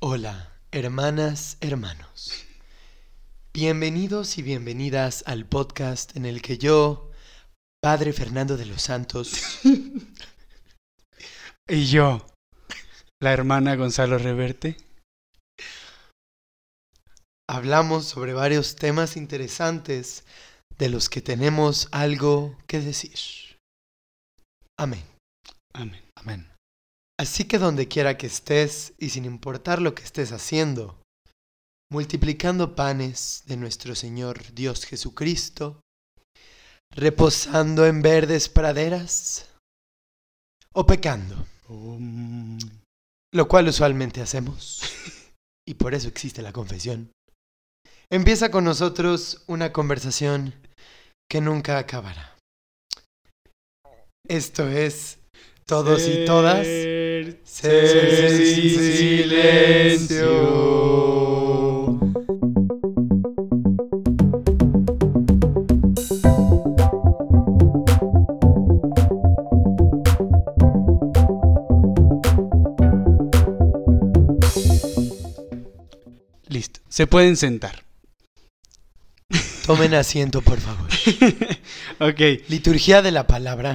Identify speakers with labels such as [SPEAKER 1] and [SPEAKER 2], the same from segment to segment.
[SPEAKER 1] Hola, hermanas, hermanos. Bienvenidos y bienvenidas al podcast en el que yo, Padre Fernando de los Santos,
[SPEAKER 2] Y yo, la hermana Gonzalo Reverte.
[SPEAKER 1] hablamos sobre varios temas interesantes de los que tenemos algo que decir. Amén.
[SPEAKER 2] Amén. Amén.
[SPEAKER 1] Así que donde quiera que estés y sin importar lo que estés haciendo, multiplicando panes de nuestro Señor Dios Jesucristo, reposando en verdes praderas o pecando, lo cual usualmente hacemos, y por eso existe la confesión, empieza con nosotros una conversación que nunca acabará. Esto es todos y todas. Ser sin silencio.
[SPEAKER 2] Listo. Se pueden sentar.
[SPEAKER 1] Tomen asiento, por favor.
[SPEAKER 2] ok.
[SPEAKER 1] Liturgia de la palabra.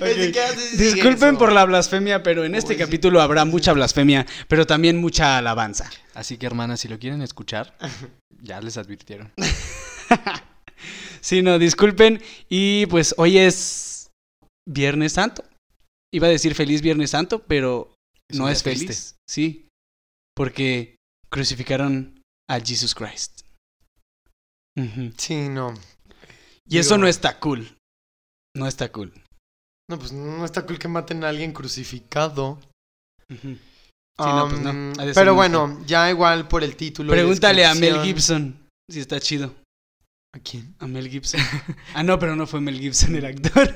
[SPEAKER 2] Ok. Disculpen por la blasfemia, pero en este capítulo habrá mucha blasfemia, pero también mucha alabanza.
[SPEAKER 3] Así que hermanas, si lo quieren escuchar, ya les advirtieron.
[SPEAKER 2] Sí, no, disculpen. Y pues hoy es Viernes Santo. Iba a decir feliz Viernes Santo, pero
[SPEAKER 3] Es
[SPEAKER 2] no
[SPEAKER 3] un
[SPEAKER 2] es
[SPEAKER 3] día
[SPEAKER 2] feliz.
[SPEAKER 3] triste.
[SPEAKER 2] Sí. Porque crucificaron a Jesus Christ. Ujú.
[SPEAKER 1] Sí, no.
[SPEAKER 2] Y eso
[SPEAKER 1] Digo-
[SPEAKER 2] no está cool. No está cool.
[SPEAKER 1] No, pues no está cool que maten a alguien crucificado.
[SPEAKER 2] Ujú. Sí, no, pues no.
[SPEAKER 1] Um,
[SPEAKER 2] Ha de ser
[SPEAKER 1] Pero
[SPEAKER 2] un-
[SPEAKER 1] bueno, ya igual por el título. y
[SPEAKER 2] Pregúntale a Mel
[SPEAKER 1] descripción.
[SPEAKER 2] Gibson si está chido.
[SPEAKER 1] ¿A quién?
[SPEAKER 2] A Mel Gibson. Ah, no, pero no fue Mel Gibson el actor.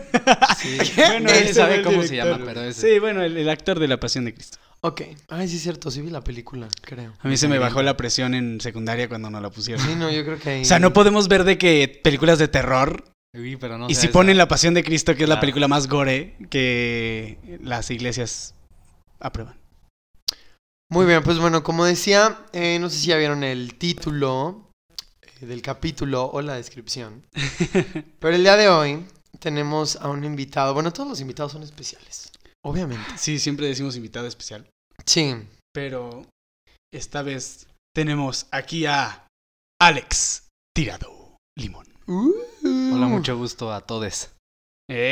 [SPEAKER 3] Sí.
[SPEAKER 2] Bueno,
[SPEAKER 3] Nadie
[SPEAKER 2] ese fue
[SPEAKER 3] sabe
[SPEAKER 2] el
[SPEAKER 3] cómo se
[SPEAKER 2] director.
[SPEAKER 3] llama, pero es
[SPEAKER 2] Sí, bueno, el, el actor de La Pasión de Cristo.
[SPEAKER 1] Ok. Ay, sí, es cierto. Sí vi la película, creo.
[SPEAKER 2] A mí se me bajó la presión en secundaria cuando no la pusieron.
[SPEAKER 1] Sí, no, yo creo que ahí.
[SPEAKER 2] O sea, no podemos ver de que películas de terror.
[SPEAKER 3] Uy, pero no
[SPEAKER 2] y
[SPEAKER 3] sea
[SPEAKER 2] si
[SPEAKER 3] esa.
[SPEAKER 2] ponen La Pasión de Cristo, que es la
[SPEAKER 3] Claro.
[SPEAKER 2] película más gore que las iglesias aprueban.
[SPEAKER 1] Muy bien, pues bueno, como decía, eh, no sé si ya vieron el título eh, del capítulo o la descripción. Pero el día de hoy tenemos a un invitado. Bueno, todos los invitados son especiales, obviamente.
[SPEAKER 2] Sí, siempre decimos invitado especial.
[SPEAKER 1] Sí.
[SPEAKER 2] Pero esta vez tenemos aquí a Alex Tirado Limón.
[SPEAKER 1] Uh.
[SPEAKER 3] Hola, mucho gusto a todos.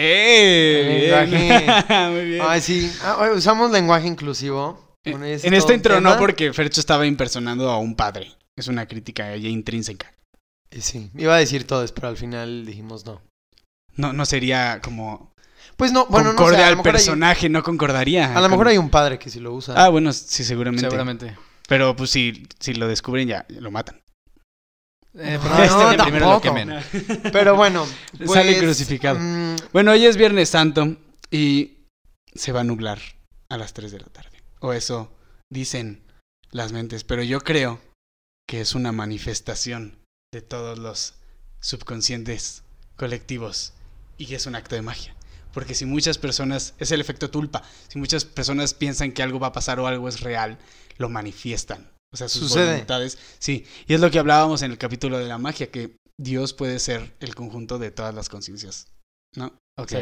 [SPEAKER 2] ¡Eh!
[SPEAKER 1] El
[SPEAKER 2] bien.
[SPEAKER 1] lenguaje.
[SPEAKER 2] Muy bien.
[SPEAKER 1] Ay, sí. Ah, oye, usamos lenguaje inclusivo. Bueno,
[SPEAKER 2] en
[SPEAKER 1] es
[SPEAKER 2] en
[SPEAKER 1] todo
[SPEAKER 2] esta
[SPEAKER 1] un
[SPEAKER 2] intro
[SPEAKER 1] tema.
[SPEAKER 2] no, porque Fercho estaba impersonando a un padre. Es una crítica a ella intrínseca.
[SPEAKER 1] Eh, Sí, iba a decir todos, pero al final dijimos no.
[SPEAKER 2] No, no sería como
[SPEAKER 1] Pues no, bueno, no sé.
[SPEAKER 2] concorde
[SPEAKER 1] A
[SPEAKER 2] al
[SPEAKER 1] lo, mejor hay,
[SPEAKER 2] personaje, no concordaría.
[SPEAKER 1] a lo mejor
[SPEAKER 2] con-
[SPEAKER 1] hay un padre que sí lo usa.
[SPEAKER 2] Ah, bueno, sí, seguramente.
[SPEAKER 3] Seguramente.
[SPEAKER 2] Pero pues si, si lo descubren ya, lo matan. Este,
[SPEAKER 1] Ah, No,
[SPEAKER 3] Eh, probablemente
[SPEAKER 1] no,
[SPEAKER 3] primero lo
[SPEAKER 1] tampoco.
[SPEAKER 3] quemen.
[SPEAKER 1] Pero bueno. Pues,
[SPEAKER 2] Sale crucificado.
[SPEAKER 1] mm,
[SPEAKER 2] Bueno, hoy es Viernes Santo y se va a nublar a las 3 de la tarde. O eso dicen las mentes, pero yo creo que es una manifestación de todos los subconscientes colectivos y que es un acto de magia. Porque si muchas personas, es el efecto tulpa, si muchas personas piensan que algo va a pasar o algo es real, lo manifiestan. O sea, sus
[SPEAKER 1] Sucede.
[SPEAKER 2] voluntades. Sí, y es lo que hablábamos en el capítulo de la magia, que Dios puede ser el conjunto de todas las conciencias. ¿No?
[SPEAKER 3] Ok.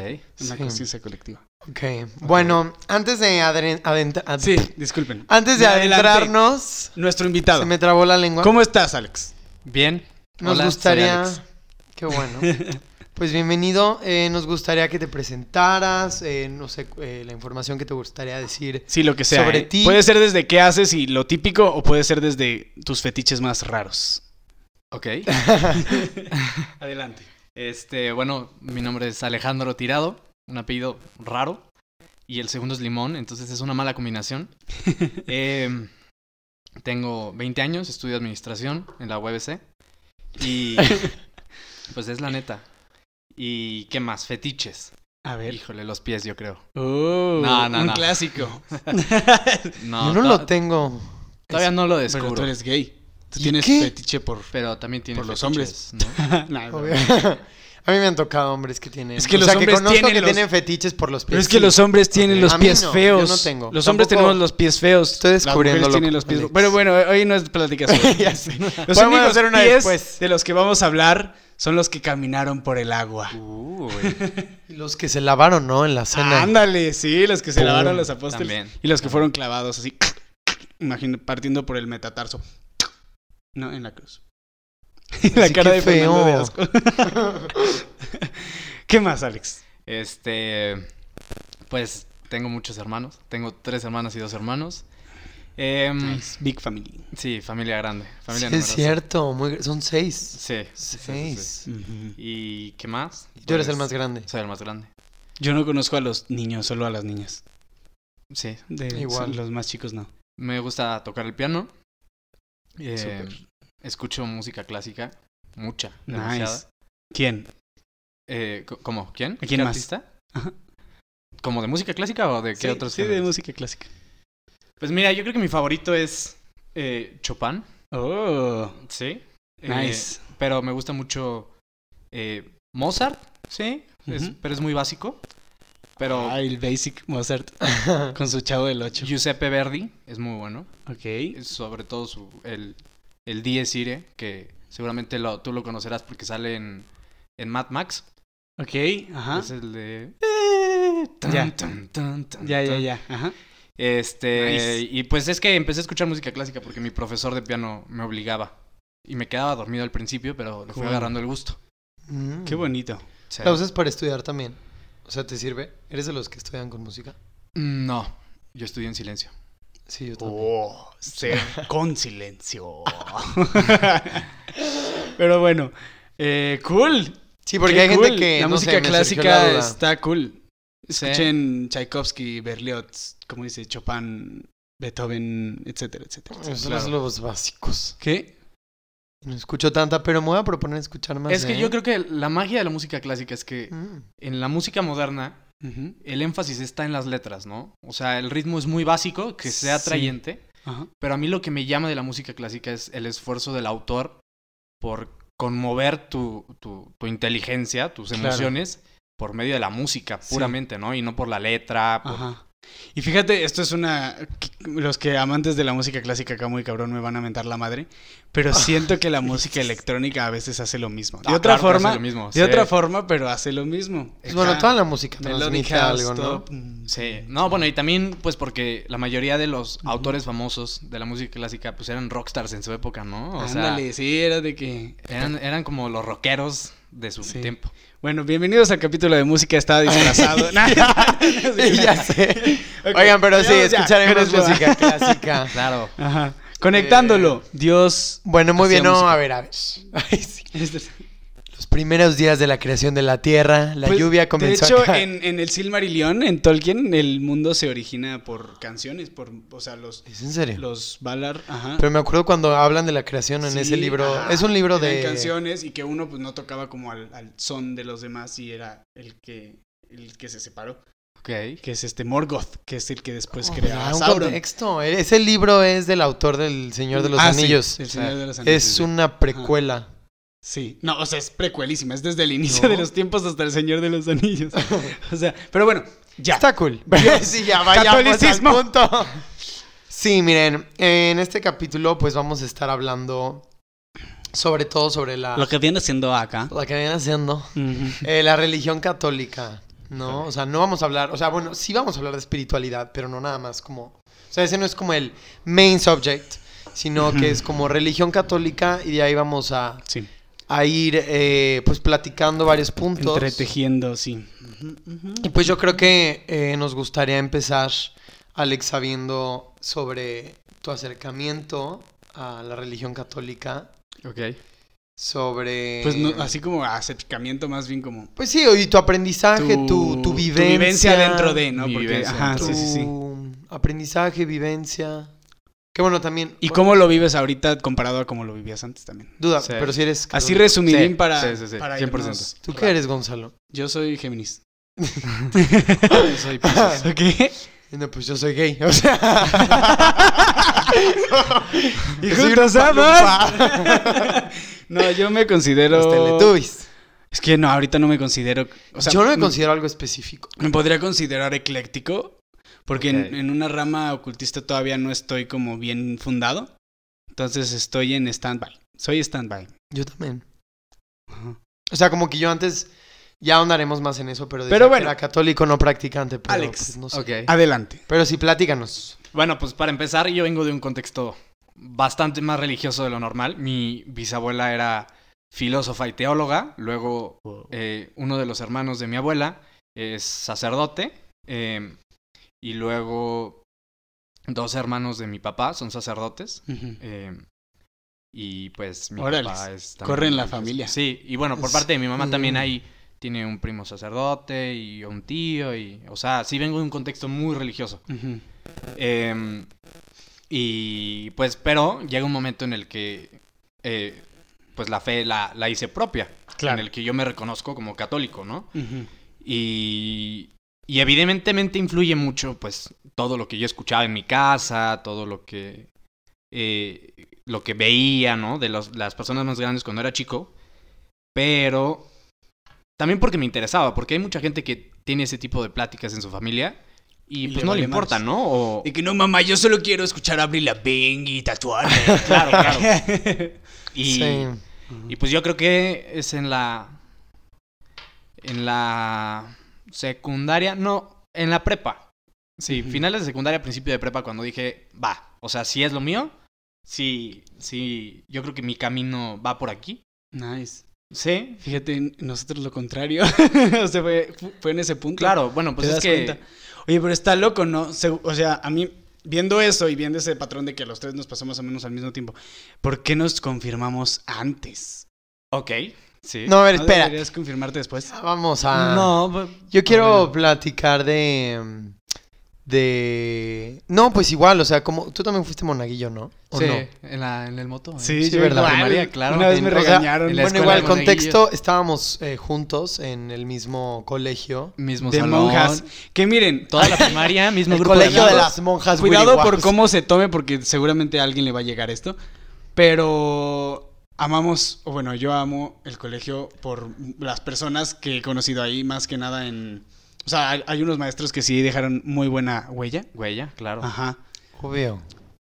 [SPEAKER 2] Una
[SPEAKER 1] Sí.
[SPEAKER 2] conciencia colectiva.
[SPEAKER 1] ok. Bueno, antes de adren- adent- ad-
[SPEAKER 2] Sí, disculpen.
[SPEAKER 1] antes de
[SPEAKER 2] Me adelanté.
[SPEAKER 1] adentrarnos,
[SPEAKER 2] Nuestro invitado.
[SPEAKER 1] se me trabó la lengua.
[SPEAKER 2] ¿Cómo estás, Alex?
[SPEAKER 3] Bien.
[SPEAKER 1] Nos
[SPEAKER 3] Hola, soy
[SPEAKER 1] gustaría.
[SPEAKER 3] Alex.
[SPEAKER 1] Qué bueno. Pues bienvenido. eh, nos gustaría que te presentaras, eh, no sé, eh, la información que te gustaría decir.
[SPEAKER 2] Sí, lo que sea.
[SPEAKER 1] Sobre
[SPEAKER 2] ¿eh?
[SPEAKER 1] ti.
[SPEAKER 2] Puede ser desde qué haces y lo típico, o puede ser desde tus fetiches más raros.
[SPEAKER 3] Ok.
[SPEAKER 2] Adelante.
[SPEAKER 3] Este, bueno, mi nombre es Alejandro Tirado, un apellido raro. Y el segundo es Limón, entonces es una mala combinación. Em, tengo 20 años, estudio administración en la UBC. Y pues es la neta. ¿Y qué más? Fetiches.
[SPEAKER 2] A ver.
[SPEAKER 3] Híjole, los pies, yo creo.
[SPEAKER 2] Oh,
[SPEAKER 3] No, no,
[SPEAKER 2] un
[SPEAKER 3] no.
[SPEAKER 2] clásico.
[SPEAKER 3] No,
[SPEAKER 1] Yo no
[SPEAKER 3] to-
[SPEAKER 1] lo tengo.
[SPEAKER 3] todavía no lo
[SPEAKER 2] Pero
[SPEAKER 3] descubro.
[SPEAKER 2] tú eres gay. Tú
[SPEAKER 1] ¿Y
[SPEAKER 2] tienes
[SPEAKER 1] qué?
[SPEAKER 2] fetiche por.
[SPEAKER 3] Pero también tiene
[SPEAKER 2] Por los
[SPEAKER 3] fetiches, ¿no?
[SPEAKER 2] Nada.
[SPEAKER 1] Obvio. A mí me han tocado hombres que tienen.
[SPEAKER 2] Es que los
[SPEAKER 1] o sea,
[SPEAKER 2] hombres
[SPEAKER 1] que conozco
[SPEAKER 2] tienen
[SPEAKER 1] que
[SPEAKER 2] los-
[SPEAKER 1] tienen fetiches por los pies.
[SPEAKER 2] Pero es que los hombres tienen
[SPEAKER 1] Ok.
[SPEAKER 2] los
[SPEAKER 1] A mí
[SPEAKER 2] pies
[SPEAKER 1] no, yo
[SPEAKER 2] feos.
[SPEAKER 1] no tengo.
[SPEAKER 2] Los hombres
[SPEAKER 1] Tampoco-
[SPEAKER 2] tenemos los pies feos.
[SPEAKER 1] Estoy descubriéndolo,
[SPEAKER 2] Las mujeres tienen los pies.
[SPEAKER 1] Alex.
[SPEAKER 2] Pero bueno, hoy no es plática. sobre
[SPEAKER 1] Ya
[SPEAKER 2] pies.
[SPEAKER 1] sé.
[SPEAKER 2] Los
[SPEAKER 1] Podemos
[SPEAKER 2] únicos
[SPEAKER 1] hacer una
[SPEAKER 2] pies
[SPEAKER 1] después.
[SPEAKER 2] de los que vamos a hablar son los que caminaron por el agua.
[SPEAKER 3] Uh,
[SPEAKER 1] Y Los que se lavaron, ¿no? En la
[SPEAKER 2] Ah,
[SPEAKER 1] cena.
[SPEAKER 2] Ándale, sí, los que se
[SPEAKER 1] Pum,
[SPEAKER 2] lavaron los apóstoles
[SPEAKER 3] también.
[SPEAKER 2] y los que fueron clavados así, imagino, partiendo por el metatarso. No, en la cruz. la
[SPEAKER 1] Sí,
[SPEAKER 2] cara
[SPEAKER 1] qué
[SPEAKER 2] de Fernando de
[SPEAKER 1] feo.
[SPEAKER 2] asco. ¿Qué más, Alex?
[SPEAKER 3] Este, pues tengo muchos hermanos. Tengo tres hermanas y dos hermanos. Em,
[SPEAKER 2] Nice, Big Family.
[SPEAKER 3] Sí, familia grande.
[SPEAKER 1] Sí,
[SPEAKER 3] Familia
[SPEAKER 1] es
[SPEAKER 3] numerosa.
[SPEAKER 1] cierto. muy- Son seis.
[SPEAKER 3] Sí. sí, sí, sí,
[SPEAKER 1] Seis.
[SPEAKER 3] sí. ¿Y qué más?
[SPEAKER 1] Tú eres
[SPEAKER 3] Pues,
[SPEAKER 1] el más grande.
[SPEAKER 3] Soy el más grande.
[SPEAKER 2] Yo no conozco a los niños, solo a las niñas.
[SPEAKER 3] Sí.
[SPEAKER 2] De,
[SPEAKER 1] Igual.
[SPEAKER 2] Los más chicos no.
[SPEAKER 3] Me gusta tocar el piano. Eh,
[SPEAKER 2] Súper.
[SPEAKER 3] escucho música clásica. Mucha.
[SPEAKER 2] Nice.
[SPEAKER 3] Demasiada.
[SPEAKER 2] ¿Quién?
[SPEAKER 3] Eh, co- ¿Cómo? ¿Quién?
[SPEAKER 2] ¿A quién
[SPEAKER 3] ¿Qué
[SPEAKER 2] más?
[SPEAKER 3] artista?
[SPEAKER 2] Ajá.
[SPEAKER 3] ¿Como de música clásica o de qué
[SPEAKER 2] Sí,
[SPEAKER 3] otros
[SPEAKER 2] sí, de
[SPEAKER 3] géneros?
[SPEAKER 2] música clásica.
[SPEAKER 3] Pues mira, yo creo que mi favorito es eh, Chopin.
[SPEAKER 2] Oh,
[SPEAKER 3] Sí. Eh,
[SPEAKER 2] nice.
[SPEAKER 3] pero me gusta mucho eh, Mozart. Sí. es-
[SPEAKER 2] Ujú.
[SPEAKER 3] pero es muy básico. Pero
[SPEAKER 2] Ah, el Basic Mozart con su chavo del 8.
[SPEAKER 3] Giuseppe Verdi es muy bueno.
[SPEAKER 2] Ok.
[SPEAKER 3] sobre todo su, el, el Dies Irae, que seguramente lo, tú lo conocerás porque sale en, en Mad Max.
[SPEAKER 2] Ok, ajá.
[SPEAKER 3] Es el de...
[SPEAKER 2] Ah. Ya.
[SPEAKER 3] Tan, tan, tan,
[SPEAKER 2] Ya, ya,
[SPEAKER 3] tan.
[SPEAKER 2] ya. Ajá.
[SPEAKER 3] Este,
[SPEAKER 2] Nice.
[SPEAKER 3] y pues es que empecé a escuchar música clásica porque mi profesor de piano me obligaba. Y me quedaba dormido al principio, pero le fui
[SPEAKER 2] Cool.
[SPEAKER 3] agarrando el gusto.
[SPEAKER 1] Mm.
[SPEAKER 2] Qué bonito.
[SPEAKER 3] O sea,
[SPEAKER 1] ¿La usas para estudiar también? O sea, ¿te sirve? ¿Eres de los que estudian con música?
[SPEAKER 3] No, yo estudié en silencio.
[SPEAKER 1] Sí, yo también.
[SPEAKER 2] Oh, ser con silencio. Pero bueno, eh, cool.
[SPEAKER 1] Sí, porque
[SPEAKER 2] Qué
[SPEAKER 1] hay gente
[SPEAKER 2] cool.
[SPEAKER 1] que
[SPEAKER 2] la
[SPEAKER 1] no sé,
[SPEAKER 2] música
[SPEAKER 1] me surgió la
[SPEAKER 2] clásica
[SPEAKER 1] duda.
[SPEAKER 2] está cool.
[SPEAKER 3] Sí.
[SPEAKER 2] Escuchen Tchaikovsky, Berlioz, como dice Chopin, Beethoven, etcétera, etcétera.
[SPEAKER 1] Esos
[SPEAKER 3] claro.
[SPEAKER 1] son los básicos.
[SPEAKER 2] ¿Qué?
[SPEAKER 1] No escucho tanta, pero me voy a proponer escuchar más.
[SPEAKER 3] Es que
[SPEAKER 1] ¿eh?
[SPEAKER 3] yo creo que la magia de la música clásica es que
[SPEAKER 1] Mm.
[SPEAKER 3] en la música moderna
[SPEAKER 2] Ujú,
[SPEAKER 3] el énfasis está en las letras, ¿no? O sea, el ritmo es muy básico, que sea
[SPEAKER 2] Sí.
[SPEAKER 3] atrayente,
[SPEAKER 2] Ajá.
[SPEAKER 3] pero a mí lo que me llama de la música clásica es el esfuerzo del autor por conmover tu, tu- tu inteligencia, tus
[SPEAKER 2] Claro.
[SPEAKER 3] emociones, por medio de la música
[SPEAKER 2] Sí.
[SPEAKER 3] puramente, ¿no? Y no por la letra. por-
[SPEAKER 2] Ajá. Y fíjate, esto es una. Los que amantes de la música clásica acá muy cabrón me van a mentar la madre.
[SPEAKER 1] Ah.
[SPEAKER 2] Pero siento que la música electrónica a veces hace lo mismo. De
[SPEAKER 3] Ah,
[SPEAKER 2] otra
[SPEAKER 3] claro que hace
[SPEAKER 2] forma.
[SPEAKER 3] lo mismo,
[SPEAKER 2] De
[SPEAKER 3] sí.
[SPEAKER 2] otra forma, pero hace lo mismo.
[SPEAKER 1] Pues bueno,
[SPEAKER 2] Está
[SPEAKER 1] toda la música
[SPEAKER 2] Melodic
[SPEAKER 1] transmite
[SPEAKER 2] House,
[SPEAKER 1] algo, ¿no?
[SPEAKER 2] todo-
[SPEAKER 3] Eh, Sí. No, bueno, y también, pues, porque la mayoría de los autores famosos de la música clásica, pues, eran rockstars en su época, ¿no? O sea,
[SPEAKER 2] Ándale, sí, era de que.
[SPEAKER 3] eran, eran como los rockeros de su
[SPEAKER 2] Sí.
[SPEAKER 3] tiempo.
[SPEAKER 2] Bueno, bienvenidos al capítulo de música estaba disfrazado. Nah,
[SPEAKER 1] ya sé.
[SPEAKER 2] Ok,
[SPEAKER 1] Oigan, pero sí,
[SPEAKER 2] ya, ya,
[SPEAKER 1] escucharemos
[SPEAKER 2] menos
[SPEAKER 1] música Eh, clásica.
[SPEAKER 3] Claro.
[SPEAKER 2] Ajá. Conectándolo. Dios.
[SPEAKER 1] Bueno, muy bien,
[SPEAKER 2] Hacía
[SPEAKER 1] no,
[SPEAKER 2] música.
[SPEAKER 1] a ver, a ver. Ay, sí. Los primeros días de la creación de la Tierra, la
[SPEAKER 2] Pues,
[SPEAKER 1] lluvia comenzó
[SPEAKER 2] De hecho,
[SPEAKER 1] acá.
[SPEAKER 2] en, en el Silmarillion, en Tolkien, el mundo se origina por canciones, por, o sea, los,
[SPEAKER 1] ¿Es en serio?
[SPEAKER 2] los Valar. Ajá.
[SPEAKER 1] Pero me acuerdo cuando hablan de la creación en
[SPEAKER 2] Sí,
[SPEAKER 1] ese libro.
[SPEAKER 2] ajá,
[SPEAKER 1] Es un libro
[SPEAKER 2] eran
[SPEAKER 1] de...
[SPEAKER 2] canciones y que uno pues no tocaba como al, al son de los demás y era el que el que se separó,
[SPEAKER 3] Ok.
[SPEAKER 2] que es este Morgoth, que es el que después
[SPEAKER 1] Oh,
[SPEAKER 2] creó
[SPEAKER 1] da
[SPEAKER 2] a
[SPEAKER 1] un
[SPEAKER 2] Sauron.
[SPEAKER 1] contexto. E-, Ese libro es del autor del Señor de los
[SPEAKER 2] Ah, sí,
[SPEAKER 1] Anillos.
[SPEAKER 2] el Señor de los Anillos.
[SPEAKER 1] Es una precuela.
[SPEAKER 2] Sí, no, o sea, es precuelísima, es desde el inicio de
[SPEAKER 1] No.
[SPEAKER 2] los tiempos hasta el Señor de los Anillos. o sea, pero bueno, ya.
[SPEAKER 1] Está cool. sí, ya
[SPEAKER 2] Catolicismo.
[SPEAKER 1] punto. Sí, miren, en este capítulo pues vamos a estar hablando sobre todo sobre la,
[SPEAKER 2] que viene siendo acá.
[SPEAKER 1] la que viene haciendo eh, la religión católica, ¿no? O sea, no vamos a hablar, o sea, bueno, sí vamos a hablar de espiritualidad, pero no nada más como, o sea, ese no es como el main subject, sino que es como religión católica y de ahí vamos a,
[SPEAKER 2] Sí,
[SPEAKER 1] a ir eh, pues platicando varios puntos.
[SPEAKER 2] entretejiendo, sí.
[SPEAKER 1] Y pues yo creo que eh, nos gustaría empezar, Alex, sabiendo sobre tu acercamiento a la religión católica,
[SPEAKER 3] Ok.
[SPEAKER 1] sobre...
[SPEAKER 2] Pues no, así como acercamiento, más bien como
[SPEAKER 1] Pues sí, y tu aprendizaje, tu, tu, vivencia.
[SPEAKER 2] dentro de, ¿no?
[SPEAKER 3] Mi
[SPEAKER 2] Porque,
[SPEAKER 3] vivencia
[SPEAKER 2] ajá,
[SPEAKER 1] Tu
[SPEAKER 3] dentro
[SPEAKER 2] Ah, sí,
[SPEAKER 3] de.
[SPEAKER 2] sí, sí.
[SPEAKER 1] aprendizaje, vivencia. Qué bueno también.
[SPEAKER 2] ¿Y
[SPEAKER 1] bueno,
[SPEAKER 2] cómo lo vives ahorita comparado a cómo lo vivías antes también?
[SPEAKER 1] Duda,
[SPEAKER 3] Sí.
[SPEAKER 1] pero si eres...
[SPEAKER 2] Así
[SPEAKER 1] católico.
[SPEAKER 2] resumidín
[SPEAKER 3] Sí,
[SPEAKER 2] para,
[SPEAKER 3] sí, sí, sí,
[SPEAKER 2] para
[SPEAKER 3] 100%.
[SPEAKER 2] irnos.
[SPEAKER 1] ¿Tú qué eres, Gonzalo?
[SPEAKER 2] Yo soy Géminis.
[SPEAKER 3] Soy
[SPEAKER 2] pues,
[SPEAKER 1] Ah,
[SPEAKER 3] Piscis.
[SPEAKER 2] ¿Qué?
[SPEAKER 1] No, pues yo soy gay, o sea...
[SPEAKER 2] ¡Y
[SPEAKER 1] Yo soy
[SPEAKER 2] juntos
[SPEAKER 1] una
[SPEAKER 2] amas! no, yo me
[SPEAKER 1] Los
[SPEAKER 2] considero...
[SPEAKER 1] Teletubbies.
[SPEAKER 2] Es que no, ahorita no me considero. O sea, mm.
[SPEAKER 1] Yo no me
[SPEAKER 2] me-
[SPEAKER 1] considero algo específico.
[SPEAKER 2] me podría considerar ecléctico, porque en-
[SPEAKER 3] Ok.
[SPEAKER 2] en, una rama ocultista todavía no estoy como bien fundado. Entonces estoy en stand-by. Soy stand-by.
[SPEAKER 1] Yo también.
[SPEAKER 2] Ajá.
[SPEAKER 1] O sea, como que yo antes ya ahondaremos más en eso, pero, decía
[SPEAKER 2] Pero
[SPEAKER 1] que
[SPEAKER 2] bueno.
[SPEAKER 1] era católico no practicante, pero
[SPEAKER 2] Alex,
[SPEAKER 1] pues, no sé.
[SPEAKER 3] Ok.
[SPEAKER 2] Adelante.
[SPEAKER 1] Pero sí, platícanos.
[SPEAKER 3] Ah, Bueno, pues para empezar, yo vengo de un contexto bastante más religioso de lo normal. Mi bisabuela era filósofa y teóloga. Luego, eh, uno de los hermanos de mi abuela es sacerdote. eh, y luego, dos hermanos de mi papá son sacerdotes.
[SPEAKER 2] Ujú.
[SPEAKER 3] eh, y pues mi
[SPEAKER 2] Órales,
[SPEAKER 3] papá es
[SPEAKER 2] corre en la
[SPEAKER 3] religioso.
[SPEAKER 2] familia.
[SPEAKER 3] Sí, y bueno, por
[SPEAKER 1] Es-
[SPEAKER 3] parte de mi mamá también
[SPEAKER 1] Mm.
[SPEAKER 3] hay. Tiene un primo sacerdote y un tío. y O sea, sí vengo de un contexto muy religioso.
[SPEAKER 2] Ujú.
[SPEAKER 3] Eh, y pues, pero llega un momento en el que eh, pues la fe la, la hice propia.
[SPEAKER 2] Claro.
[SPEAKER 3] En el que yo me reconozco como católico, ¿no?
[SPEAKER 2] Ujú.
[SPEAKER 3] Y, y evidentemente influye mucho, pues, todo lo que yo escuchaba en mi casa, todo lo que. eh, lo que veía, ¿no? De los- las personas más grandes cuando era chico. Pero. También porque me interesaba, porque hay mucha gente que tiene ese tipo de pláticas en su familia y,
[SPEAKER 2] Y
[SPEAKER 3] pues
[SPEAKER 2] le
[SPEAKER 3] no le
[SPEAKER 2] vale
[SPEAKER 3] importa,
[SPEAKER 2] madres.
[SPEAKER 3] ¿no? O-
[SPEAKER 2] De que no, mamá, yo solo quiero escuchar a Abril Lavigne y tatuarme.
[SPEAKER 3] Claro, claro. Y,
[SPEAKER 1] Sí.
[SPEAKER 2] eh,
[SPEAKER 3] y pues yo creo que es en la. En la secundaria. No, en la prepa. Sí,
[SPEAKER 2] Ujú.
[SPEAKER 3] finales de secundaria, principio de prepa, cuando dije, va, o sea, si es lo mío, sí, sí, yo creo que mi camino va por aquí.
[SPEAKER 2] Nice.
[SPEAKER 3] Sí,
[SPEAKER 2] Fíjate, nosotros lo contrario. o sea, fue, fue en ese punto.
[SPEAKER 3] claro, bueno, pues
[SPEAKER 2] ¿Te
[SPEAKER 3] es
[SPEAKER 2] das
[SPEAKER 3] que.
[SPEAKER 2] cuenta? Oye, pero está loco, ¿no? Se- o sea, a mí, viendo eso y viendo ese patrón de que a los tres nos pasó más o menos al mismo tiempo, ¿por qué nos confirmamos antes?
[SPEAKER 3] Ok, sí.
[SPEAKER 1] No, a ver,
[SPEAKER 2] ¿No
[SPEAKER 1] espera. Ah,
[SPEAKER 2] deberías confirmarte después?
[SPEAKER 1] Vamos a.
[SPEAKER 3] Ah. no, bu-
[SPEAKER 1] Yo quiero
[SPEAKER 2] bueno.
[SPEAKER 1] platicar de. mm, De. No, pues igual, o sea, como. Tú también fuiste monaguillo, ¿no? ¿O
[SPEAKER 3] sí,
[SPEAKER 1] no?
[SPEAKER 3] en, la, en el moto. ¿eh?
[SPEAKER 1] Sí, verdad.
[SPEAKER 3] en la primaria, claro.
[SPEAKER 2] Una vez me
[SPEAKER 1] En- o sea,
[SPEAKER 2] regañaron.
[SPEAKER 3] en la
[SPEAKER 1] Bueno,
[SPEAKER 3] escuela
[SPEAKER 1] igual,
[SPEAKER 3] de
[SPEAKER 1] contexto, estábamos eh, juntos en el mismo colegio.
[SPEAKER 3] Mismo
[SPEAKER 2] de
[SPEAKER 3] salón,
[SPEAKER 2] monjas. Que miren,
[SPEAKER 3] Toda la primaria, mismo
[SPEAKER 1] el
[SPEAKER 3] grupo
[SPEAKER 1] colegio de,
[SPEAKER 3] amigos.
[SPEAKER 1] las monjas
[SPEAKER 2] cuidado por
[SPEAKER 1] Willy Wahs.
[SPEAKER 2] cómo se tome, porque seguramente a alguien le va a llegar esto. Pero amamos, o bueno, yo amo el colegio por las personas que he conocido ahí, más que nada en. O sea, hay, hay unos maestros que sí dejaron muy buena huella.
[SPEAKER 3] Huella, claro.
[SPEAKER 2] Ajá.
[SPEAKER 1] Obvio.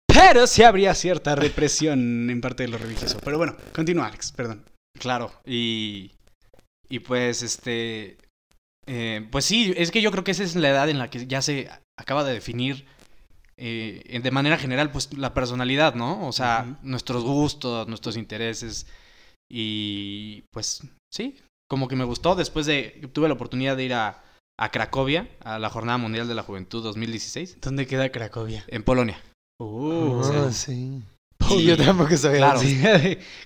[SPEAKER 2] Pero sí habría cierta represión en parte de lo religioso. Pero bueno, continúa, Alex, perdón.
[SPEAKER 3] Claro. Y. Y pues, este. eh, pues sí, es que yo creo que esa es la edad en la que ya se acaba de definir eh, en- de manera general, pues, la personalidad, ¿no? O sea,
[SPEAKER 2] Ujú.
[SPEAKER 3] nuestros gustos, nuestros intereses. Y pues, sí. Como que me gustó. Después de. Tuve la oportunidad de ir a, a Cracovia, a la Jornada Mundial de la Juventud 2016,
[SPEAKER 2] ¿Dónde queda Cracovia?
[SPEAKER 3] en Polonia.
[SPEAKER 1] Ah,
[SPEAKER 2] Uh, o sea,
[SPEAKER 1] sí.
[SPEAKER 2] Poli.
[SPEAKER 1] Sí, yo tampoco sabía.
[SPEAKER 3] Claro.
[SPEAKER 1] Sí.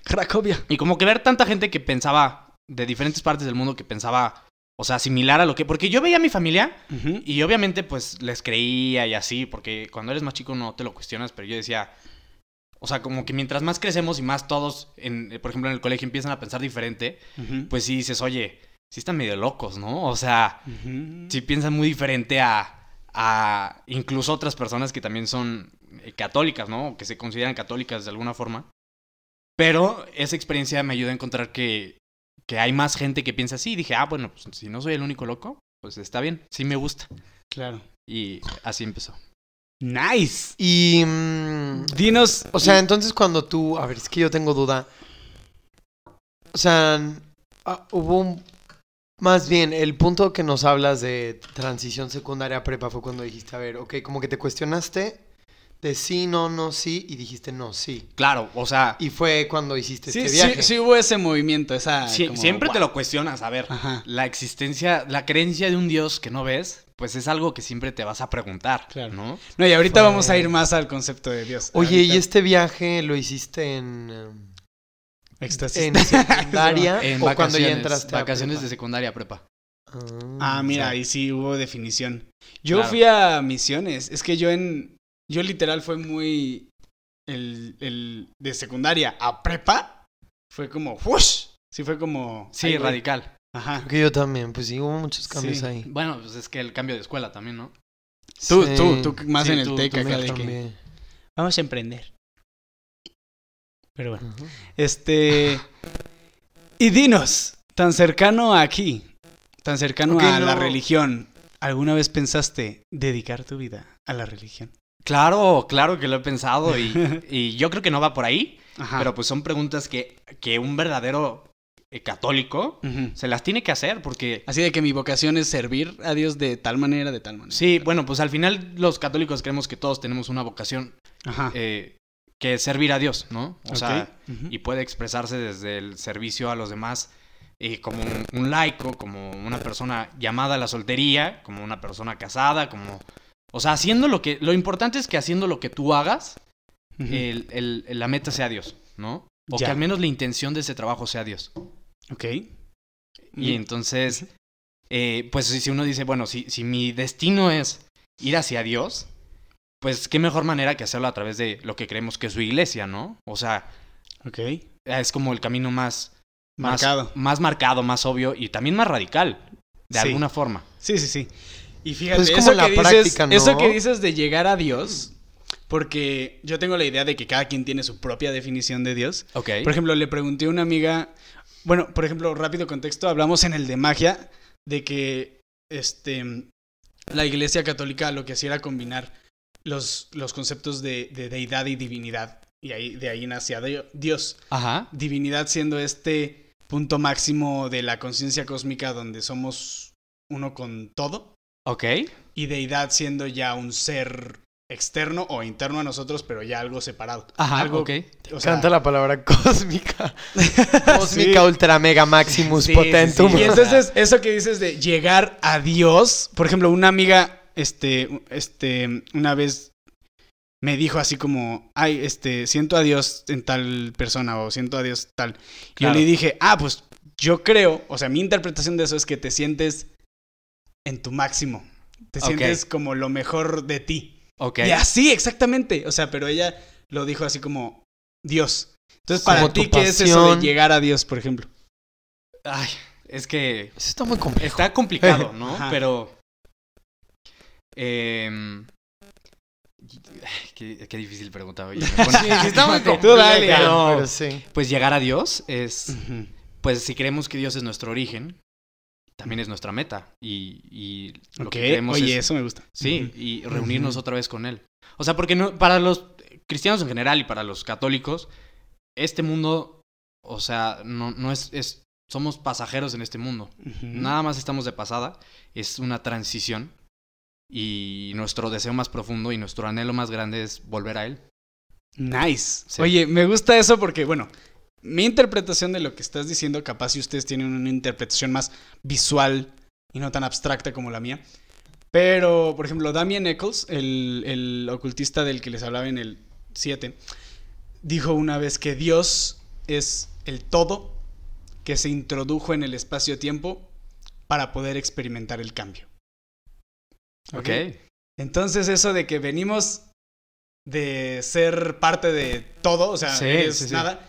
[SPEAKER 2] Cracovia.
[SPEAKER 3] Y como que ver tanta gente que pensaba de diferentes partes del mundo que pensaba, o sea, similar a lo que. Porque yo veía a mi familia
[SPEAKER 2] Ujú.
[SPEAKER 3] y obviamente pues les creía y así, porque cuando eres más chico no te lo cuestionas, pero yo decía. O sea, como que mientras más crecemos y más todos, en, eh, por ejemplo, en el colegio empiezan a pensar diferente,
[SPEAKER 2] Ujú.
[SPEAKER 3] pues sí dices, oye, sí están medio locos, ¿no? O sea,
[SPEAKER 2] Ujú.
[SPEAKER 3] sí piensan muy diferente a, a incluso otras personas que también son eh, católicas, ¿no? O que se consideran católicas de alguna forma. Pero esa experiencia me ayuda a encontrar que, que hay más gente que piensa así. Y dije, ah, bueno, pues si no soy el único loco, pues está bien, sí me gusta.
[SPEAKER 2] Claro.
[SPEAKER 3] Y así empezó.
[SPEAKER 2] Nice.
[SPEAKER 1] Y. mm,
[SPEAKER 2] Dinos.
[SPEAKER 1] O sea, entonces cuando tú. A ver, es que yo tengo duda. O sea, n- ah, hubo un. Más bien, el punto que nos hablas de transición secundaria a prepa fue cuando dijiste, a ver, ok, como que te cuestionaste de sí, no, no, sí, y dijiste no, sí.
[SPEAKER 3] Claro, o sea,
[SPEAKER 1] Y fue cuando hiciste
[SPEAKER 2] Sí,
[SPEAKER 1] este
[SPEAKER 2] sí,
[SPEAKER 1] viaje.
[SPEAKER 2] sí hubo ese movimiento,
[SPEAKER 1] Ah,
[SPEAKER 2] esa.
[SPEAKER 3] sie-
[SPEAKER 2] como,
[SPEAKER 3] siempre te
[SPEAKER 2] wow.
[SPEAKER 3] lo cuestionas. A ver,
[SPEAKER 2] Ajá,
[SPEAKER 3] la existencia, la creencia de un Dios que no ves, pues es algo que siempre te vas a preguntar,
[SPEAKER 2] claro.
[SPEAKER 3] ¿no?
[SPEAKER 2] No, y ahorita
[SPEAKER 1] Fue-
[SPEAKER 2] vamos a ir más al concepto de Dios.
[SPEAKER 1] Oye,
[SPEAKER 2] Ahorita-
[SPEAKER 1] ¿y este viaje lo hiciste en,
[SPEAKER 2] Éxtasis.
[SPEAKER 1] eh, en secundaria
[SPEAKER 3] En
[SPEAKER 1] o cuando ya
[SPEAKER 3] vacaciones,
[SPEAKER 1] entraste a
[SPEAKER 3] vacaciones
[SPEAKER 1] prepa?
[SPEAKER 3] de secundaria a prepa.
[SPEAKER 2] Ah, mira,
[SPEAKER 1] sí.
[SPEAKER 2] ahí sí hubo definición. Yo
[SPEAKER 3] Claro.
[SPEAKER 2] fui a misiones. Es que yo en. Yo literal fue muy. El, el de secundaria a prepa. Fue como. ¡Whoosh! Sí, fue como.
[SPEAKER 3] Sí,
[SPEAKER 2] ahí voy.
[SPEAKER 3] radical.
[SPEAKER 2] Ajá.
[SPEAKER 1] Creo que yo también, pues sí, hubo muchos cambios
[SPEAKER 2] Sí.
[SPEAKER 1] ahí.
[SPEAKER 3] Bueno, pues es que el cambio de escuela también, ¿no?
[SPEAKER 2] Tú,
[SPEAKER 1] Sí.
[SPEAKER 2] tú, tú más
[SPEAKER 3] Sí,
[SPEAKER 2] en el
[SPEAKER 3] tú,
[SPEAKER 2] TEC
[SPEAKER 3] tú
[SPEAKER 2] acá
[SPEAKER 1] Yo
[SPEAKER 2] de que.
[SPEAKER 1] también.
[SPEAKER 2] Vamos a emprender. Pero bueno.
[SPEAKER 1] Ajá.
[SPEAKER 2] Este. Y dinos. Tan cercano a aquí, tan cercano
[SPEAKER 1] Ok,
[SPEAKER 2] a la
[SPEAKER 1] no.
[SPEAKER 2] religión, ¿alguna vez pensaste dedicar tu vida a la religión?
[SPEAKER 3] Claro, claro que lo he pensado y, y yo creo que no va por ahí,
[SPEAKER 2] Ajá.
[SPEAKER 3] pero pues son preguntas que, que un verdadero eh, católico
[SPEAKER 2] Ujú.
[SPEAKER 3] se las tiene que hacer porque...
[SPEAKER 2] Así de que mi vocación es servir a Dios de tal manera, de tal manera.
[SPEAKER 3] Sí, bueno, pues al final los católicos creemos que todos tenemos una vocación
[SPEAKER 2] Ajá.
[SPEAKER 3] eh, que es servir a Dios, ¿no? O
[SPEAKER 2] Ok.
[SPEAKER 3] sea,
[SPEAKER 2] Ujú.
[SPEAKER 3] y puede expresarse desde el servicio a los demás eh, como un, un laico, como una persona llamada a la soltería, como una persona casada, como... O sea, haciendo lo que... Lo importante es que haciendo lo que tú hagas,
[SPEAKER 2] Ujú.
[SPEAKER 3] el- el- el- la meta sea Dios, ¿no? O
[SPEAKER 2] Ya.
[SPEAKER 3] que al menos la intención de ese trabajo sea Dios.
[SPEAKER 2] ok.
[SPEAKER 3] Y
[SPEAKER 2] Mm.
[SPEAKER 3] entonces, eh, pues si si uno dice, bueno, si, si mi destino es ir hacia Dios, pues qué mejor manera que hacerlo a través de lo que creemos que es su iglesia, ¿no? O sea,
[SPEAKER 2] Mm, Ok.
[SPEAKER 3] es como el camino más... más-
[SPEAKER 2] Marcado.
[SPEAKER 3] Más, marcado, más obvio y también más radical, de
[SPEAKER 2] Sí.
[SPEAKER 3] alguna forma.
[SPEAKER 2] Sí, sí, sí. Y fíjate,
[SPEAKER 1] Pues es
[SPEAKER 2] eso,
[SPEAKER 1] como la
[SPEAKER 2] que dices,
[SPEAKER 1] práctica, ¿no?
[SPEAKER 2] eso que dices de llegar a Dios, porque yo tengo la idea de que cada quien tiene su propia definición de Dios.
[SPEAKER 3] Ok.
[SPEAKER 2] Por ejemplo, le pregunté a una amiga, bueno, por ejemplo, rápido contexto, hablamos en el de magia de que este la Iglesia Católica lo que hacía era combinar los, los conceptos de, de deidad y divinidad y ahí de ahí nacía Dio- Dios
[SPEAKER 3] Ajá.
[SPEAKER 2] divinidad siendo este punto máximo de la conciencia cósmica donde somos uno con todo
[SPEAKER 3] Ok.
[SPEAKER 2] y deidad siendo ya un ser externo o interno a nosotros pero ya algo separado.
[SPEAKER 3] Ajá.
[SPEAKER 2] algo,
[SPEAKER 3] ok.
[SPEAKER 2] o sea,
[SPEAKER 1] Canta la palabra cósmica.
[SPEAKER 2] Sí.
[SPEAKER 1] Cósmica ultra mega maximus
[SPEAKER 3] Sí, sí,
[SPEAKER 1] potentum.
[SPEAKER 3] sí.
[SPEAKER 2] Y entonces eso que dices de llegar a Dios, por ejemplo, una amiga este este una vez me dijo así como, "Ay, este siento a Dios en tal persona o siento a Dios tal." Y
[SPEAKER 3] Claro.
[SPEAKER 2] Yo le dije, "Ah, pues yo creo, o sea, mi interpretación de eso es que te sientes en tu máximo. Te
[SPEAKER 3] Ok.
[SPEAKER 2] sientes como lo mejor de ti."
[SPEAKER 3] Ok.
[SPEAKER 2] Y así exactamente, o sea, pero ella lo dijo así como Dios. Entonces,
[SPEAKER 1] Como
[SPEAKER 2] para
[SPEAKER 1] tu
[SPEAKER 2] ti qué es eso
[SPEAKER 1] pasión.
[SPEAKER 2] de llegar a Dios, por ejemplo?
[SPEAKER 3] Ay, es que
[SPEAKER 1] Eso está muy complejo.
[SPEAKER 3] está complicado, ¿no?
[SPEAKER 2] Ajá.
[SPEAKER 3] Pero... em, qué, qué difícil pregunta, oye. me pone-
[SPEAKER 1] está muy
[SPEAKER 2] Tú dale.
[SPEAKER 1] complicado, pero sí.
[SPEAKER 3] Pues llegar a Dios es,
[SPEAKER 2] Ujú.
[SPEAKER 3] pues si creemos que Dios es nuestro origen, también es nuestra meta. Y, y lo
[SPEAKER 2] Ok,
[SPEAKER 3] que creemos
[SPEAKER 2] Oye,
[SPEAKER 3] es,
[SPEAKER 2] eso me gusta.
[SPEAKER 3] sí, y reunirnos
[SPEAKER 2] Ujú.
[SPEAKER 3] otra vez con Él. O sea, porque no, para los cristianos en general y para los católicos, este mundo, o sea, no, no es, es, somos pasajeros en este mundo.
[SPEAKER 2] Ujú.
[SPEAKER 3] Nada más estamos de pasada, es una transición. Y nuestro deseo más profundo y nuestro anhelo más grande es volver a Él.
[SPEAKER 2] Nice.
[SPEAKER 3] Sí.
[SPEAKER 2] Oye, me gusta eso porque, bueno, mi interpretación de lo que estás diciendo, capaz si ustedes tienen una interpretación más visual y no tan abstracta como la mía. Pero, por ejemplo, Damien Eccles, el, el ocultista del que les hablaba en el 7, dijo una vez que Dios es el todo que se introdujo en el espacio-tiempo para poder experimentar el cambio.
[SPEAKER 3] Ok.
[SPEAKER 2] Entonces eso de que venimos de ser parte de todo, o sea,
[SPEAKER 3] Sí,
[SPEAKER 2] eres
[SPEAKER 3] sí, sí.
[SPEAKER 2] nada,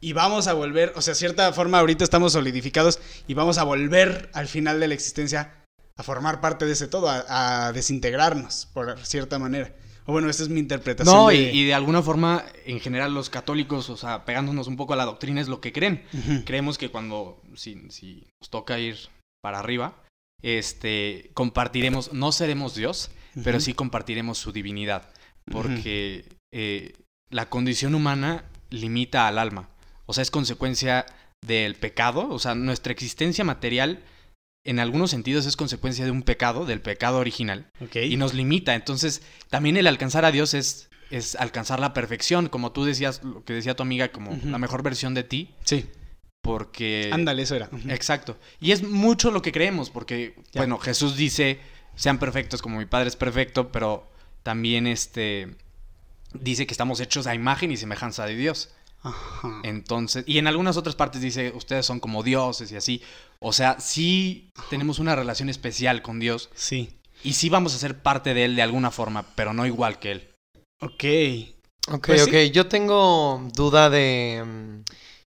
[SPEAKER 2] y vamos a volver, o sea, cierta forma ahorita estamos solidificados y vamos a volver al final de la existencia a formar parte de ese todo, a, a desintegrarnos, por cierta manera. O bueno, esa es mi interpretación.
[SPEAKER 3] No,
[SPEAKER 2] de-
[SPEAKER 3] y, y de alguna forma, en general, los católicos, o sea, pegándonos un poco a la doctrina, es lo que creen.
[SPEAKER 2] Ujú.
[SPEAKER 3] Creemos que cuando, si, si nos toca ir para arriba, este, compartiremos, no seremos Dios, pero
[SPEAKER 2] Ujú.
[SPEAKER 3] sí compartiremos su divinidad, porque eh, la condición humana limita al alma, o sea, es consecuencia del pecado, o sea, nuestra existencia material, en algunos sentidos, es consecuencia de un pecado, del pecado original
[SPEAKER 2] Ok.
[SPEAKER 3] y nos limita. Entonces, también el alcanzar a Dios es, es alcanzar la perfección, como tú decías, lo que decía tu amiga, como
[SPEAKER 2] Ujú.
[SPEAKER 3] la mejor versión de ti,
[SPEAKER 2] Sí,
[SPEAKER 3] porque...
[SPEAKER 2] ándale, eso era. Ujú.
[SPEAKER 3] Exacto. Y es mucho lo que creemos, porque,
[SPEAKER 2] Ya.
[SPEAKER 3] bueno, Jesús dice, sean perfectos como mi Padre es perfecto, pero también este... Dice que estamos hechos a imagen y semejanza de Dios.
[SPEAKER 2] Ajá.
[SPEAKER 3] Entonces, y en algunas otras partes dice, ustedes son como dioses y así. O sea, sí tenemos una relación especial con Dios
[SPEAKER 2] Sí.
[SPEAKER 3] y sí vamos a ser parte de él de alguna forma, pero no igual que él.
[SPEAKER 2] Ok.
[SPEAKER 1] Ok,
[SPEAKER 2] Pues sí.
[SPEAKER 1] ok. Yo tengo duda de. mm,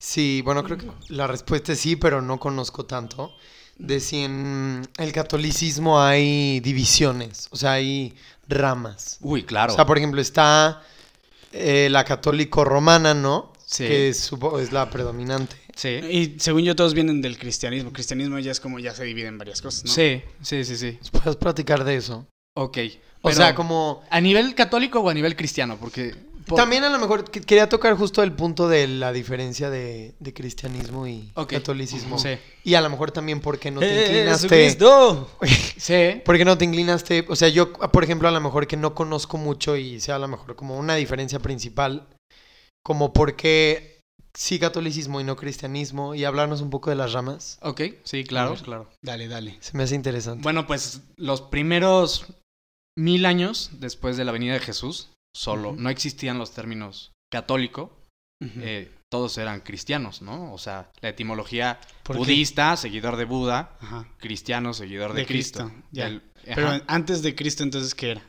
[SPEAKER 1] si, bueno, creo que la respuesta es sí, pero no conozco tanto. De si en el catolicismo hay divisiones, o sea, hay ramas.
[SPEAKER 3] Uy, claro.
[SPEAKER 1] O sea, por ejemplo, está eh, la católico romana, ¿no?
[SPEAKER 3] Sí.
[SPEAKER 1] Que supo- es la predominante.
[SPEAKER 3] Sí.
[SPEAKER 2] Y según yo, todos vienen del cristianismo. Cristianismo ya es como ya se divide en varias cosas, ¿no?
[SPEAKER 3] Sí, sí, sí, sí.
[SPEAKER 1] Puedes platicar de eso.
[SPEAKER 3] Ok.
[SPEAKER 1] O
[SPEAKER 3] Pero,
[SPEAKER 1] sea, como...
[SPEAKER 3] ¿A nivel católico o a nivel cristiano? Porque... por-
[SPEAKER 1] También a lo mejor que- quería tocar justo el punto de la diferencia de, de cristianismo y
[SPEAKER 3] Ok.
[SPEAKER 1] catolicismo.
[SPEAKER 3] Sí.
[SPEAKER 1] Y a lo mejor también porque no te
[SPEAKER 2] ¡Eh,
[SPEAKER 1] inclinaste...
[SPEAKER 2] Jesucristo!
[SPEAKER 3] Sí.
[SPEAKER 1] ¿Por qué no te inclinaste? O sea, yo, por ejemplo, a lo mejor que no conozco mucho y sea a lo mejor como una diferencia principal, como por qué sí catolicismo y no cristianismo, y hablarnos un poco de las ramas,
[SPEAKER 3] Ok, sí, claro,
[SPEAKER 2] A ver.
[SPEAKER 3] claro.
[SPEAKER 2] Dale, dale.
[SPEAKER 1] se me hace interesante.
[SPEAKER 3] Bueno, pues los primeros mil años después de la venida de Jesús, solo,
[SPEAKER 2] Ujú.
[SPEAKER 3] no existían los términos católico,
[SPEAKER 2] Ujú.
[SPEAKER 3] eh, todos eran cristianos, ¿no? O sea, la etimología
[SPEAKER 2] ¿Por qué?
[SPEAKER 3] budista, seguidor de Buda,
[SPEAKER 2] Ajá.
[SPEAKER 3] cristiano, seguidor de,
[SPEAKER 2] De Cristo,
[SPEAKER 3] Cristo.
[SPEAKER 2] ya.
[SPEAKER 3] El-
[SPEAKER 2] Pero
[SPEAKER 3] ajá.
[SPEAKER 2] antes de Cristo, entonces, ¿qué era?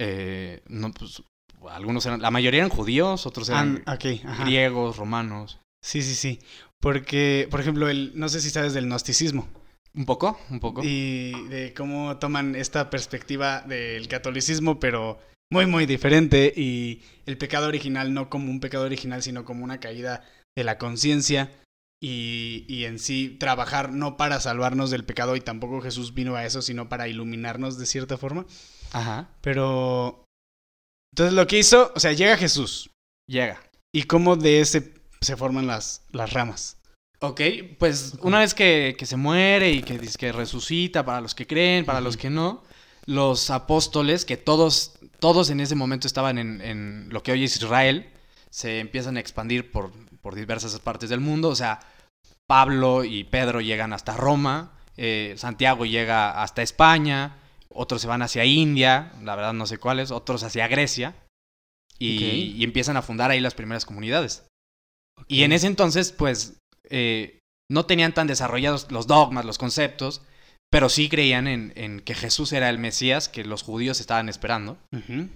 [SPEAKER 3] Eh, no, pues, algunos eran, la mayoría eran judíos, otros eran
[SPEAKER 2] An- ok, ajá.
[SPEAKER 3] griegos, romanos.
[SPEAKER 2] Sí, sí, sí. Porque, por ejemplo, el, no sé si sabes del gnosticismo
[SPEAKER 3] Un poco, un poco.
[SPEAKER 2] y de cómo toman esta perspectiva del catolicismo, pero muy, muy diferente. Y el pecado original no como un pecado original, sino como una caída de la conciencia y, y en sí trabajar no para salvarnos del pecado y tampoco Jesús vino a eso, sino para iluminarnos de cierta forma.
[SPEAKER 3] Ajá.
[SPEAKER 2] Pero... Entonces lo que hizo, o sea, llega Jesús,
[SPEAKER 3] Llega.
[SPEAKER 2] ¿Y cómo de ese se forman las, las ramas?
[SPEAKER 3] Ok, pues una vez que, que se muere y que, dice que resucita para los que creen, para los que no, los apóstoles, que todos, todos en ese momento estaban en, en lo que hoy es Israel, se empiezan a expandir por, por diversas partes del mundo. O sea, Pablo y Pedro llegan hasta Roma, eh, Santiago llega hasta España, otros se van hacia India, la verdad no sé cuáles, otros hacia Grecia, y,
[SPEAKER 2] Ok.
[SPEAKER 3] y empiezan a fundar ahí las primeras comunidades. Y en ese entonces, pues, eh, no tenían tan desarrollados los dogmas, los conceptos, pero sí creían en, en que Jesús era el Mesías que los judíos estaban esperando.
[SPEAKER 2] Ujú.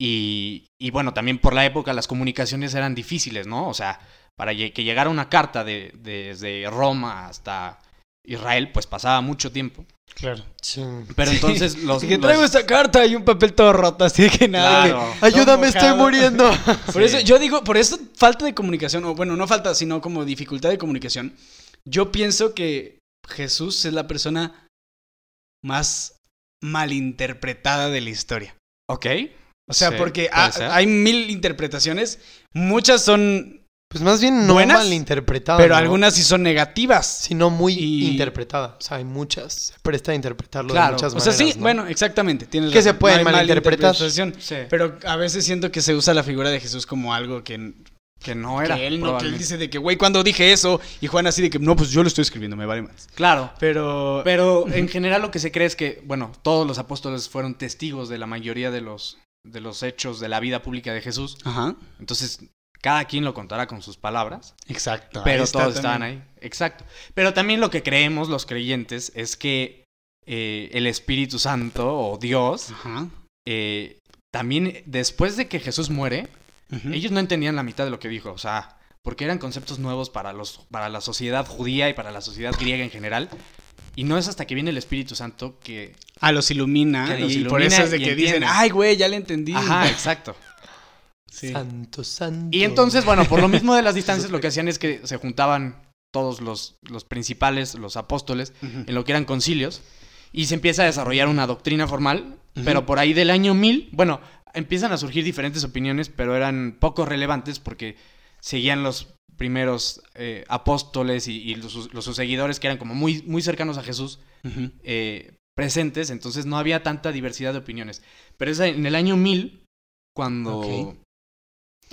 [SPEAKER 3] Y, y bueno, también por la época las comunicaciones eran difíciles, ¿no? O sea, para lle- que llegara una carta de- desde Roma hasta Israel, pues pasaba mucho tiempo.
[SPEAKER 2] Claro.
[SPEAKER 3] Pero entonces los...
[SPEAKER 2] Así que
[SPEAKER 3] los-
[SPEAKER 2] traigo esta carta y un papel todo roto, así que nada.
[SPEAKER 3] Claro.
[SPEAKER 1] Ayúdame, estoy
[SPEAKER 2] mojado.
[SPEAKER 1] muriendo.
[SPEAKER 2] que- Por eso yo digo, por eso falta de comunicación, o bueno, no falta, sino como dificultad de comunicación. Yo pienso que Jesús es la persona más malinterpretada de la historia.
[SPEAKER 3] Ok.
[SPEAKER 2] O sea,
[SPEAKER 3] Sí,
[SPEAKER 2] porque
[SPEAKER 3] puede
[SPEAKER 2] ha-
[SPEAKER 3] ser.
[SPEAKER 2] hay mil interpretaciones, muchas son,
[SPEAKER 1] Pues más bien no
[SPEAKER 2] Buenas,
[SPEAKER 3] Ah,
[SPEAKER 1] malinterpretada.
[SPEAKER 2] pero
[SPEAKER 1] ¿no?
[SPEAKER 2] algunas sí son negativas.
[SPEAKER 1] Sino muy
[SPEAKER 2] Y-
[SPEAKER 1] interpretada. O sea, hay muchas. Se presta a interpretarlo
[SPEAKER 3] Claro,
[SPEAKER 1] de muchas
[SPEAKER 2] O sea,
[SPEAKER 1] maneras.
[SPEAKER 2] sí,
[SPEAKER 1] ¿no?
[SPEAKER 2] bueno, exactamente. Tienes
[SPEAKER 1] Que se
[SPEAKER 2] razón,
[SPEAKER 1] pueden
[SPEAKER 2] hay
[SPEAKER 1] malinterpretar.
[SPEAKER 2] malinterpretación.
[SPEAKER 3] Sí.
[SPEAKER 2] Pero a veces siento que se usa la figura de Jesús como algo que,
[SPEAKER 3] que no era.
[SPEAKER 2] que él no, que él
[SPEAKER 3] probablemente.
[SPEAKER 2] dice de que, güey, cuando dije eso, y Juan así de que, no, pues yo lo estoy escribiendo, me vale más.
[SPEAKER 3] Claro.
[SPEAKER 2] Pero,
[SPEAKER 3] Pero en general lo que se cree es que, bueno, todos los apóstoles fueron testigos de la mayoría de los, de los hechos de la vida pública de Jesús.
[SPEAKER 2] ajá,
[SPEAKER 3] Entonces, cada quien lo contará con sus palabras,
[SPEAKER 2] exacto. ahí
[SPEAKER 3] pero
[SPEAKER 2] está
[SPEAKER 3] todos
[SPEAKER 2] también.
[SPEAKER 3] estaban ahí. Exacto. Pero también lo que creemos los creyentes es que eh, el Espíritu Santo o Dios,
[SPEAKER 2] Ajá.
[SPEAKER 3] eh, también después de que Jesús muere,
[SPEAKER 2] ujú.
[SPEAKER 3] ellos no entendían la mitad de lo que dijo, o sea, porque eran conceptos nuevos para, los, para la sociedad judía y para la sociedad griega en general. Y no es hasta que viene el Espíritu Santo que
[SPEAKER 2] Ah, los ilumina,
[SPEAKER 3] Que los
[SPEAKER 2] y
[SPEAKER 3] ilumina
[SPEAKER 2] por eso es de
[SPEAKER 3] y
[SPEAKER 2] que dicen,
[SPEAKER 3] entienden.
[SPEAKER 2] ay, güey, ya le entendí.
[SPEAKER 3] Ajá, exacto.
[SPEAKER 2] Sí.
[SPEAKER 1] Santo, santo. Mm.
[SPEAKER 3] Y entonces, bueno, por lo mismo de las distancias, lo que hacían es que se juntaban todos los, los principales, los apóstoles,
[SPEAKER 2] Ujú.
[SPEAKER 3] en lo que eran concilios, y se empieza a desarrollar una doctrina formal,
[SPEAKER 2] Ujú.
[SPEAKER 3] pero por ahí del año 1000, bueno, empiezan a surgir diferentes opiniones, pero eran poco relevantes porque seguían los primeros eh, apóstoles y, y los, sus- los sus seguidores que eran como muy, muy cercanos a Jesús,
[SPEAKER 2] Ujú.
[SPEAKER 3] eh, presentes, entonces no había tanta diversidad de opiniones. Pero es en el año 1000 cuando
[SPEAKER 2] Ok.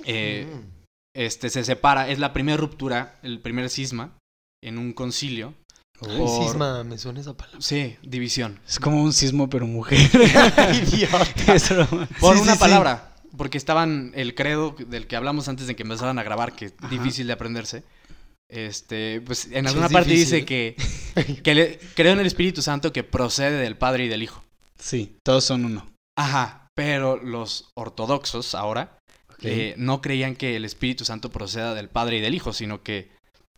[SPEAKER 3] eh,
[SPEAKER 1] Mm.
[SPEAKER 3] este, se separa, es la primera ruptura, el primer cisma en un concilio.
[SPEAKER 2] Oh,
[SPEAKER 1] Ay,
[SPEAKER 3] por-
[SPEAKER 1] cisma, me suena esa palabra.
[SPEAKER 3] Sí, división.
[SPEAKER 2] Es como un sismo, pero mujer. Es broma.
[SPEAKER 3] Por
[SPEAKER 2] Sí,
[SPEAKER 3] una
[SPEAKER 2] sí, sí.
[SPEAKER 3] palabra, porque estaban el credo del que hablamos antes de que empezaran a grabar, que es difícil de aprenderse. Este, pues en
[SPEAKER 1] Sí,
[SPEAKER 3] alguna
[SPEAKER 1] es
[SPEAKER 3] parte dice
[SPEAKER 1] difícil.
[SPEAKER 3] que, que le- creo en el Espíritu Santo que procede del Padre y del Hijo.
[SPEAKER 2] Sí, todos son uno.
[SPEAKER 3] Ajá, pero los ortodoxos ahora eh, no creían que el Espíritu Santo proceda del Padre y del Hijo, sino que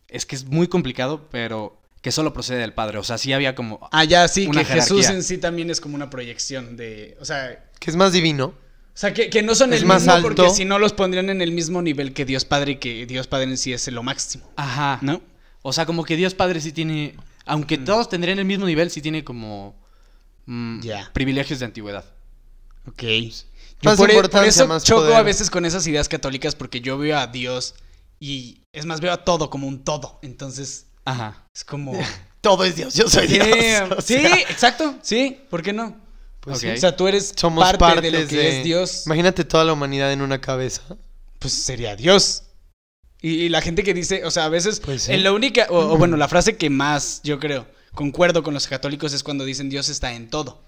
[SPEAKER 3] es que es muy complicado, pero que solo procede del Padre. O sea, sí había como...
[SPEAKER 2] Ah, ya, sí,
[SPEAKER 3] Una
[SPEAKER 2] que Jesús
[SPEAKER 3] jerarquía.
[SPEAKER 2] en sí también es como una proyección de. O sea,
[SPEAKER 1] Que es más divino.
[SPEAKER 2] O sea, que, que no son
[SPEAKER 1] Es
[SPEAKER 2] el
[SPEAKER 1] más
[SPEAKER 2] mismo porque
[SPEAKER 1] alto.
[SPEAKER 2] si no los pondrían en el mismo nivel que Dios Padre y que Dios Padre en sí es lo máximo,
[SPEAKER 3] Ajá.
[SPEAKER 2] ¿no?
[SPEAKER 3] O sea, como que Dios Padre sí tiene. Aunque todos tendrían el mismo nivel, sí tiene como. mm,
[SPEAKER 2] Ya.
[SPEAKER 3] privilegios de antigüedad.
[SPEAKER 2] Ok.
[SPEAKER 1] Más
[SPEAKER 2] por, e- por
[SPEAKER 1] importancia,
[SPEAKER 2] eso
[SPEAKER 1] más
[SPEAKER 2] choco
[SPEAKER 1] poder.
[SPEAKER 2] a veces con esas ideas católicas porque yo veo a Dios y es más, veo a todo como un todo. Entonces,
[SPEAKER 3] Ajá.
[SPEAKER 2] es como...
[SPEAKER 1] Todo es Dios, yo soy
[SPEAKER 2] Damn.
[SPEAKER 1] Dios. o
[SPEAKER 2] sí,
[SPEAKER 1] sea,
[SPEAKER 2] exacto, sí, ¿por qué no?
[SPEAKER 1] pues
[SPEAKER 3] Ok.
[SPEAKER 1] sí.
[SPEAKER 2] O sea, tú eres
[SPEAKER 1] Somos
[SPEAKER 2] parte
[SPEAKER 1] partes
[SPEAKER 2] de lo que
[SPEAKER 1] de-
[SPEAKER 2] es Dios.
[SPEAKER 1] Imagínate toda la humanidad en una cabeza.
[SPEAKER 2] Pues sería Dios. Y, y la gente que dice, o sea, a veces,
[SPEAKER 1] Pues sí.
[SPEAKER 2] en la única, o, o bueno, la frase que más yo creo concuerdo con los católicos es cuando dicen Dios está en todo.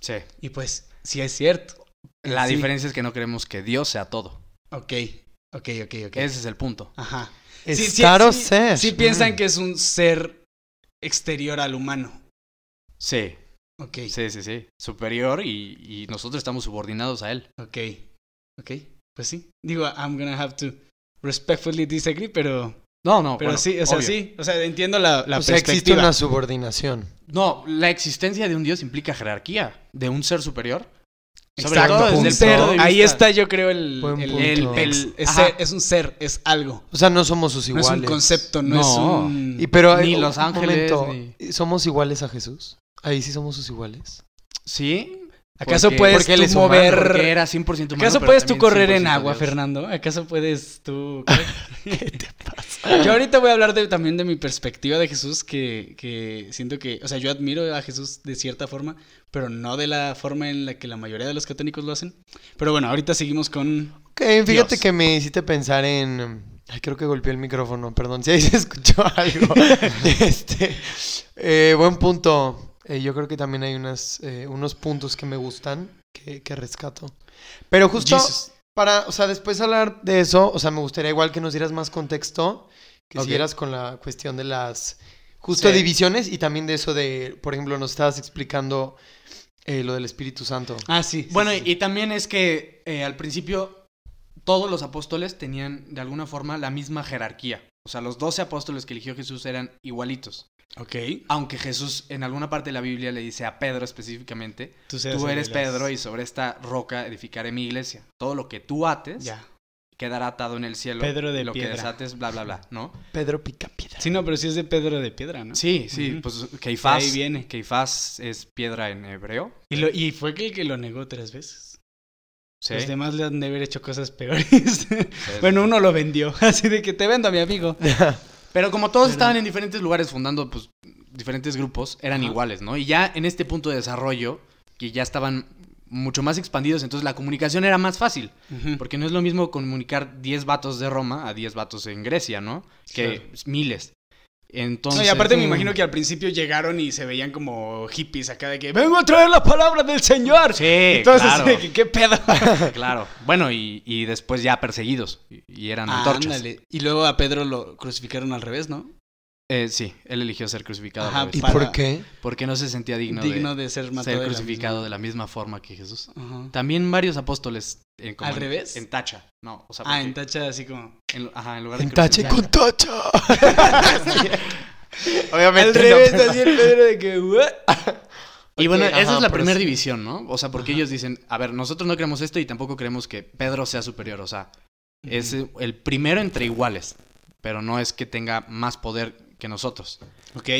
[SPEAKER 3] Sí.
[SPEAKER 2] Y pues, sí es cierto.
[SPEAKER 3] La
[SPEAKER 2] Sí.
[SPEAKER 3] diferencia es que no queremos que Dios sea todo.
[SPEAKER 2] Ok, ok, ok, ok.
[SPEAKER 3] Ese es el punto.
[SPEAKER 2] Ajá. Sí, sí,
[SPEAKER 1] Estar o
[SPEAKER 2] sí,
[SPEAKER 1] ser.
[SPEAKER 2] Sí piensan
[SPEAKER 1] Mm.
[SPEAKER 2] que es un ser exterior al humano.
[SPEAKER 3] Sí.
[SPEAKER 2] Ok,
[SPEAKER 3] Sí, sí, sí. Superior y, y nosotros estamos subordinados a él.
[SPEAKER 2] ok, ok. Pues sí. Digo, I'm gonna have to respectfully disagree, pero,
[SPEAKER 3] No, no.
[SPEAKER 2] pero
[SPEAKER 3] bueno,
[SPEAKER 2] sí, o sea,
[SPEAKER 3] obvio.
[SPEAKER 2] sí. O sea, entiendo la, la
[SPEAKER 1] o sea, existe
[SPEAKER 2] perspectiva.
[SPEAKER 1] una subordinación.
[SPEAKER 3] No, la existencia de un Dios implica jerarquía de un ser superior. Sobre todo
[SPEAKER 2] Exacto,
[SPEAKER 3] desde
[SPEAKER 2] un
[SPEAKER 3] el
[SPEAKER 2] ser.
[SPEAKER 3] punto de
[SPEAKER 2] Ahí
[SPEAKER 3] vista-
[SPEAKER 2] está, yo creo, el.
[SPEAKER 1] Buen
[SPEAKER 2] el-
[SPEAKER 1] punto. El-
[SPEAKER 2] el- el- es,
[SPEAKER 3] ajá.
[SPEAKER 2] ser- es un ser, es algo.
[SPEAKER 1] O sea, no somos sus
[SPEAKER 2] No
[SPEAKER 1] iguales.
[SPEAKER 2] es un concepto, no,
[SPEAKER 3] No.
[SPEAKER 2] es un.
[SPEAKER 1] Y pero
[SPEAKER 3] Ni
[SPEAKER 1] eh,
[SPEAKER 3] los
[SPEAKER 1] un
[SPEAKER 3] ángeles,
[SPEAKER 1] momento, ¿Somos iguales a Jesús? Ahí sí somos sus iguales.
[SPEAKER 3] Sí.
[SPEAKER 2] ¿Acaso
[SPEAKER 3] porque-
[SPEAKER 2] puedes
[SPEAKER 1] porque él
[SPEAKER 2] tú
[SPEAKER 1] es humano,
[SPEAKER 2] mover.
[SPEAKER 3] Porque era 100% humano.
[SPEAKER 2] ¿Acaso
[SPEAKER 3] pero
[SPEAKER 2] puedes tú
[SPEAKER 3] también
[SPEAKER 2] correr en
[SPEAKER 3] 100%
[SPEAKER 2] agua,
[SPEAKER 3] Dios.
[SPEAKER 2] Fernando? ¿Acaso puedes tú.? ¿Qué te pasa? Yo ahorita voy a hablar de- también de mi perspectiva de Jesús, que, que siento que. O sea, yo admiro a Jesús de cierta forma, pero no de la forma en la que la mayoría de los católicos lo hacen. Pero bueno, ahorita seguimos con.
[SPEAKER 1] Ok, fíjate
[SPEAKER 2] Dios.
[SPEAKER 1] que me hiciste pensar en... Ay, creo que golpeé el micrófono, perdón, si ahí se escuchó algo. este, eh, buen punto. Eh, yo creo que también hay unas, eh, unos puntos que me gustan, que, que rescato. Pero justo
[SPEAKER 2] Jesus.
[SPEAKER 1] para, o sea, después hablar de eso, o sea, me gustaría igual que nos dieras más contexto, que
[SPEAKER 2] Ok.
[SPEAKER 1] siguieras con la cuestión de las justo
[SPEAKER 2] Sí.
[SPEAKER 1] divisiones y también de eso de, por ejemplo, nos estabas explicando eh, lo del Espíritu Santo.
[SPEAKER 2] Ah, sí. sí,
[SPEAKER 3] Bueno,
[SPEAKER 2] sí, sí.
[SPEAKER 3] y- y también es que eh, al principio todos los apóstoles tenían de alguna forma la misma jerarquía. O sea, los 12 apóstoles que eligió Jesús eran igualitos.
[SPEAKER 2] Ok.
[SPEAKER 3] Aunque Jesús en alguna parte de la Biblia le dice a Pedro específicamente,
[SPEAKER 2] Tú,
[SPEAKER 3] tú eres Pedro y sobre esta roca edificaré mi iglesia. Todo lo que tú ates
[SPEAKER 2] Ya.
[SPEAKER 3] quedará atado en el cielo.
[SPEAKER 2] Pedro de
[SPEAKER 3] lo
[SPEAKER 2] piedra.
[SPEAKER 3] que desates, bla, bla, bla, ¿no?
[SPEAKER 1] Pedro Picapiedra.
[SPEAKER 2] Sí, no, pero sí es de Pedro de piedra, ¿no?
[SPEAKER 3] Sí, sí,
[SPEAKER 2] Ujú.
[SPEAKER 3] pues Keifás,
[SPEAKER 2] ahí viene.
[SPEAKER 3] Keifás es piedra en hebreo.
[SPEAKER 2] Y, lo- y fue que el que lo negó tres veces.
[SPEAKER 3] Sí,
[SPEAKER 2] Los
[SPEAKER 3] sí,
[SPEAKER 2] demás le han de haber hecho cosas peores.
[SPEAKER 3] sí.
[SPEAKER 2] bueno, uno lo vendió. Así de que te vendo a mi amigo.
[SPEAKER 3] Pero como todos
[SPEAKER 2] Pero-
[SPEAKER 3] estaban en diferentes lugares fundando pues, diferentes grupos, eran
[SPEAKER 2] Ajá.
[SPEAKER 3] iguales, ¿no? Y ya en este punto de desarrollo, que ya estaban mucho más expandidos, entonces la comunicación era más fácil. Porque no es lo mismo comunicar 10 vatos de Roma a 10 vatos en Grecia, ¿no? Que
[SPEAKER 2] Claro.
[SPEAKER 3] miles. Entonces,
[SPEAKER 2] No, y aparte me
[SPEAKER 3] mm,
[SPEAKER 2] imagino que al principio llegaron y se veían como hippies acá de que vengo a traer la palabra del Señor.
[SPEAKER 3] Sí,
[SPEAKER 2] Entonces,
[SPEAKER 3] claro,
[SPEAKER 2] de que, ¿qué pedo?
[SPEAKER 3] claro. Bueno, y, y después ya perseguidos. Y, y eran antorchas.
[SPEAKER 2] Ah, Ándale. Y luego a Pedro lo crucificaron al revés, ¿no?
[SPEAKER 3] Eh, sí, él eligió ser crucificado.
[SPEAKER 2] Ajá,
[SPEAKER 3] al
[SPEAKER 1] ¿Y
[SPEAKER 3] revés,
[SPEAKER 2] para-
[SPEAKER 1] por qué?
[SPEAKER 3] porque no se sentía digno,
[SPEAKER 2] Digno
[SPEAKER 3] de,
[SPEAKER 2] de, ser matado.
[SPEAKER 3] ser
[SPEAKER 2] de la
[SPEAKER 3] crucificado
[SPEAKER 2] misma-
[SPEAKER 3] de la misma forma que Jesús.
[SPEAKER 2] Ajá.
[SPEAKER 3] También varios apóstoles. eh, como
[SPEAKER 2] ¿Al
[SPEAKER 3] en-
[SPEAKER 2] revés?
[SPEAKER 3] En tacha. No, o sea,
[SPEAKER 2] Ah,
[SPEAKER 3] porque
[SPEAKER 2] en tacha así como.
[SPEAKER 3] en- ajá, en lugar de
[SPEAKER 1] En tacha y
[SPEAKER 3] crucificar.
[SPEAKER 1] con tacha.
[SPEAKER 2] Al
[SPEAKER 1] Obviamente. no,
[SPEAKER 2] revés,
[SPEAKER 1] pero-
[SPEAKER 2] así el Pedro de que. "What?"
[SPEAKER 3] Y bueno,
[SPEAKER 1] Ok,
[SPEAKER 3] esa
[SPEAKER 1] ajá,
[SPEAKER 3] es la
[SPEAKER 1] pero
[SPEAKER 3] primera
[SPEAKER 1] sí.
[SPEAKER 3] división, ¿no? O sea, porque ellos dicen, a ver, nosotros no creemos esto y tampoco creemos que Pedro sea superior. O sea, es eh, el primero entre iguales, pero no es que tenga más poder que nosotros.
[SPEAKER 2] Ok.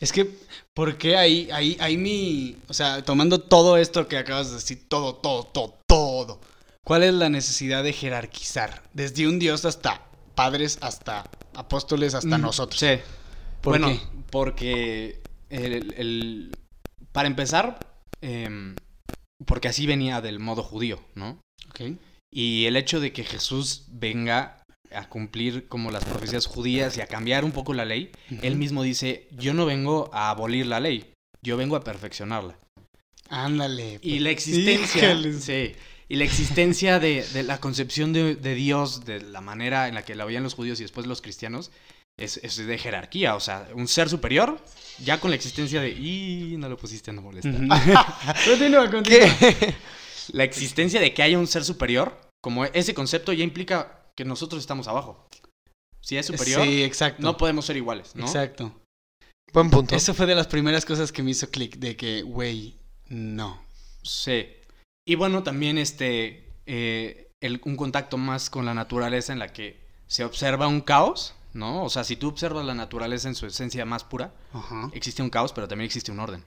[SPEAKER 2] Es que, ¿por qué ahí, ahí, ahí mi. O sea, tomando todo esto que acabas de decir, todo, todo, todo, todo. ¿Cuál es la necesidad de jerarquizar? Desde un dios hasta padres, hasta apóstoles, hasta
[SPEAKER 3] Mm,
[SPEAKER 2] nosotros.
[SPEAKER 3] Sí.
[SPEAKER 2] ¿Por
[SPEAKER 3] bueno,
[SPEAKER 2] qué?
[SPEAKER 3] porque el, el- para empezar, em, porque así venía del modo judío, ¿no?
[SPEAKER 2] Ok.
[SPEAKER 3] Y el hecho de que Jesús venga a cumplir como las profecías judías y a cambiar un poco la ley, él mismo dice, yo no vengo a abolir la ley, yo vengo a perfeccionarla.
[SPEAKER 2] Ándale.
[SPEAKER 3] Y
[SPEAKER 2] pues.
[SPEAKER 3] la existencia,
[SPEAKER 2] Híjoles.
[SPEAKER 3] sí, y la existencia de, de la concepción de, de Dios, de la manera en la que la veían los judíos y después los cristianos, es, es de jerarquía, o sea, un ser superior, ya con la existencia de, y no lo pusiste, no molesta.
[SPEAKER 2] Ujú. continúa, continúa.
[SPEAKER 1] ¿Qué?
[SPEAKER 3] La existencia de que haya un ser superior, como ese concepto ya implica que nosotros estamos abajo. Si es superior,
[SPEAKER 2] Sí, exacto.
[SPEAKER 3] no pues, podemos ser iguales, ¿no?
[SPEAKER 2] Exacto.
[SPEAKER 1] Buen punto.
[SPEAKER 2] Eso fue de las primeras cosas que me hizo clic, de que, güey, no.
[SPEAKER 3] Sí. Y bueno, también este, eh, el- un contacto más con la naturaleza en la que se observa un caos, ¿no? O sea, si tú observas la naturaleza en su esencia más pura,
[SPEAKER 2] Ajá.
[SPEAKER 3] existe un caos, pero también existe un orden.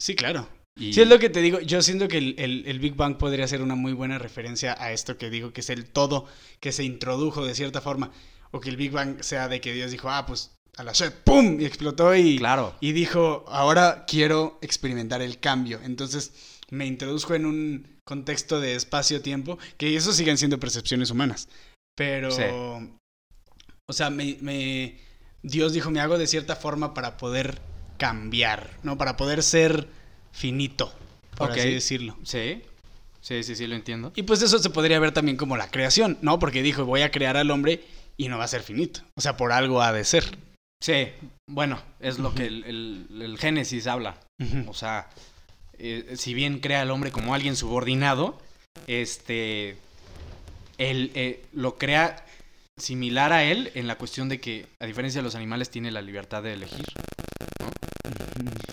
[SPEAKER 2] Sí, claro.
[SPEAKER 3] Y
[SPEAKER 2] Si es lo que te digo, yo siento que el, el- el Big Bang podría ser una muy buena referencia a esto que digo, que es el todo que se introdujo de cierta forma. O que el Big Bang sea de que Dios dijo, ah, pues a la shit, ¡pum! Y explotó y,
[SPEAKER 3] Claro.
[SPEAKER 2] y dijo, ahora quiero experimentar el cambio. Entonces me introduzco en un contexto de espacio-tiempo, que eso siguen siendo percepciones humanas. Pero,
[SPEAKER 3] Sí.
[SPEAKER 2] o sea, me, me- Dios dijo, me hago de cierta forma para poder cambiar, ¿no? Para poder ser finito, por
[SPEAKER 3] Ok.
[SPEAKER 2] así decirlo.
[SPEAKER 3] Sí, sí, sí, sí, lo entiendo.
[SPEAKER 2] Y pues eso se podría ver también como la creación, ¿no? Porque dijo, voy a crear al hombre y no va a ser finito. O sea, por algo ha de ser.
[SPEAKER 3] Sí, bueno, es lo que el, el- el Génesis habla.
[SPEAKER 2] Ujú.
[SPEAKER 3] O sea, eh, si bien crea al hombre como alguien subordinado, este, él eh, lo crea similar a él en la cuestión de que, a diferencia de los animales, tiene la libertad de elegir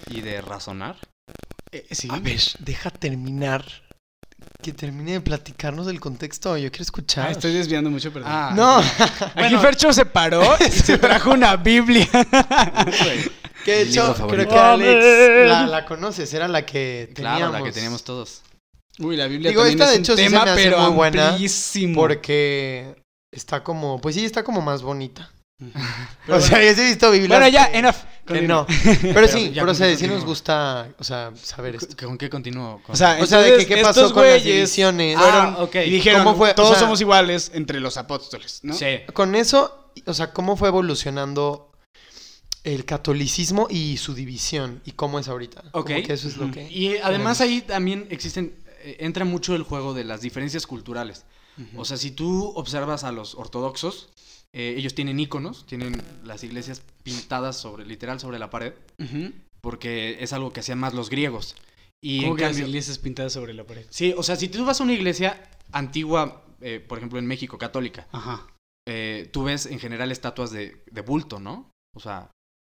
[SPEAKER 3] y de razonar. Ah,
[SPEAKER 2] Eh, sí.
[SPEAKER 1] A ver, deja terminar. Que termine de platicarnos del contexto. Yo quiero escuchar.
[SPEAKER 2] Ah, estoy desviando mucho, perdón.
[SPEAKER 3] Ah,
[SPEAKER 1] No,
[SPEAKER 2] Aquí Fercho se paró y se trajo una Biblia.
[SPEAKER 3] güey.
[SPEAKER 1] que de
[SPEAKER 3] Mi libro
[SPEAKER 1] hecho, creo
[SPEAKER 3] favorito.
[SPEAKER 1] que Alex
[SPEAKER 2] ¡Hombre!
[SPEAKER 1] la, la conoces, era la que teníamos.
[SPEAKER 3] claro, la que tenemos todos.
[SPEAKER 2] Uy, la Biblia
[SPEAKER 1] Digo,
[SPEAKER 2] también
[SPEAKER 1] esta,
[SPEAKER 2] es
[SPEAKER 1] de
[SPEAKER 2] un
[SPEAKER 1] hecho, sí se
[SPEAKER 2] tema,
[SPEAKER 1] me hace
[SPEAKER 2] pero
[SPEAKER 1] muy buena,
[SPEAKER 2] amplísimo.
[SPEAKER 1] Porque está como, pues sí, está como más bonita.
[SPEAKER 2] Pero
[SPEAKER 1] o sea, yo sí he visto Biblia.
[SPEAKER 2] bueno, ya,
[SPEAKER 1] que-
[SPEAKER 2] enough.
[SPEAKER 1] que
[SPEAKER 2] Continúa.
[SPEAKER 1] no. Pero sí,
[SPEAKER 3] ya
[SPEAKER 1] pero o sea, sí
[SPEAKER 3] continúa.
[SPEAKER 1] nos gusta, o sea, saber esto.
[SPEAKER 3] ¿Con qué continúo? Con-
[SPEAKER 2] O sea,
[SPEAKER 1] O sea, Ah, de que
[SPEAKER 2] entonces,
[SPEAKER 1] qué pasó
[SPEAKER 2] estos
[SPEAKER 1] con las
[SPEAKER 2] güeyes
[SPEAKER 1] divisiones.
[SPEAKER 2] fueron
[SPEAKER 3] Ah, ok.
[SPEAKER 2] y dijeron,
[SPEAKER 1] ¿Cómo fue? O
[SPEAKER 2] todos
[SPEAKER 1] sea-
[SPEAKER 2] somos iguales entre los apóstoles, ¿no?
[SPEAKER 3] Sí.
[SPEAKER 1] Con eso, o sea, cómo fue evolucionando el catolicismo y su división y cómo es ahorita. Como
[SPEAKER 3] Ok.
[SPEAKER 1] que eso es lo
[SPEAKER 2] Ujú.
[SPEAKER 1] que.
[SPEAKER 3] Y además ahí también existen, eh, entra mucho el juego de las diferencias culturales. O sea, si tú observas a los ortodoxos, eh, ellos tienen iconos, tienen las iglesias pintadas sobre, literal sobre la pared,
[SPEAKER 2] Ujú.
[SPEAKER 3] porque es algo que hacían más los griegos. Y en
[SPEAKER 2] ¿Cómo que las
[SPEAKER 3] cambio-
[SPEAKER 2] iglesias pintadas sobre la pared?
[SPEAKER 3] sí, o sea, si tú vas a una iglesia antigua, eh, por ejemplo en México, católica,
[SPEAKER 2] Ajá.
[SPEAKER 3] eh, tú ves en general estatuas de, de bulto, ¿no? O sea,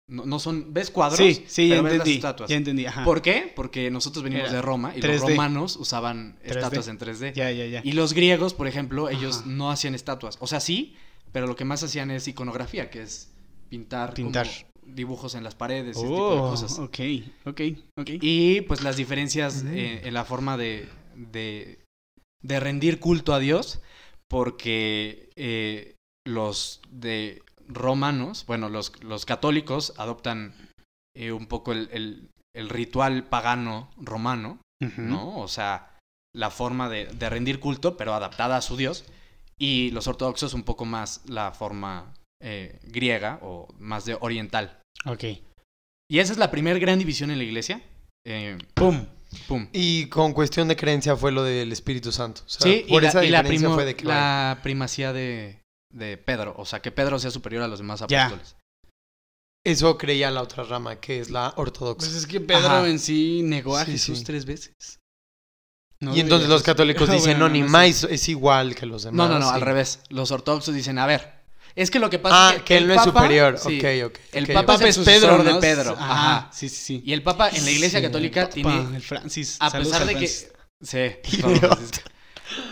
[SPEAKER 3] no, no son, ves cuadros,
[SPEAKER 2] sí, sí, ya
[SPEAKER 3] pero ves las
[SPEAKER 2] entendí.
[SPEAKER 3] estatuas.
[SPEAKER 2] Ya entendí, ajá.
[SPEAKER 3] ¿Por qué? Porque nosotros venimos
[SPEAKER 2] Era
[SPEAKER 3] de Roma y
[SPEAKER 2] 3D.
[SPEAKER 3] los romanos usaban estatuas en 3D.
[SPEAKER 2] Ya, ya, ya.
[SPEAKER 3] Y los griegos, por ejemplo, ellos
[SPEAKER 2] Ajá.
[SPEAKER 3] no hacían estatuas. O sea, sí, pero lo que más hacían es iconografía, que es pintar, como
[SPEAKER 2] Pintar.
[SPEAKER 3] dibujos en las paredes y ese tipo de
[SPEAKER 2] Oh,
[SPEAKER 3] cosas.
[SPEAKER 2] ok, ok, ok.
[SPEAKER 3] Y pues las diferencias
[SPEAKER 1] Mm.
[SPEAKER 3] eh, en la forma de, de, de rendir culto a Dios, porque eh, los de romanos, bueno, los, los católicos adoptan eh, un poco el, el- el ritual pagano romano,
[SPEAKER 2] Ujú.
[SPEAKER 3] ¿no? O sea, la forma de, de rendir culto, pero adaptada a su Dios, y los ortodoxos un poco más la forma eh, griega o más de oriental.
[SPEAKER 2] Ok.
[SPEAKER 3] Y esa es la primera gran división en la iglesia. eh,
[SPEAKER 2] Pum.
[SPEAKER 3] Pum.
[SPEAKER 1] Y con cuestión de creencia fue lo del Espíritu Santo. O sea,
[SPEAKER 3] sí,
[SPEAKER 1] por
[SPEAKER 3] y, la,
[SPEAKER 1] esa
[SPEAKER 3] y la
[SPEAKER 1] diferencia
[SPEAKER 3] primo-
[SPEAKER 1] fue de que.
[SPEAKER 3] la primacía de, de Pedro. O sea, que Pedro sea superior a los demás
[SPEAKER 2] Ya.
[SPEAKER 3] apóstoles.
[SPEAKER 1] Eso creía la otra rama, que es la ortodoxa.
[SPEAKER 2] Pues es que Pedro
[SPEAKER 3] Ajá.
[SPEAKER 2] en sí negó a
[SPEAKER 1] Sí,
[SPEAKER 2] Jesús
[SPEAKER 1] sí.
[SPEAKER 2] tres veces. No
[SPEAKER 1] y entonces
[SPEAKER 2] debería
[SPEAKER 1] los
[SPEAKER 2] ser.
[SPEAKER 1] católicos
[SPEAKER 2] Ah,
[SPEAKER 1] dicen,
[SPEAKER 2] bueno,
[SPEAKER 1] no, ni
[SPEAKER 2] sé.
[SPEAKER 1] más es igual que los
[SPEAKER 3] No,
[SPEAKER 1] demás.
[SPEAKER 3] no, no, al
[SPEAKER 1] sí.
[SPEAKER 3] revés. Los ortodoxos dicen, a ver, es que lo que pasa
[SPEAKER 1] Ah,
[SPEAKER 3] es que,
[SPEAKER 1] que él
[SPEAKER 3] el
[SPEAKER 1] no es
[SPEAKER 3] Papa-
[SPEAKER 1] superior.
[SPEAKER 3] sí,
[SPEAKER 1] Ok, ok.
[SPEAKER 3] El
[SPEAKER 1] ok.
[SPEAKER 3] Papa
[SPEAKER 2] Papa es Pedro,
[SPEAKER 3] sucesor de
[SPEAKER 2] ¿no?
[SPEAKER 3] Pedro.
[SPEAKER 2] Ajá,
[SPEAKER 3] Ajá.
[SPEAKER 2] sí, sí, sí.
[SPEAKER 3] Y el Papa en la iglesia católica tiene,
[SPEAKER 2] El Francis.
[SPEAKER 3] a
[SPEAKER 2] Saludos
[SPEAKER 3] pesar
[SPEAKER 2] al
[SPEAKER 3] de que...
[SPEAKER 2] Francis.
[SPEAKER 3] Sí, Pablo
[SPEAKER 1] Idiota.
[SPEAKER 3] Francisco.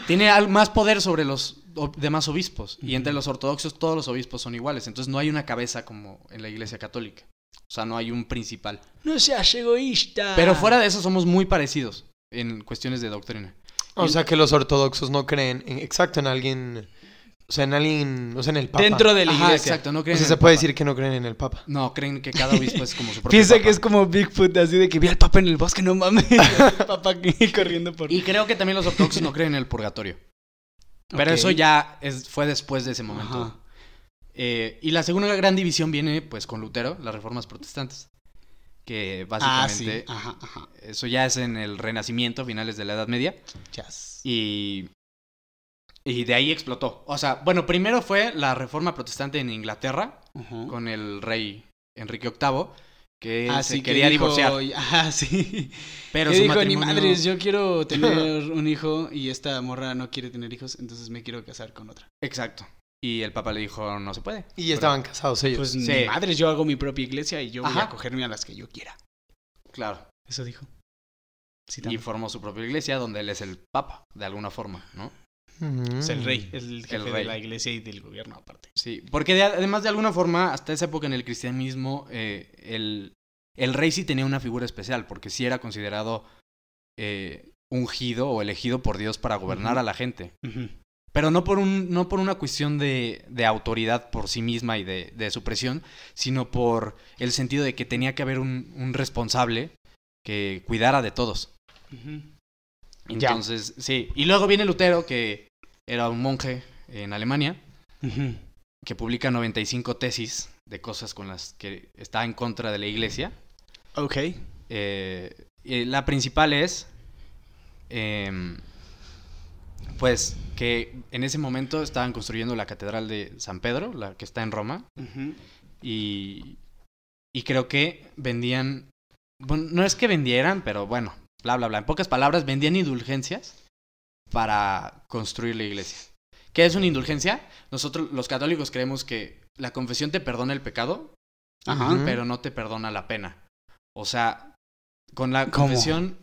[SPEAKER 3] tiene al- más poder sobre los o- demás obispos. Y entre los ortodoxos todos los obispos son iguales. Entonces no hay una cabeza como en la iglesia católica. O sea, no hay un principal.
[SPEAKER 2] No seas egoísta.
[SPEAKER 3] Pero fuera de eso somos muy parecidos en cuestiones de doctrina.
[SPEAKER 1] O sea que los ortodoxos no creen, en- exacto, en alguien. O sea, en alguien. O sea, en el Papa.
[SPEAKER 2] Dentro de la
[SPEAKER 3] Ajá,
[SPEAKER 2] iglesia.
[SPEAKER 3] exacto, no
[SPEAKER 1] O
[SPEAKER 3] creen.
[SPEAKER 1] sea,
[SPEAKER 3] en
[SPEAKER 1] se
[SPEAKER 3] el
[SPEAKER 1] puede
[SPEAKER 3] Papa.
[SPEAKER 1] decir que no creen en el Papa.
[SPEAKER 3] No, creen que cada obispo es como su propio
[SPEAKER 2] Piensa
[SPEAKER 3] papa.
[SPEAKER 2] que es como Bigfoot, así de que vi al papa en el bosque, no mames. el papa aquí corriendo por...
[SPEAKER 3] Y creo que también los ortodoxos no creen en el purgatorio. Pero
[SPEAKER 2] Ok.
[SPEAKER 3] eso ya es- fue después de ese
[SPEAKER 2] Ajá.
[SPEAKER 3] momento. Eh, y la segunda gran división viene pues con Lutero, las reformas protestantes. Que
[SPEAKER 2] Ah, sí.
[SPEAKER 3] básicamente
[SPEAKER 2] Ajá, ajá.
[SPEAKER 3] eso ya es en el Renacimiento, finales de la Edad Media.
[SPEAKER 2] Chas.
[SPEAKER 3] Y, y de ahí explotó. O sea, bueno, primero fue la reforma protestante en Inglaterra,
[SPEAKER 2] Ujú.
[SPEAKER 3] con el rey Enrique VIII, que
[SPEAKER 2] Ah,
[SPEAKER 3] se
[SPEAKER 2] sí, que
[SPEAKER 3] quería
[SPEAKER 2] dijo-
[SPEAKER 3] divorciar.
[SPEAKER 2] Ajá, sí.
[SPEAKER 3] Pero
[SPEAKER 2] Que
[SPEAKER 3] su
[SPEAKER 2] dijo,
[SPEAKER 3] matrimonio...
[SPEAKER 2] ni madres, yo quiero tener un hijo y esta morra no quiere tener hijos, entonces me quiero casar con otra.
[SPEAKER 3] Exacto. Y el papa le dijo, no se puede.
[SPEAKER 1] Y estaban casados ellos.
[SPEAKER 2] Pues
[SPEAKER 3] Sí.
[SPEAKER 2] ni madres, yo hago mi propia iglesia y yo voy
[SPEAKER 3] Ajá.
[SPEAKER 2] a cogerme a las que yo quiera.
[SPEAKER 3] Claro.
[SPEAKER 2] Eso dijo. Sí,
[SPEAKER 3] y
[SPEAKER 2] también.
[SPEAKER 3] formó su propia iglesia donde él es el papa, de alguna forma, ¿no?
[SPEAKER 2] pues, Es
[SPEAKER 1] Mm.
[SPEAKER 2] el rey, es el jefe de
[SPEAKER 3] Mm, rey.
[SPEAKER 2] la iglesia y del gobierno aparte.
[SPEAKER 3] Sí, porque de- además de alguna forma, hasta esa época en el cristianismo, eh, el, el rey sí tenía una figura especial, porque sí era considerado eh, ungido o elegido por Dios para gobernar
[SPEAKER 2] Ujú.
[SPEAKER 3] a la gente.
[SPEAKER 2] Ujú.
[SPEAKER 3] Pero no por, un, no por una cuestión de, de autoridad por sí misma y de, de supresión, sino por el sentido de que tenía que haber un, un responsable que cuidara de todos.
[SPEAKER 2] Ujú.
[SPEAKER 1] Ya.
[SPEAKER 3] Entonces, sí. Y luego viene Lutero, que era un monje en Alemania,
[SPEAKER 2] Ujú.
[SPEAKER 3] que publica 95 tesis de cosas con las que está en contra de la iglesia.
[SPEAKER 2] Ok.
[SPEAKER 3] Eh, y la principal es, em, pues, que en ese momento estaban construyendo la Catedral de San Pedro, la que está en Roma,
[SPEAKER 2] Ujú.
[SPEAKER 3] y, y creo que vendían, bueno, no es que vendieran, pero bueno, bla, bla, bla. En pocas palabras, vendían indulgencias para construir la iglesia. ¿Qué es una indulgencia? Nosotros los católicos creemos que la confesión te perdona el pecado,
[SPEAKER 2] Ajá.
[SPEAKER 1] Ujú.
[SPEAKER 3] pero no te perdona la pena. O sea, con la
[SPEAKER 2] ¿Cómo?
[SPEAKER 3] confesión,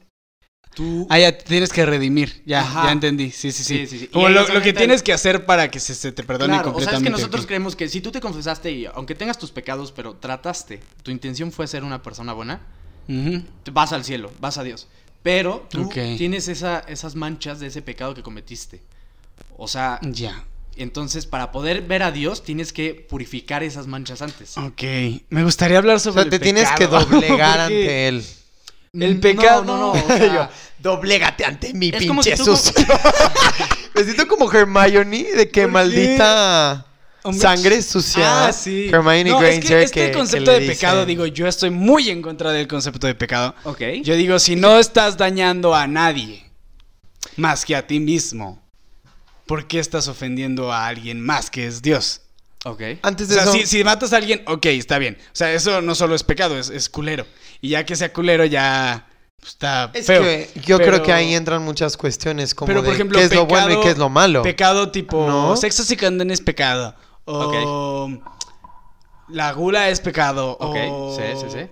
[SPEAKER 3] tú...
[SPEAKER 2] Ah, ya te tienes que redimir. Ya,
[SPEAKER 3] Ajá.
[SPEAKER 2] ya entendí. Sí, sí, sí.
[SPEAKER 3] Sí, sí, sí.
[SPEAKER 2] Como
[SPEAKER 3] Y ahí
[SPEAKER 2] lo,
[SPEAKER 3] se
[SPEAKER 2] lo que
[SPEAKER 3] meten-
[SPEAKER 2] tienes que hacer para que se, se te perdone
[SPEAKER 3] Claro, o sea, es
[SPEAKER 2] completamente.
[SPEAKER 3] que nosotros
[SPEAKER 2] ok.
[SPEAKER 3] creemos que si tú te confesaste y aunque tengas tus pecados, pero trataste, tu intención fue ser una persona buena,
[SPEAKER 2] Ujú.
[SPEAKER 3] te vas al cielo, vas a Dios. Pero tú
[SPEAKER 2] Ok.
[SPEAKER 3] tienes esa- esas manchas de ese pecado que cometiste. O sea,
[SPEAKER 2] Ya.
[SPEAKER 3] entonces para poder ver a Dios tienes que purificar esas manchas antes.
[SPEAKER 2] Ah. Ok. Me gustaría hablar
[SPEAKER 1] O
[SPEAKER 2] sobre
[SPEAKER 1] sea, te
[SPEAKER 2] el
[SPEAKER 1] tienes que
[SPEAKER 2] pecado,
[SPEAKER 1] doblegar
[SPEAKER 2] porque-
[SPEAKER 1] ante él.
[SPEAKER 2] el pecado-
[SPEAKER 3] No, no, no. o sea,
[SPEAKER 1] Doblégate ante mi
[SPEAKER 3] Es como
[SPEAKER 1] pinche
[SPEAKER 3] si tú-
[SPEAKER 1] sucio. Me siento como Hermione de que
[SPEAKER 2] ¿Por qué?
[SPEAKER 1] maldita
[SPEAKER 2] Hombre,
[SPEAKER 1] sangre sucia.
[SPEAKER 2] Ah, sí.
[SPEAKER 1] Hermione
[SPEAKER 2] No,
[SPEAKER 1] Granger
[SPEAKER 2] es que, es que el
[SPEAKER 1] que
[SPEAKER 2] concepto
[SPEAKER 1] le
[SPEAKER 2] de pecado,
[SPEAKER 1] dicen-
[SPEAKER 2] digo, yo estoy muy en contra del concepto de pecado.
[SPEAKER 3] ok.
[SPEAKER 2] Yo digo, si no estás dañando a nadie más que a ti mismo, ¿por qué estás ofendiendo a alguien más que es Dios?
[SPEAKER 3] Ok.
[SPEAKER 1] Antes
[SPEAKER 2] O
[SPEAKER 1] de
[SPEAKER 2] sea,
[SPEAKER 1] eso,
[SPEAKER 2] si, si matas a alguien, ok, está bien. O sea, eso no solo es pecado, es, es culero. Y ya que sea culero, ya pues, está
[SPEAKER 1] es
[SPEAKER 2] feo.
[SPEAKER 1] que yo creo
[SPEAKER 2] Pero-
[SPEAKER 1] que ahí entran muchas cuestiones como
[SPEAKER 2] Pero, por
[SPEAKER 1] de
[SPEAKER 2] ejemplo,
[SPEAKER 1] qué es lo bueno y
[SPEAKER 2] pecado-
[SPEAKER 1] qué es lo malo.
[SPEAKER 2] Pecado tipo
[SPEAKER 1] ¿No?
[SPEAKER 2] sexo sin condena es pecado. O la gula es pecado.
[SPEAKER 3] Ok.
[SPEAKER 2] o-
[SPEAKER 3] Sí, sí, sí.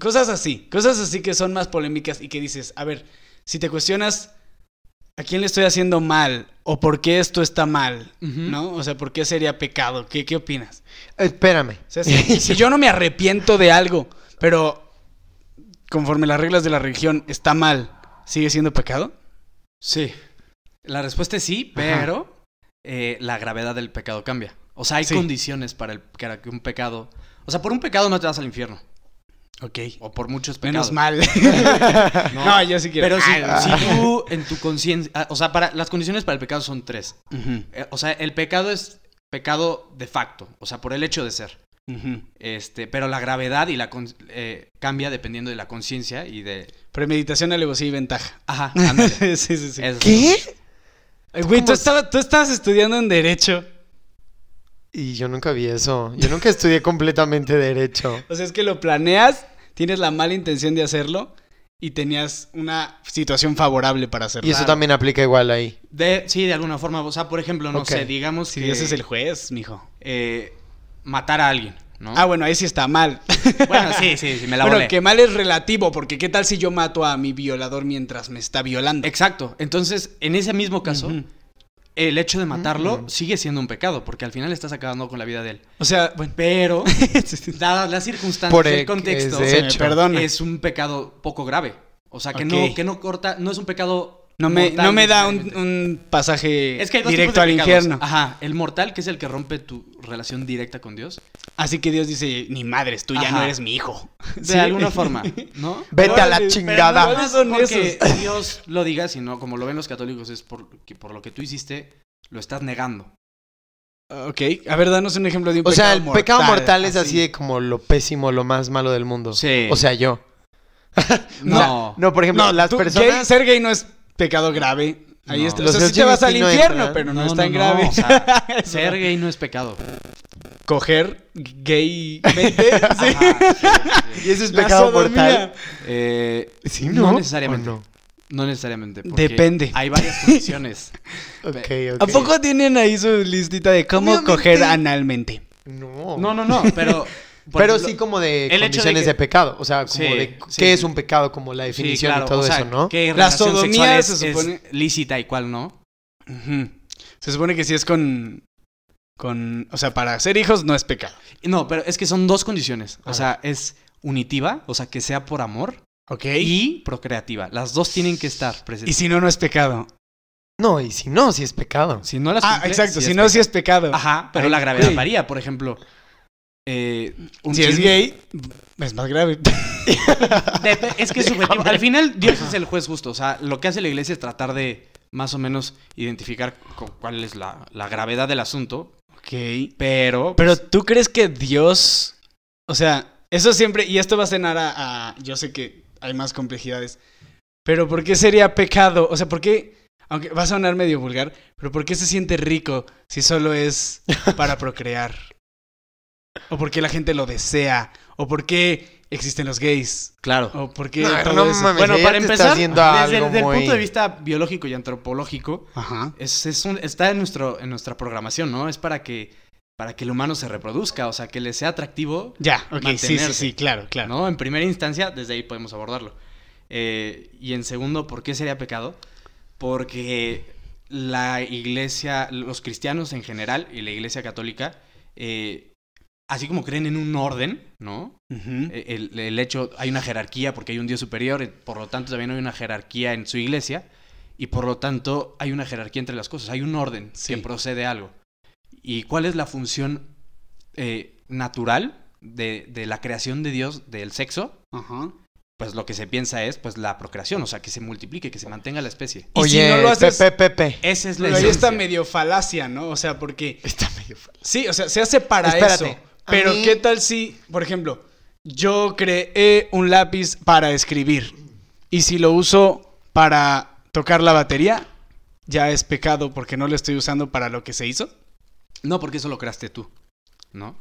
[SPEAKER 2] Cosas así. Cosas así que son más polémicas y que dices, a ver, si te cuestionas a quién le estoy haciendo mal o por qué esto está mal,
[SPEAKER 3] Ujú.
[SPEAKER 2] ¿no? O sea, ¿por qué sería pecado? ¿Qué, qué opinas?
[SPEAKER 1] Espérame.
[SPEAKER 2] O sea, si, si yo no me arrepiento de algo, pero conforme las reglas de la religión está mal, ¿sigue siendo pecado?
[SPEAKER 3] Sí. La respuesta es sí, pero eh, la gravedad del pecado cambia. O sea, hay
[SPEAKER 2] Sí.
[SPEAKER 3] condiciones para, el, para que un pecado... O sea, por un pecado no te vas al infierno.
[SPEAKER 2] Ok.
[SPEAKER 3] O por muchos pecados.
[SPEAKER 2] Menos mal.
[SPEAKER 3] No.
[SPEAKER 2] No, yo sí quiero.
[SPEAKER 3] Pero si,
[SPEAKER 2] Ah,
[SPEAKER 3] si tú en tu conciencia... ah, O sea, para, las condiciones para el pecado son tres.
[SPEAKER 2] Ujú,
[SPEAKER 3] Eh, O sea, el pecado es pecado de facto. O sea, por el hecho de ser.
[SPEAKER 2] ujú.
[SPEAKER 3] Este, pero la gravedad y la con- eh, cambia dependiendo de la conciencia y de...
[SPEAKER 2] Premeditación, alevosía y ventaja.
[SPEAKER 3] Ajá, ándale.
[SPEAKER 2] sí, sí, sí.
[SPEAKER 3] Esas
[SPEAKER 1] ¿Qué?
[SPEAKER 3] son-
[SPEAKER 2] Eh, Güey, tú
[SPEAKER 1] ¿Cómo
[SPEAKER 2] estabas, tú estabas estudiando en Derecho.
[SPEAKER 1] Y yo nunca vi eso. Yo nunca estudié completamente derecho.
[SPEAKER 2] O sea, es que lo planeas, tienes la mala intención de hacerlo y tenías una situación favorable para hacerlo.
[SPEAKER 1] Y eso también aplica igual ahí.
[SPEAKER 3] de- sí, de alguna forma. O sea, por ejemplo, no
[SPEAKER 1] Ok.
[SPEAKER 3] sé, digamos
[SPEAKER 2] Si
[SPEAKER 3] que...
[SPEAKER 2] Dios es el juez, mijo.
[SPEAKER 3] eh, matar a alguien, ¿no?
[SPEAKER 2] Ah, bueno, ahí sí está mal.
[SPEAKER 3] Bueno, sí, sí, sí, me la
[SPEAKER 2] bueno,
[SPEAKER 3] volé.
[SPEAKER 2] que mal es relativo, porque ¿qué tal si yo mato a mi violador mientras me está violando?
[SPEAKER 3] Exacto. Entonces, en ese mismo caso,
[SPEAKER 2] Ujú.
[SPEAKER 3] el hecho de matarlo
[SPEAKER 1] Mm.
[SPEAKER 3] sigue siendo un pecado, porque al final estás acabando con la vida de él.
[SPEAKER 2] O sea, bueno.
[SPEAKER 3] Pero, dadas las circunstancias,
[SPEAKER 1] Por
[SPEAKER 3] el
[SPEAKER 1] el-
[SPEAKER 3] contexto,
[SPEAKER 1] es
[SPEAKER 2] se
[SPEAKER 1] de
[SPEAKER 2] me
[SPEAKER 1] hecho.
[SPEAKER 2] perdone.
[SPEAKER 3] es un pecado poco grave. O sea, que,
[SPEAKER 2] Ok.
[SPEAKER 3] no, que no corta, no es un pecado.
[SPEAKER 2] No me,
[SPEAKER 3] mortal
[SPEAKER 2] no me da un,
[SPEAKER 3] necesariamente.
[SPEAKER 2] un pasaje
[SPEAKER 3] Es que hay dos tipos
[SPEAKER 2] directo
[SPEAKER 3] de
[SPEAKER 2] al
[SPEAKER 3] pecados.
[SPEAKER 2] infierno.
[SPEAKER 3] Ajá, el mortal, que es el que rompe tu relación directa con Dios.
[SPEAKER 2] Así que Dios dice, ni madres, tú ya
[SPEAKER 3] Ajá.
[SPEAKER 2] no eres mi hijo.
[SPEAKER 3] De alguna forma, ¿no?
[SPEAKER 1] Vete a la
[SPEAKER 2] Órale,
[SPEAKER 1] chingada.
[SPEAKER 2] ¿Cuáles son
[SPEAKER 3] porque
[SPEAKER 2] esos?
[SPEAKER 3] Dios lo diga, sino como lo ven los católicos, es porque por lo que tú hiciste, lo estás negando.
[SPEAKER 2] Ok, a ver, danos un ejemplo de un
[SPEAKER 1] O sea,
[SPEAKER 2] pecado
[SPEAKER 1] el
[SPEAKER 2] mortal.
[SPEAKER 1] pecado mortal es así de como lo pésimo, lo más malo del mundo.
[SPEAKER 3] Sí.
[SPEAKER 1] O sea, yo.
[SPEAKER 3] No.
[SPEAKER 1] No, por ejemplo,
[SPEAKER 2] No,
[SPEAKER 1] las
[SPEAKER 2] tú- gay-
[SPEAKER 1] personas.
[SPEAKER 2] ser gay no es pecado grave. Ahí
[SPEAKER 3] No.
[SPEAKER 2] está. O
[SPEAKER 1] Los
[SPEAKER 2] sea, sí te vas al
[SPEAKER 1] LGBT no
[SPEAKER 2] infierno,
[SPEAKER 1] entran.
[SPEAKER 2] pero no,
[SPEAKER 3] No,
[SPEAKER 2] es tan
[SPEAKER 3] no, no,
[SPEAKER 2] grave.
[SPEAKER 3] o sea,
[SPEAKER 2] Es
[SPEAKER 3] Ser gay no es pecado.
[SPEAKER 2] Coger gay. vete, sí.
[SPEAKER 3] Ajá, sí, sí.
[SPEAKER 1] Y eso es
[SPEAKER 2] La
[SPEAKER 1] pecado
[SPEAKER 2] sodomía.
[SPEAKER 1] mortal.
[SPEAKER 3] Eh,
[SPEAKER 1] Sí,
[SPEAKER 3] no,
[SPEAKER 1] ¿no?
[SPEAKER 3] necesariamente.
[SPEAKER 1] ¿O no?
[SPEAKER 3] No? necesariamente. porque
[SPEAKER 2] Depende.
[SPEAKER 3] Hay varias condiciones.
[SPEAKER 1] Ok, ok.
[SPEAKER 2] ¿A poco tienen ahí su listita de cómo
[SPEAKER 1] Obviamente.
[SPEAKER 2] coger analmente?
[SPEAKER 1] No.
[SPEAKER 3] No, no, no, pero por
[SPEAKER 1] Pero
[SPEAKER 3] ejemplo,
[SPEAKER 1] sí como de
[SPEAKER 3] el hecho de
[SPEAKER 1] condiciones de,
[SPEAKER 3] que-
[SPEAKER 1] pecado, o sea, como
[SPEAKER 3] Sí,
[SPEAKER 1] de qué
[SPEAKER 3] sí,
[SPEAKER 1] es
[SPEAKER 3] sí.
[SPEAKER 1] un pecado, como la
[SPEAKER 3] sí,
[SPEAKER 1] definición
[SPEAKER 3] claro,
[SPEAKER 1] y todo
[SPEAKER 3] o sea,
[SPEAKER 1] eso, ¿no?
[SPEAKER 3] ¿Qué
[SPEAKER 2] La
[SPEAKER 3] relación
[SPEAKER 2] sodomía
[SPEAKER 3] sexual es,
[SPEAKER 2] se
[SPEAKER 3] es
[SPEAKER 2] supone-
[SPEAKER 3] lícita y cuál no?
[SPEAKER 2] Ujú. Se supone que si es con. con o sea, para ser hijos no es pecado.
[SPEAKER 3] No, pero es que son dos condiciones. O
[SPEAKER 1] A
[SPEAKER 3] sea, es unitiva, o sea, que sea por amor,
[SPEAKER 2] ¿Ok? Y,
[SPEAKER 3] y procreativa. Las dos tienen que estar presentes.
[SPEAKER 2] si no, no es pecado.
[SPEAKER 1] No, y si no, si es pecado.
[SPEAKER 3] Si no las
[SPEAKER 2] Ah,
[SPEAKER 3] cumple,
[SPEAKER 2] exacto.
[SPEAKER 3] sí
[SPEAKER 2] si
[SPEAKER 3] es
[SPEAKER 2] no,
[SPEAKER 3] pecado.
[SPEAKER 2] sí es pecado.
[SPEAKER 3] Ajá, pero
[SPEAKER 2] Ay,
[SPEAKER 3] la gravedad
[SPEAKER 2] güey.
[SPEAKER 3] varía. Por ejemplo, eh, un
[SPEAKER 2] si es
[SPEAKER 3] chisme-
[SPEAKER 2] gay, es más grave.
[SPEAKER 3] Dep- es que es subjetivo.
[SPEAKER 1] Déjame.
[SPEAKER 3] Al final, Dios es el juez justo. O sea, lo que hace la iglesia es tratar de más o menos identificar cu- cuál es la, la gravedad del asunto.
[SPEAKER 2] ok. Pero
[SPEAKER 3] Pero. pues,
[SPEAKER 2] tú crees que Dios. O sea, eso siempre. Y esto va a cenar a, a- Yo sé que hay más complejidades. Pero ¿por qué sería pecado? O sea, ¿por qué.? Aunque va a sonar medio vulgar, pero ¿por qué se siente rico si solo es para procrear? ¿O por qué la gente lo desea? ¿O por qué existen los gays?
[SPEAKER 3] claro.
[SPEAKER 2] ¿O por qué
[SPEAKER 1] No,
[SPEAKER 2] todo
[SPEAKER 1] no
[SPEAKER 2] eso?
[SPEAKER 1] mames.
[SPEAKER 3] bueno,
[SPEAKER 1] pues, ya
[SPEAKER 3] para
[SPEAKER 1] te
[SPEAKER 3] empezar,
[SPEAKER 1] estás yendo a
[SPEAKER 3] desde,
[SPEAKER 1] algo
[SPEAKER 3] desde el
[SPEAKER 1] muy-
[SPEAKER 3] punto de vista biológico y antropológico,
[SPEAKER 2] Ajá.
[SPEAKER 3] es, es un- está en, nuestro, en nuestra programación, ¿no? Es para que, para que el humano se reproduzca, o sea, que le sea atractivo
[SPEAKER 2] Ya, ok, sí, sí,
[SPEAKER 3] Mantenerse.
[SPEAKER 2] sí, claro, claro.
[SPEAKER 3] ¿no? En primera instancia, desde ahí podemos abordarlo. Eh, y en segundo, ¿por qué sería pecado? Porque la iglesia, los cristianos en general y la iglesia católica, eh, así como creen en un orden, ¿no?
[SPEAKER 2] Ujú.
[SPEAKER 3] Eh, El, el hecho, hay una jerarquía porque hay un Dios superior, eh, por lo tanto también hay una jerarquía en su iglesia y por lo tanto hay una jerarquía entre las cosas, hay un orden
[SPEAKER 2] Sí.
[SPEAKER 3] que procede a algo. ¿Y cuál es la función eh, natural de, de la creación de Dios del sexo?
[SPEAKER 2] Ajá.
[SPEAKER 3] Pues lo que se piensa es pues la procreación, o sea, que se multiplique, que se mantenga la especie.
[SPEAKER 2] Y si
[SPEAKER 1] Oye,
[SPEAKER 2] no lo haces-
[SPEAKER 1] Pepe, Pepe.
[SPEAKER 3] Esa es la
[SPEAKER 2] Pero ahí está
[SPEAKER 3] esencia.
[SPEAKER 2] medio falacia, ¿no? O sea, porque
[SPEAKER 1] Está medio fa-
[SPEAKER 2] Sí, o sea, se hace para
[SPEAKER 1] Espérate,
[SPEAKER 2] eso.
[SPEAKER 1] a
[SPEAKER 2] Pero
[SPEAKER 1] mí-
[SPEAKER 2] ¿qué tal si, por ejemplo, yo creé un lápiz para escribir y si lo uso para tocar la batería, ya es pecado porque no lo estoy usando para lo que se hizo?
[SPEAKER 3] No, porque eso lo creaste tú, ¿no?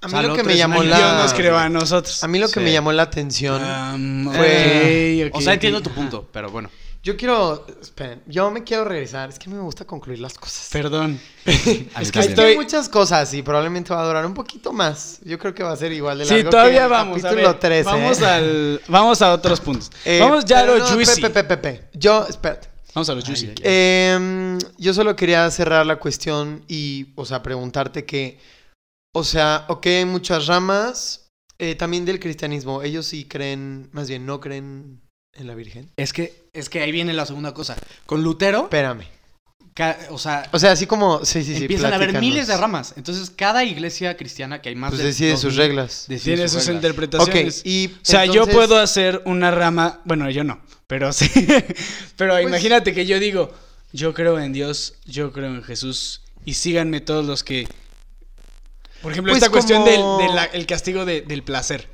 [SPEAKER 1] A
[SPEAKER 3] O
[SPEAKER 1] mí
[SPEAKER 3] sea,
[SPEAKER 1] lo
[SPEAKER 3] lo
[SPEAKER 1] que
[SPEAKER 3] otro
[SPEAKER 1] me
[SPEAKER 3] es
[SPEAKER 1] llamó
[SPEAKER 3] magia.
[SPEAKER 2] Dios nos
[SPEAKER 1] la...
[SPEAKER 2] creó a nosotros.
[SPEAKER 1] A mí lo que
[SPEAKER 3] Sí.
[SPEAKER 1] me llamó la atención...
[SPEAKER 2] Um,
[SPEAKER 1] fue-
[SPEAKER 2] ok, ok,
[SPEAKER 3] o sea,
[SPEAKER 2] ok.
[SPEAKER 3] entiendo tu punto, pero bueno.
[SPEAKER 1] Yo quiero... Esperen, yo me quiero regresar. Es que me gusta concluir las cosas.
[SPEAKER 2] Perdón.
[SPEAKER 3] A mí
[SPEAKER 1] Es que
[SPEAKER 3] también.
[SPEAKER 1] hay
[SPEAKER 2] estoy-
[SPEAKER 1] muchas cosas y probablemente va a durar un poquito más. Yo creo que va a ser igual de largo
[SPEAKER 2] Sí,
[SPEAKER 1] que
[SPEAKER 2] todavía
[SPEAKER 1] el
[SPEAKER 2] vamos. A
[SPEAKER 1] Capítulo
[SPEAKER 2] ver,
[SPEAKER 1] 13.
[SPEAKER 2] vamos,
[SPEAKER 1] ¿eh?
[SPEAKER 2] al, vamos a otros puntos.
[SPEAKER 1] Eh,
[SPEAKER 2] vamos ya a
[SPEAKER 1] pero
[SPEAKER 2] lo
[SPEAKER 1] no,
[SPEAKER 2] juicy.
[SPEAKER 1] Pepe, Pepe, Pepe. Yo, espérate.
[SPEAKER 2] Vamos a lo
[SPEAKER 3] Ay,
[SPEAKER 2] juicy.
[SPEAKER 3] ay, ay.
[SPEAKER 1] Em, yo solo quería cerrar la cuestión y, o sea, preguntarte que, o sea, ok, hay muchas ramas eh, también del cristianismo. Ellos sí creen, más bien, no creen en la Virgen.
[SPEAKER 3] Es que, es que ahí viene la segunda cosa. Con Lutero,
[SPEAKER 1] Espérame.
[SPEAKER 3] ca- o sea,
[SPEAKER 1] O sea, así como, sí, sí, sí.
[SPEAKER 3] empiezan a haber
[SPEAKER 1] platícanos.
[SPEAKER 3] miles de ramas. Entonces, cada iglesia cristiana que hay más
[SPEAKER 1] Pues
[SPEAKER 3] de
[SPEAKER 1] decide
[SPEAKER 3] dos
[SPEAKER 1] sus
[SPEAKER 3] mil,
[SPEAKER 1] reglas.
[SPEAKER 3] decide
[SPEAKER 2] Tiene
[SPEAKER 3] sus
[SPEAKER 2] sus
[SPEAKER 3] reglas.
[SPEAKER 1] Ok,
[SPEAKER 2] interpretaciones.
[SPEAKER 1] y.
[SPEAKER 2] O sea, yo
[SPEAKER 1] entonces-
[SPEAKER 2] puedo hacer una rama, bueno, yo no, pero sí. pero
[SPEAKER 1] Pues
[SPEAKER 2] imagínate que yo digo, yo creo en Dios, yo creo en Jesús y síganme todos los que Por ejemplo,
[SPEAKER 1] Pues
[SPEAKER 2] esta cuestión
[SPEAKER 1] como-
[SPEAKER 2] del, de la- el castigo de- del placer,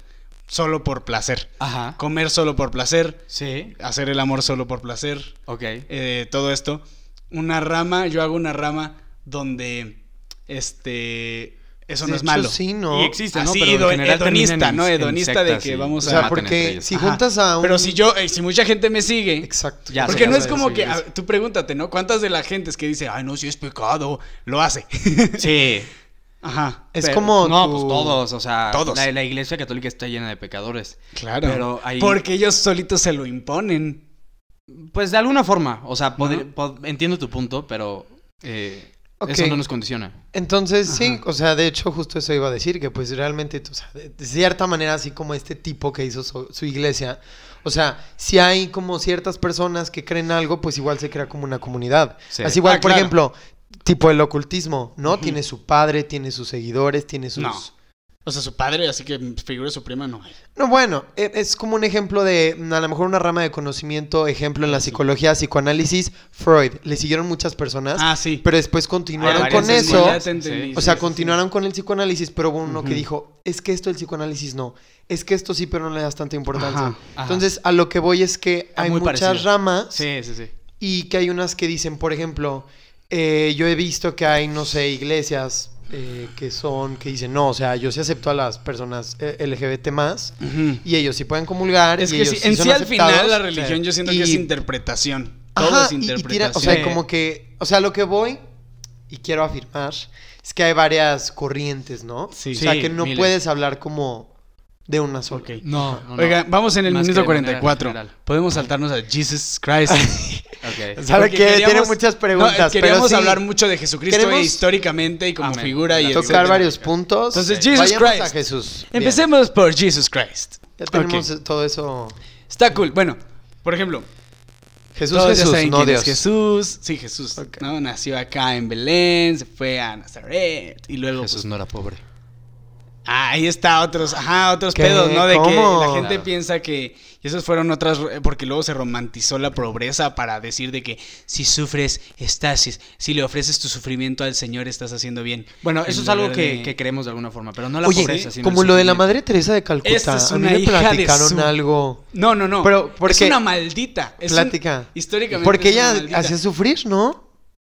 [SPEAKER 2] solo por placer.
[SPEAKER 3] Ajá.
[SPEAKER 2] Comer solo por placer,
[SPEAKER 3] Sí,
[SPEAKER 2] hacer el amor solo por placer,
[SPEAKER 3] ok.
[SPEAKER 2] eh, todo esto. Una rama, yo hago una rama donde este eso
[SPEAKER 1] De
[SPEAKER 2] no es
[SPEAKER 1] hecho,
[SPEAKER 2] malo.
[SPEAKER 1] Sí, ¿no?
[SPEAKER 3] Y existe, ¿no?
[SPEAKER 2] Así,
[SPEAKER 3] Pero en
[SPEAKER 2] hedo-
[SPEAKER 3] general
[SPEAKER 2] Ah, hedonista,
[SPEAKER 3] terminan en-
[SPEAKER 2] ¿no?
[SPEAKER 3] en
[SPEAKER 2] Hedonista de
[SPEAKER 3] sectas
[SPEAKER 2] que
[SPEAKER 3] y
[SPEAKER 2] vamos
[SPEAKER 1] O
[SPEAKER 2] se
[SPEAKER 1] sea,
[SPEAKER 3] matan entre
[SPEAKER 1] porque
[SPEAKER 3] ellos.
[SPEAKER 1] si
[SPEAKER 2] Ajá.
[SPEAKER 1] juntas a un.
[SPEAKER 2] Pero si yo, eh, si mucha gente me sigue,
[SPEAKER 1] Exacto.
[SPEAKER 3] Ya,
[SPEAKER 2] porque
[SPEAKER 3] sí,
[SPEAKER 2] no
[SPEAKER 3] ya
[SPEAKER 2] es
[SPEAKER 3] sé,
[SPEAKER 2] como
[SPEAKER 3] sí,
[SPEAKER 2] que,
[SPEAKER 3] sí.
[SPEAKER 2] a- tú pregúntate, ¿no? ¿Cuántas de la gente es que dice, ay, no, si es pecado, lo hace?
[SPEAKER 3] Sí.
[SPEAKER 2] Ajá.
[SPEAKER 1] Es
[SPEAKER 3] Pero-
[SPEAKER 1] como.
[SPEAKER 3] No,
[SPEAKER 1] tu-
[SPEAKER 3] pues todos, o sea,
[SPEAKER 2] Todos.
[SPEAKER 3] La, la iglesia católica está llena de pecadores.
[SPEAKER 2] Claro.
[SPEAKER 3] Pero ahí-
[SPEAKER 2] Porque ellos solitos se lo imponen.
[SPEAKER 3] Pues de alguna forma, o sea, podri-
[SPEAKER 2] Ajá.
[SPEAKER 3] pod- entiendo tu punto, pero eh,
[SPEAKER 1] Ok.
[SPEAKER 3] eso no nos condiciona.
[SPEAKER 1] Entonces, sí,
[SPEAKER 2] Ajá.
[SPEAKER 1] o sea, de hecho, justo eso iba a decir, que pues realmente, o sea, de, de cierta manera, así como este tipo que hizo su, su iglesia, o sea, si hay como ciertas personas que creen algo, pues igual se crea como una comunidad.
[SPEAKER 3] Sí.
[SPEAKER 1] Así igual,
[SPEAKER 2] Ah,
[SPEAKER 1] por
[SPEAKER 2] claro.
[SPEAKER 1] ejemplo, tipo el ocultismo, ¿no? Tiene su padre, tiene sus seguidores, tiene sus...
[SPEAKER 2] No. O sea, su padre, así que figura suprema no hay.
[SPEAKER 1] No, bueno, e- es como un ejemplo de, mm, a lo mejor una rama de conocimiento, ejemplo en la psicología, psicoanálisis, Freud, le siguieron muchas personas,
[SPEAKER 2] Ah, sí.
[SPEAKER 1] pero después continuaron
[SPEAKER 2] Ah,
[SPEAKER 3] Hay
[SPEAKER 1] con
[SPEAKER 3] varias
[SPEAKER 1] eso.
[SPEAKER 3] escuelas.
[SPEAKER 1] O sea, continuaron con el psicoanálisis, pero hubo uno que
[SPEAKER 2] Ujú.
[SPEAKER 1] dijo, es que esto el psicoanálisis no, es que esto sí, pero no le das tanta importancia.
[SPEAKER 2] Ajá,
[SPEAKER 3] ajá.
[SPEAKER 1] Entonces, a lo que voy es que hay
[SPEAKER 3] muy
[SPEAKER 1] muchas
[SPEAKER 3] parecido.
[SPEAKER 1] ramas
[SPEAKER 3] Sí, sí, sí.
[SPEAKER 1] y que hay unas que dicen, por ejemplo, eh, yo he visto que hay, no sé, iglesias eh, que son, que dicen, no, o sea, yo sí acepto a las personas eh, LGBT más
[SPEAKER 2] Mm.
[SPEAKER 1] y ellos sí pueden comulgar.
[SPEAKER 2] Es
[SPEAKER 1] y
[SPEAKER 2] que
[SPEAKER 1] ellos
[SPEAKER 2] sí, en
[SPEAKER 1] son
[SPEAKER 2] sí al final
[SPEAKER 1] aceptados".
[SPEAKER 2] la religión yo siento
[SPEAKER 1] Y-
[SPEAKER 2] que es interpretación. Todo
[SPEAKER 1] Ajá,
[SPEAKER 2] es
[SPEAKER 1] y- y tira-
[SPEAKER 2] interpretación.
[SPEAKER 1] o sea, como que, o sea, lo que voy, y quiero afirmar es que hay varias corrientes, ¿no?
[SPEAKER 2] Sí.
[SPEAKER 1] o sea,
[SPEAKER 3] Sí,
[SPEAKER 1] que no
[SPEAKER 3] miles.
[SPEAKER 1] puedes hablar como de una sola.
[SPEAKER 2] Ok.
[SPEAKER 3] No, no, no.
[SPEAKER 2] Oiga, vamos en el
[SPEAKER 3] Más que
[SPEAKER 2] minuto
[SPEAKER 3] de manera
[SPEAKER 2] 44.
[SPEAKER 3] general.
[SPEAKER 2] Podemos saltarnos a Jesus Christ.
[SPEAKER 3] Ok.
[SPEAKER 1] ¿Sabe
[SPEAKER 2] Porque
[SPEAKER 1] que Tiene
[SPEAKER 2] queríamos-
[SPEAKER 1] muchas
[SPEAKER 2] No,
[SPEAKER 1] preguntas,
[SPEAKER 2] queríamos
[SPEAKER 1] pero sí,
[SPEAKER 2] hablar mucho de Jesucristo
[SPEAKER 1] Queremos-
[SPEAKER 2] eh, históricamente y como
[SPEAKER 3] Amén.
[SPEAKER 2] figura y
[SPEAKER 3] Tocar
[SPEAKER 1] tocar
[SPEAKER 2] etcétera.
[SPEAKER 1] varios puntos.
[SPEAKER 2] Entonces,
[SPEAKER 1] Sí.
[SPEAKER 2] Jesus
[SPEAKER 1] Vayamos a
[SPEAKER 2] Christ.
[SPEAKER 1] Jesús. Bien.
[SPEAKER 2] Empecemos por Jesus Christ.
[SPEAKER 1] Ya tenemos todo eso.
[SPEAKER 2] Está cool. Bueno, por ejemplo,
[SPEAKER 1] Jesús,
[SPEAKER 2] todos ya
[SPEAKER 1] Jesús,
[SPEAKER 2] saben
[SPEAKER 1] no
[SPEAKER 2] quién
[SPEAKER 1] Dios.
[SPEAKER 2] es Jesús, sí, Jesús,
[SPEAKER 1] Ok.
[SPEAKER 2] ¿no? Nació acá en Belén, se fue a Nazaret y luego
[SPEAKER 3] Jesús
[SPEAKER 2] pues,
[SPEAKER 3] no era pobre.
[SPEAKER 2] Ah, ahí está otros, ajá, otros
[SPEAKER 1] ¿Qué?
[SPEAKER 2] pedos, ¿no? De
[SPEAKER 1] ¿Cómo?
[SPEAKER 2] que la gente
[SPEAKER 3] Claro.
[SPEAKER 2] piensa que y esos fueron otras eh, porque luego se romantizó la pobreza para decir de que si sufres estás si, si le ofreces tu sufrimiento al Señor estás haciendo bien.
[SPEAKER 3] Bueno,
[SPEAKER 2] En
[SPEAKER 3] eso es algo
[SPEAKER 2] lugar
[SPEAKER 3] que,
[SPEAKER 2] de-
[SPEAKER 3] que creemos de alguna forma, pero no la
[SPEAKER 1] Oye,
[SPEAKER 3] pobreza, sino
[SPEAKER 1] como
[SPEAKER 3] el
[SPEAKER 1] lo de la
[SPEAKER 3] sufrimiento.
[SPEAKER 1] Madre Teresa de Calcuta.
[SPEAKER 2] Esta es
[SPEAKER 1] a mí
[SPEAKER 2] una
[SPEAKER 1] me
[SPEAKER 2] hija de
[SPEAKER 1] platicaron
[SPEAKER 2] su-
[SPEAKER 1] algo.
[SPEAKER 2] No, no, no.
[SPEAKER 1] Pero,
[SPEAKER 2] es
[SPEAKER 1] porque-
[SPEAKER 2] una maldita. Es un-
[SPEAKER 1] Plática.
[SPEAKER 2] históricamente
[SPEAKER 1] Porque
[SPEAKER 2] es una
[SPEAKER 1] ella
[SPEAKER 2] maldita.
[SPEAKER 1] hacía sufrir, ¿no?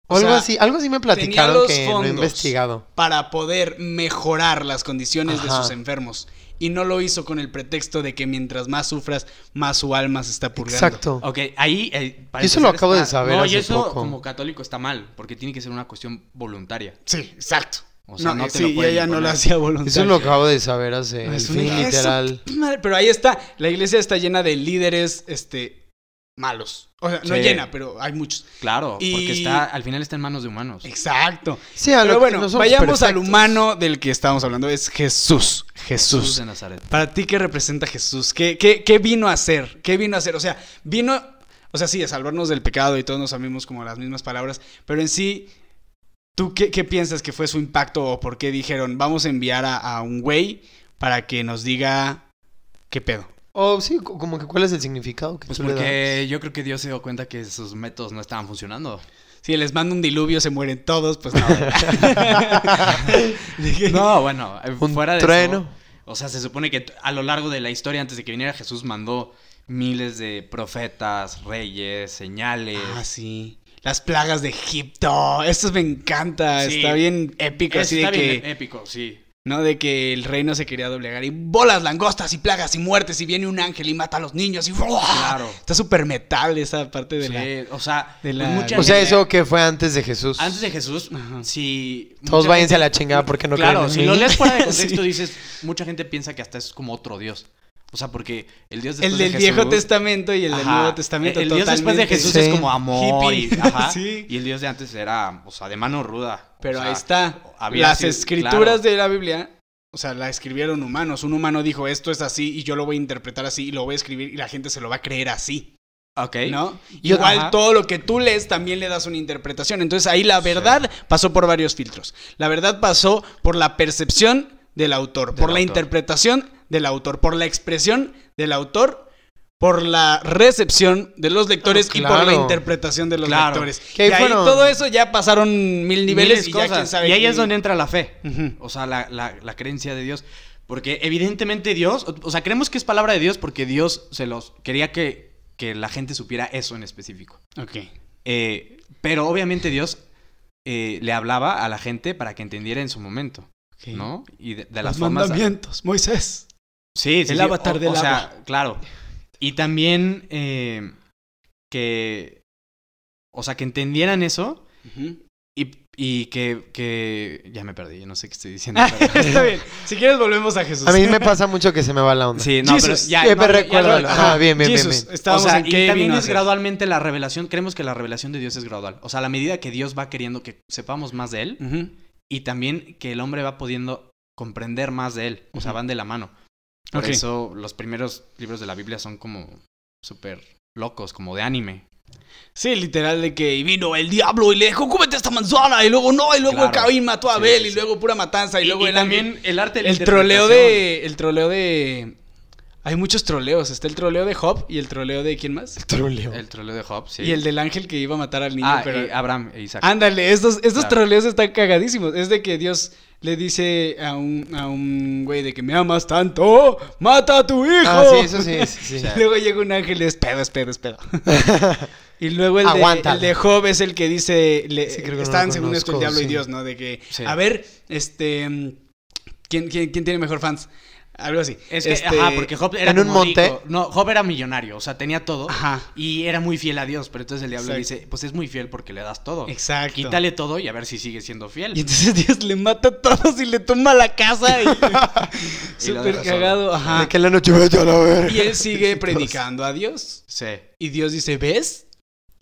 [SPEAKER 1] O
[SPEAKER 2] O
[SPEAKER 1] algo
[SPEAKER 2] sea,
[SPEAKER 1] así, algo así me
[SPEAKER 2] los
[SPEAKER 1] platicaron que no he
[SPEAKER 2] fondos.
[SPEAKER 1] investigado.
[SPEAKER 2] para poder mejorar las condiciones de
[SPEAKER 1] Ajá.
[SPEAKER 2] sus enfermos. Y no lo hizo con el pretexto de que mientras más sufras, más su alma se está purgando.
[SPEAKER 1] Exacto.
[SPEAKER 3] Ok, ahí... eh, para
[SPEAKER 1] Yo eso lo
[SPEAKER 3] empezar
[SPEAKER 1] acabo de
[SPEAKER 3] está-
[SPEAKER 1] saber
[SPEAKER 3] No, y
[SPEAKER 1] hace
[SPEAKER 3] eso
[SPEAKER 1] poco.
[SPEAKER 3] como católico está mal, porque tiene que ser una cuestión voluntaria.
[SPEAKER 2] Sí, exacto.
[SPEAKER 3] O sea, no, te
[SPEAKER 2] sí,
[SPEAKER 3] lo
[SPEAKER 2] y
[SPEAKER 3] pueden
[SPEAKER 2] ella no lo
[SPEAKER 3] imponer.
[SPEAKER 2] hacía voluntario.
[SPEAKER 1] Eso lo acabo de saber hace.
[SPEAKER 2] Es
[SPEAKER 1] al
[SPEAKER 2] una
[SPEAKER 1] fin,
[SPEAKER 2] hija de su
[SPEAKER 1] literal.
[SPEAKER 2] Madre, pero ahí está. La iglesia está llena de líderes este, malos. O sea, no
[SPEAKER 3] Sí.
[SPEAKER 2] llena, pero hay muchos.
[SPEAKER 3] Claro, porque
[SPEAKER 2] Y-
[SPEAKER 3] está, al final está en manos de humanos.
[SPEAKER 2] Exacto.
[SPEAKER 1] Sí, a lo
[SPEAKER 2] Pero
[SPEAKER 1] que
[SPEAKER 2] bueno,
[SPEAKER 1] no somos
[SPEAKER 2] vayamos al
[SPEAKER 1] perfectos.
[SPEAKER 2] humano del que estábamos hablando. Es Jesús. Jesús.
[SPEAKER 3] de Nazaret.
[SPEAKER 2] Para ti, ¿qué representa Jesús? ¿Qué, qué, qué vino a hacer? ¿Qué vino a hacer? O sea, vino, o sea, sí, a salvarnos del pecado y todos nos amemos como las mismas palabras, pero en sí, ¿tú qué, qué piensas que fue su impacto o por qué dijeron, vamos a enviar a, a un güey para que nos diga qué pedo?
[SPEAKER 1] O sí, co- como que cuál es el significado que
[SPEAKER 3] Pues
[SPEAKER 1] tú le das.
[SPEAKER 3] porque yo creo que Dios se dio cuenta que sus métodos no estaban funcionando.
[SPEAKER 2] Si les manda un diluvio, se mueren todos, pues no. Dije,
[SPEAKER 3] No, bueno, eh,
[SPEAKER 1] Un
[SPEAKER 3] fuera de
[SPEAKER 1] trueno.
[SPEAKER 3] eso, o sea, se supone que t- a lo largo de la historia, antes de que viniera Jesús, mandó miles de profetas, reyes, señales.
[SPEAKER 2] Ah, sí. Las plagas de Egipto. Esto me encanta.
[SPEAKER 3] Sí.
[SPEAKER 2] Está bien épico.
[SPEAKER 3] Eso
[SPEAKER 2] así de
[SPEAKER 3] está
[SPEAKER 2] que...
[SPEAKER 3] bien épico, sí.
[SPEAKER 2] ¿No? De que el reino se quería doblegar y bolas, langostas y plagas y muertes y viene un ángel y mata a los niños y
[SPEAKER 3] Claro.
[SPEAKER 2] Está súper metal esa parte de
[SPEAKER 3] Sí,
[SPEAKER 2] la...
[SPEAKER 3] o sea,
[SPEAKER 2] de
[SPEAKER 3] pues
[SPEAKER 2] la-
[SPEAKER 3] mucha
[SPEAKER 1] O sea,
[SPEAKER 3] gente-
[SPEAKER 1] eso que fue antes de Jesús.
[SPEAKER 3] Antes de Jesús,
[SPEAKER 2] Ajá.
[SPEAKER 3] sí...
[SPEAKER 1] Todos
[SPEAKER 3] mucha
[SPEAKER 1] váyanse
[SPEAKER 3] gente-
[SPEAKER 1] a la chingada porque no
[SPEAKER 3] claro,
[SPEAKER 1] creen en
[SPEAKER 3] si
[SPEAKER 1] mí.
[SPEAKER 3] lo lees fuera de contexto
[SPEAKER 2] Sí.
[SPEAKER 3] dices, mucha gente piensa que hasta es como otro Dios. O sea, porque el Dios después
[SPEAKER 2] El
[SPEAKER 3] de
[SPEAKER 2] del
[SPEAKER 3] Jesús-
[SPEAKER 2] Viejo Testamento y el del
[SPEAKER 3] Ajá,
[SPEAKER 2] Nuevo Testamento.
[SPEAKER 3] El, el Dios después de
[SPEAKER 2] totalmente.
[SPEAKER 3] Jesús
[SPEAKER 1] Sí.
[SPEAKER 3] es como amor y,
[SPEAKER 2] Hippie.
[SPEAKER 3] ajá,
[SPEAKER 2] Sí.
[SPEAKER 3] y el Dios de antes era, o sea, de mano ruda. O
[SPEAKER 2] Pero
[SPEAKER 3] sea,
[SPEAKER 2] ahí está.
[SPEAKER 3] había
[SPEAKER 2] Las
[SPEAKER 3] sido-
[SPEAKER 2] escrituras
[SPEAKER 3] claro.
[SPEAKER 2] de la Biblia, o sea, la escribieron humanos. Un humano dijo, esto es así y yo lo voy a interpretar así y lo voy a escribir y la gente se lo va a creer así.
[SPEAKER 3] Ok.
[SPEAKER 2] ¿no?
[SPEAKER 1] Yo-
[SPEAKER 2] Igual
[SPEAKER 1] Ajá.
[SPEAKER 2] todo lo que tú lees también le das una interpretación. Entonces ahí la verdad pasó por varios filtros. La verdad pasó por la percepción del autor,
[SPEAKER 3] Del
[SPEAKER 2] por la
[SPEAKER 3] autor.
[SPEAKER 2] interpretación del autor, por la expresión del autor, por la recepción de los lectores
[SPEAKER 1] Ah,
[SPEAKER 2] y por la
[SPEAKER 1] claro.
[SPEAKER 2] interpretación de los
[SPEAKER 3] Claro.
[SPEAKER 2] lectores. Y
[SPEAKER 1] Que ahí
[SPEAKER 2] ahí
[SPEAKER 1] fueron-
[SPEAKER 2] todo eso ya pasaron mil niveles
[SPEAKER 3] Miles
[SPEAKER 2] y ya
[SPEAKER 3] cosas.
[SPEAKER 2] quién sabe
[SPEAKER 3] y ahí
[SPEAKER 2] quién-
[SPEAKER 3] es donde entra la fe.
[SPEAKER 2] Ujú.
[SPEAKER 3] O sea, la, la- la creencia de Dios. Porque evidentemente Dios, o, o sea, creemos que es palabra de Dios porque Dios se los quería que, que la gente supiera eso en específico.
[SPEAKER 2] Ok.
[SPEAKER 3] Eh, pero obviamente Dios eh, le hablaba a la gente para que entendiera en su momento, ¿no? Y de, de las
[SPEAKER 2] los
[SPEAKER 3] formas.
[SPEAKER 2] mandamientos, Moisés.
[SPEAKER 3] Sí, sí,
[SPEAKER 2] El
[SPEAKER 3] sí.
[SPEAKER 2] avatar
[SPEAKER 3] O-
[SPEAKER 2] del
[SPEAKER 3] o sea, claro. Y también eh, que. O sea, que entendieran eso y, y que, que. Ya me perdí, yo no sé qué estoy diciendo. pero-
[SPEAKER 2] Está bien. Si quieres volvemos a Jesús.
[SPEAKER 1] A mí me pasa mucho que se me va la onda.
[SPEAKER 3] Sí, no,
[SPEAKER 2] Jesus.
[SPEAKER 3] pero ya.
[SPEAKER 1] Siempre
[SPEAKER 3] no, ya
[SPEAKER 1] recuérdalo.
[SPEAKER 3] lo-
[SPEAKER 1] Ah, bien, bien, bien,
[SPEAKER 2] Jesús,
[SPEAKER 1] bien.
[SPEAKER 2] Estábamos
[SPEAKER 3] o sea,
[SPEAKER 2] en
[SPEAKER 3] y
[SPEAKER 2] qué
[SPEAKER 3] también
[SPEAKER 2] vino a
[SPEAKER 3] es
[SPEAKER 2] hacer.
[SPEAKER 3] gradualmente la revelación. Creemos que la revelación de Dios es gradual. O sea, a la medida que Dios va queriendo que sepamos más de Él
[SPEAKER 2] Ujú.
[SPEAKER 3] y también que el hombre va pudiendo comprender más de Él. O sea,
[SPEAKER 2] Ujú.
[SPEAKER 3] van de la mano. Por
[SPEAKER 2] Ok.
[SPEAKER 3] eso los primeros libros de la Biblia son como súper locos, como de anime.
[SPEAKER 2] Sí, literal de que y vino el diablo y le dijo, cúbete esta manzana, y luego no, y luego
[SPEAKER 3] Claro.
[SPEAKER 2] Caín mató a
[SPEAKER 3] Sí,
[SPEAKER 2] Abel,
[SPEAKER 3] sí,
[SPEAKER 2] y
[SPEAKER 3] sí.
[SPEAKER 2] luego pura matanza, y, luego el ángel-
[SPEAKER 3] el arte
[SPEAKER 2] el troleo de. El troleo de. Hay muchos troleos. Está el troleo de Job y el troleo de quién más?
[SPEAKER 1] Troleo.
[SPEAKER 3] El troleo de Job, sí.
[SPEAKER 2] Y el del ángel que iba a matar al niño,
[SPEAKER 3] ah,
[SPEAKER 2] pero.
[SPEAKER 3] y Abraham e Isaac.
[SPEAKER 2] Ándale, estos, estos
[SPEAKER 3] Claro.
[SPEAKER 2] troleos están cagadísimos. Es de que Dios le dice a un, a un güey de que me amas tanto, mata a tu hijo.
[SPEAKER 1] Ah, sí, eso sí, sí, sí.
[SPEAKER 2] Y luego llega un ángel y es pedo, es pedo, es pedo. y luego el de,
[SPEAKER 1] Aguántala.
[SPEAKER 2] el de Job es el que dice, le-
[SPEAKER 1] Sí, creo que no
[SPEAKER 2] están
[SPEAKER 1] lo
[SPEAKER 2] según esto el
[SPEAKER 1] conozco,
[SPEAKER 2] diablo y
[SPEAKER 1] sí.
[SPEAKER 2] Dios, ¿no? De que,
[SPEAKER 3] Sí.
[SPEAKER 2] a ver, este, ¿quién, quién, quién tiene mejor fans? Algo así.
[SPEAKER 3] Es que,
[SPEAKER 2] Este,
[SPEAKER 3] ajá, porque Job era
[SPEAKER 1] en un
[SPEAKER 3] como
[SPEAKER 1] monte.
[SPEAKER 3] rico. No, Job era millonario, o sea, tenía todo.
[SPEAKER 2] Ajá.
[SPEAKER 3] Y era muy fiel a Dios, pero entonces el diablo
[SPEAKER 2] Exacto.
[SPEAKER 3] dice, pues es muy fiel porque le das todo.
[SPEAKER 2] Exacto.
[SPEAKER 3] Quítale todo y a ver si sigue siendo fiel.
[SPEAKER 2] Y entonces Dios le mata a todos y le toma la casa. Y,
[SPEAKER 3] Y lo
[SPEAKER 2] súper
[SPEAKER 3] deja solo.
[SPEAKER 2] cagado. Ajá.
[SPEAKER 1] De que en la noche vete a la verga.
[SPEAKER 2] Y él sigue predicando a Dios.
[SPEAKER 3] Sí,
[SPEAKER 2] Y Dios dice, ¿ves?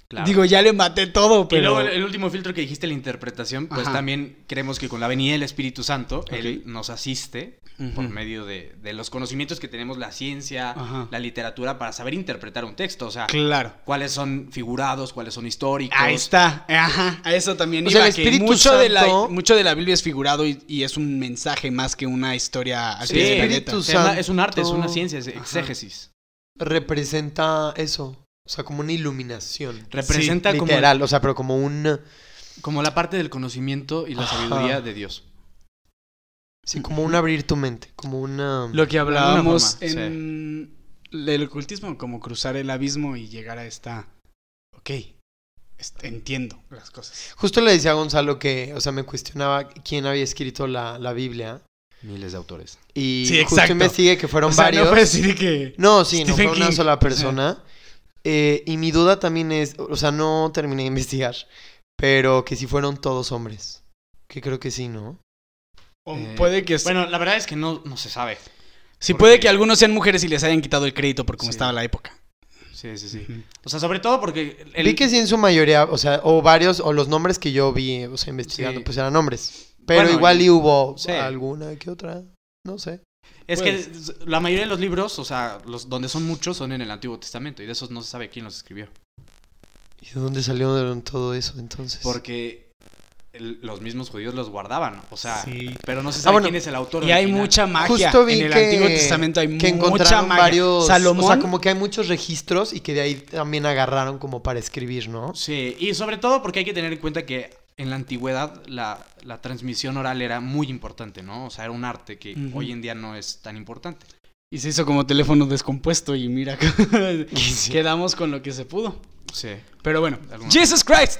[SPEAKER 3] claro.
[SPEAKER 2] Digo, ya le maté todo,
[SPEAKER 3] y luego
[SPEAKER 2] pero...
[SPEAKER 3] el, el último filtro que dijiste, la interpretación, pues
[SPEAKER 2] Ajá.
[SPEAKER 3] también creemos que con la venida del Espíritu Santo, Él
[SPEAKER 2] Ok.
[SPEAKER 3] nos asiste
[SPEAKER 2] Ujú. Ah.
[SPEAKER 3] por medio de, de los conocimientos que tenemos, la ciencia,
[SPEAKER 2] Ajá.
[SPEAKER 3] la literatura, para saber interpretar un texto. O sea,
[SPEAKER 2] Claro.
[SPEAKER 3] cuáles son figurados, cuáles son históricos.
[SPEAKER 2] Ahí está, ajá, a eso también
[SPEAKER 1] O
[SPEAKER 2] iba,
[SPEAKER 1] sea, el
[SPEAKER 2] que
[SPEAKER 1] Espíritu
[SPEAKER 2] mucho, de la,
[SPEAKER 1] Santo-
[SPEAKER 2] mucho de la Biblia es figurado y, y es un mensaje más que una historia al
[SPEAKER 3] Sí.
[SPEAKER 2] pie de la
[SPEAKER 1] Espíritu
[SPEAKER 2] letra.
[SPEAKER 3] Es, una- es un arte, es
[SPEAKER 1] Santo.
[SPEAKER 3] una ciencia, es
[SPEAKER 2] Ajá.
[SPEAKER 3] exégesis.
[SPEAKER 1] Representa eso. O sea, como una iluminación.
[SPEAKER 3] Representa como,
[SPEAKER 1] Literal, o sea, pero como un.
[SPEAKER 3] como la parte del conocimiento y la
[SPEAKER 1] Ajá.
[SPEAKER 3] sabiduría de Dios.
[SPEAKER 1] Sí, como un abrir tu mente. Como una.
[SPEAKER 2] Lo que
[SPEAKER 3] alguna
[SPEAKER 2] hablábamos
[SPEAKER 3] forma, sí.
[SPEAKER 2] en el ocultismo, como cruzar el abismo y llegar a esta... Ok, este, entiendo las cosas.
[SPEAKER 1] Justo le decía a Gonzalo que, o sea, me cuestionaba quién había escrito la, la Biblia.
[SPEAKER 3] Miles de autores.
[SPEAKER 1] Y
[SPEAKER 2] Sí,
[SPEAKER 1] justo
[SPEAKER 2] exacto.
[SPEAKER 1] investigué que fueron
[SPEAKER 2] O sea,
[SPEAKER 1] varios.
[SPEAKER 2] no fue decir que...
[SPEAKER 1] No, sí, no
[SPEAKER 2] Stephen
[SPEAKER 1] fue una
[SPEAKER 2] King.
[SPEAKER 1] sola persona. Eh, y mi duda también es, o sea, no terminé de investigar, pero que si fueron todos hombres. Que creo que sí, ¿no?
[SPEAKER 2] o
[SPEAKER 3] Eh,
[SPEAKER 2] puede que...
[SPEAKER 3] Bueno, la verdad es que no, no se sabe.
[SPEAKER 2] sí,
[SPEAKER 3] porque-
[SPEAKER 2] puede que algunos sean mujeres y les hayan quitado el crédito por cómo
[SPEAKER 3] Sí.
[SPEAKER 2] estaba la época.
[SPEAKER 3] Sí, sí, sí.
[SPEAKER 2] Ujú.
[SPEAKER 3] O sea, sobre todo porque el-
[SPEAKER 1] Vi que sí en su mayoría, o sea, o varios, o los nombres que yo vi, o sea, investigando,
[SPEAKER 3] Sí.
[SPEAKER 1] pues eran hombres. Pero
[SPEAKER 3] Bueno,
[SPEAKER 1] igual
[SPEAKER 3] y-
[SPEAKER 1] y hubo
[SPEAKER 3] sí.
[SPEAKER 1] alguna que otra, no sé.
[SPEAKER 3] es
[SPEAKER 2] pues.
[SPEAKER 3] que la mayoría de los libros, o sea, los donde son muchos son en el Antiguo Testamento y de esos no se sabe quién los escribió.
[SPEAKER 1] ¿Y de dónde salió todo eso entonces?
[SPEAKER 3] Porque el- los mismos judíos los guardaban, o sea,
[SPEAKER 2] Sí.
[SPEAKER 3] pero no se sabe
[SPEAKER 1] bueno,
[SPEAKER 3] quién es el autor.
[SPEAKER 2] Y hay
[SPEAKER 3] original.
[SPEAKER 2] mucha magia.
[SPEAKER 1] Justo vi
[SPEAKER 2] en el
[SPEAKER 1] que-
[SPEAKER 2] Antiguo Testamento hay
[SPEAKER 1] que
[SPEAKER 2] mucha
[SPEAKER 1] encontraron
[SPEAKER 2] magia.
[SPEAKER 1] varios,
[SPEAKER 2] Salomón,
[SPEAKER 1] o sea, como que hay muchos registros y que de ahí también agarraron como para escribir, ¿no?
[SPEAKER 3] Sí, y sobre todo porque hay que tener en cuenta que en la antigüedad la, la transmisión oral era muy importante, ¿no? O sea, era un arte que
[SPEAKER 2] Ujú.
[SPEAKER 3] hoy en día no es tan importante.
[SPEAKER 2] Y se hizo como teléfono descompuesto y mira, quedamos con lo que se pudo.
[SPEAKER 3] Sí.
[SPEAKER 2] Pero bueno,
[SPEAKER 3] Alguna-
[SPEAKER 2] Jesus Christ.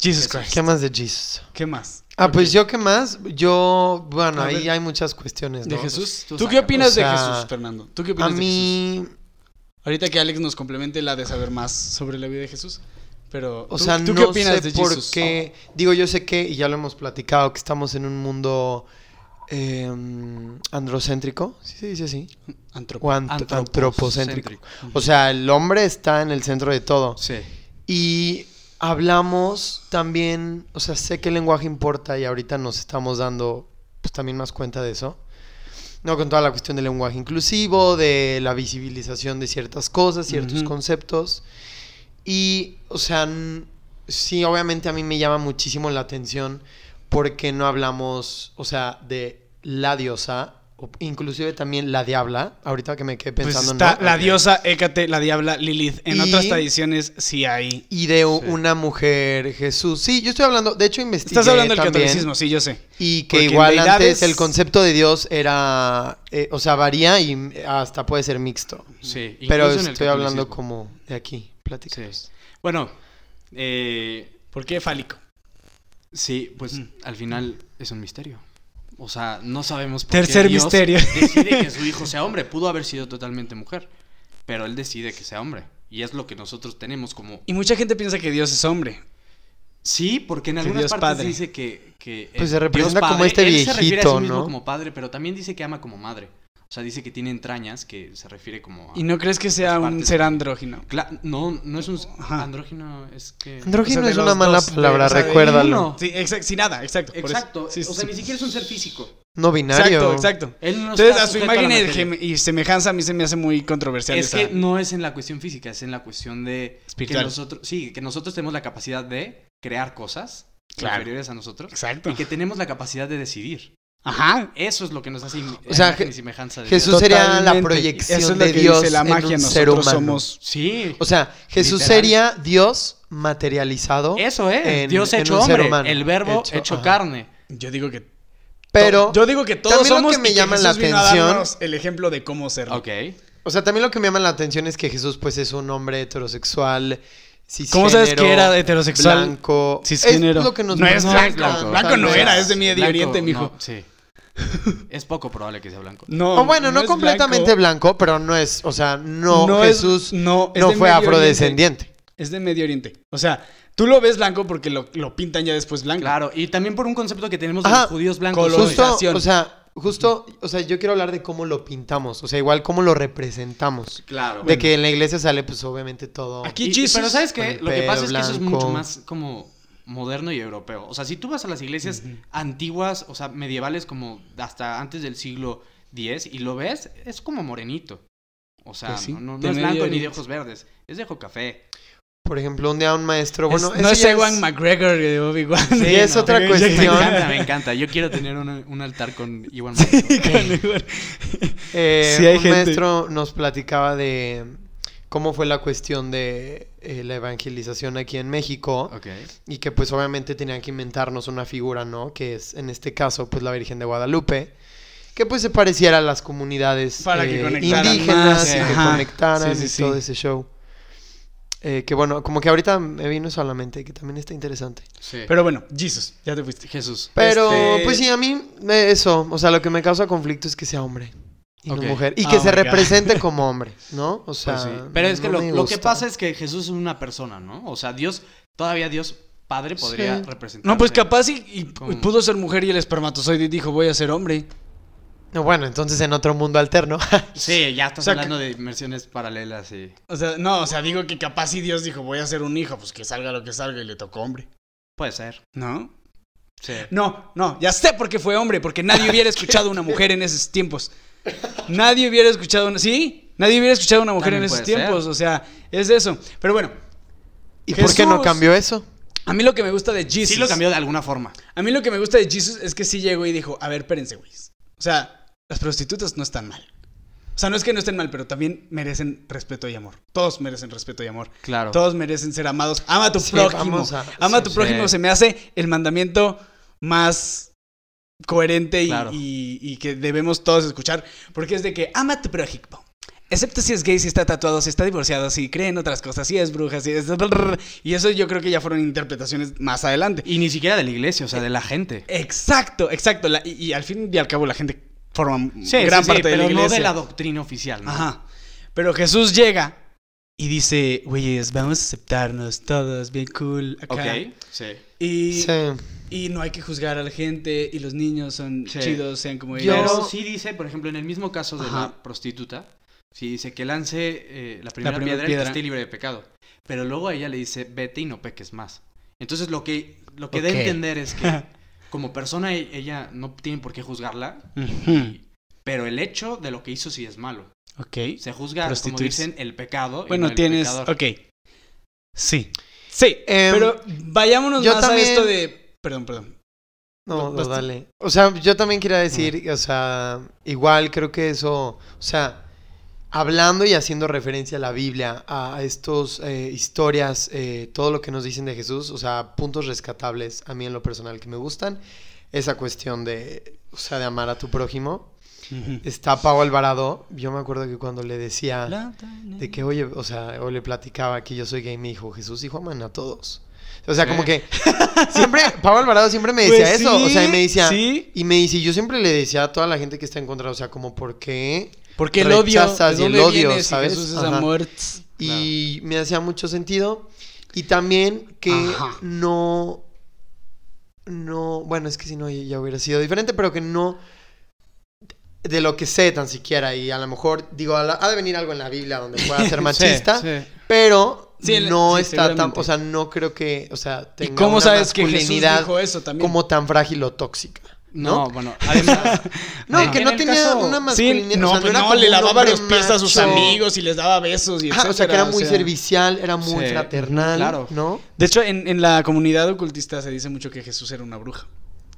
[SPEAKER 2] Jesus Christ.
[SPEAKER 1] ¿Qué más de Jesus?
[SPEAKER 2] ¿Qué más?
[SPEAKER 1] Ah, pues yo qué más, yo, bueno,
[SPEAKER 2] A
[SPEAKER 1] ahí
[SPEAKER 2] ver.
[SPEAKER 1] hay muchas cuestiones,
[SPEAKER 2] ¿De
[SPEAKER 1] ¿no?
[SPEAKER 2] Jesús?
[SPEAKER 3] pues, tú
[SPEAKER 2] ¿Tú qué
[SPEAKER 3] sácalo.
[SPEAKER 2] opinas
[SPEAKER 1] O sea,
[SPEAKER 2] de Jesús, Fernando? ¿Tú qué
[SPEAKER 1] A
[SPEAKER 2] opinas de Jesús?
[SPEAKER 1] mí,
[SPEAKER 2] Ahorita que Alex nos complemente la de saber más sobre la vida de Jesús. Pero,
[SPEAKER 1] o
[SPEAKER 2] ¿tú-
[SPEAKER 1] sea,
[SPEAKER 2] ¿tú,
[SPEAKER 1] no
[SPEAKER 2] qué opinas
[SPEAKER 1] sé
[SPEAKER 2] de
[SPEAKER 1] por
[SPEAKER 2] Jesús?
[SPEAKER 1] qué, digo, yo sé que, y ya lo hemos platicado, que estamos en un mundo eh, androcéntrico, ¿sí se dice así? O
[SPEAKER 2] Oh, Antropo-
[SPEAKER 1] ant- antropocéntrico.
[SPEAKER 3] Antropocéntrico.
[SPEAKER 1] O sea, el hombre está en el centro de todo.
[SPEAKER 3] Sí.
[SPEAKER 1] Y hablamos también, o sea, sé que el lenguaje importa y ahorita nos estamos dando pues también más cuenta de eso. No con toda la cuestión del lenguaje inclusivo, de la visibilización de ciertas cosas, ciertos
[SPEAKER 2] Ujú.
[SPEAKER 1] conceptos. Y, o sea, n- sí, obviamente a mí me llama muchísimo la atención porque no hablamos, o sea, de la diosa, o inclusive también la diabla, ahorita que me quedé
[SPEAKER 2] Pues
[SPEAKER 1] pensando
[SPEAKER 2] está
[SPEAKER 1] ¿no?
[SPEAKER 2] la diosa Hécate, la diabla Lilith. En
[SPEAKER 1] Y-
[SPEAKER 2] otras tradiciones sí hay.
[SPEAKER 1] y de u-
[SPEAKER 3] Sí.
[SPEAKER 1] una mujer Jesús. Sí, yo estoy hablando, de hecho investigué
[SPEAKER 2] Estás hablando del
[SPEAKER 1] también,
[SPEAKER 2] catolicismo, sí, yo sé.
[SPEAKER 1] Y que
[SPEAKER 2] Porque en
[SPEAKER 1] igual
[SPEAKER 2] deidades-
[SPEAKER 1] antes el concepto de Dios era, eh, o sea, varía y mm, hasta puede ser mixto.
[SPEAKER 3] Sí.
[SPEAKER 1] Pero
[SPEAKER 3] incluso en el
[SPEAKER 1] estoy hablando
[SPEAKER 3] catolicismo.
[SPEAKER 1] como de aquí, plática.
[SPEAKER 3] Sí. Bueno, eh,
[SPEAKER 2] ¿Por qué fálico?
[SPEAKER 3] Sí, pues
[SPEAKER 2] Ujú.
[SPEAKER 3] al final es un misterio. O sea, no sabemos por
[SPEAKER 2] Tercer
[SPEAKER 3] qué Dios
[SPEAKER 2] misterio.
[SPEAKER 3] decide que su hijo sea hombre. Pudo haber sido totalmente mujer, pero él decide que sea hombre. Y es lo que nosotros tenemos como...
[SPEAKER 2] Y mucha gente piensa que Dios es hombre.
[SPEAKER 3] Sí, porque en
[SPEAKER 2] Que
[SPEAKER 3] algunas
[SPEAKER 2] Dios
[SPEAKER 3] partes
[SPEAKER 2] Padre.
[SPEAKER 3] dice que... que eh,
[SPEAKER 1] Pues se representa como este
[SPEAKER 3] él se refiere a sí
[SPEAKER 1] viejito,
[SPEAKER 3] mismo
[SPEAKER 1] ¿no?
[SPEAKER 3] como padre, pero también dice que ama como madre. O sea, dice que tiene entrañas, que se refiere como a...
[SPEAKER 2] ¿Y no crees que sea
[SPEAKER 3] Las
[SPEAKER 2] un
[SPEAKER 3] partes
[SPEAKER 2] ser
[SPEAKER 3] que-
[SPEAKER 2] andrógino?
[SPEAKER 3] Cla- no, no es un...
[SPEAKER 2] Ajá.
[SPEAKER 3] Andrógino es que...
[SPEAKER 1] Andrógino
[SPEAKER 2] O sea, de
[SPEAKER 1] es una
[SPEAKER 2] los
[SPEAKER 1] mala
[SPEAKER 2] dos, de-
[SPEAKER 1] palabra,
[SPEAKER 2] o sea, de
[SPEAKER 1] recuérdalo.
[SPEAKER 3] ninguno.
[SPEAKER 2] Sí, exacto, sí, nada, exacto. por eso.
[SPEAKER 3] Exacto.
[SPEAKER 2] Sí, sí,
[SPEAKER 3] o sea,
[SPEAKER 2] sí.
[SPEAKER 3] ni siquiera es un ser físico.
[SPEAKER 1] No binario.
[SPEAKER 2] Exacto, exacto.
[SPEAKER 3] Él no
[SPEAKER 2] Entonces,
[SPEAKER 3] está
[SPEAKER 2] a su
[SPEAKER 3] sujeto la
[SPEAKER 2] imagen y
[SPEAKER 3] materia.
[SPEAKER 2] gem- y semejanza a mí se me hace muy controversial.
[SPEAKER 3] Es
[SPEAKER 2] esa-
[SPEAKER 3] que no es en la cuestión física, es en la cuestión de
[SPEAKER 2] Espiritual.
[SPEAKER 3] que nosotros, sí, que nosotros tenemos la capacidad de crear cosas
[SPEAKER 2] Claro.
[SPEAKER 3] inferiores a nosotros
[SPEAKER 2] Exacto.
[SPEAKER 3] y que tenemos la capacidad de decidir.
[SPEAKER 2] Ajá.
[SPEAKER 3] Eso es lo que nos hace im-
[SPEAKER 1] O sea,
[SPEAKER 3] imagen
[SPEAKER 1] Je-
[SPEAKER 3] y semejanza de
[SPEAKER 1] Jesús
[SPEAKER 3] Dios.
[SPEAKER 1] sería la
[SPEAKER 2] Totalmente.
[SPEAKER 1] proyección
[SPEAKER 2] Eso es lo
[SPEAKER 1] de
[SPEAKER 2] que
[SPEAKER 1] Dios
[SPEAKER 2] dice la magia.
[SPEAKER 1] en un
[SPEAKER 2] Nosotros
[SPEAKER 1] ser humano.
[SPEAKER 2] somos.
[SPEAKER 3] Sí.
[SPEAKER 1] O sea, Jesús
[SPEAKER 3] Literal.
[SPEAKER 1] sería Dios materializado,
[SPEAKER 3] eso es
[SPEAKER 1] en-
[SPEAKER 3] Dios
[SPEAKER 1] en
[SPEAKER 3] hecho
[SPEAKER 1] un ser
[SPEAKER 3] hombre,
[SPEAKER 1] humano.
[SPEAKER 3] el verbo
[SPEAKER 1] Hecho,
[SPEAKER 3] hecho,
[SPEAKER 1] ajá.
[SPEAKER 3] carne.
[SPEAKER 2] Yo digo que.
[SPEAKER 1] pero...
[SPEAKER 2] Yo digo que todos
[SPEAKER 1] también lo
[SPEAKER 2] somos.
[SPEAKER 1] que me
[SPEAKER 2] y
[SPEAKER 1] llama la
[SPEAKER 2] Jesús vino a
[SPEAKER 1] atención-
[SPEAKER 2] darnos el ejemplo de cómo ser.
[SPEAKER 3] Ok.
[SPEAKER 1] O sea, también lo que me llama la atención es que Jesús, pues, es un hombre heterosexual.
[SPEAKER 2] ¿Cómo sabes
[SPEAKER 1] cisgénero,
[SPEAKER 2] que era heterosexual?
[SPEAKER 1] Blanco.
[SPEAKER 2] Cisgénero.
[SPEAKER 1] Es lo que nos
[SPEAKER 2] No es
[SPEAKER 1] mandó-
[SPEAKER 2] blanco. Blanco no
[SPEAKER 3] totalmente.
[SPEAKER 2] era, es de Medio
[SPEAKER 3] Blanco,
[SPEAKER 2] Oriente, mijo.
[SPEAKER 3] no, sí. Es poco probable que sea blanco.
[SPEAKER 2] No,
[SPEAKER 1] O Oh, bueno, no,
[SPEAKER 2] es
[SPEAKER 1] completamente
[SPEAKER 2] blanco.
[SPEAKER 1] blanco. pero no es, o sea, no,
[SPEAKER 2] es-
[SPEAKER 1] Jesús
[SPEAKER 2] no, es
[SPEAKER 1] no
[SPEAKER 2] de
[SPEAKER 1] fue
[SPEAKER 2] Medio Oriente.
[SPEAKER 1] afrodescendiente.
[SPEAKER 2] Es de Medio Oriente. O sea, tú lo ves blanco porque lo, lo pintan ya después blanco.
[SPEAKER 3] Claro, y también por un concepto que tenemos de
[SPEAKER 1] Ajá.
[SPEAKER 3] los judíos blancos.
[SPEAKER 2] Color.
[SPEAKER 3] güey.
[SPEAKER 1] Justo,
[SPEAKER 2] Colonización.
[SPEAKER 1] o sea, justo, o sea, yo quiero hablar de cómo lo pintamos, o sea, igual cómo lo representamos.
[SPEAKER 3] Claro.
[SPEAKER 1] De que en la iglesia sale, pues, obviamente todo.
[SPEAKER 2] Aquí-
[SPEAKER 3] Y- y-
[SPEAKER 2] Jesus
[SPEAKER 3] pero ¿sabes
[SPEAKER 1] con
[SPEAKER 3] qué?
[SPEAKER 1] el
[SPEAKER 3] Lo que
[SPEAKER 1] pelo
[SPEAKER 3] pasa es que eso es mucho
[SPEAKER 1] blanco.
[SPEAKER 3] más como moderno y europeo. O sea, si tú vas a las iglesias antiguas, o sea, medievales como hasta antes del siglo X y lo ves, es como morenito. O sea,
[SPEAKER 2] Pues sí,
[SPEAKER 3] no, no- no
[SPEAKER 2] de
[SPEAKER 3] es
[SPEAKER 2] Medio
[SPEAKER 3] blanco ni
[SPEAKER 2] Oriente.
[SPEAKER 3] de ojos verdes, es de ojo café.
[SPEAKER 1] Por ejemplo, un día un maestro,
[SPEAKER 2] Es-
[SPEAKER 1] bueno,
[SPEAKER 2] no
[SPEAKER 1] ese
[SPEAKER 2] es
[SPEAKER 1] ya
[SPEAKER 2] Ewan McGregor de Obi-Wan.
[SPEAKER 1] Sí, es
[SPEAKER 3] no,
[SPEAKER 1] otra
[SPEAKER 2] me-
[SPEAKER 3] Me
[SPEAKER 1] cuestión.
[SPEAKER 3] encanta, me encanta. Yo quiero tener un, un altar con Iwan Moreno.
[SPEAKER 1] eh,
[SPEAKER 2] Sí, hay
[SPEAKER 1] un
[SPEAKER 2] gente.
[SPEAKER 1] maestro nos platicaba de cómo fue la cuestión de eh, la evangelización aquí en México
[SPEAKER 3] Ok.
[SPEAKER 1] y que pues obviamente tenían que inventarnos una figura, ¿no? Que es en este caso pues la Virgen de Guadalupe, que pues se pareciera a las comunidades
[SPEAKER 2] Para que
[SPEAKER 1] eh,
[SPEAKER 2] conectaran
[SPEAKER 1] indígenas
[SPEAKER 3] más,
[SPEAKER 1] y que
[SPEAKER 2] ajá.
[SPEAKER 1] conectaran
[SPEAKER 2] Sí, sí,
[SPEAKER 1] y
[SPEAKER 2] sí.
[SPEAKER 1] todo ese show. Eh, que bueno, como que ahorita me vino eso a la mente, que también está interesante.
[SPEAKER 3] Sí.
[SPEAKER 2] Pero bueno, Jesus, ya te fuiste.
[SPEAKER 3] Jesús.
[SPEAKER 1] Pero
[SPEAKER 2] Este-
[SPEAKER 1] pues sí, a mí eh, eso, o sea, lo que me causa conflicto es que sea hombre. Y
[SPEAKER 3] Ah, Ok.
[SPEAKER 1] no mujer. Y
[SPEAKER 2] Oh
[SPEAKER 1] que se
[SPEAKER 2] my God.
[SPEAKER 1] represente como hombre, ¿no? O sea.
[SPEAKER 3] Pues sí. Pero es que
[SPEAKER 1] no
[SPEAKER 3] lo,
[SPEAKER 1] me
[SPEAKER 3] lo que
[SPEAKER 1] gusta.
[SPEAKER 3] pasa es que Jesús es una persona, ¿no? O sea, Dios, todavía Dios Padre podría
[SPEAKER 1] Sí.
[SPEAKER 3] representar.
[SPEAKER 2] No, pues capaz y, y
[SPEAKER 3] Como-
[SPEAKER 2] pudo ser mujer y el espermatozoide dijo voy a ser hombre.
[SPEAKER 1] No, bueno, entonces en otro mundo alterno.
[SPEAKER 3] Sí, ya estás
[SPEAKER 2] O sea,
[SPEAKER 3] hablando de dimensiones paralelas y.
[SPEAKER 2] O sea, no, o sea, digo que capaz y Dios dijo voy a ser un hijo, pues que salga lo que salga y le tocó hombre.
[SPEAKER 3] Puede ser.
[SPEAKER 2] ¿No?
[SPEAKER 3] Sí.
[SPEAKER 2] No, no, ya sé por qué fue hombre, porque nadie hubiera escuchado a una mujer en esos tiempos. Nadie hubiera escuchado una... Sí, nadie hubiera escuchado a una mujer
[SPEAKER 3] También
[SPEAKER 2] en esos
[SPEAKER 3] puede ser.
[SPEAKER 2] tiempos, o sea, es eso. Pero bueno,
[SPEAKER 1] ¿Y por qué no
[SPEAKER 2] Jesús.
[SPEAKER 1] cambió eso?
[SPEAKER 2] a mí lo que me gusta de Jesus...
[SPEAKER 3] Sí lo cambió de alguna forma.
[SPEAKER 2] A mí lo que me gusta de Jesus es que sí llegó y dijo, a ver, espérense, güeyes. O sea, las prostitutas no están mal. O sea, no es que no estén mal, pero también merecen respeto y amor. Todos merecen respeto y amor.
[SPEAKER 3] Claro.
[SPEAKER 2] Todos merecen ser amados. Ama a tu
[SPEAKER 1] Sí,
[SPEAKER 2] prójimo.
[SPEAKER 1] vamos a-
[SPEAKER 2] Ama a
[SPEAKER 1] sí,
[SPEAKER 2] tu
[SPEAKER 3] sí.
[SPEAKER 2] prójimo. Se me hace el mandamiento más coherente y,
[SPEAKER 3] Claro.
[SPEAKER 2] y- y que debemos todos escuchar. Porque es de que ama a tu prójimo. Excepto si es gay, si está tatuado, si está divorciado, si cree en otras cosas, si es bruja, si es... Y eso yo creo que ya fueron interpretaciones más adelante.
[SPEAKER 3] Y ni siquiera de la iglesia, o
[SPEAKER 2] Eh,
[SPEAKER 3] sea, de la gente.
[SPEAKER 2] Exacto, exacto. La- y, y al fin y al cabo la gente forma
[SPEAKER 3] Sí,
[SPEAKER 2] gran
[SPEAKER 3] sí, sí,
[SPEAKER 2] parte de
[SPEAKER 3] pero
[SPEAKER 2] la iglesia.
[SPEAKER 3] no de la doctrina oficial. ¿no?
[SPEAKER 2] Ajá. Pero Jesús llega y dice, güeyes, vamos a aceptarnos todos, bien cool. Acá.
[SPEAKER 3] Ok. Sí.
[SPEAKER 2] Y,
[SPEAKER 1] Sí.
[SPEAKER 2] y no hay que juzgar a la gente y los niños son
[SPEAKER 3] Sí.
[SPEAKER 2] chidos, sean como
[SPEAKER 1] Yo-
[SPEAKER 2] ellos.
[SPEAKER 3] Pero sí dice, por ejemplo, en el mismo caso de
[SPEAKER 2] Ajá.
[SPEAKER 3] la prostituta, sí dice que lance eh, la primera
[SPEAKER 2] primera
[SPEAKER 3] piedra,
[SPEAKER 2] piedra.
[SPEAKER 3] que esté libre de pecado. Pero luego a ella le dice, vete y no peques más. Entonces lo que, lo que da
[SPEAKER 2] Ok.
[SPEAKER 3] a entender es que como persona e- ella no tiene por qué juzgarla,
[SPEAKER 2] Ujú,
[SPEAKER 3] pero el hecho de lo que hizo sí es malo.
[SPEAKER 2] Ok.
[SPEAKER 3] Se juzga, como
[SPEAKER 2] Prostituirse.
[SPEAKER 3] dicen, el pecado. y no
[SPEAKER 2] Bueno,
[SPEAKER 3] el
[SPEAKER 2] tienes...
[SPEAKER 3] pecador.
[SPEAKER 2] Ok. Sí. Sí,
[SPEAKER 1] Em,
[SPEAKER 2] pero vayámonos
[SPEAKER 1] yo
[SPEAKER 2] más
[SPEAKER 1] también-
[SPEAKER 2] a esto de... Perdón, perdón.
[SPEAKER 1] No, no,
[SPEAKER 2] Bast-
[SPEAKER 1] dale. O sea, yo también quería decir, o sea, igual creo que eso, o sea, hablando y haciendo referencia a la Biblia, a estas historias, eh, todo lo que nos dicen de Jesús, o sea, puntos rescatables a mí en lo personal que me gustan, esa cuestión de, o sea, de amar a tu prójimo. Está Pau Alvarado, yo me acuerdo que cuando le decía... De que, oye, o sea, o le platicaba que yo soy gay, me dijo, Jesús, hijo, aman a todos. O sea, como que siempre, Pablo Alvarado siempre me decía
[SPEAKER 2] Pues
[SPEAKER 1] eso. o sea, y
[SPEAKER 2] sí,
[SPEAKER 1] me decía,
[SPEAKER 2] sí.
[SPEAKER 1] y me dice, yo siempre le decía a toda la gente que está en contra, o sea, como, ¿por qué?
[SPEAKER 2] Porque el odio,
[SPEAKER 1] Rechazas
[SPEAKER 2] ¿de
[SPEAKER 1] y el
[SPEAKER 2] dónde
[SPEAKER 1] odio,
[SPEAKER 2] viene si
[SPEAKER 1] ¿sabes?
[SPEAKER 2] Jesús es
[SPEAKER 1] Ajá.
[SPEAKER 2] amor.
[SPEAKER 1] Y me hacía mucho sentido. Y también que
[SPEAKER 2] Ajá.
[SPEAKER 1] no. No. Bueno, es que si no, ya- ya hubiera sido diferente, pero que no. De lo que sé tan siquiera. Y a lo mejor, digo, ha ha de venir algo en la Biblia donde pueda ser machista. Pero
[SPEAKER 2] Sí, el-
[SPEAKER 1] no
[SPEAKER 2] sí,
[SPEAKER 1] está tan,
[SPEAKER 2] seguramente.
[SPEAKER 1] o sea, no creo que, o sea,
[SPEAKER 2] ¿Y
[SPEAKER 1] tenga
[SPEAKER 2] cómo
[SPEAKER 1] una
[SPEAKER 2] sabes que Jesús
[SPEAKER 1] masculinidad
[SPEAKER 2] dijo eso también?
[SPEAKER 1] como tan frágil o tóxica.
[SPEAKER 3] No,
[SPEAKER 1] ¿no?
[SPEAKER 3] bueno, además.
[SPEAKER 1] No,
[SPEAKER 3] de
[SPEAKER 1] que
[SPEAKER 3] en
[SPEAKER 1] no
[SPEAKER 3] el
[SPEAKER 1] tenía
[SPEAKER 3] caso-
[SPEAKER 1] una
[SPEAKER 2] Sí,
[SPEAKER 1] masculinidad,
[SPEAKER 2] no,
[SPEAKER 1] o sea,
[SPEAKER 2] pues
[SPEAKER 1] no, era
[SPEAKER 2] no,
[SPEAKER 1] como
[SPEAKER 2] le
[SPEAKER 1] un
[SPEAKER 2] lavaba
[SPEAKER 1] hombre
[SPEAKER 2] los pies a sus
[SPEAKER 1] macho.
[SPEAKER 2] amigos y les daba besos y
[SPEAKER 1] Ajá,
[SPEAKER 2] etcétera.
[SPEAKER 1] o sea, que era
[SPEAKER 2] o
[SPEAKER 1] muy
[SPEAKER 2] sea.
[SPEAKER 1] servicial, era muy
[SPEAKER 3] Sí,
[SPEAKER 1] fraternal,
[SPEAKER 3] claro.
[SPEAKER 1] ¿no?
[SPEAKER 2] De hecho, en, en la comunidad ocultista se dice mucho que Jesús era una bruja.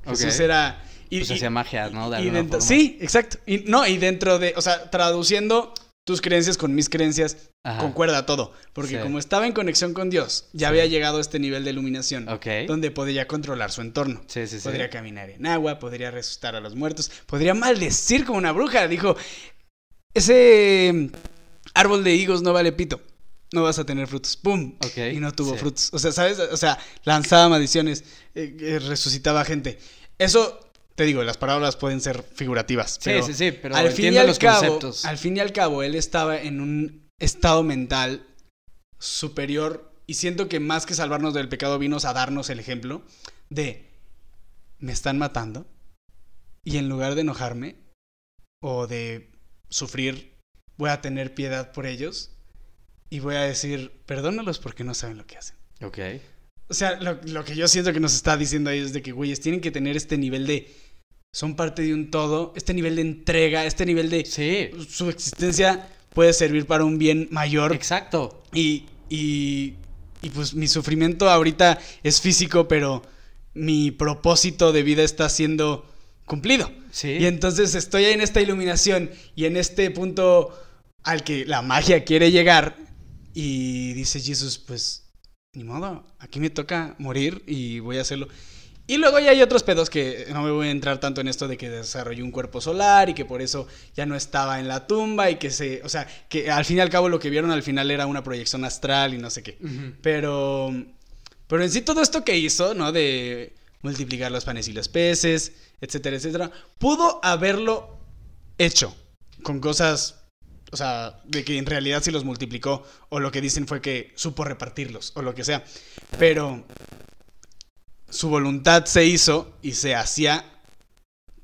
[SPEAKER 3] Ok.
[SPEAKER 2] Jesús era... y-
[SPEAKER 3] Pues
[SPEAKER 2] y-
[SPEAKER 3] hacía magia, ¿no? De
[SPEAKER 2] y
[SPEAKER 3] alguna
[SPEAKER 2] dentro-
[SPEAKER 3] forma.
[SPEAKER 2] Sí, exacto. Y, no, y dentro de... O sea, traduciendo tus creencias con mis creencias,
[SPEAKER 3] Ajá.
[SPEAKER 2] concuerda todo. Porque
[SPEAKER 3] Sí.
[SPEAKER 2] como estaba en conexión con Dios, ya había llegado a este nivel de iluminación.
[SPEAKER 3] Ok.
[SPEAKER 2] Donde podía controlar su entorno.
[SPEAKER 3] Sí, sí, sí.
[SPEAKER 2] Podría caminar en agua, podría resucitar a los muertos, podría maldecir como una bruja. Dijo, ese mm, árbol de higos no vale pito, no vas a tener frutos. ¡Pum!
[SPEAKER 3] Ok,
[SPEAKER 2] Y no tuvo
[SPEAKER 3] sí.
[SPEAKER 2] frutos. O sea, ¿sabes? O sea, lanzaba maldiciones, eh, eh, resucitaba gente. Eso Te digo, las parábolas pueden ser figurativas. pero
[SPEAKER 3] sí, sí, sí, pero
[SPEAKER 2] al fin y
[SPEAKER 3] entiendo
[SPEAKER 2] al
[SPEAKER 3] los
[SPEAKER 2] cabo,
[SPEAKER 3] conceptos.
[SPEAKER 2] al fin y al cabo, él estaba en un estado mental superior y siento que más que salvarnos del pecado vino a darnos el ejemplo de me están matando y en lugar de enojarme o de sufrir voy a tener piedad por ellos y voy a decir perdónalos porque no saben lo que hacen.
[SPEAKER 3] Ok.
[SPEAKER 2] O sea, lo, lo que yo siento que nos está diciendo ahí es de que, güeyes, tienen que tener este nivel de... Son parte de un todo, este nivel de entrega, este nivel de...
[SPEAKER 3] Sí,
[SPEAKER 2] Su existencia puede servir para un bien mayor.
[SPEAKER 3] exacto.
[SPEAKER 2] Y, y, y pues mi sufrimiento ahorita es físico, pero mi propósito de vida está siendo cumplido.
[SPEAKER 3] Sí.
[SPEAKER 2] Y entonces estoy en esta iluminación y en este punto al que la magia quiere llegar. Y dice Jesús, pues ni modo, aquí me toca morir y voy a hacerlo. Y luego ya hay otros pedos que no me voy a entrar tanto en esto de que desarrolló un cuerpo solar y que por eso ya no estaba en la tumba y que se, o sea, que al fin y al cabo lo que vieron al final era una proyección astral y no sé qué.
[SPEAKER 3] Ujú.
[SPEAKER 2] Pero. Pero en sí todo esto que hizo, ¿no? De multiplicar los panes y los peces, etcétera, etcétera. Pudo haberlo hecho con cosas. O sea, de que en realidad sí los multiplicó. O lo que dicen fue que supo repartirlos. O lo que sea. Pero. Su voluntad se hizo y se hacía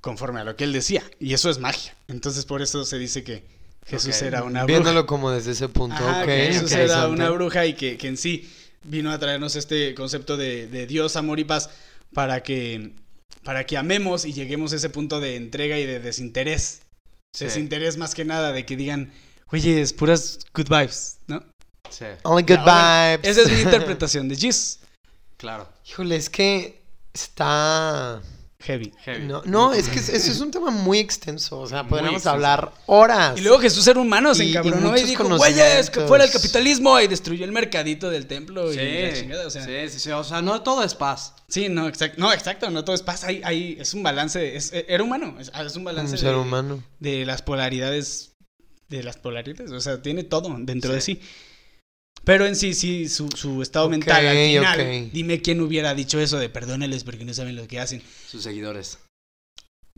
[SPEAKER 2] conforme a lo que él decía. Y eso es magia. Entonces por eso se dice que Jesús
[SPEAKER 3] Ok,
[SPEAKER 2] era una bruja.
[SPEAKER 1] Viéndolo como desde ese punto,
[SPEAKER 2] Ajá,
[SPEAKER 1] ok.
[SPEAKER 2] que Jesús era
[SPEAKER 1] interesante.
[SPEAKER 2] una bruja y que, que en sí vino a traernos este concepto de, de Dios, amor y paz para que, para que amemos y lleguemos a ese punto de entrega y de desinterés.
[SPEAKER 3] Sí,
[SPEAKER 2] Desinterés más que nada, de que digan, oye, es puras good vibes, ¿no?
[SPEAKER 3] sí,
[SPEAKER 1] Only good
[SPEAKER 2] Ya, bueno,
[SPEAKER 1] vibes.
[SPEAKER 2] Esa es mi interpretación de Jesus.
[SPEAKER 3] claro.
[SPEAKER 1] Híjole, es que está...
[SPEAKER 2] Heavy.
[SPEAKER 3] Heavy.
[SPEAKER 1] No, no, es que es- eso es un tema muy extenso. O sea,
[SPEAKER 3] Muy
[SPEAKER 1] podríamos
[SPEAKER 3] extenso.
[SPEAKER 1] hablar horas.
[SPEAKER 2] Y luego Jesús era humano, se
[SPEAKER 1] Y- y
[SPEAKER 2] encabronó y,
[SPEAKER 1] muchos
[SPEAKER 2] dijo, güey,
[SPEAKER 1] conocimientos.
[SPEAKER 2] es que fuera el capitalismo y destruyó el mercadito del templo
[SPEAKER 3] Sí,
[SPEAKER 2] y la chingada, o sea.
[SPEAKER 3] sí, sí, sí, o sea, no todo es paz.
[SPEAKER 2] Sí, no, exacto. No, exacto, no todo es paz. Ahí, ahí es un balance. Es, eh, era humano. Es, es un
[SPEAKER 1] un
[SPEAKER 2] balance
[SPEAKER 1] ser
[SPEAKER 2] de,
[SPEAKER 1] humano.
[SPEAKER 2] de las polaridades. De las polaridades. O sea, tiene todo dentro de sí. Pero en sí, sí, su, su estado
[SPEAKER 1] Ok,
[SPEAKER 2] mental al final.
[SPEAKER 1] ok.
[SPEAKER 2] Dime quién hubiera dicho eso de perdónales porque no saben lo que hacen.
[SPEAKER 3] Sus seguidores.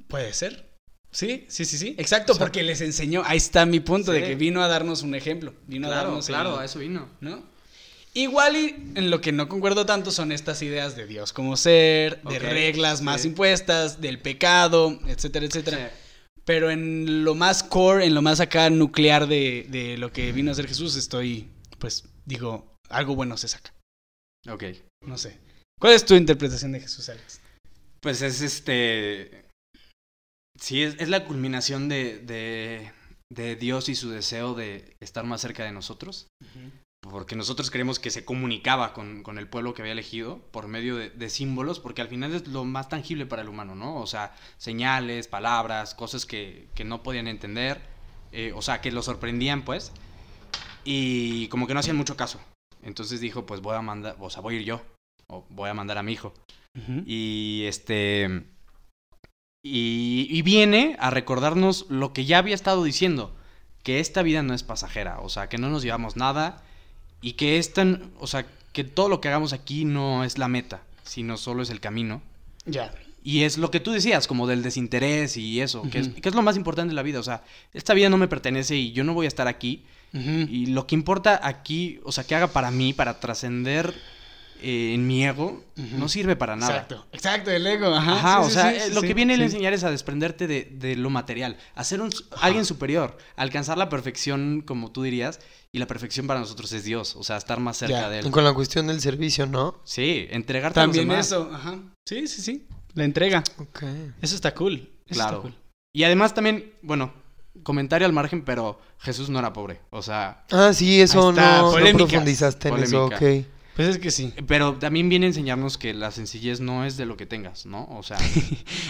[SPEAKER 2] Puede ser. Sí, sí, sí, sí. Exacto,
[SPEAKER 1] O sea,
[SPEAKER 2] porque les enseñó. Ahí está mi punto de
[SPEAKER 3] Sí.
[SPEAKER 2] que vino a darnos un ejemplo. Vino a
[SPEAKER 3] claro,
[SPEAKER 2] darnos el-
[SPEAKER 3] claro, a eso vino.
[SPEAKER 2] ¿no? Igual y en lo que no concuerdo tanto son estas ideas de Dios como ser, de
[SPEAKER 3] Ok,
[SPEAKER 2] reglas más
[SPEAKER 3] sí.
[SPEAKER 2] impuestas, del pecado, etcétera, etcétera.
[SPEAKER 3] Sí.
[SPEAKER 2] Pero en lo más core, en lo más acá nuclear de, de lo que vino a ser Jesús, estoy, pues, digo, algo bueno se saca.
[SPEAKER 3] Ok.
[SPEAKER 2] No sé. ¿Cuál es tu interpretación de Jesús, Alex?
[SPEAKER 3] Pues es este. Sí, es, es la culminación de, de, de Dios y su deseo de estar más cerca de nosotros. Porque nosotros creemos que se comunicaba con, con el pueblo que había elegido por medio de, de símbolos, porque al final es lo más tangible para el humano, ¿no? O sea, señales, palabras, cosas que, que no podían entender, eh, o sea, que lo sorprendían, pues, y como que no hacían mucho caso. Entonces dijo, pues voy a mandar, o sea, voy a ir yo, o voy a mandar a mi hijo.
[SPEAKER 2] Ujú.
[SPEAKER 3] Y este. Y, y viene a recordarnos lo que ya había estado diciendo: que esta vida no es pasajera, o sea, que no nos llevamos nada y que esta, o sea, que todo lo que hagamos aquí no es la meta, sino solo es el camino.
[SPEAKER 2] Ya.
[SPEAKER 3] Y es lo que tú decías, como del desinterés y eso, que, es,
[SPEAKER 2] Ujú.
[SPEAKER 3] que es lo más importante de la vida. O sea, esta vida no me pertenece y yo no voy a estar aquí.
[SPEAKER 2] Ujú.
[SPEAKER 3] Y lo que importa aquí, o sea, que haga para mí, para trascender eh, en mi ego,
[SPEAKER 2] Ujú.
[SPEAKER 3] no sirve para nada.
[SPEAKER 2] Exacto, exacto, el ego. Ajá,
[SPEAKER 3] Ajá,
[SPEAKER 2] Sí,
[SPEAKER 3] o
[SPEAKER 2] sí,
[SPEAKER 3] sea,
[SPEAKER 2] sí,
[SPEAKER 3] eh,
[SPEAKER 2] sí,
[SPEAKER 3] lo
[SPEAKER 2] sí,
[SPEAKER 3] que viene el
[SPEAKER 2] sí.
[SPEAKER 3] enseñar es a desprenderte de, de lo material, a ser un, alguien superior, alcanzar la perfección, como tú dirías, y la perfección para nosotros es Dios, o sea, estar más cerca
[SPEAKER 2] Ya.
[SPEAKER 3] de
[SPEAKER 1] Y
[SPEAKER 3] Él.
[SPEAKER 1] Con la cuestión del servicio, ¿no?
[SPEAKER 3] Sí, entregarte a
[SPEAKER 2] También
[SPEAKER 3] los demás.
[SPEAKER 2] eso, ajá. Sí, sí, sí. La entrega.
[SPEAKER 1] Ok.
[SPEAKER 2] Eso está cool. Eso
[SPEAKER 3] Claro.
[SPEAKER 2] Está cool.
[SPEAKER 3] Y además también, bueno, comentario al margen, pero Jesús no era pobre, o sea,
[SPEAKER 1] Ah, sí, eso
[SPEAKER 2] Ahí está,
[SPEAKER 1] no, no
[SPEAKER 2] polémica,
[SPEAKER 1] profundizaste en eso,
[SPEAKER 3] polémica.
[SPEAKER 1] ok.
[SPEAKER 2] Pues es que sí.
[SPEAKER 3] pero también viene a enseñarnos que la sencillez no es de lo que tengas, ¿no? O sea,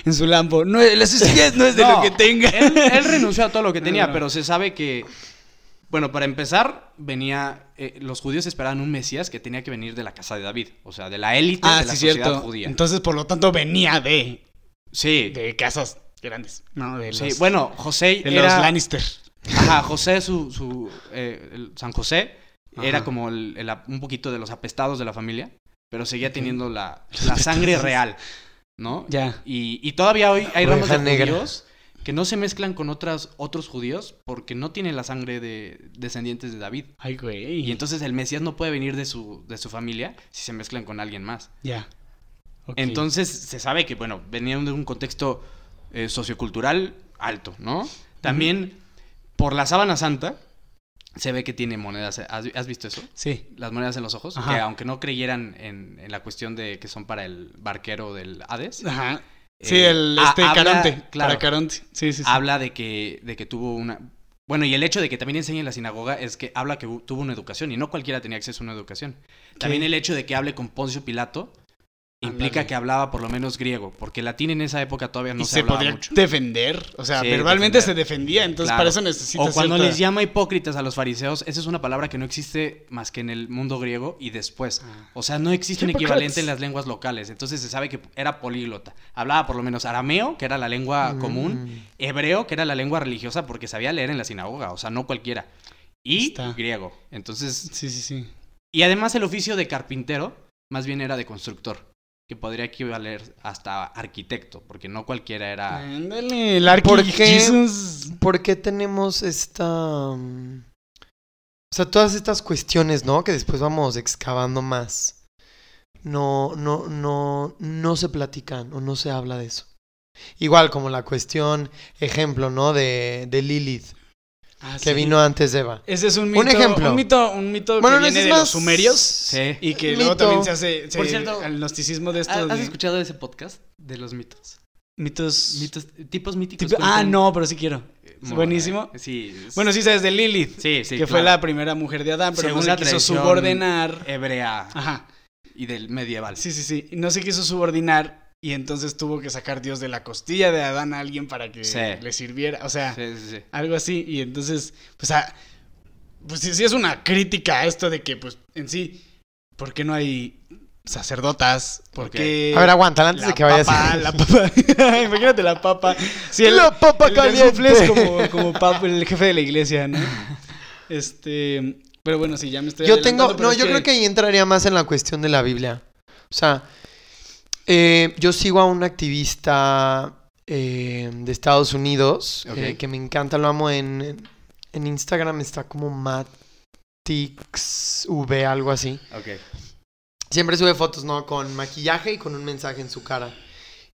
[SPEAKER 2] En su Lambo. No, la sencillez no es de lo
[SPEAKER 3] No,
[SPEAKER 2] que tenga.
[SPEAKER 3] Él, él renunció a todo lo que tenía,
[SPEAKER 2] No.
[SPEAKER 3] pero se sabe que. Bueno, para empezar, venía. eh, los judíos esperaban un Mesías que tenía que venir de la casa de David, o sea, de la élite
[SPEAKER 2] ah,
[SPEAKER 3] de la
[SPEAKER 2] sí,
[SPEAKER 3] sociedad
[SPEAKER 2] cierto.
[SPEAKER 3] judía.
[SPEAKER 2] Entonces, por lo tanto, venía de,
[SPEAKER 3] sí,
[SPEAKER 2] de casas grandes. No, de los,
[SPEAKER 3] sí. Bueno, José
[SPEAKER 2] de los
[SPEAKER 3] era.
[SPEAKER 2] Lannister.
[SPEAKER 3] Ajá, José, su. su, eh, el San José era
[SPEAKER 2] Ajá.
[SPEAKER 3] como el- el ap- un poquito de los apestados de la familia, pero seguía
[SPEAKER 2] Ok.
[SPEAKER 3] teniendo la, la sangre real. ¿no?
[SPEAKER 2] Ya.
[SPEAKER 3] Y, y todavía hoy hay ramos de
[SPEAKER 1] Oveja negra.
[SPEAKER 3] judíos que no se mezclan con otras, otros judíos porque no tienen la sangre de descendientes de David.
[SPEAKER 2] Ay, güey.
[SPEAKER 3] Y entonces el Mesías no puede venir de su, de su familia si se mezclan con alguien más.
[SPEAKER 2] Ya. Ok.
[SPEAKER 3] Entonces se sabe que, bueno, venían de un contexto eh, sociocultural alto, ¿no? También por la sábana santa se ve que tiene monedas. ¿Has, has visto eso?
[SPEAKER 2] Sí.
[SPEAKER 3] Las monedas en los ojos.
[SPEAKER 2] Ajá.
[SPEAKER 3] Que aunque no creyeran en, en la cuestión de que son para el barquero del Hades.
[SPEAKER 2] Ajá.
[SPEAKER 3] eh,
[SPEAKER 2] Sí, el
[SPEAKER 3] ha-
[SPEAKER 2] este,
[SPEAKER 3] habla-
[SPEAKER 2] Caronte.
[SPEAKER 3] claro,
[SPEAKER 2] Para Caronte. Sí, sí, sí.
[SPEAKER 3] habla de que, de que tuvo una... Bueno, y el hecho de que también enseñe en la sinagoga es que habla que hu- tuvo una educación y no cualquiera tenía acceso a una educación. También el hecho de que hable con Poncio Pilato implica
[SPEAKER 2] Ándale.
[SPEAKER 3] que hablaba por lo menos griego, porque latín en esa época todavía no
[SPEAKER 2] y
[SPEAKER 3] se,
[SPEAKER 2] se
[SPEAKER 3] hablaba
[SPEAKER 2] podría
[SPEAKER 3] mucho.
[SPEAKER 2] defender. O sea,
[SPEAKER 3] Sí,
[SPEAKER 2] verbalmente
[SPEAKER 3] defender.
[SPEAKER 2] se defendía. Entonces,
[SPEAKER 3] Claro.
[SPEAKER 2] para eso necesitas.
[SPEAKER 3] O cuando
[SPEAKER 2] cierta-
[SPEAKER 3] les llama hipócritas a los fariseos, esa es una palabra que no existe más que en el mundo griego y después.
[SPEAKER 2] Ah.
[SPEAKER 3] O sea, no existe un
[SPEAKER 2] Hipócrates.
[SPEAKER 3] equivalente en las lenguas locales. Entonces se sabe que era políglota. Hablaba por lo menos arameo, que era la
[SPEAKER 2] Mm.
[SPEAKER 3] lengua común,
[SPEAKER 1] Mm.
[SPEAKER 3] hebreo, que era la lengua religiosa, porque sabía leer en la sinagoga, o sea, no cualquiera. Y
[SPEAKER 2] Está.
[SPEAKER 3] griego. Entonces,
[SPEAKER 2] Sí, sí, sí.
[SPEAKER 3] y además el oficio de carpintero más bien era de constructor, que podría equivaler hasta arquitecto, porque no cualquiera era...
[SPEAKER 2] Eh, Ándale, el Arqui
[SPEAKER 1] ¿Por qué?
[SPEAKER 2] Jesus.
[SPEAKER 1] ¿Por qué tenemos esta... mm, O sea, todas estas cuestiones, ¿no? Que después vamos excavando más. No, no, no, no se platican o no se habla de eso. Igual como la cuestión, ejemplo, ¿no? De, de Lilith,
[SPEAKER 2] Ah,
[SPEAKER 1] que
[SPEAKER 2] sí.
[SPEAKER 1] vino antes de Eva.
[SPEAKER 2] Ese es un
[SPEAKER 1] Un
[SPEAKER 2] mito.
[SPEAKER 1] ejemplo.
[SPEAKER 2] Un mito, un mito
[SPEAKER 1] Bueno,
[SPEAKER 2] que
[SPEAKER 1] no, ese
[SPEAKER 2] viene
[SPEAKER 1] es
[SPEAKER 2] de
[SPEAKER 1] más-
[SPEAKER 2] los sumerios.
[SPEAKER 3] Sí.
[SPEAKER 2] Y que
[SPEAKER 1] Mito.
[SPEAKER 2] luego también se hace.
[SPEAKER 3] Por
[SPEAKER 2] Por
[SPEAKER 3] cierto,
[SPEAKER 2] cierto, el gnosticismo de estos.
[SPEAKER 3] ¿Has
[SPEAKER 2] de-
[SPEAKER 3] escuchado ese podcast de los mitos?
[SPEAKER 2] Mitos.
[SPEAKER 3] Mitos- tipos míticos.
[SPEAKER 2] tipo- ah,
[SPEAKER 3] cuentan-
[SPEAKER 2] no, pero sí quiero.
[SPEAKER 3] Eh,
[SPEAKER 2] Es buenísimo.
[SPEAKER 3] eh, Sí. es-
[SPEAKER 2] Bueno, sí sabes de Lilith.
[SPEAKER 3] sí, sí.
[SPEAKER 2] que fue la primera mujer de Adán, pero
[SPEAKER 3] Según
[SPEAKER 2] no se
[SPEAKER 3] la
[SPEAKER 2] quiso
[SPEAKER 3] tradición-
[SPEAKER 2] subordinar.
[SPEAKER 3] hebrea
[SPEAKER 2] Ajá.
[SPEAKER 3] y del medieval.
[SPEAKER 2] Ah. Sí, sí, sí. No se quiso subordinar y entonces tuvo que sacar Dios de la costilla de Adán a alguien para que
[SPEAKER 3] Sí.
[SPEAKER 2] le sirviera. O sea,
[SPEAKER 3] Sí, sí, sí.
[SPEAKER 2] algo así. Y entonces, pues, ah, pues sí, sí es una crítica a esto de que, pues, en sí, ¿por qué no hay sacerdotas? ¿Por
[SPEAKER 3] Ok.
[SPEAKER 2] qué...?
[SPEAKER 1] A ver, aguanta, antes
[SPEAKER 2] Eh, la
[SPEAKER 1] de que vayas...
[SPEAKER 2] papa, la papa. Imagínate la papa. Sí, el-
[SPEAKER 1] La papa
[SPEAKER 2] el
[SPEAKER 1] caliente.
[SPEAKER 2] Gansufles como, como papa, el jefe de la iglesia, ¿no? Este, pero bueno, sí, ya me estoy
[SPEAKER 1] Yo
[SPEAKER 2] adelantando,
[SPEAKER 1] tengo,
[SPEAKER 2] pero
[SPEAKER 1] no,
[SPEAKER 2] es
[SPEAKER 1] yo creo que ahí entraría más en la cuestión de la Biblia. O sea, eh, yo sigo a un activista eh, de Estados Unidos
[SPEAKER 3] Ok.
[SPEAKER 1] eh, que me encanta, lo amo en, en Instagram, está como MatixV, algo así.
[SPEAKER 3] Ok.
[SPEAKER 1] Siempre sube fotos, ¿no? Con maquillaje y con un mensaje en su cara.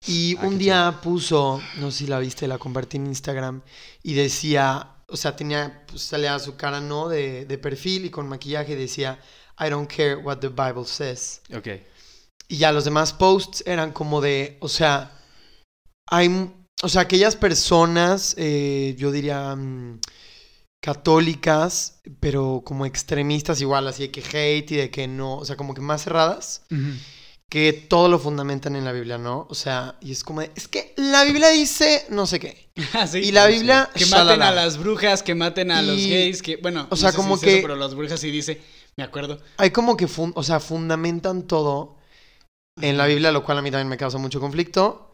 [SPEAKER 1] Y
[SPEAKER 3] Ah, qué
[SPEAKER 1] un día puso, no sé si la viste, la compartí en Instagram, y decía, o sea, tenía, pues, salía su cara, ¿no? De, de perfil y con maquillaje y decía, I don't care what the Bible says.
[SPEAKER 3] Ok.
[SPEAKER 1] Y ya los demás posts eran como de, o sea, hay, m- o sea, aquellas personas, eh, yo diría, mm, católicas, pero como extremistas igual, así de que hate y de que no, o sea, como que más cerradas que todo lo fundamentan en la Biblia, ¿no? O sea, y es como, de, es que la Biblia dice no sé qué.
[SPEAKER 2] Ah, sí.
[SPEAKER 1] Y la Biblia,
[SPEAKER 2] Que maten
[SPEAKER 1] shalala.
[SPEAKER 2] a las brujas, que maten a los
[SPEAKER 1] Y-
[SPEAKER 2] gays, que, bueno,
[SPEAKER 1] o sea,
[SPEAKER 2] sé
[SPEAKER 1] como
[SPEAKER 2] dice eso,
[SPEAKER 1] que-
[SPEAKER 2] pero las brujas sí dice, me acuerdo.
[SPEAKER 1] Hay como que, fun- o sea, fundamentan todo en la Biblia, lo cual a mí también me causa mucho conflicto.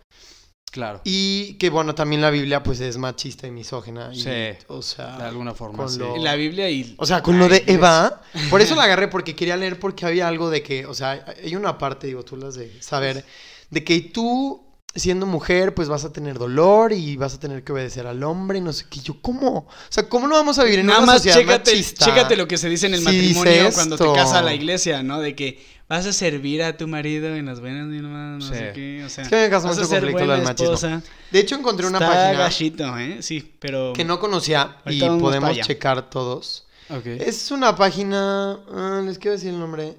[SPEAKER 3] Claro.
[SPEAKER 1] Y que, bueno, también la Biblia, pues, es machista y misógina. y,
[SPEAKER 3] Sí.
[SPEAKER 1] O sea,
[SPEAKER 3] de alguna forma,
[SPEAKER 1] con
[SPEAKER 3] sí.
[SPEAKER 1] lo-
[SPEAKER 2] En la Biblia y...
[SPEAKER 1] O sea, con
[SPEAKER 2] Ay,
[SPEAKER 1] lo de
[SPEAKER 2] Dios.
[SPEAKER 1] Eva, por eso la agarré porque quería leer porque había algo de que, o sea, hay una parte, digo, tú las de saber, de que tú siendo mujer pues vas a tener dolor y vas a tener que obedecer al hombre y no sé qué. Yo, ¿cómo? O sea, ¿cómo no vamos a vivir en
[SPEAKER 2] Nada
[SPEAKER 1] una
[SPEAKER 2] más
[SPEAKER 1] sociedad
[SPEAKER 2] chécate,
[SPEAKER 1] machista?
[SPEAKER 2] chécate lo que se dice en el
[SPEAKER 1] Sí
[SPEAKER 2] matrimonio
[SPEAKER 1] dice
[SPEAKER 2] cuando te
[SPEAKER 1] esto.
[SPEAKER 2] casa la iglesia, ¿no? De que vas a servir a tu marido en las buenas y no, no
[SPEAKER 3] Sí.
[SPEAKER 2] sé qué, o sea,
[SPEAKER 1] Es que me causa
[SPEAKER 2] vas a
[SPEAKER 1] mucho
[SPEAKER 2] ser
[SPEAKER 1] conflicto lo
[SPEAKER 2] buena
[SPEAKER 1] del machismo.
[SPEAKER 2] esposa.
[SPEAKER 1] De hecho, encontré una
[SPEAKER 2] Está
[SPEAKER 1] página
[SPEAKER 2] gachito, ¿eh? Sí, pero
[SPEAKER 1] que no conocía y
[SPEAKER 2] Ahorita vamos para
[SPEAKER 1] podemos
[SPEAKER 2] allá.
[SPEAKER 1] checar todos.
[SPEAKER 3] Ok.
[SPEAKER 2] Eh,
[SPEAKER 1] Es una página, ah, les quiero decir el nombre,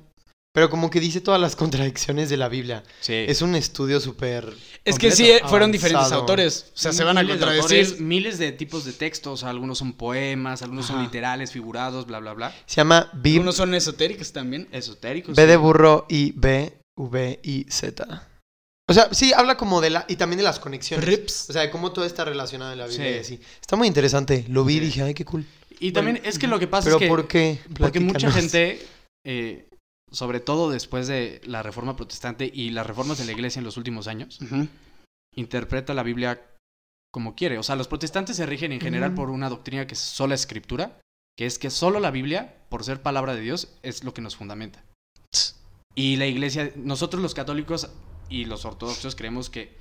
[SPEAKER 1] pero como que dice todas las contradicciones de la Biblia.
[SPEAKER 3] sí.
[SPEAKER 1] Es un estudio súper...
[SPEAKER 2] es que sí
[SPEAKER 1] completo,
[SPEAKER 2] fueron diferentes
[SPEAKER 1] avanzado.
[SPEAKER 2] autores, o sea, se van a
[SPEAKER 3] Miles de autores,
[SPEAKER 2] contradecir.
[SPEAKER 3] miles de tipos de textos. Algunos son poemas, algunos son
[SPEAKER 2] Ajá.
[SPEAKER 3] literales, figurados, bla, bla, bla.
[SPEAKER 1] Se llama Bib
[SPEAKER 2] Algunos son esotéricos también.
[SPEAKER 3] Esotéricos.
[SPEAKER 1] B de burro y B, V y Z. O sea, sí, habla como de la. Y también de las conexiones.
[SPEAKER 2] Rips.
[SPEAKER 1] O sea, de cómo todo está relacionado en la Biblia. y
[SPEAKER 3] Sí.
[SPEAKER 1] así. Está muy interesante. Lo vi y
[SPEAKER 3] Sí.
[SPEAKER 1] dije, ay, qué cool.
[SPEAKER 3] Y también es que lo que pasa
[SPEAKER 1] Pero
[SPEAKER 3] es que...
[SPEAKER 1] ¿por qué?
[SPEAKER 3] Porque mucha
[SPEAKER 1] Platícanos.
[SPEAKER 3] gente, eh, sobre todo después de la reforma protestante y las reformas de la iglesia en los últimos años, interpreta la Biblia como quiere. O sea, los protestantes se rigen en general
[SPEAKER 1] Mm.
[SPEAKER 3] por una doctrina que es sola escritura, que es que solo la Biblia, por ser palabra de Dios, es lo que nos fundamenta. Y la iglesia, nosotros los católicos y los ortodoxos creemos que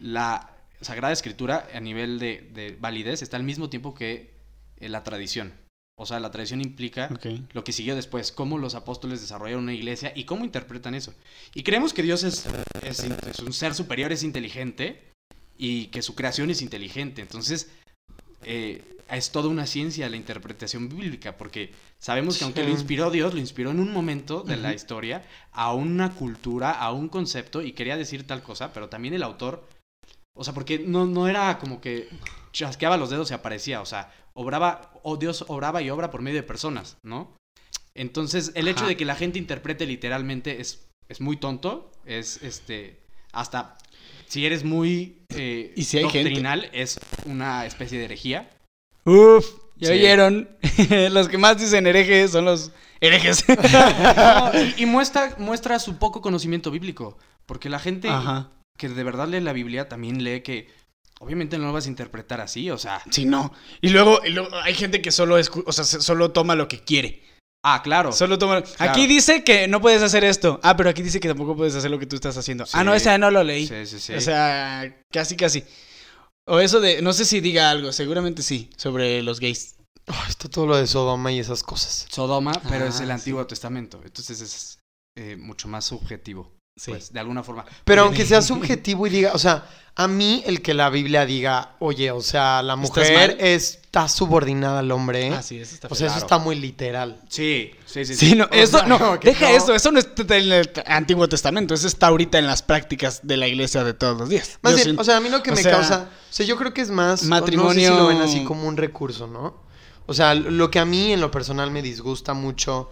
[SPEAKER 3] la Sagrada Escritura a nivel de, de validez está al mismo tiempo que eh, la tradición. O sea, la tradición implica
[SPEAKER 2] Ok.
[SPEAKER 3] lo que siguió después, cómo los apóstoles desarrollaron una iglesia y cómo interpretan eso. Y creemos que Dios es, es in- es un ser superior, es inteligente y que su creación es inteligente. Entonces, eh, es toda una ciencia la interpretación bíblica, porque sabemos que aunque lo
[SPEAKER 2] Sí.
[SPEAKER 3] inspiró Dios, lo inspiró en un momento de la
[SPEAKER 2] Ujú.
[SPEAKER 3] historia, a una cultura, a un concepto, y quería decir tal cosa, pero también el autor, o sea, porque no, no era como que chasqueaba los dedos y aparecía, o sea, obraba, o Dios obraba y obra por medio de personas, ¿no? Entonces, el hecho
[SPEAKER 2] Ajá.
[SPEAKER 3] de que la gente interprete literalmente es, es muy tonto, es este, hasta si eres muy eh,
[SPEAKER 2] Y si hay gente.
[SPEAKER 3] doctrinal, es una especie de herejía.
[SPEAKER 2] Uf, ya
[SPEAKER 3] Sí.
[SPEAKER 2] oyeron. los que más dicen herejes son los herejes.
[SPEAKER 3] No, y y muestra, muestra su poco conocimiento bíblico, porque la gente
[SPEAKER 2] Ajá.
[SPEAKER 3] que de verdad lee la Biblia también lee que obviamente no lo vas a interpretar así, o sea,
[SPEAKER 2] Sí, no. Y luego, y luego hay gente que solo, escu- o sea, se- solo toma lo que quiere.
[SPEAKER 3] ah, claro.
[SPEAKER 2] Solo toma. Aquí dice que no puedes hacer esto. Ah, pero aquí dice que tampoco puedes hacer lo que tú estás haciendo. Ah, no,
[SPEAKER 3] Sí.
[SPEAKER 2] esa no lo leí.
[SPEAKER 3] Sí, sí, sí.
[SPEAKER 2] O sea, casi, casi. O eso de, no sé si diga algo, seguramente sí, sobre los gays.
[SPEAKER 1] Ay, está todo lo de Sodoma y esas cosas.
[SPEAKER 3] Sodoma, pero es
[SPEAKER 2] Ah,
[SPEAKER 3] el
[SPEAKER 2] sí.
[SPEAKER 3] Antiguo Testamento, entonces es eh, mucho más subjetivo,
[SPEAKER 2] Sí.
[SPEAKER 3] pues, de alguna forma.
[SPEAKER 1] Pero aunque sea subjetivo y diga, o sea, a mí el que la Biblia diga, oye, o sea, la
[SPEAKER 2] ¿Estás
[SPEAKER 1] mujer
[SPEAKER 2] mal?
[SPEAKER 1] está subordinada al hombre, ¿eh?
[SPEAKER 2] Ah, sí, eso está
[SPEAKER 1] o sea,
[SPEAKER 2] feo.
[SPEAKER 1] eso
[SPEAKER 3] claro.
[SPEAKER 1] está muy literal.
[SPEAKER 3] Sí, sí, sí.
[SPEAKER 2] Sí, no, eso,
[SPEAKER 1] sea,
[SPEAKER 2] no,
[SPEAKER 1] como que
[SPEAKER 2] deja
[SPEAKER 1] no.
[SPEAKER 2] eso, eso no está en el t- Antiguo Testamento, eso está ahorita en las prácticas de la iglesia de todos los días.
[SPEAKER 1] Más
[SPEAKER 2] Yo
[SPEAKER 1] bien,
[SPEAKER 2] siento-
[SPEAKER 1] o sea, a mí lo que
[SPEAKER 2] o
[SPEAKER 1] me
[SPEAKER 2] sea,
[SPEAKER 1] causa, o sea, yo creo que es más, no sé si
[SPEAKER 2] matrimonio-
[SPEAKER 1] lo ven así como un recurso, ¿no? O sea, lo que a mí en lo personal me disgusta mucho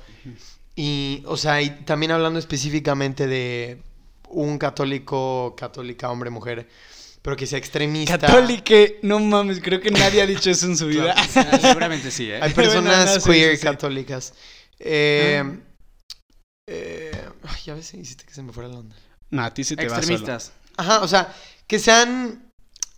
[SPEAKER 1] y, o sea, y también hablando específicamente de un católico, católica, hombre, mujer, pero que sea extremista.
[SPEAKER 2] Católique, no mames, creo que nadie ha dicho eso en su vida. Ah,
[SPEAKER 3] Claro, sí, seguramente sí, ¿eh?
[SPEAKER 1] Hay
[SPEAKER 2] Bueno,
[SPEAKER 1] personas
[SPEAKER 2] no, sí,
[SPEAKER 1] queer
[SPEAKER 2] sí, sí.
[SPEAKER 1] católicas. Eh,
[SPEAKER 2] Ah.
[SPEAKER 1] eh, ay, ya ves, hiciste que se me fuera la onda.
[SPEAKER 2] No, a ti se te va solo.
[SPEAKER 3] Extremistas.
[SPEAKER 1] Ajá, o sea, que sean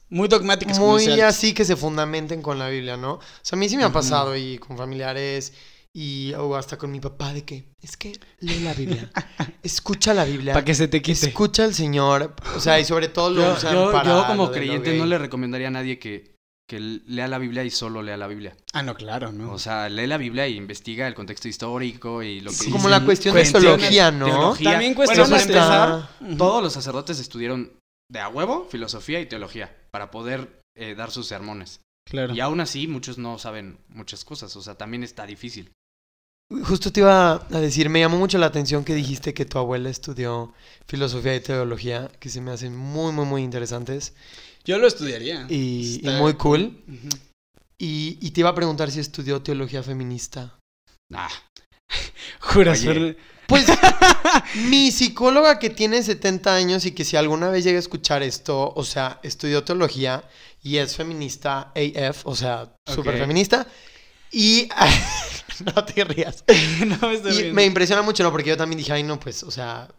[SPEAKER 2] Muy dogmáticas. como
[SPEAKER 1] muy
[SPEAKER 2] decía.
[SPEAKER 1] así que se fundamenten con la Biblia, ¿no? O sea, a mí sí me ha
[SPEAKER 2] Ujú.
[SPEAKER 1] pasado y con familiares y o hasta con mi papá de que es que lee la Biblia, escucha la Biblia,
[SPEAKER 2] Para que se te quite.
[SPEAKER 1] escucha al Señor, o sea, y sobre todo lo
[SPEAKER 3] Yo,
[SPEAKER 1] usan
[SPEAKER 3] yo-
[SPEAKER 1] para
[SPEAKER 3] yo como
[SPEAKER 1] lo de lo
[SPEAKER 3] creyente
[SPEAKER 1] gay.
[SPEAKER 3] no le recomendaría a nadie que, que lea la Biblia y solo lea la Biblia.
[SPEAKER 2] Ah, no, claro, ¿no?
[SPEAKER 3] O sea, lee la Biblia y investiga el contexto histórico y lo que
[SPEAKER 2] Sí,
[SPEAKER 1] como
[SPEAKER 3] dice.
[SPEAKER 1] la cuestión de
[SPEAKER 2] Cuestiona-
[SPEAKER 1] teología, ¿no?
[SPEAKER 3] teología.
[SPEAKER 2] También
[SPEAKER 3] Bueno,
[SPEAKER 2] cuestionas-
[SPEAKER 3] para empezar,
[SPEAKER 2] Ujú.
[SPEAKER 3] todos los sacerdotes estudiaron de a huevo filosofía y teología para poder eh, dar sus sermones.
[SPEAKER 2] Claro.
[SPEAKER 3] Y aún así, muchos no saben muchas cosas. O sea, también está difícil.
[SPEAKER 1] Justo te iba a decir, me llamó mucho la atención que dijiste que tu abuela estudió filosofía y teología, que se me hacen muy, muy, muy interesantes
[SPEAKER 2] Yo lo estudiaría.
[SPEAKER 1] y, y
[SPEAKER 2] Está-
[SPEAKER 1] muy cool.
[SPEAKER 2] Ujú.
[SPEAKER 1] Y, y te iba a preguntar si estudió teología feminista.
[SPEAKER 3] Ah,
[SPEAKER 2] Juras, Fer-
[SPEAKER 3] Oye.
[SPEAKER 1] Pues mi psicóloga que tiene 70 años y que si alguna vez llega a escuchar esto, o sea, estudió teología y es feminista AF, o sea,
[SPEAKER 3] Ok.
[SPEAKER 1] súper feminista. Y no te rías.
[SPEAKER 2] no me estoy
[SPEAKER 1] Y
[SPEAKER 2] riendo.
[SPEAKER 1] me impresiona mucho, ¿no? Porque yo también dije, ay, no, pues, o sea,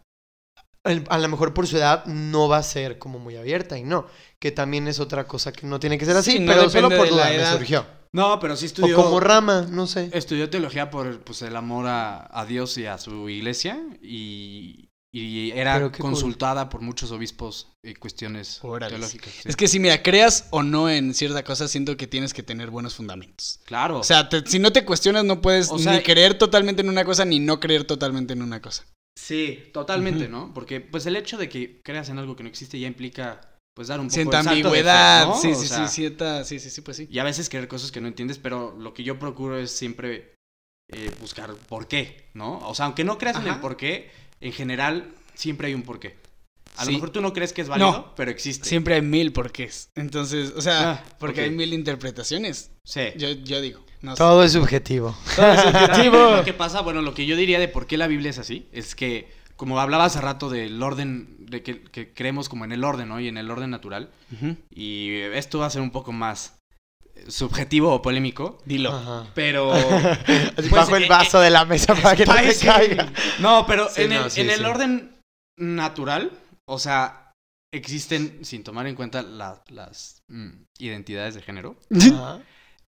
[SPEAKER 1] el- a lo mejor por su edad no va a ser como muy abierta y no, que también es otra cosa que no tiene que ser así,
[SPEAKER 2] Sí, no
[SPEAKER 1] pero solo
[SPEAKER 2] depende
[SPEAKER 1] por
[SPEAKER 2] de la
[SPEAKER 1] duda me
[SPEAKER 2] edad.
[SPEAKER 1] surgió.
[SPEAKER 3] no, pero
[SPEAKER 1] O
[SPEAKER 3] sí estudió.
[SPEAKER 1] como rama, no sé.
[SPEAKER 3] Estudió teología por pues, el amor a, a Dios y a su iglesia y, y era
[SPEAKER 1] Pero qué cool.
[SPEAKER 3] consultada por muchos obispos en cuestiones
[SPEAKER 2] Órale.
[SPEAKER 3] teológicas. sí.
[SPEAKER 2] Es que si mira, creas o no en cierta cosa, siento que tienes que tener buenos fundamentos.
[SPEAKER 3] claro.
[SPEAKER 2] O sea, te- si no te cuestionas, no puedes
[SPEAKER 3] O sea,
[SPEAKER 2] ni creer totalmente en una cosa ni no creer totalmente en una cosa.
[SPEAKER 3] sí, totalmente,
[SPEAKER 2] Ujú.
[SPEAKER 3] ¿no? Porque pues el hecho de que creas en algo que no existe ya implica pues dar un poco
[SPEAKER 2] Sienta
[SPEAKER 3] el salto de fe,
[SPEAKER 2] ambigüedad.
[SPEAKER 3] ¿no?
[SPEAKER 2] Sí,
[SPEAKER 3] O
[SPEAKER 2] sí,
[SPEAKER 3] sea,
[SPEAKER 2] sí, cierta. Sí, sí, sí, pues sí.
[SPEAKER 3] Y a veces creer cosas que no entiendes, pero lo que yo procuro es siempre eh, buscar por qué, ¿no? O sea, aunque no creas en el
[SPEAKER 2] Ajá.
[SPEAKER 3] por qué, en general siempre hay un por qué. A
[SPEAKER 2] Sí.
[SPEAKER 3] lo mejor tú no crees que es válido, pero existe.
[SPEAKER 2] Siempre hay mil porqués. Entonces, o sea,
[SPEAKER 3] este Ah,
[SPEAKER 2] porque
[SPEAKER 3] ok.
[SPEAKER 2] hay mil interpretaciones.
[SPEAKER 3] Sí.
[SPEAKER 2] Yo, yo digo. No sé.
[SPEAKER 1] Todo es subjetivo.
[SPEAKER 3] Lo que pasa, bueno, lo que yo diría de por qué la Biblia es así, es que, como hablaba hace rato del orden, de que, que creemos como en el orden, ¿no? Y en el orden natural,
[SPEAKER 2] Ujú.
[SPEAKER 3] y eh, esto va a ser un poco más eh, subjetivo o polémico,
[SPEAKER 2] Dilo.
[SPEAKER 1] Ajá.
[SPEAKER 3] pero...
[SPEAKER 1] Así
[SPEAKER 3] pues,
[SPEAKER 1] Bajo el
[SPEAKER 3] eh,
[SPEAKER 1] vaso de la mesa para que no se
[SPEAKER 3] spicy.
[SPEAKER 1] caiga.
[SPEAKER 3] No, pero
[SPEAKER 1] Sí,
[SPEAKER 3] en,
[SPEAKER 1] no,
[SPEAKER 3] el,
[SPEAKER 1] sí,
[SPEAKER 3] en el
[SPEAKER 1] sí.
[SPEAKER 3] orden natural, o sea, existen, sin tomar en cuenta la- las mm, identidades de género,
[SPEAKER 1] Ajá.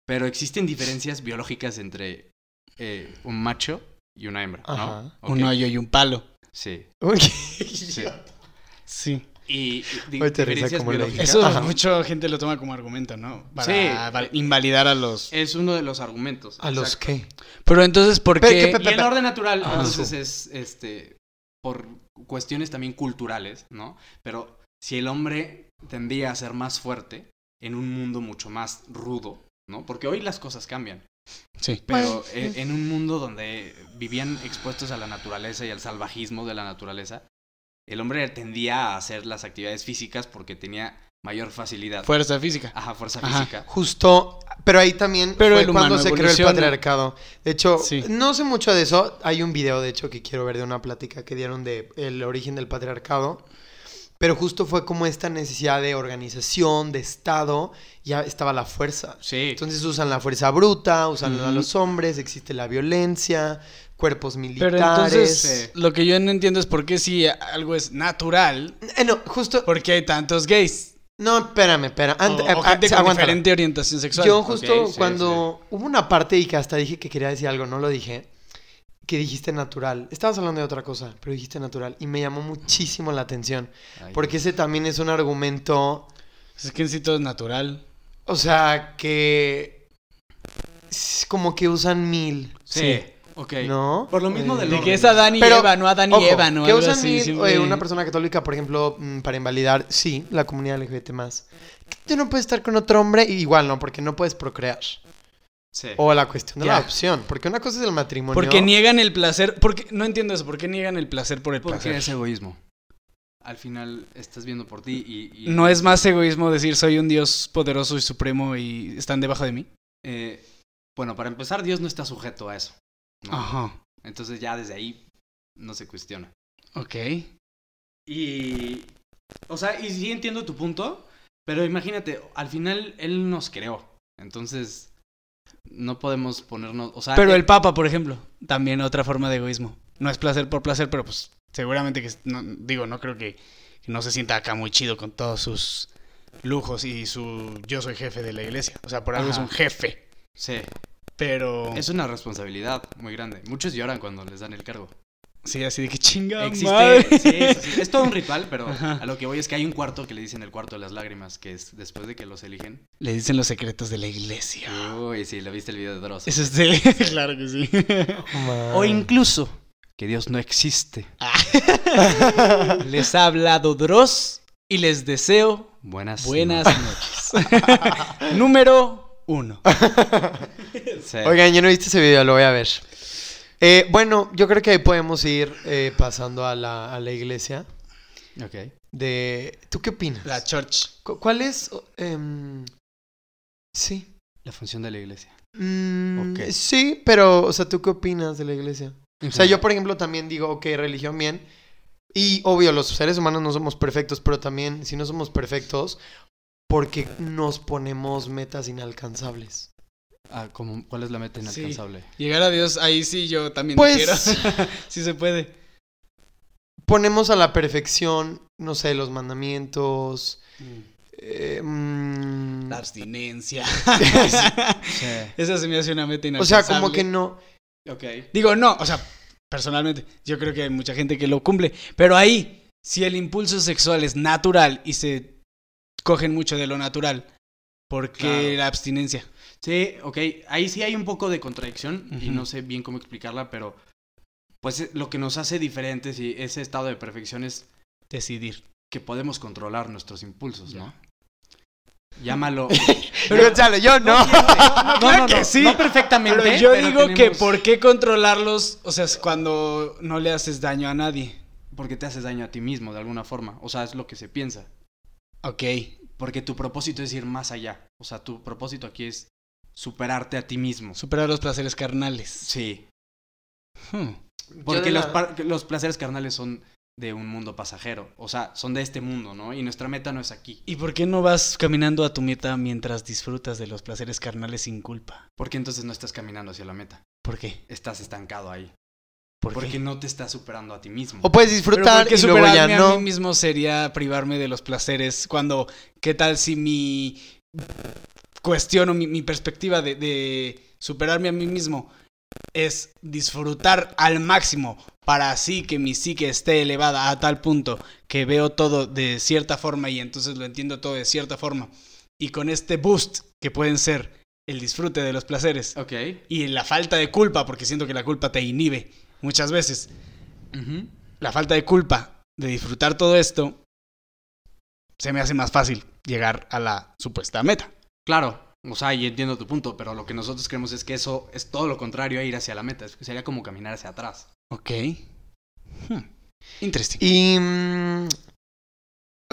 [SPEAKER 3] pero existen diferencias biológicas entre eh, un macho y una hembra, ¿no?
[SPEAKER 1] Ajá.
[SPEAKER 3] Ok,
[SPEAKER 2] Un hoyo y un palo.
[SPEAKER 3] Sí,
[SPEAKER 1] Uy,
[SPEAKER 3] sí.
[SPEAKER 2] Sí.
[SPEAKER 3] Y, y di-
[SPEAKER 1] Hoy te risa
[SPEAKER 3] diferencias
[SPEAKER 1] como lo
[SPEAKER 3] biológicas.
[SPEAKER 2] Eso
[SPEAKER 1] Ajá.
[SPEAKER 2] mucha gente lo toma como argumento, ¿no? Para
[SPEAKER 3] Sí. Eh,
[SPEAKER 2] val- invalidar a los...
[SPEAKER 3] Es uno de los argumentos.
[SPEAKER 1] ¿A los
[SPEAKER 3] exacto.
[SPEAKER 1] qué?
[SPEAKER 2] Pero entonces, ¿por
[SPEAKER 1] Pe-
[SPEAKER 2] qué?
[SPEAKER 1] que Ah, pe-
[SPEAKER 3] Y en orden natural,
[SPEAKER 1] Ajá.
[SPEAKER 3] entonces es este por cuestiones también culturales, ¿no? Pero si el hombre tendía a ser más fuerte en un mundo mucho más rudo, ¿no? Porque hoy las cosas cambian,
[SPEAKER 2] Sí.
[SPEAKER 3] pero
[SPEAKER 1] Pues,
[SPEAKER 3] eh, en un mundo donde vivían expuestos a la naturaleza y al salvajismo de la naturaleza, el hombre tendía a hacer las actividades físicas porque tenía mayor facilidad.
[SPEAKER 2] Fuerza física.
[SPEAKER 3] Ajá, fuerza
[SPEAKER 2] Ajá.
[SPEAKER 3] física.
[SPEAKER 1] Justo, pero ahí también
[SPEAKER 2] Pero
[SPEAKER 1] fue
[SPEAKER 2] el humano
[SPEAKER 1] cuando se creó el
[SPEAKER 2] evoluciona.
[SPEAKER 1] patriarcado. De hecho,
[SPEAKER 2] Sí.
[SPEAKER 1] no sé mucho de eso. Hay un video, de hecho, que quiero ver de una plática que dieron de el origen del patriarcado. Pero justo fue como esta necesidad de organización, de Estado, ya estaba la fuerza.
[SPEAKER 3] Sí.
[SPEAKER 1] Entonces usan la fuerza bruta, usan a
[SPEAKER 2] Ujú.
[SPEAKER 1] los hombres, existe la violencia, cuerpos militares.
[SPEAKER 2] Pero entonces,
[SPEAKER 3] eh.
[SPEAKER 2] lo que yo no entiendo es por qué si algo es natural,
[SPEAKER 1] Eh, no, justo.
[SPEAKER 2] ¿por qué hay tantos gays?
[SPEAKER 1] No, espérame, espérame.
[SPEAKER 2] O,
[SPEAKER 1] Ante- eh,
[SPEAKER 2] o
[SPEAKER 1] ah,
[SPEAKER 2] gente con
[SPEAKER 1] aguántala.
[SPEAKER 2] diferente orientación sexual.
[SPEAKER 1] Yo justo
[SPEAKER 3] Ok, sí,
[SPEAKER 1] cuando hubo una parte y que hasta dije que quería decir algo, no lo dije, que dijiste natural. Estabas hablando de otra cosa, pero dijiste natural y me llamó muchísimo la atención,
[SPEAKER 3] Ay,
[SPEAKER 1] porque ese también es un argumento,
[SPEAKER 2] Es que en sí todo es natural.
[SPEAKER 1] o sea, que es como que usan mil,
[SPEAKER 3] Sí. Ok.
[SPEAKER 1] ¿no?
[SPEAKER 3] Por lo mismo del
[SPEAKER 2] Eh, De que
[SPEAKER 3] orden.
[SPEAKER 2] es Adán y
[SPEAKER 1] Pero,
[SPEAKER 2] Eva, no Adán y
[SPEAKER 1] Ojo,
[SPEAKER 2] Eva, ¿no?
[SPEAKER 1] que
[SPEAKER 2] Algo
[SPEAKER 1] usan
[SPEAKER 2] así,
[SPEAKER 1] mil,
[SPEAKER 2] siempre-
[SPEAKER 1] eh, una persona católica, por ejemplo, mm, para invalidar, sí, la comunidad LGBT más. Tú no puedes estar con otro hombre, igual no, porque no puedes procrear.
[SPEAKER 3] Sí.
[SPEAKER 1] O la cuestión de la
[SPEAKER 2] Ya.
[SPEAKER 1] adopción, porque una cosa es el matrimonio.
[SPEAKER 2] Porque niegan el placer. Porque, no entiendo eso. ¿Por qué niegan el placer por el
[SPEAKER 3] Porque
[SPEAKER 2] placer?
[SPEAKER 3] es egoísmo. Al final estás viendo por ti y. y,
[SPEAKER 2] ¿No es más egoísmo decir soy un dios poderoso y supremo y están debajo de mí?
[SPEAKER 3] eh, bueno, para empezar, Dios no está sujeto a eso. ¿no?
[SPEAKER 2] Ajá.
[SPEAKER 3] Entonces ya desde ahí no se cuestiona.
[SPEAKER 2] Ok.
[SPEAKER 3] Y. O sea, y sí entiendo tu punto, pero imagínate, al final Él nos creó. Entonces. No podemos ponernos. O sea,
[SPEAKER 2] Pero
[SPEAKER 3] eh,
[SPEAKER 2] el papa, por ejemplo, también otra forma de egoísmo. No es placer por placer, pero pues seguramente que... es- no- digo, no creo que, que no se sienta acá muy chido con todos sus lujos y su yo soy jefe de la iglesia. O sea, por algo
[SPEAKER 3] Ajá.
[SPEAKER 2] es un jefe.
[SPEAKER 3] Sí,
[SPEAKER 2] Pero...
[SPEAKER 3] es una responsabilidad muy grande. Muchos lloran cuando les dan el cargo.
[SPEAKER 2] Sí, así de que chinga madre.
[SPEAKER 3] Existe, sí, sí, sí. es todo un ritual, pero
[SPEAKER 2] Ajá.
[SPEAKER 3] a lo que voy es que hay un cuarto que le dicen el cuarto de las lágrimas, que es después de que los eligen,
[SPEAKER 2] Le dicen los secretos de la iglesia.
[SPEAKER 3] Uy, sí, lo viste el video de Dross.
[SPEAKER 2] Eso es de... claro que sí.
[SPEAKER 1] Man.
[SPEAKER 3] O incluso que Dios no existe.
[SPEAKER 2] les ha hablado Dross y les deseo
[SPEAKER 3] Buenas.
[SPEAKER 2] buenas noches. Número uno.
[SPEAKER 3] noches. Sí.
[SPEAKER 1] Oigan, yo no he visto ese video, lo voy a ver. Eh, bueno, yo creo que ahí podemos ir eh, pasando a la, a la iglesia.
[SPEAKER 3] Ok.
[SPEAKER 1] De, ¿Tú qué opinas?
[SPEAKER 2] La church.
[SPEAKER 1] Cu- ¿Cuál es? o- em, sí.
[SPEAKER 3] La función de la iglesia.
[SPEAKER 1] Mm,
[SPEAKER 3] Ok.
[SPEAKER 1] Sí, pero, o sea, ¿tú qué opinas de la iglesia? O sea, yo, por ejemplo, también digo, ok, religión bien. Y obvio, los seres humanos no somos perfectos, pero también, si no somos perfectos, porque nos ponemos metas inalcanzables.
[SPEAKER 3] Ah, ¿cómo- ¿Cuál es la meta
[SPEAKER 2] Sí.
[SPEAKER 3] inalcanzable?
[SPEAKER 2] Llegar a Dios, ahí sí yo también
[SPEAKER 1] Pues-
[SPEAKER 2] quiero. sí se puede.
[SPEAKER 1] Ponemos a la perfección, no sé, los mandamientos, Eh, mm,
[SPEAKER 2] La abstinencia.
[SPEAKER 3] Sí.
[SPEAKER 2] Esa se me hace una meta
[SPEAKER 1] o sea,
[SPEAKER 2] inalcanzable.
[SPEAKER 1] como que no.
[SPEAKER 3] Ok.
[SPEAKER 2] Digo, no, o sea, personalmente, yo creo que hay mucha gente que lo cumple, pero ahí, si el impulso sexual es natural y se cogen mucho de lo natural, ¿por qué
[SPEAKER 3] Claro.
[SPEAKER 2] la abstinencia?
[SPEAKER 3] Sí, ok. Ahí sí hay un poco de contradicción y
[SPEAKER 2] Ujú.
[SPEAKER 3] no sé bien cómo explicarla, pero pues eh, lo que nos hace diferentes y ese estado de perfección es
[SPEAKER 2] Decidir.
[SPEAKER 3] que podemos controlar nuestros impulsos, ¿no? Llámalo.
[SPEAKER 1] Pero chale, yo no.
[SPEAKER 3] no,
[SPEAKER 2] claro que sí.
[SPEAKER 3] No perfectamente.
[SPEAKER 2] Pero yo
[SPEAKER 3] pero
[SPEAKER 2] digo que
[SPEAKER 3] tenemos-
[SPEAKER 2] ¿por qué controlarlos? O sea, es cuando no le haces daño a nadie.
[SPEAKER 3] Porque te haces daño a ti mismo de alguna forma. O sea, es lo que se piensa.
[SPEAKER 2] Ok.
[SPEAKER 3] Porque tu propósito es ir más allá. O sea, tu propósito aquí es superarte a ti mismo.
[SPEAKER 2] Superar los placeres carnales.
[SPEAKER 3] Sí.
[SPEAKER 2] Hmm.
[SPEAKER 3] Porque
[SPEAKER 1] de
[SPEAKER 3] los,
[SPEAKER 1] la-
[SPEAKER 3] par- los placeres carnales son de un mundo pasajero. O sea, son de este mundo, ¿no? Y nuestra meta no es aquí.
[SPEAKER 2] ¿Y por qué no vas caminando a tu meta mientras disfrutas de los placeres carnales sin culpa?
[SPEAKER 3] Porque entonces no estás caminando hacia la meta.
[SPEAKER 2] ¿Por qué?
[SPEAKER 3] Estás estancado ahí.
[SPEAKER 2] ¿Por qué?
[SPEAKER 3] porque no te estás superando a ti mismo.
[SPEAKER 1] O puedes
[SPEAKER 2] Pero
[SPEAKER 1] disfrutar
[SPEAKER 2] ¿por qué
[SPEAKER 1] y luego ya
[SPEAKER 2] superarme a
[SPEAKER 1] no.
[SPEAKER 2] mí mismo sería privarme de los placeres cuando, ¿qué tal si mi cuestiono, mi, mi perspectiva de, de superarme a mí mismo es disfrutar al máximo para así que mi psique esté elevada a tal punto que veo todo de cierta forma y entonces lo entiendo todo de cierta forma. Y con este boost que pueden ser el disfrute de los placeres
[SPEAKER 3] Ok.
[SPEAKER 2] y la falta de culpa, porque siento que la culpa te inhibe muchas veces,
[SPEAKER 3] Ujú.
[SPEAKER 2] la falta de culpa de disfrutar todo esto, se me hace más fácil llegar a la supuesta meta.
[SPEAKER 3] Claro. O sea, y entiendo tu punto, pero lo que nosotros creemos es que eso es todo lo contrario a ir hacia la meta. Es- Sería como caminar hacia atrás.
[SPEAKER 2] Ok. Hmm. Interesting.
[SPEAKER 1] Y mm,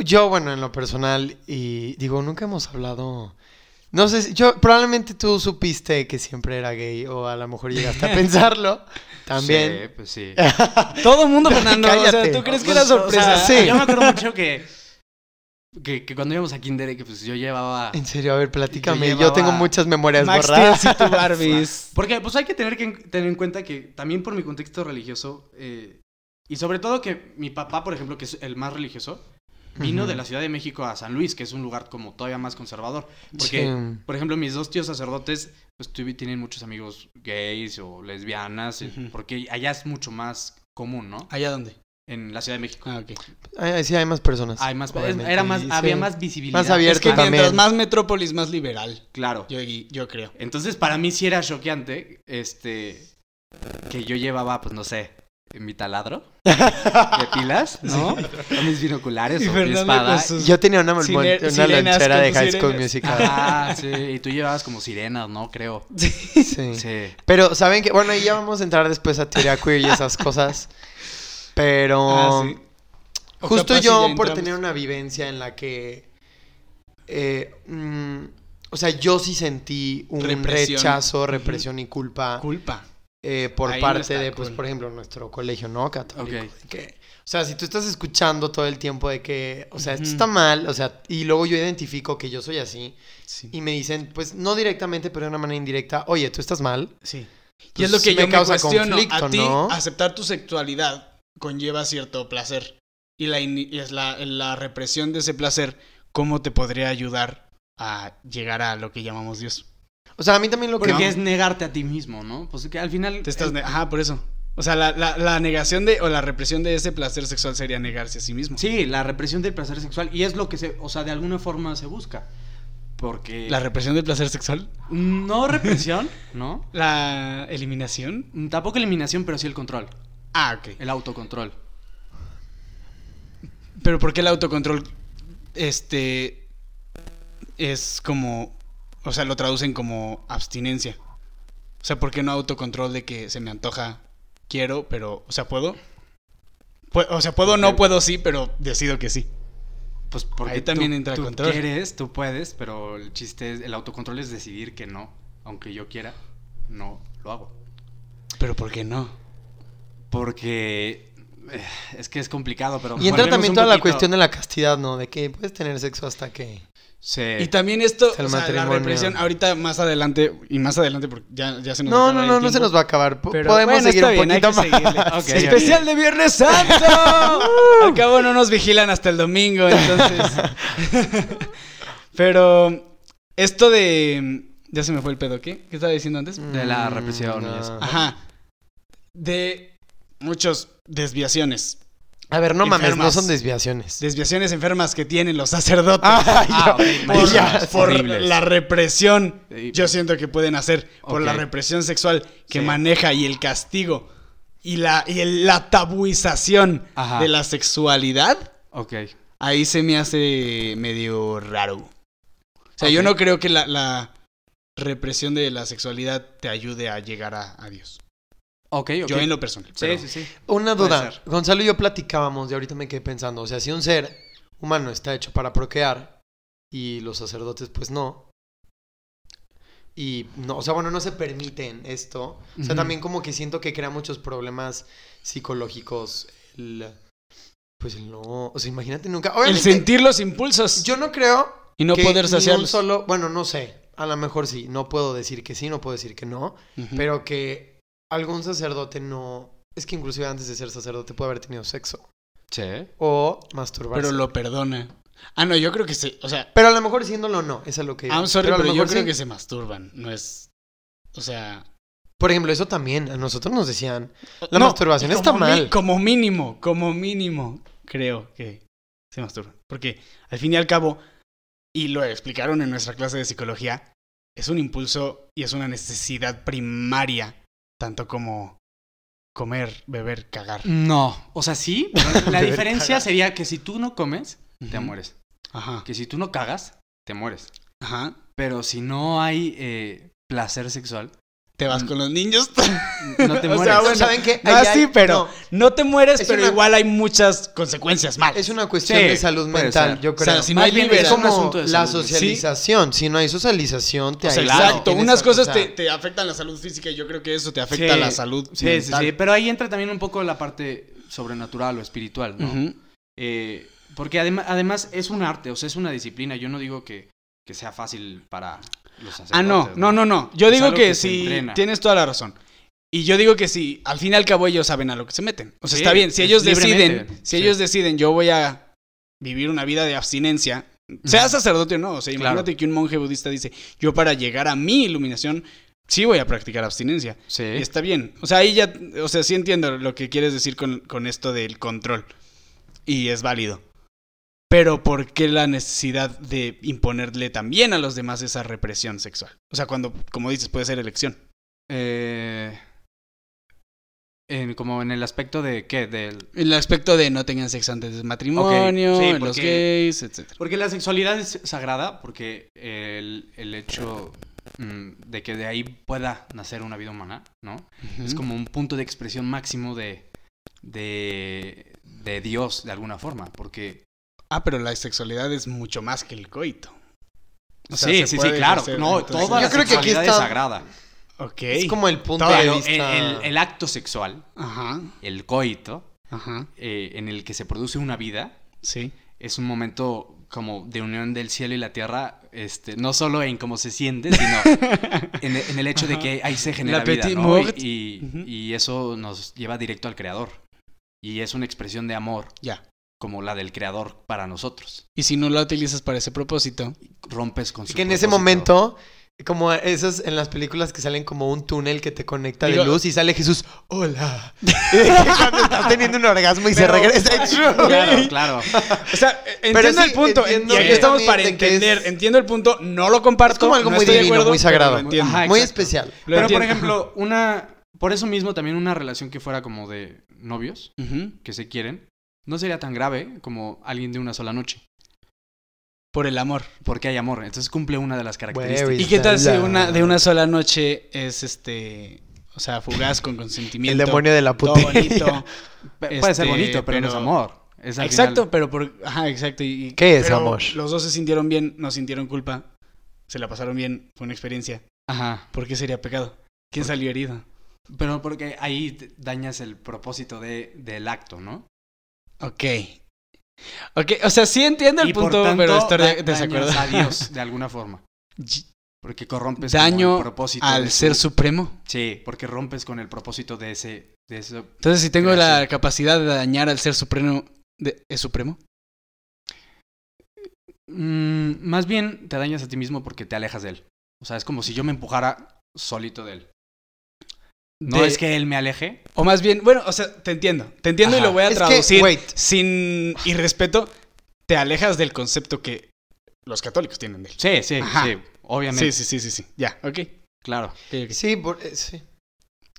[SPEAKER 1] yo, bueno, en lo personal, y digo, nunca hemos hablado. No sé, si- yo probablemente tú supiste que siempre era gay o a lo mejor llegaste a pensarlo también.
[SPEAKER 3] Sí, pues sí.
[SPEAKER 2] Todo el mundo,
[SPEAKER 1] Fernando, o sea, ¿tú
[SPEAKER 3] Pues, o sea,
[SPEAKER 1] Sí.
[SPEAKER 3] Yo me acuerdo mucho que, que, que cuando íbamos a Kinder, y que pues yo llevaba...
[SPEAKER 1] En serio, a ver, platícame. Yo,
[SPEAKER 3] Yo llevaba-
[SPEAKER 1] tengo muchas memorias
[SPEAKER 2] Max
[SPEAKER 1] borradas.
[SPEAKER 2] Steel, sí, tu Barbies.
[SPEAKER 3] Porque pues hay que tener que tener en cuenta que también por mi contexto religioso, eh, y sobre todo que mi papá, por ejemplo, que es el más religioso, vino
[SPEAKER 1] Ujú.
[SPEAKER 3] de la Ciudad de México a San Luis, que es un lugar como todavía más conservador.
[SPEAKER 1] Sí.
[SPEAKER 3] Porque, por ejemplo, mis dos tíos sacerdotes, pues tuvi- tienen muchos amigos gays o lesbianas, eh,
[SPEAKER 2] Ujú.
[SPEAKER 3] porque allá es mucho más común, ¿no?
[SPEAKER 2] ¿Allá dónde?
[SPEAKER 3] En la Ciudad de México.
[SPEAKER 2] Ah, ok.
[SPEAKER 1] Ay, ay, sí, hay más personas.
[SPEAKER 3] Hay más,
[SPEAKER 1] Obviamente,
[SPEAKER 3] era más,
[SPEAKER 1] sí.
[SPEAKER 3] había más visibilidad.
[SPEAKER 1] Más abierto
[SPEAKER 2] Es que
[SPEAKER 1] también.
[SPEAKER 2] Ah, mientras más metrópolis, más liberal.
[SPEAKER 3] Claro.
[SPEAKER 2] Yo, yo creo.
[SPEAKER 3] Entonces, para mí sí era choqueante, este, que yo llevaba, pues no sé, mi taladro de pilas, ¿no? O mis binoculares
[SPEAKER 2] Y
[SPEAKER 3] o mi
[SPEAKER 2] Fernando
[SPEAKER 3] espada.
[SPEAKER 2] con sus-
[SPEAKER 1] Yo tenía una, mon-
[SPEAKER 2] Sine-
[SPEAKER 1] una
[SPEAKER 2] sirenas
[SPEAKER 1] lonchera
[SPEAKER 2] con
[SPEAKER 1] de
[SPEAKER 2] tus
[SPEAKER 1] High School
[SPEAKER 2] sirenas.
[SPEAKER 1] Musical.
[SPEAKER 3] Ah, sí, y tú llevabas como sirenas, ¿no? Creo.
[SPEAKER 1] Sí.
[SPEAKER 3] Sí.
[SPEAKER 1] Pero, ¿saben que Bueno, ahí ya vamos a entrar después a teoría queer y esas cosas. Pero...
[SPEAKER 2] Ah, sí. O
[SPEAKER 1] Justo
[SPEAKER 2] capaz si
[SPEAKER 1] yo
[SPEAKER 2] ya
[SPEAKER 1] por
[SPEAKER 2] entramos.
[SPEAKER 1] tener una vivencia en la que... eh, mm, o sea, yo sí sentí un
[SPEAKER 2] Represión.
[SPEAKER 1] rechazo, represión y culpa
[SPEAKER 2] Culpa.
[SPEAKER 1] eh, por
[SPEAKER 2] Ahí no
[SPEAKER 1] parte
[SPEAKER 2] está
[SPEAKER 1] de, pues,
[SPEAKER 2] cool.
[SPEAKER 1] por ejemplo, nuestro colegio, ¿no? Católico.
[SPEAKER 3] Ok.
[SPEAKER 1] de que- o sea, si tú estás escuchando todo el tiempo de que, o sea, esto
[SPEAKER 2] Ujú.
[SPEAKER 1] está mal, o sea, y luego yo identifico que yo soy así,
[SPEAKER 2] Sí.
[SPEAKER 1] y me dicen, pues no directamente, pero de una manera indirecta, oye, tú estás mal.
[SPEAKER 2] Sí. y
[SPEAKER 1] Pues,
[SPEAKER 2] es lo que
[SPEAKER 1] sí
[SPEAKER 2] yo
[SPEAKER 1] me
[SPEAKER 2] me
[SPEAKER 1] causa
[SPEAKER 2] cuestiono.
[SPEAKER 1] conflicto,
[SPEAKER 2] a ti,
[SPEAKER 1] ¿no?
[SPEAKER 2] aceptar tu sexualidad conlleva cierto placer. Y la, ini- y es la, la represión de ese placer, ¿cómo te podría ayudar a llegar a lo que llamamos Dios?
[SPEAKER 1] O sea, a mí también lo que...
[SPEAKER 3] Porque es negarte a ti mismo, ¿no? Pues que al final...
[SPEAKER 2] Te estás ne- Ajá, por eso. O sea, la, la- la negación de o la represión de ese placer sexual sería negarse a sí mismo.
[SPEAKER 3] Sí, la represión del placer sexual. Y es lo que se... O sea, de alguna forma se busca. Porque...
[SPEAKER 2] ¿La represión del placer sexual?
[SPEAKER 3] No represión, ¿no?
[SPEAKER 2] ¿La eliminación?
[SPEAKER 3] Tampoco eliminación, pero sí el control.
[SPEAKER 2] Ah, ok.
[SPEAKER 3] El autocontrol.
[SPEAKER 2] Pero ¿por qué el autocontrol este es como o sea, lo traducen como abstinencia? O sea, ¿por qué no autocontrol de que se me antoja, quiero, pero o sea, puedo? Pue- o sea, puedo no, puedo sí, pero decido que sí.
[SPEAKER 3] Pues porque
[SPEAKER 2] Ahí también
[SPEAKER 3] tú,
[SPEAKER 2] entra
[SPEAKER 3] tú
[SPEAKER 2] control.
[SPEAKER 3] quieres, tú puedes, pero el chiste es, el autocontrol es decidir que no, aunque yo quiera, no lo hago.
[SPEAKER 2] Pero ¿por qué no?
[SPEAKER 3] Porque eh, es que es complicado, pero...
[SPEAKER 1] Y entra
[SPEAKER 3] volvemos
[SPEAKER 1] también
[SPEAKER 3] un
[SPEAKER 1] toda la
[SPEAKER 3] poquito-
[SPEAKER 1] cuestión de la castidad, ¿no? De que puedes tener sexo hasta que...
[SPEAKER 3] Sí.
[SPEAKER 2] Y también esto,
[SPEAKER 1] Es el
[SPEAKER 2] o sea, la
[SPEAKER 1] matrimonio.
[SPEAKER 2] represión ahorita más adelante y más adelante porque ya, ya se nos va a
[SPEAKER 1] No, no,
[SPEAKER 2] acabar
[SPEAKER 1] no,
[SPEAKER 2] el
[SPEAKER 1] no se
[SPEAKER 2] tiempo.
[SPEAKER 1] nos va a acabar. Po-
[SPEAKER 2] Pero
[SPEAKER 1] Podemos
[SPEAKER 2] bueno,
[SPEAKER 1] seguir
[SPEAKER 2] está
[SPEAKER 1] un
[SPEAKER 2] bien, hay
[SPEAKER 1] poquito
[SPEAKER 2] que
[SPEAKER 1] más.
[SPEAKER 2] seguirle.
[SPEAKER 3] Ok,
[SPEAKER 2] Especial de Viernes Santo. Al cabo no nos vigilan hasta el domingo, entonces. Pero esto de ya se me fue el pedo, ¿qué? ¿Qué estaba diciendo antes?
[SPEAKER 1] Mm,
[SPEAKER 3] De la represión y eso.
[SPEAKER 2] Ajá. De muchos desviaciones,
[SPEAKER 1] A ver, no mames, no
[SPEAKER 2] Enfermas.
[SPEAKER 1] son desviaciones.
[SPEAKER 2] desviaciones enfermas que tienen los sacerdotes
[SPEAKER 1] Ah, ya,
[SPEAKER 3] Ah, ok,
[SPEAKER 2] por,
[SPEAKER 1] ya.
[SPEAKER 3] es
[SPEAKER 2] por
[SPEAKER 3] horrible.
[SPEAKER 2] la represión.
[SPEAKER 3] Sí.
[SPEAKER 2] Yo siento que pueden hacer por
[SPEAKER 3] Ok.
[SPEAKER 2] la represión sexual que
[SPEAKER 3] Sí.
[SPEAKER 2] maneja y el castigo y la, y el- la tabuización
[SPEAKER 3] Ajá.
[SPEAKER 2] de la sexualidad.
[SPEAKER 3] Ok.
[SPEAKER 2] Ahí se me hace medio raro. O sea, yo
[SPEAKER 3] Ok.
[SPEAKER 2] no creo que la, la represión de la sexualidad te ayude a llegar a, a Dios.
[SPEAKER 3] Ok, ok.
[SPEAKER 2] Yo en lo personal.
[SPEAKER 3] Sí,
[SPEAKER 2] pero-
[SPEAKER 3] sí, sí.
[SPEAKER 1] Una
[SPEAKER 3] Puede
[SPEAKER 1] duda.
[SPEAKER 3] ser.
[SPEAKER 1] Gonzalo y yo platicábamos y ahorita me quedé pensando. O sea, si un ser humano está hecho para procrear y los sacerdotes, pues no. Y no, o sea, bueno, no se permiten esto. O sea,
[SPEAKER 3] Ujú.
[SPEAKER 1] también como que siento que crea muchos problemas psicológicos. el- pues el no. O sea, imagínate nunca.
[SPEAKER 2] El
[SPEAKER 1] Obviamente,
[SPEAKER 2] sentir los impulsos
[SPEAKER 1] yo no creo
[SPEAKER 2] y no
[SPEAKER 1] que
[SPEAKER 2] poder
[SPEAKER 1] ni un
[SPEAKER 2] saciarlos.
[SPEAKER 1] solo, bueno, no sé, a lo mejor sí, no puedo decir que sí, no puedo decir que no,
[SPEAKER 2] Ujú.
[SPEAKER 1] pero que algún sacerdote no, es que inclusive antes de ser sacerdote puede haber tenido sexo
[SPEAKER 3] Sí.
[SPEAKER 1] o masturbarse.
[SPEAKER 2] pero
[SPEAKER 1] Pero,
[SPEAKER 2] lo perdona. Ah, no, yo creo que sí. O sea,
[SPEAKER 1] a lo mejor siéndolo no, eso es a lo que...
[SPEAKER 2] I'm sorry,
[SPEAKER 1] a
[SPEAKER 2] pero,
[SPEAKER 1] lo
[SPEAKER 2] yo
[SPEAKER 1] mejor
[SPEAKER 2] creo
[SPEAKER 1] sí.
[SPEAKER 2] que se masturban. No es. O sea.
[SPEAKER 1] Por ejemplo, eso también a nosotros nos decían, la
[SPEAKER 2] No,
[SPEAKER 1] masturbación
[SPEAKER 2] como
[SPEAKER 1] está
[SPEAKER 2] mi-
[SPEAKER 1] mal.
[SPEAKER 2] como mínimo, como mínimo, creo que se masturban. Porque al fin y al cabo, y lo explicaron en nuestra clase de psicología, es un impulso y es una necesidad primaria, tanto como comer, beber, cagar.
[SPEAKER 3] No, o sea, sí, pero la
[SPEAKER 1] Beber
[SPEAKER 3] diferencia
[SPEAKER 1] cagar.
[SPEAKER 3] sería que si tú no comes, te
[SPEAKER 2] Ujú.
[SPEAKER 3] mueres.
[SPEAKER 2] Ajá,
[SPEAKER 3] Que si tú no cagas, te mueres.
[SPEAKER 2] ajá.
[SPEAKER 3] Pero si no hay eh, placer sexual,
[SPEAKER 2] Te
[SPEAKER 1] Mm.
[SPEAKER 2] vas con los niños.
[SPEAKER 3] no te
[SPEAKER 2] O sea,
[SPEAKER 3] mueres.
[SPEAKER 2] bueno,
[SPEAKER 1] ¿Saben qué?
[SPEAKER 2] No,
[SPEAKER 1] Ahí hay-
[SPEAKER 2] sí, pero
[SPEAKER 1] no,
[SPEAKER 2] no, te mueres,
[SPEAKER 1] Es
[SPEAKER 2] pero
[SPEAKER 1] una-
[SPEAKER 2] igual hay muchas consecuencias malas.
[SPEAKER 1] es una cuestión
[SPEAKER 3] Sí,
[SPEAKER 1] de salud
[SPEAKER 3] puede
[SPEAKER 1] mental,
[SPEAKER 3] ser.
[SPEAKER 1] yo
[SPEAKER 2] O sea,
[SPEAKER 1] creo.
[SPEAKER 2] si no
[SPEAKER 3] Más
[SPEAKER 2] hay
[SPEAKER 3] bien,
[SPEAKER 1] es
[SPEAKER 2] libertad.
[SPEAKER 3] un
[SPEAKER 1] como
[SPEAKER 3] asunto de
[SPEAKER 1] la
[SPEAKER 3] salud mental.
[SPEAKER 1] socialización. Si no hay socialización, te
[SPEAKER 2] O sea,
[SPEAKER 1] aíslas,
[SPEAKER 2] exacto,
[SPEAKER 1] tienes
[SPEAKER 2] unas
[SPEAKER 1] que-
[SPEAKER 2] cosas
[SPEAKER 1] o sea,
[SPEAKER 2] te, te afectan la salud física y yo creo que eso te afecta
[SPEAKER 3] Sí.
[SPEAKER 2] la salud
[SPEAKER 3] Sí, sí,
[SPEAKER 2] mental.
[SPEAKER 3] sí. Pero ahí entra también un poco la parte sobrenatural o espiritual, ¿no?
[SPEAKER 2] Ujú.
[SPEAKER 3] Eh, porque adem- además es un arte, o sea, es una disciplina. Yo no digo que, que sea fácil para los sacerdotes.
[SPEAKER 2] Ah, no, no, no, no. Yo
[SPEAKER 3] Es
[SPEAKER 2] digo
[SPEAKER 3] algo
[SPEAKER 2] que,
[SPEAKER 3] que se
[SPEAKER 2] sí,
[SPEAKER 3] entrena.
[SPEAKER 2] tienes toda la razón. Y yo digo que sí, al fin y al cabo ellos saben a lo que se meten. O sea,
[SPEAKER 3] Sí,
[SPEAKER 2] está bien, si
[SPEAKER 3] es
[SPEAKER 2] ellos deciden,
[SPEAKER 3] libremente,
[SPEAKER 2] si
[SPEAKER 3] sí.
[SPEAKER 2] ellos deciden, yo voy a vivir una vida de abstinencia, sea sacerdote o no, o sea,
[SPEAKER 3] Claro.
[SPEAKER 2] imagínate que un monje budista dice, yo para llegar a mi iluminación, sí voy a practicar abstinencia.
[SPEAKER 3] Sí.
[SPEAKER 2] Y está bien. O sea, ahí ya, o sea, sí entiendo lo que quieres decir con, con esto del control. Y es válido. Pero ¿por qué la necesidad de imponerle también a los demás esa represión sexual? O sea, cuando, como dices, puede ser elección.
[SPEAKER 3] Eh, en- como en el aspecto de qué, del...
[SPEAKER 2] El aspecto de no tengan sexo antes del matrimonio,
[SPEAKER 3] Ok, sí,
[SPEAKER 2] en
[SPEAKER 3] porque-
[SPEAKER 2] los gays, etc.
[SPEAKER 3] Porque la sexualidad es sagrada porque el, el hecho mm, de que de ahí pueda nacer una vida humana, ¿no? Es como un punto de expresión máximo de, de, de Dios, de alguna forma, porque...
[SPEAKER 2] Ah, pero la sexualidad es mucho más que el coito. O sea,
[SPEAKER 3] sí,
[SPEAKER 2] se
[SPEAKER 3] sí, sí,
[SPEAKER 2] puede
[SPEAKER 3] claro.
[SPEAKER 2] hacer,
[SPEAKER 3] No,
[SPEAKER 2] entonces-
[SPEAKER 3] toda
[SPEAKER 1] Yo
[SPEAKER 3] la
[SPEAKER 1] creo que aquí
[SPEAKER 3] sexualidad
[SPEAKER 1] está-
[SPEAKER 3] es sagrada.
[SPEAKER 2] Ok.
[SPEAKER 1] Es como el punto de
[SPEAKER 3] Pero el,
[SPEAKER 1] vista.
[SPEAKER 3] el- el acto sexual,
[SPEAKER 2] Ajá,
[SPEAKER 3] el coito,
[SPEAKER 2] ajá,
[SPEAKER 3] eh, en el que se produce una vida,
[SPEAKER 2] sí.
[SPEAKER 3] es un momento como de unión del cielo y la tierra, este, no solo en cómo se siente, sino en, en el hecho de que ahí se genera
[SPEAKER 2] La
[SPEAKER 3] vida,
[SPEAKER 2] petit
[SPEAKER 3] ¿no? Y,
[SPEAKER 2] mort.
[SPEAKER 3] y-
[SPEAKER 2] Ujú.
[SPEAKER 3] y eso nos lleva directo al creador. Y es una expresión de amor
[SPEAKER 2] Ya.
[SPEAKER 3] como la del creador para nosotros.
[SPEAKER 2] Y si no la utilizas para ese propósito,
[SPEAKER 3] Rompes con
[SPEAKER 1] Y
[SPEAKER 3] su
[SPEAKER 1] que en ese
[SPEAKER 3] propósito.
[SPEAKER 1] momento, como esas en las películas que salen como un túnel que te conecta
[SPEAKER 2] Digo-
[SPEAKER 1] de luz y sale Jesús, hola. Y de que cuando estás teniendo un orgasmo y se
[SPEAKER 2] Pero-
[SPEAKER 1] regresa.
[SPEAKER 3] Claro, claro.
[SPEAKER 2] O sea, eh, entiendo
[SPEAKER 1] Pero sí,
[SPEAKER 2] el punto.
[SPEAKER 1] entiendo
[SPEAKER 2] y aquí
[SPEAKER 1] yo
[SPEAKER 2] estamos
[SPEAKER 1] también
[SPEAKER 2] para
[SPEAKER 1] de que es-
[SPEAKER 2] entender. Entiendo el punto. No lo comparto.
[SPEAKER 1] Es como algo
[SPEAKER 2] no
[SPEAKER 1] muy
[SPEAKER 2] estoy de
[SPEAKER 1] divino,
[SPEAKER 2] acuerdo,
[SPEAKER 1] muy sagrado.
[SPEAKER 2] pero Lo entiendo.
[SPEAKER 3] Ajá,
[SPEAKER 1] Muy
[SPEAKER 3] exacto.
[SPEAKER 1] especial.
[SPEAKER 2] Lo
[SPEAKER 3] Pero, por
[SPEAKER 2] entiendo.
[SPEAKER 3] ejemplo, una... Por eso mismo también una relación que fuera como de novios,
[SPEAKER 2] Ujú.
[SPEAKER 3] que se quieren, no sería tan grave como alguien de una sola noche.
[SPEAKER 2] Por el amor.
[SPEAKER 3] Porque hay amor. Entonces cumple una de las
[SPEAKER 1] Güey,
[SPEAKER 3] características.
[SPEAKER 2] ¿Y qué tal si
[SPEAKER 1] la-
[SPEAKER 2] una, de una sola noche es este. O sea, fugaz con
[SPEAKER 1] El
[SPEAKER 2] consentimiento?
[SPEAKER 1] demonio de la
[SPEAKER 2] Todo
[SPEAKER 1] puta.
[SPEAKER 2] bonito.
[SPEAKER 3] Pe-
[SPEAKER 2] Este,
[SPEAKER 3] Puede ser bonito, pero, no es
[SPEAKER 2] pero-
[SPEAKER 3] amor. Es al
[SPEAKER 2] exacto,
[SPEAKER 3] final-
[SPEAKER 2] pero por. Ajá, exacto. Y, y-
[SPEAKER 1] ¿Qué es
[SPEAKER 2] pero
[SPEAKER 1] amor?
[SPEAKER 2] Los dos se sintieron bien, no sintieron culpa. Se la pasaron bien. Fue una experiencia.
[SPEAKER 3] Ajá.
[SPEAKER 2] ¿Por qué sería pecado? ¿Quién salió herido?
[SPEAKER 3] Pero porque ahí te- dañas el propósito de, del acto, ¿no?
[SPEAKER 2] Ok. Ok, o sea, sí entiendo el
[SPEAKER 3] Y por
[SPEAKER 2] punto,
[SPEAKER 3] tanto,
[SPEAKER 2] pero estoy
[SPEAKER 3] da-
[SPEAKER 2] de-
[SPEAKER 3] dañas
[SPEAKER 2] desacuerdo.
[SPEAKER 3] a Dios, de alguna forma. Porque corrompes como
[SPEAKER 2] Daño
[SPEAKER 3] el propósito. de
[SPEAKER 2] Al
[SPEAKER 3] su-
[SPEAKER 2] ser supremo.
[SPEAKER 3] Sí, porque rompes con el propósito de ese... De ese...
[SPEAKER 2] Entonces, si tengo la
[SPEAKER 3] Gracias.
[SPEAKER 2] capacidad de dañar al ser supremo, de- ¿es supremo?
[SPEAKER 3] Mm, más bien te dañas a ti mismo porque te alejas de él. O sea, es como si yo me empujara solito de él. No
[SPEAKER 2] De-
[SPEAKER 3] es que él me aleje.
[SPEAKER 2] O más bien, bueno, o sea, te entiendo. Te entiendo y
[SPEAKER 3] Ajá.
[SPEAKER 2] lo voy a
[SPEAKER 1] Es que,
[SPEAKER 2] traducir
[SPEAKER 1] wait.
[SPEAKER 2] sin irrespeto. Te alejas del concepto que los católicos tienen de él.
[SPEAKER 3] Sí, sí,
[SPEAKER 2] Ajá.
[SPEAKER 3] sí. Obviamente.
[SPEAKER 2] Sí, sí, sí, sí, sí. Ya, ok.
[SPEAKER 3] Claro.
[SPEAKER 1] Sí, por- eh, sí.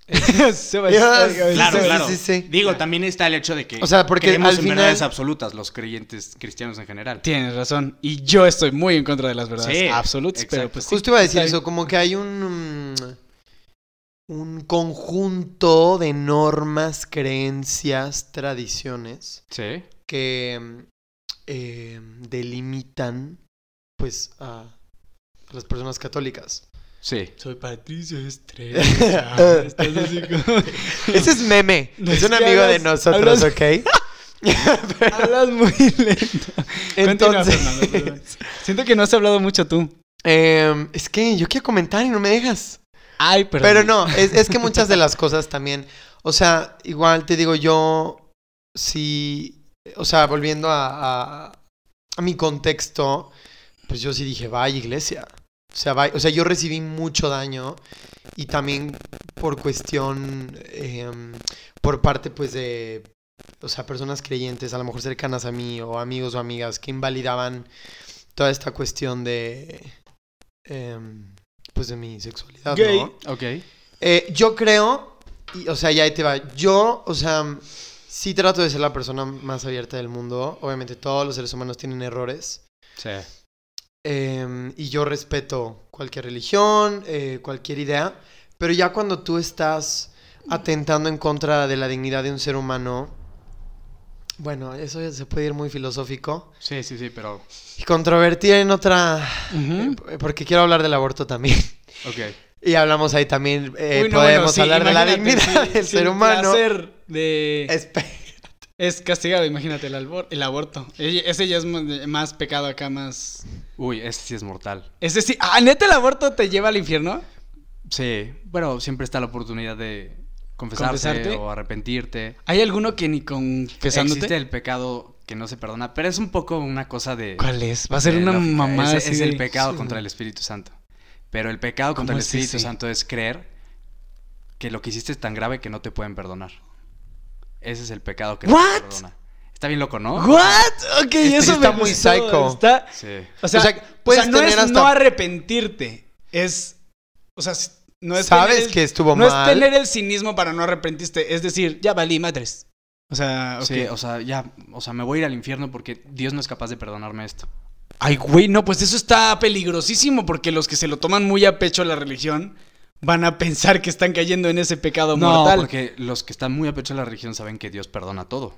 [SPEAKER 2] Se va a-
[SPEAKER 3] Claro,
[SPEAKER 1] Sí,
[SPEAKER 3] claro.
[SPEAKER 1] sí, sí.
[SPEAKER 3] Digo, también está el hecho de que
[SPEAKER 1] O sea, porque
[SPEAKER 3] creemos
[SPEAKER 1] al
[SPEAKER 3] en
[SPEAKER 1] final-
[SPEAKER 3] verdades absolutas, los creyentes cristianos en general.
[SPEAKER 2] Tienes razón. Y yo estoy muy en contra de las verdades
[SPEAKER 3] Sí,
[SPEAKER 2] absolutas, pero
[SPEAKER 3] exacto.
[SPEAKER 2] pues sí,
[SPEAKER 1] Justo iba a decir
[SPEAKER 2] está bien.
[SPEAKER 1] eso, como que hay un mm, un conjunto de normas, creencias, tradiciones
[SPEAKER 3] Sí.
[SPEAKER 1] que mm, eh, delimitan pues a, a las personas católicas.
[SPEAKER 3] Sí.
[SPEAKER 2] Soy Patricio Estrella. pues Estás así como-
[SPEAKER 1] Ese es meme, es
[SPEAKER 2] que
[SPEAKER 1] un amigo de
[SPEAKER 2] hablas-
[SPEAKER 1] nosotros,
[SPEAKER 2] hablas-
[SPEAKER 1] ¿ok?
[SPEAKER 2] Hablas muy lento. Continúa,
[SPEAKER 1] Entonces,
[SPEAKER 2] Fernando, perdón. Siento que no has hablado mucho tú.
[SPEAKER 1] em, es que yo quiero comentar y no me dejas.
[SPEAKER 2] Ay, perdón.
[SPEAKER 1] Pero no, es, es que muchas de las cosas también, o sea, igual te digo yo, sí, o sea, volviendo a, a- a mi contexto, pues yo sí dije, vaya iglesia. O sea, va- o sea, yo recibí mucho daño y también por cuestión, em, por parte pues de, o sea, personas creyentes, a lo mejor cercanas a mí o amigos o amigas que invalidaban toda esta cuestión de, em, pues de mi sexualidad,
[SPEAKER 2] Gay.
[SPEAKER 1] ¿no?
[SPEAKER 4] Ok.
[SPEAKER 1] Eh, yo creo, y, o sea, ya ahí te va. Yo, o sea, sí trato de ser la persona más abierta del mundo. Obviamente todos los seres humanos tienen errores.
[SPEAKER 3] Sí.
[SPEAKER 1] Eh, y yo respeto cualquier religión, eh, cualquier idea, pero ya cuando tú estás atentando en contra de la dignidad de un ser humano, bueno, eso ya se puede ir muy filosófico
[SPEAKER 4] Sí, sí, sí, pero.
[SPEAKER 1] y controvertir en otra,
[SPEAKER 2] Ujú.
[SPEAKER 1] eh, porque quiero hablar del aborto también.
[SPEAKER 4] Ok.
[SPEAKER 1] Y hablamos ahí también, eh,
[SPEAKER 2] Uy, no,
[SPEAKER 1] podemos
[SPEAKER 2] bueno, sí,
[SPEAKER 1] hablar de la
[SPEAKER 2] imagínate,
[SPEAKER 1] dignidad
[SPEAKER 2] sí,
[SPEAKER 1] del
[SPEAKER 2] sí,
[SPEAKER 1] ser humano.
[SPEAKER 2] placer de- es...
[SPEAKER 1] Espe-
[SPEAKER 2] castigado, imagínate, el, albor- el aborto. E- Ese ya es m- más pecado acá, más...
[SPEAKER 3] Uy, este sí es mortal.
[SPEAKER 2] Ese sí... Ah, ¿neta el aborto te lleva al infierno?
[SPEAKER 3] Sí, pero siempre está la oportunidad de confesarte,
[SPEAKER 2] ¿Confesarte?
[SPEAKER 3] o arrepentirte.
[SPEAKER 2] ¿Hay alguno que ni confesándote?
[SPEAKER 3] Existe el pecado que no se perdona, pero es un poco una cosa de...
[SPEAKER 2] ¿Cuál es? Va a ser
[SPEAKER 3] de
[SPEAKER 2] una
[SPEAKER 3] lógica.
[SPEAKER 2] mamada
[SPEAKER 3] Es,
[SPEAKER 2] así
[SPEAKER 3] es el
[SPEAKER 2] de-
[SPEAKER 3] pecado
[SPEAKER 2] Sí.
[SPEAKER 3] contra el Espíritu Santo. Pero el pecado contra
[SPEAKER 2] ¿Cómo
[SPEAKER 3] el
[SPEAKER 2] es
[SPEAKER 3] Espíritu
[SPEAKER 2] ese?
[SPEAKER 3] Santo es creer que lo que hiciste es tan grave que no te pueden perdonar. Ese es el pecado que no
[SPEAKER 2] ¿What?
[SPEAKER 3] te perdona. Está bien loco, ¿no?
[SPEAKER 2] ¿What? Ok,
[SPEAKER 1] Este
[SPEAKER 2] eso
[SPEAKER 1] está
[SPEAKER 2] me
[SPEAKER 1] muy
[SPEAKER 2] gustó,
[SPEAKER 1] psycho.
[SPEAKER 2] Está...
[SPEAKER 3] Sí.
[SPEAKER 2] O sea,
[SPEAKER 1] O sea,
[SPEAKER 2] o sea,
[SPEAKER 1] puedes
[SPEAKER 2] no
[SPEAKER 1] tener
[SPEAKER 2] es
[SPEAKER 1] hasta-
[SPEAKER 2] no arrepentirte. Es. O sea, s- no es.
[SPEAKER 1] Sabes
[SPEAKER 2] tener el-
[SPEAKER 1] que estuvo
[SPEAKER 2] No
[SPEAKER 1] mal.
[SPEAKER 2] es tener el cinismo para no arrepentirte. Es decir, ya valí madres. O sea, ok.
[SPEAKER 3] Sí, o sea, ya, o sea, me voy a ir al infierno porque Dios no es capaz de perdonarme esto.
[SPEAKER 2] Ay, güey, no, pues eso está peligrosísimo porque los que se lo toman muy a pecho la religión van a pensar que están cayendo en ese pecado mortal.
[SPEAKER 3] porque los que están muy a pecho de la religión saben que Dios perdona todo.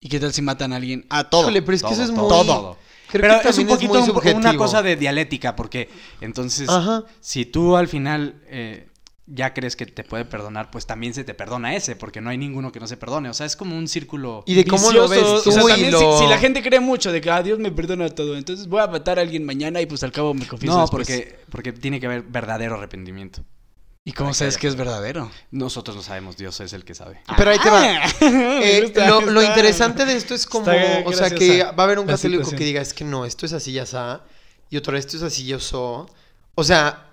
[SPEAKER 2] ¿Y qué tal si matan a alguien? A todo.
[SPEAKER 1] Híjole, pero es que eso es muy...
[SPEAKER 3] todo.
[SPEAKER 1] Creo
[SPEAKER 3] Pero
[SPEAKER 1] que
[SPEAKER 3] es un
[SPEAKER 1] también
[SPEAKER 3] poquito
[SPEAKER 1] muy
[SPEAKER 3] un po- una
[SPEAKER 1] subjetivo.
[SPEAKER 3] cosa de dialéctica, porque entonces,
[SPEAKER 1] Ajá.
[SPEAKER 3] si tú al final eh, ya crees que te puede perdonar, pues también se te perdona ese, porque no hay ninguno que no se perdone. O sea, es como un círculo.
[SPEAKER 1] Y de cómo lo ves
[SPEAKER 2] Viciosos.
[SPEAKER 1] tú
[SPEAKER 2] O sea,
[SPEAKER 1] y
[SPEAKER 2] también
[SPEAKER 1] lo-
[SPEAKER 2] si, si la gente cree mucho de que ah, Dios me perdona todo, entonces voy a matar a alguien mañana y pues al cabo me confieso.
[SPEAKER 3] no,
[SPEAKER 2] después.
[SPEAKER 3] porque, porque tiene que haber verdadero arrepentimiento.
[SPEAKER 2] ¿Y cómo
[SPEAKER 3] Ay,
[SPEAKER 2] sabes
[SPEAKER 3] cállate.
[SPEAKER 2] que es verdadero?
[SPEAKER 3] Nosotros no sabemos, Dios es el que sabe.
[SPEAKER 1] Pero ahí te va.
[SPEAKER 2] Ah, va.
[SPEAKER 1] Eh, lo, lo interesante de esto es como,
[SPEAKER 2] está
[SPEAKER 1] o sea,
[SPEAKER 2] graciosa
[SPEAKER 1] que va a haber un
[SPEAKER 2] la
[SPEAKER 1] católico que
[SPEAKER 2] situación.
[SPEAKER 1] diga, es que no, esto es así, ya está, y otro, esto es así, yo soy. O sea,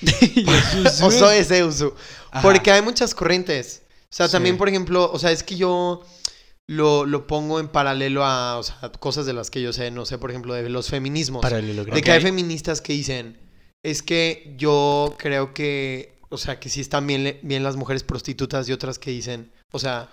[SPEAKER 1] o soy ese uso.
[SPEAKER 3] Pues Ajá.
[SPEAKER 1] Porque hay muchas corrientes. O sea,
[SPEAKER 3] Sí.
[SPEAKER 1] también, por ejemplo, o sea, es que yo lo, lo pongo en paralelo a o sea, cosas de las que yo sé, no sé, por ejemplo, de los feminismos. De que hay feministas que dicen, es que yo creo que, o sea, que sí están bien, le- bien las mujeres prostitutas y otras que dicen, o sea,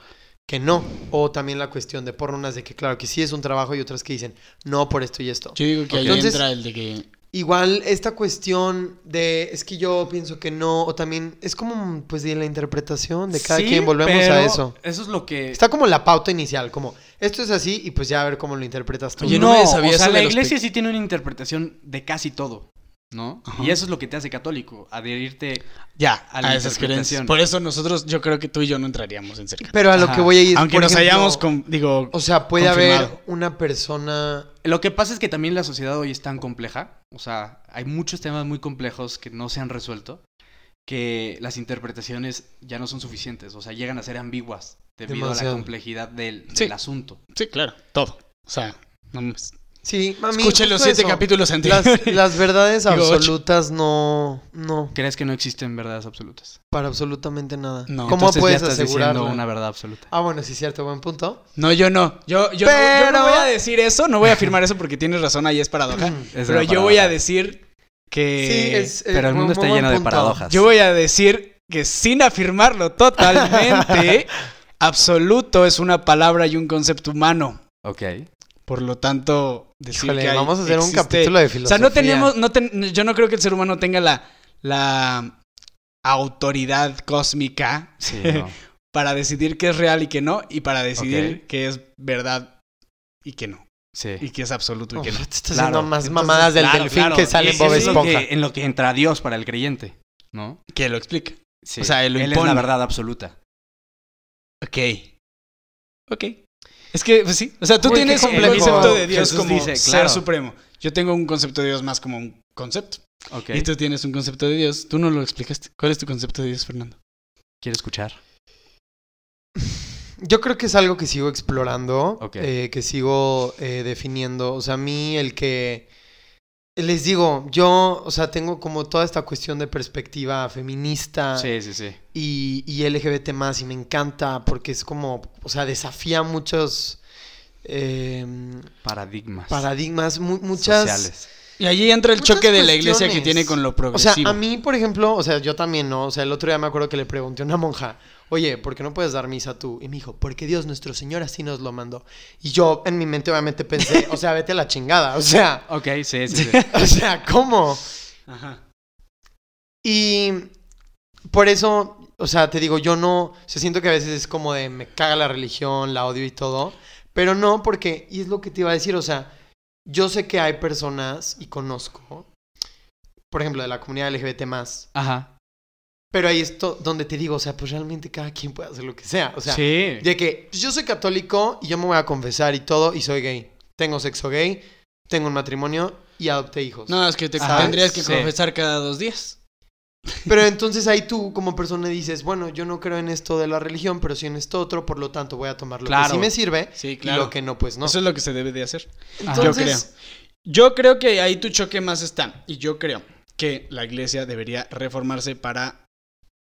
[SPEAKER 1] que no. O también la cuestión de porno, unas de que claro que sí es un trabajo y otras que dicen, no por esto y esto.
[SPEAKER 2] Yo digo que ahí
[SPEAKER 1] Entonces-
[SPEAKER 2] entra el de que.
[SPEAKER 1] Igual esta cuestión de, es que yo pienso que no, o también es como, pues, de la interpretación de cada
[SPEAKER 3] Sí,
[SPEAKER 1] quien, volvemos
[SPEAKER 3] pero
[SPEAKER 1] a eso.
[SPEAKER 3] Eso es lo que.
[SPEAKER 1] Está como la pauta inicial, como, esto es así y pues ya a ver cómo lo interpretas tú.
[SPEAKER 2] Oye, no
[SPEAKER 3] no,
[SPEAKER 2] me sabía
[SPEAKER 3] o sea,
[SPEAKER 2] eso de
[SPEAKER 3] la
[SPEAKER 2] los
[SPEAKER 3] iglesia
[SPEAKER 2] pe-
[SPEAKER 3] sí tiene una interpretación de casi todo, ¿no?
[SPEAKER 2] Ajá.
[SPEAKER 3] Y eso es lo que te hace católico, adherirte.
[SPEAKER 2] Ya,
[SPEAKER 3] a la
[SPEAKER 2] a esas creencias.
[SPEAKER 3] interpretación.
[SPEAKER 2] Por eso nosotros, yo creo que tú y yo no entraríamos en cerca. Oh,
[SPEAKER 1] Pero a lo
[SPEAKER 3] Ajá.
[SPEAKER 1] que voy a ir...
[SPEAKER 2] Aunque
[SPEAKER 1] por
[SPEAKER 2] nos
[SPEAKER 1] ejemplo,
[SPEAKER 2] hayamos. con- digo.
[SPEAKER 1] O sea, puede haber
[SPEAKER 2] Confirmado.
[SPEAKER 1] una persona.
[SPEAKER 3] Lo que pasa es que también la sociedad hoy es tan compleja, o sea, hay muchos temas muy complejos que no se han resuelto, que las interpretaciones ya no son suficientes, o sea, llegan a ser ambiguas debido a
[SPEAKER 1] Demasiado.
[SPEAKER 3] la complejidad del,
[SPEAKER 2] Sí.
[SPEAKER 3] del asunto.
[SPEAKER 2] Sí, claro, todo. O sea, no mames.
[SPEAKER 1] Sí, mami.
[SPEAKER 2] Escuchen los
[SPEAKER 1] justo
[SPEAKER 2] siete
[SPEAKER 1] eso.
[SPEAKER 2] capítulos anteriores.
[SPEAKER 1] Las, las verdades
[SPEAKER 2] Digo, ocho.
[SPEAKER 1] absolutas no. No,
[SPEAKER 3] ¿Crees que no existen verdades absolutas?
[SPEAKER 1] para absolutamente nada.
[SPEAKER 2] No.
[SPEAKER 1] ¿Cómo
[SPEAKER 3] Entonces ya
[SPEAKER 1] puedes
[SPEAKER 3] estás diciendo
[SPEAKER 1] asegurarlo?
[SPEAKER 3] una verdad absoluta.
[SPEAKER 1] Ah, bueno, sí, cierto, buen punto.
[SPEAKER 2] No, yo no. Yo, yo, no- yo no,
[SPEAKER 1] Pero-
[SPEAKER 2] voy a decir eso, no voy a afirmar eso porque tienes razón, ahí es paradoja.
[SPEAKER 3] Es
[SPEAKER 2] Ah, pero
[SPEAKER 3] una
[SPEAKER 2] yo voy a
[SPEAKER 3] paradoja.
[SPEAKER 2] decir que.
[SPEAKER 1] sí, es. eh,
[SPEAKER 3] Pero el
[SPEAKER 1] muy-
[SPEAKER 3] mundo está
[SPEAKER 1] muy buen
[SPEAKER 3] lleno de
[SPEAKER 1] punto.
[SPEAKER 3] paradojas.
[SPEAKER 2] Yo voy a decir que sin afirmarlo totalmente, absoluto es una palabra y un concepto humano.
[SPEAKER 3] Ok.
[SPEAKER 2] Por lo tanto, decir
[SPEAKER 1] Híjole,
[SPEAKER 2] que hay-
[SPEAKER 1] vamos a hacer
[SPEAKER 2] existe-
[SPEAKER 1] un capítulo de
[SPEAKER 2] O
[SPEAKER 1] filosofía.
[SPEAKER 2] sea, no tenemos, no ten- yo no creo que el ser humano tenga la, la autoridad cósmica
[SPEAKER 3] Sí, no.
[SPEAKER 2] para decidir qué es real y qué no, y para decidir
[SPEAKER 3] Ok.
[SPEAKER 2] qué es verdad y qué no,
[SPEAKER 3] Sí.
[SPEAKER 2] y qué es absoluto y
[SPEAKER 1] Uf,
[SPEAKER 2] qué
[SPEAKER 1] te
[SPEAKER 2] no.
[SPEAKER 1] estás
[SPEAKER 3] Claro,
[SPEAKER 1] haciendo más
[SPEAKER 2] entonces,
[SPEAKER 1] mamadas del
[SPEAKER 2] claro,
[SPEAKER 1] delfín
[SPEAKER 2] claro,
[SPEAKER 1] que sale en
[SPEAKER 2] y
[SPEAKER 1] Bob
[SPEAKER 2] eso es lo
[SPEAKER 1] Esponja.
[SPEAKER 3] en lo que entra Dios para el creyente, ¿no?
[SPEAKER 2] Que lo explique.
[SPEAKER 3] Sí.
[SPEAKER 2] O sea, él lo
[SPEAKER 3] Él es
[SPEAKER 2] impone.
[SPEAKER 3] la verdad absoluta.
[SPEAKER 2] Ok. Ok. Es que, pues sí. O sea, tú
[SPEAKER 1] Uy, qué
[SPEAKER 2] tienes un
[SPEAKER 1] complejo.
[SPEAKER 2] concepto de Dios
[SPEAKER 3] Jesús
[SPEAKER 2] como
[SPEAKER 3] dice,
[SPEAKER 2] ser
[SPEAKER 3] claro.
[SPEAKER 2] supremo. Yo tengo un concepto de Dios más como un concepto.
[SPEAKER 3] Ok.
[SPEAKER 2] Y tú tienes un concepto de Dios. Tú no lo explicaste. ¿Cuál es tu concepto de Dios, Fernando?
[SPEAKER 3] ¿Quieres escuchar?
[SPEAKER 1] Yo creo que es algo que sigo explorando,
[SPEAKER 3] Ok.
[SPEAKER 1] eh, que sigo eh, definiendo. O sea, a mí el que les digo, yo, o sea, tengo como toda esta cuestión de perspectiva
[SPEAKER 2] Ah.
[SPEAKER 1] feminista
[SPEAKER 3] Sí, sí, sí.
[SPEAKER 1] y, y LGBT más y me encanta porque es como, o sea, desafía muchos em,
[SPEAKER 3] Paradigmas.
[SPEAKER 1] paradigmas, mu- muchas...
[SPEAKER 3] sociales.
[SPEAKER 2] Y allí entra el
[SPEAKER 1] Muchas
[SPEAKER 2] choque de la iglesia que
[SPEAKER 1] cuestiones.
[SPEAKER 2] tiene con lo
[SPEAKER 1] O sea,
[SPEAKER 2] progresivo.
[SPEAKER 1] a mí, por ejemplo, o sea, yo también, ¿no? O sea, el otro día me acuerdo que le pregunté a una monja, oye, ¿por qué no puedes dar misa tú? Y me dijo, porque Dios nuestro Señor así nos lo mandó. Y yo en mi mente obviamente pensé, o sea, vete a la chingada, o sea,
[SPEAKER 3] Ok, sí, sí, sí.
[SPEAKER 1] o sea, ¿cómo?
[SPEAKER 2] Ajá.
[SPEAKER 1] Y por eso, o sea, te digo, yo no, o sea, siento que a veces es como de me caga la religión, la odio y todo, pero no porque, y es lo que te iba a decir, o sea, yo sé que hay personas y conozco, por ejemplo, de la comunidad LGBT más,
[SPEAKER 3] Ajá.
[SPEAKER 1] pero ahí es to- donde te digo, o sea, pues realmente cada quien puede hacer lo que sea, o sea,
[SPEAKER 3] sí.
[SPEAKER 1] de que pues, yo soy católico y yo me voy a confesar y todo y soy gay, tengo sexo gay, tengo un matrimonio y adopté hijos.
[SPEAKER 2] No, es que te
[SPEAKER 3] Ajá,
[SPEAKER 2] tendrías que
[SPEAKER 3] sí.
[SPEAKER 2] confesar cada dos días.
[SPEAKER 1] Pero entonces ahí tú como persona dices, bueno, yo no creo en esto de la religión, pero sí en esto otro, por lo tanto voy a tomar lo
[SPEAKER 3] Claro.
[SPEAKER 1] que sí me sirve
[SPEAKER 2] Sí,
[SPEAKER 1] y lo que no, pues no.
[SPEAKER 2] Eso es lo que se debe de hacer.
[SPEAKER 3] Ajá.
[SPEAKER 2] yo
[SPEAKER 1] entonces,
[SPEAKER 2] creo. Yo creo que ahí tu choque más está. Y yo creo que la iglesia debería reformarse para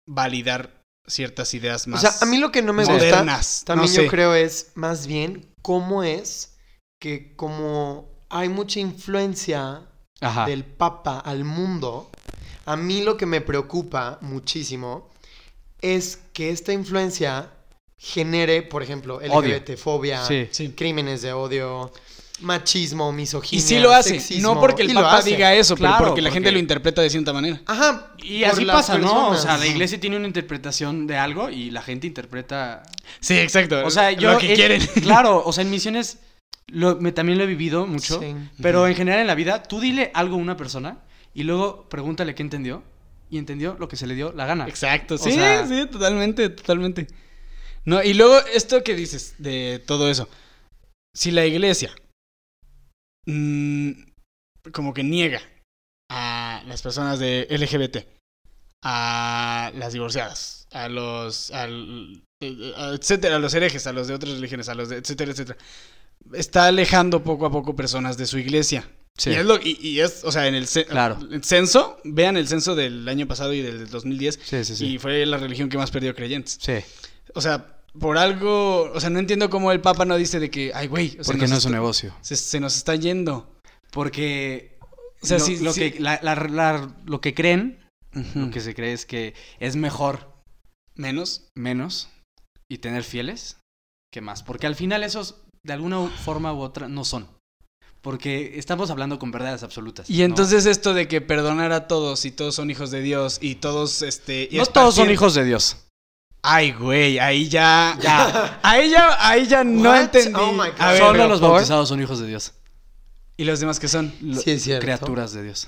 [SPEAKER 2] validar ciertas ideas
[SPEAKER 1] o
[SPEAKER 2] más
[SPEAKER 1] sea, a mí lo que no me gusta
[SPEAKER 2] modernas.
[SPEAKER 1] también
[SPEAKER 2] No
[SPEAKER 1] yo
[SPEAKER 2] sé.
[SPEAKER 1] creo es más bien cómo es que como hay mucha influencia
[SPEAKER 3] Ajá.
[SPEAKER 1] del Papa al mundo, a mí lo que me preocupa muchísimo es que esta influencia genere, por ejemplo,
[SPEAKER 3] Odio.
[SPEAKER 1] LGBTfobia,
[SPEAKER 3] Sí.
[SPEAKER 2] Sí.
[SPEAKER 1] crímenes de odio, machismo, misoginia.
[SPEAKER 2] Y sí lo hace.
[SPEAKER 1] sexismo,
[SPEAKER 2] no porque el
[SPEAKER 1] y lo
[SPEAKER 2] Papa
[SPEAKER 1] hace.
[SPEAKER 2] diga eso, pero
[SPEAKER 3] Claro,
[SPEAKER 2] porque la gente
[SPEAKER 3] porque-
[SPEAKER 2] lo interpreta de cierta manera.
[SPEAKER 1] Ajá.
[SPEAKER 3] Y
[SPEAKER 1] por
[SPEAKER 3] así
[SPEAKER 1] las
[SPEAKER 3] pasa, ¿no? O
[SPEAKER 1] personas.
[SPEAKER 3] sea, la iglesia tiene una interpretación de algo y la gente interpreta.
[SPEAKER 2] Sí, exacto.
[SPEAKER 3] O sea, yo.
[SPEAKER 2] lo que
[SPEAKER 3] eh,
[SPEAKER 2] quieren.
[SPEAKER 3] Claro, o sea, en misiones lo- me, también lo he vivido mucho.
[SPEAKER 1] Sí.
[SPEAKER 3] Pero en general en la vida, tú dile algo a una persona y luego pregúntale qué entendió. Y entendió lo que se le dio la gana.
[SPEAKER 2] Exacto,
[SPEAKER 3] O
[SPEAKER 2] sí,
[SPEAKER 3] sea-
[SPEAKER 2] sí, totalmente, totalmente. No, y luego esto que dices de todo eso. Si la iglesia mm, como que niega a las personas de LGBT, a las divorciadas, a los al- eh, a- etcétera, a los herejes, a los de otras religiones, a los de etcétera, etcétera. Está alejando poco a poco personas de su iglesia.
[SPEAKER 3] Sí.
[SPEAKER 2] Y es, lo- y- y es, o sea, en el, ce-
[SPEAKER 3] Claro.
[SPEAKER 2] el censo, vean el censo del año pasado y del 2010,
[SPEAKER 3] Sí, sí, sí.
[SPEAKER 2] y fue la religión que más perdió creyentes.
[SPEAKER 3] Sí.
[SPEAKER 2] O sea, por algo, o sea, no entiendo cómo el Papa no dice de que, ay, güey, o sea,
[SPEAKER 3] Porque
[SPEAKER 2] nos
[SPEAKER 3] no es un
[SPEAKER 2] está-
[SPEAKER 3] negocio.
[SPEAKER 2] se, se nos está yendo.
[SPEAKER 3] Porque.
[SPEAKER 2] O sea,
[SPEAKER 3] lo,
[SPEAKER 2] sí,
[SPEAKER 3] lo
[SPEAKER 2] sí.
[SPEAKER 3] Que, la- la- la- lo que creen, lo que se cree es que es mejor
[SPEAKER 2] Menos.
[SPEAKER 3] menos y tener fieles que más. Porque al final esos, de alguna u- forma u otra, no son. Porque estamos hablando con verdades absolutas.
[SPEAKER 2] Y
[SPEAKER 3] ¿no?
[SPEAKER 2] entonces esto de que perdonar a todos y todos son hijos de Dios y todos, este... y
[SPEAKER 3] No, todos son
[SPEAKER 2] esparcir-
[SPEAKER 3] hijos de Dios.
[SPEAKER 2] Ay, güey, ahí ya... ya. ahí ya, ahí ya no
[SPEAKER 1] What?
[SPEAKER 2] entendí.
[SPEAKER 1] Oh my
[SPEAKER 2] A ver,
[SPEAKER 1] God.
[SPEAKER 3] Solo
[SPEAKER 2] pero-
[SPEAKER 3] los
[SPEAKER 1] ¿por?
[SPEAKER 3] bautizados son hijos de Dios.
[SPEAKER 2] ¿Y los demás que son?
[SPEAKER 3] Lo-
[SPEAKER 1] Sí, es cierto.
[SPEAKER 3] Criaturas de Dios.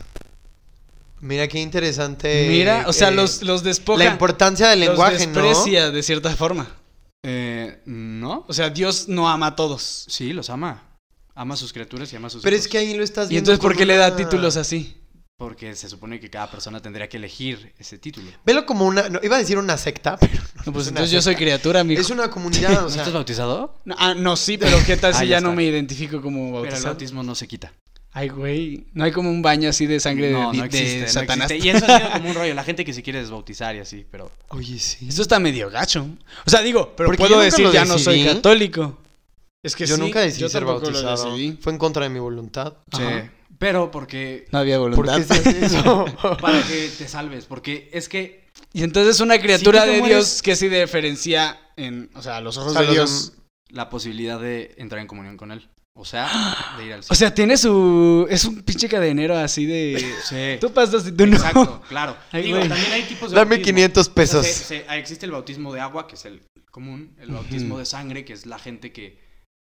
[SPEAKER 1] Mira qué interesante.
[SPEAKER 2] Mira, o sea,
[SPEAKER 1] eh,
[SPEAKER 2] los, los despoja.
[SPEAKER 1] la importancia del lenguaje,
[SPEAKER 2] los
[SPEAKER 1] ¿no?
[SPEAKER 2] desprecia de cierta forma.
[SPEAKER 3] Eh, ¿No?
[SPEAKER 2] O sea, Dios no ama a todos.
[SPEAKER 3] Sí, los ama. Ama a sus criaturas y ama a sus
[SPEAKER 1] Pero
[SPEAKER 3] hijos.
[SPEAKER 1] es que ahí lo estás
[SPEAKER 2] Y
[SPEAKER 1] viendo.
[SPEAKER 2] entonces, ¿por
[SPEAKER 1] con
[SPEAKER 2] qué le da
[SPEAKER 1] una-
[SPEAKER 2] títulos así?
[SPEAKER 3] Porque se supone que cada persona tendría que elegir ese título.
[SPEAKER 1] Velo como una. no, iba a decir una secta, pero
[SPEAKER 2] No, pues
[SPEAKER 1] Es una
[SPEAKER 2] entonces yo soy criatura, amigo.
[SPEAKER 1] es una comunidad, o
[SPEAKER 3] ¿No
[SPEAKER 1] sea.
[SPEAKER 3] estás bautizado?
[SPEAKER 2] No, ah, no, sí, pero ¿qué tal
[SPEAKER 3] Ah,
[SPEAKER 2] si
[SPEAKER 3] ya
[SPEAKER 2] ya no
[SPEAKER 3] está.
[SPEAKER 2] me identifico como
[SPEAKER 3] Pero el
[SPEAKER 2] bautizado?
[SPEAKER 3] bautismo no se quita.
[SPEAKER 2] Ay, güey. No hay como un baño así de sangre
[SPEAKER 3] no,
[SPEAKER 2] de,
[SPEAKER 3] no
[SPEAKER 2] de
[SPEAKER 3] existe, no
[SPEAKER 2] Satanás.
[SPEAKER 3] existe. Y eso ha sido como un rollo. La gente que se quiere desbautizar y así, pero...
[SPEAKER 1] Oye, sí.
[SPEAKER 2] Eso está medio gacho. O sea, digo, pero
[SPEAKER 1] Porque yo
[SPEAKER 2] puedo
[SPEAKER 1] nunca
[SPEAKER 2] decir
[SPEAKER 1] lo
[SPEAKER 2] ya no soy
[SPEAKER 1] decidí.
[SPEAKER 2] católico. Es que
[SPEAKER 1] yo
[SPEAKER 2] sí,
[SPEAKER 1] nunca decidí ser
[SPEAKER 2] tampoco lo
[SPEAKER 1] bautizado.
[SPEAKER 2] decidí.
[SPEAKER 1] Fue en contra de mi voluntad.
[SPEAKER 3] Sí,
[SPEAKER 2] Ajá.
[SPEAKER 3] pero porque...
[SPEAKER 2] No había
[SPEAKER 1] ¿Por
[SPEAKER 2] voluntad.
[SPEAKER 1] qué se hace eso?
[SPEAKER 3] Para que te salves, porque es que...
[SPEAKER 2] Y entonces una
[SPEAKER 3] Si
[SPEAKER 2] criatura
[SPEAKER 3] tú te
[SPEAKER 2] de
[SPEAKER 3] mueres-
[SPEAKER 2] Dios que sí diferencia en, o sea, a
[SPEAKER 3] Pues,
[SPEAKER 2] los
[SPEAKER 1] O
[SPEAKER 2] ojos
[SPEAKER 1] sea,
[SPEAKER 2] de
[SPEAKER 1] los-
[SPEAKER 2] Dios.
[SPEAKER 3] La posibilidad de entrar en comunión con él. O sea, de ir al
[SPEAKER 2] O sea, tiene su es un pinche cadenero así de
[SPEAKER 3] sí.
[SPEAKER 2] tú pasas y tú no.
[SPEAKER 3] Exacto, claro.
[SPEAKER 2] Ay,
[SPEAKER 3] Digo,
[SPEAKER 2] güey.
[SPEAKER 3] también hay tipos de
[SPEAKER 1] Dame
[SPEAKER 3] bautismo.
[SPEAKER 1] 500
[SPEAKER 3] O sea,
[SPEAKER 1] pesos.
[SPEAKER 3] se- se- ahí existe el bautismo de agua, que es el común, el bautismo
[SPEAKER 2] Ujú.
[SPEAKER 3] de sangre, que es la gente que,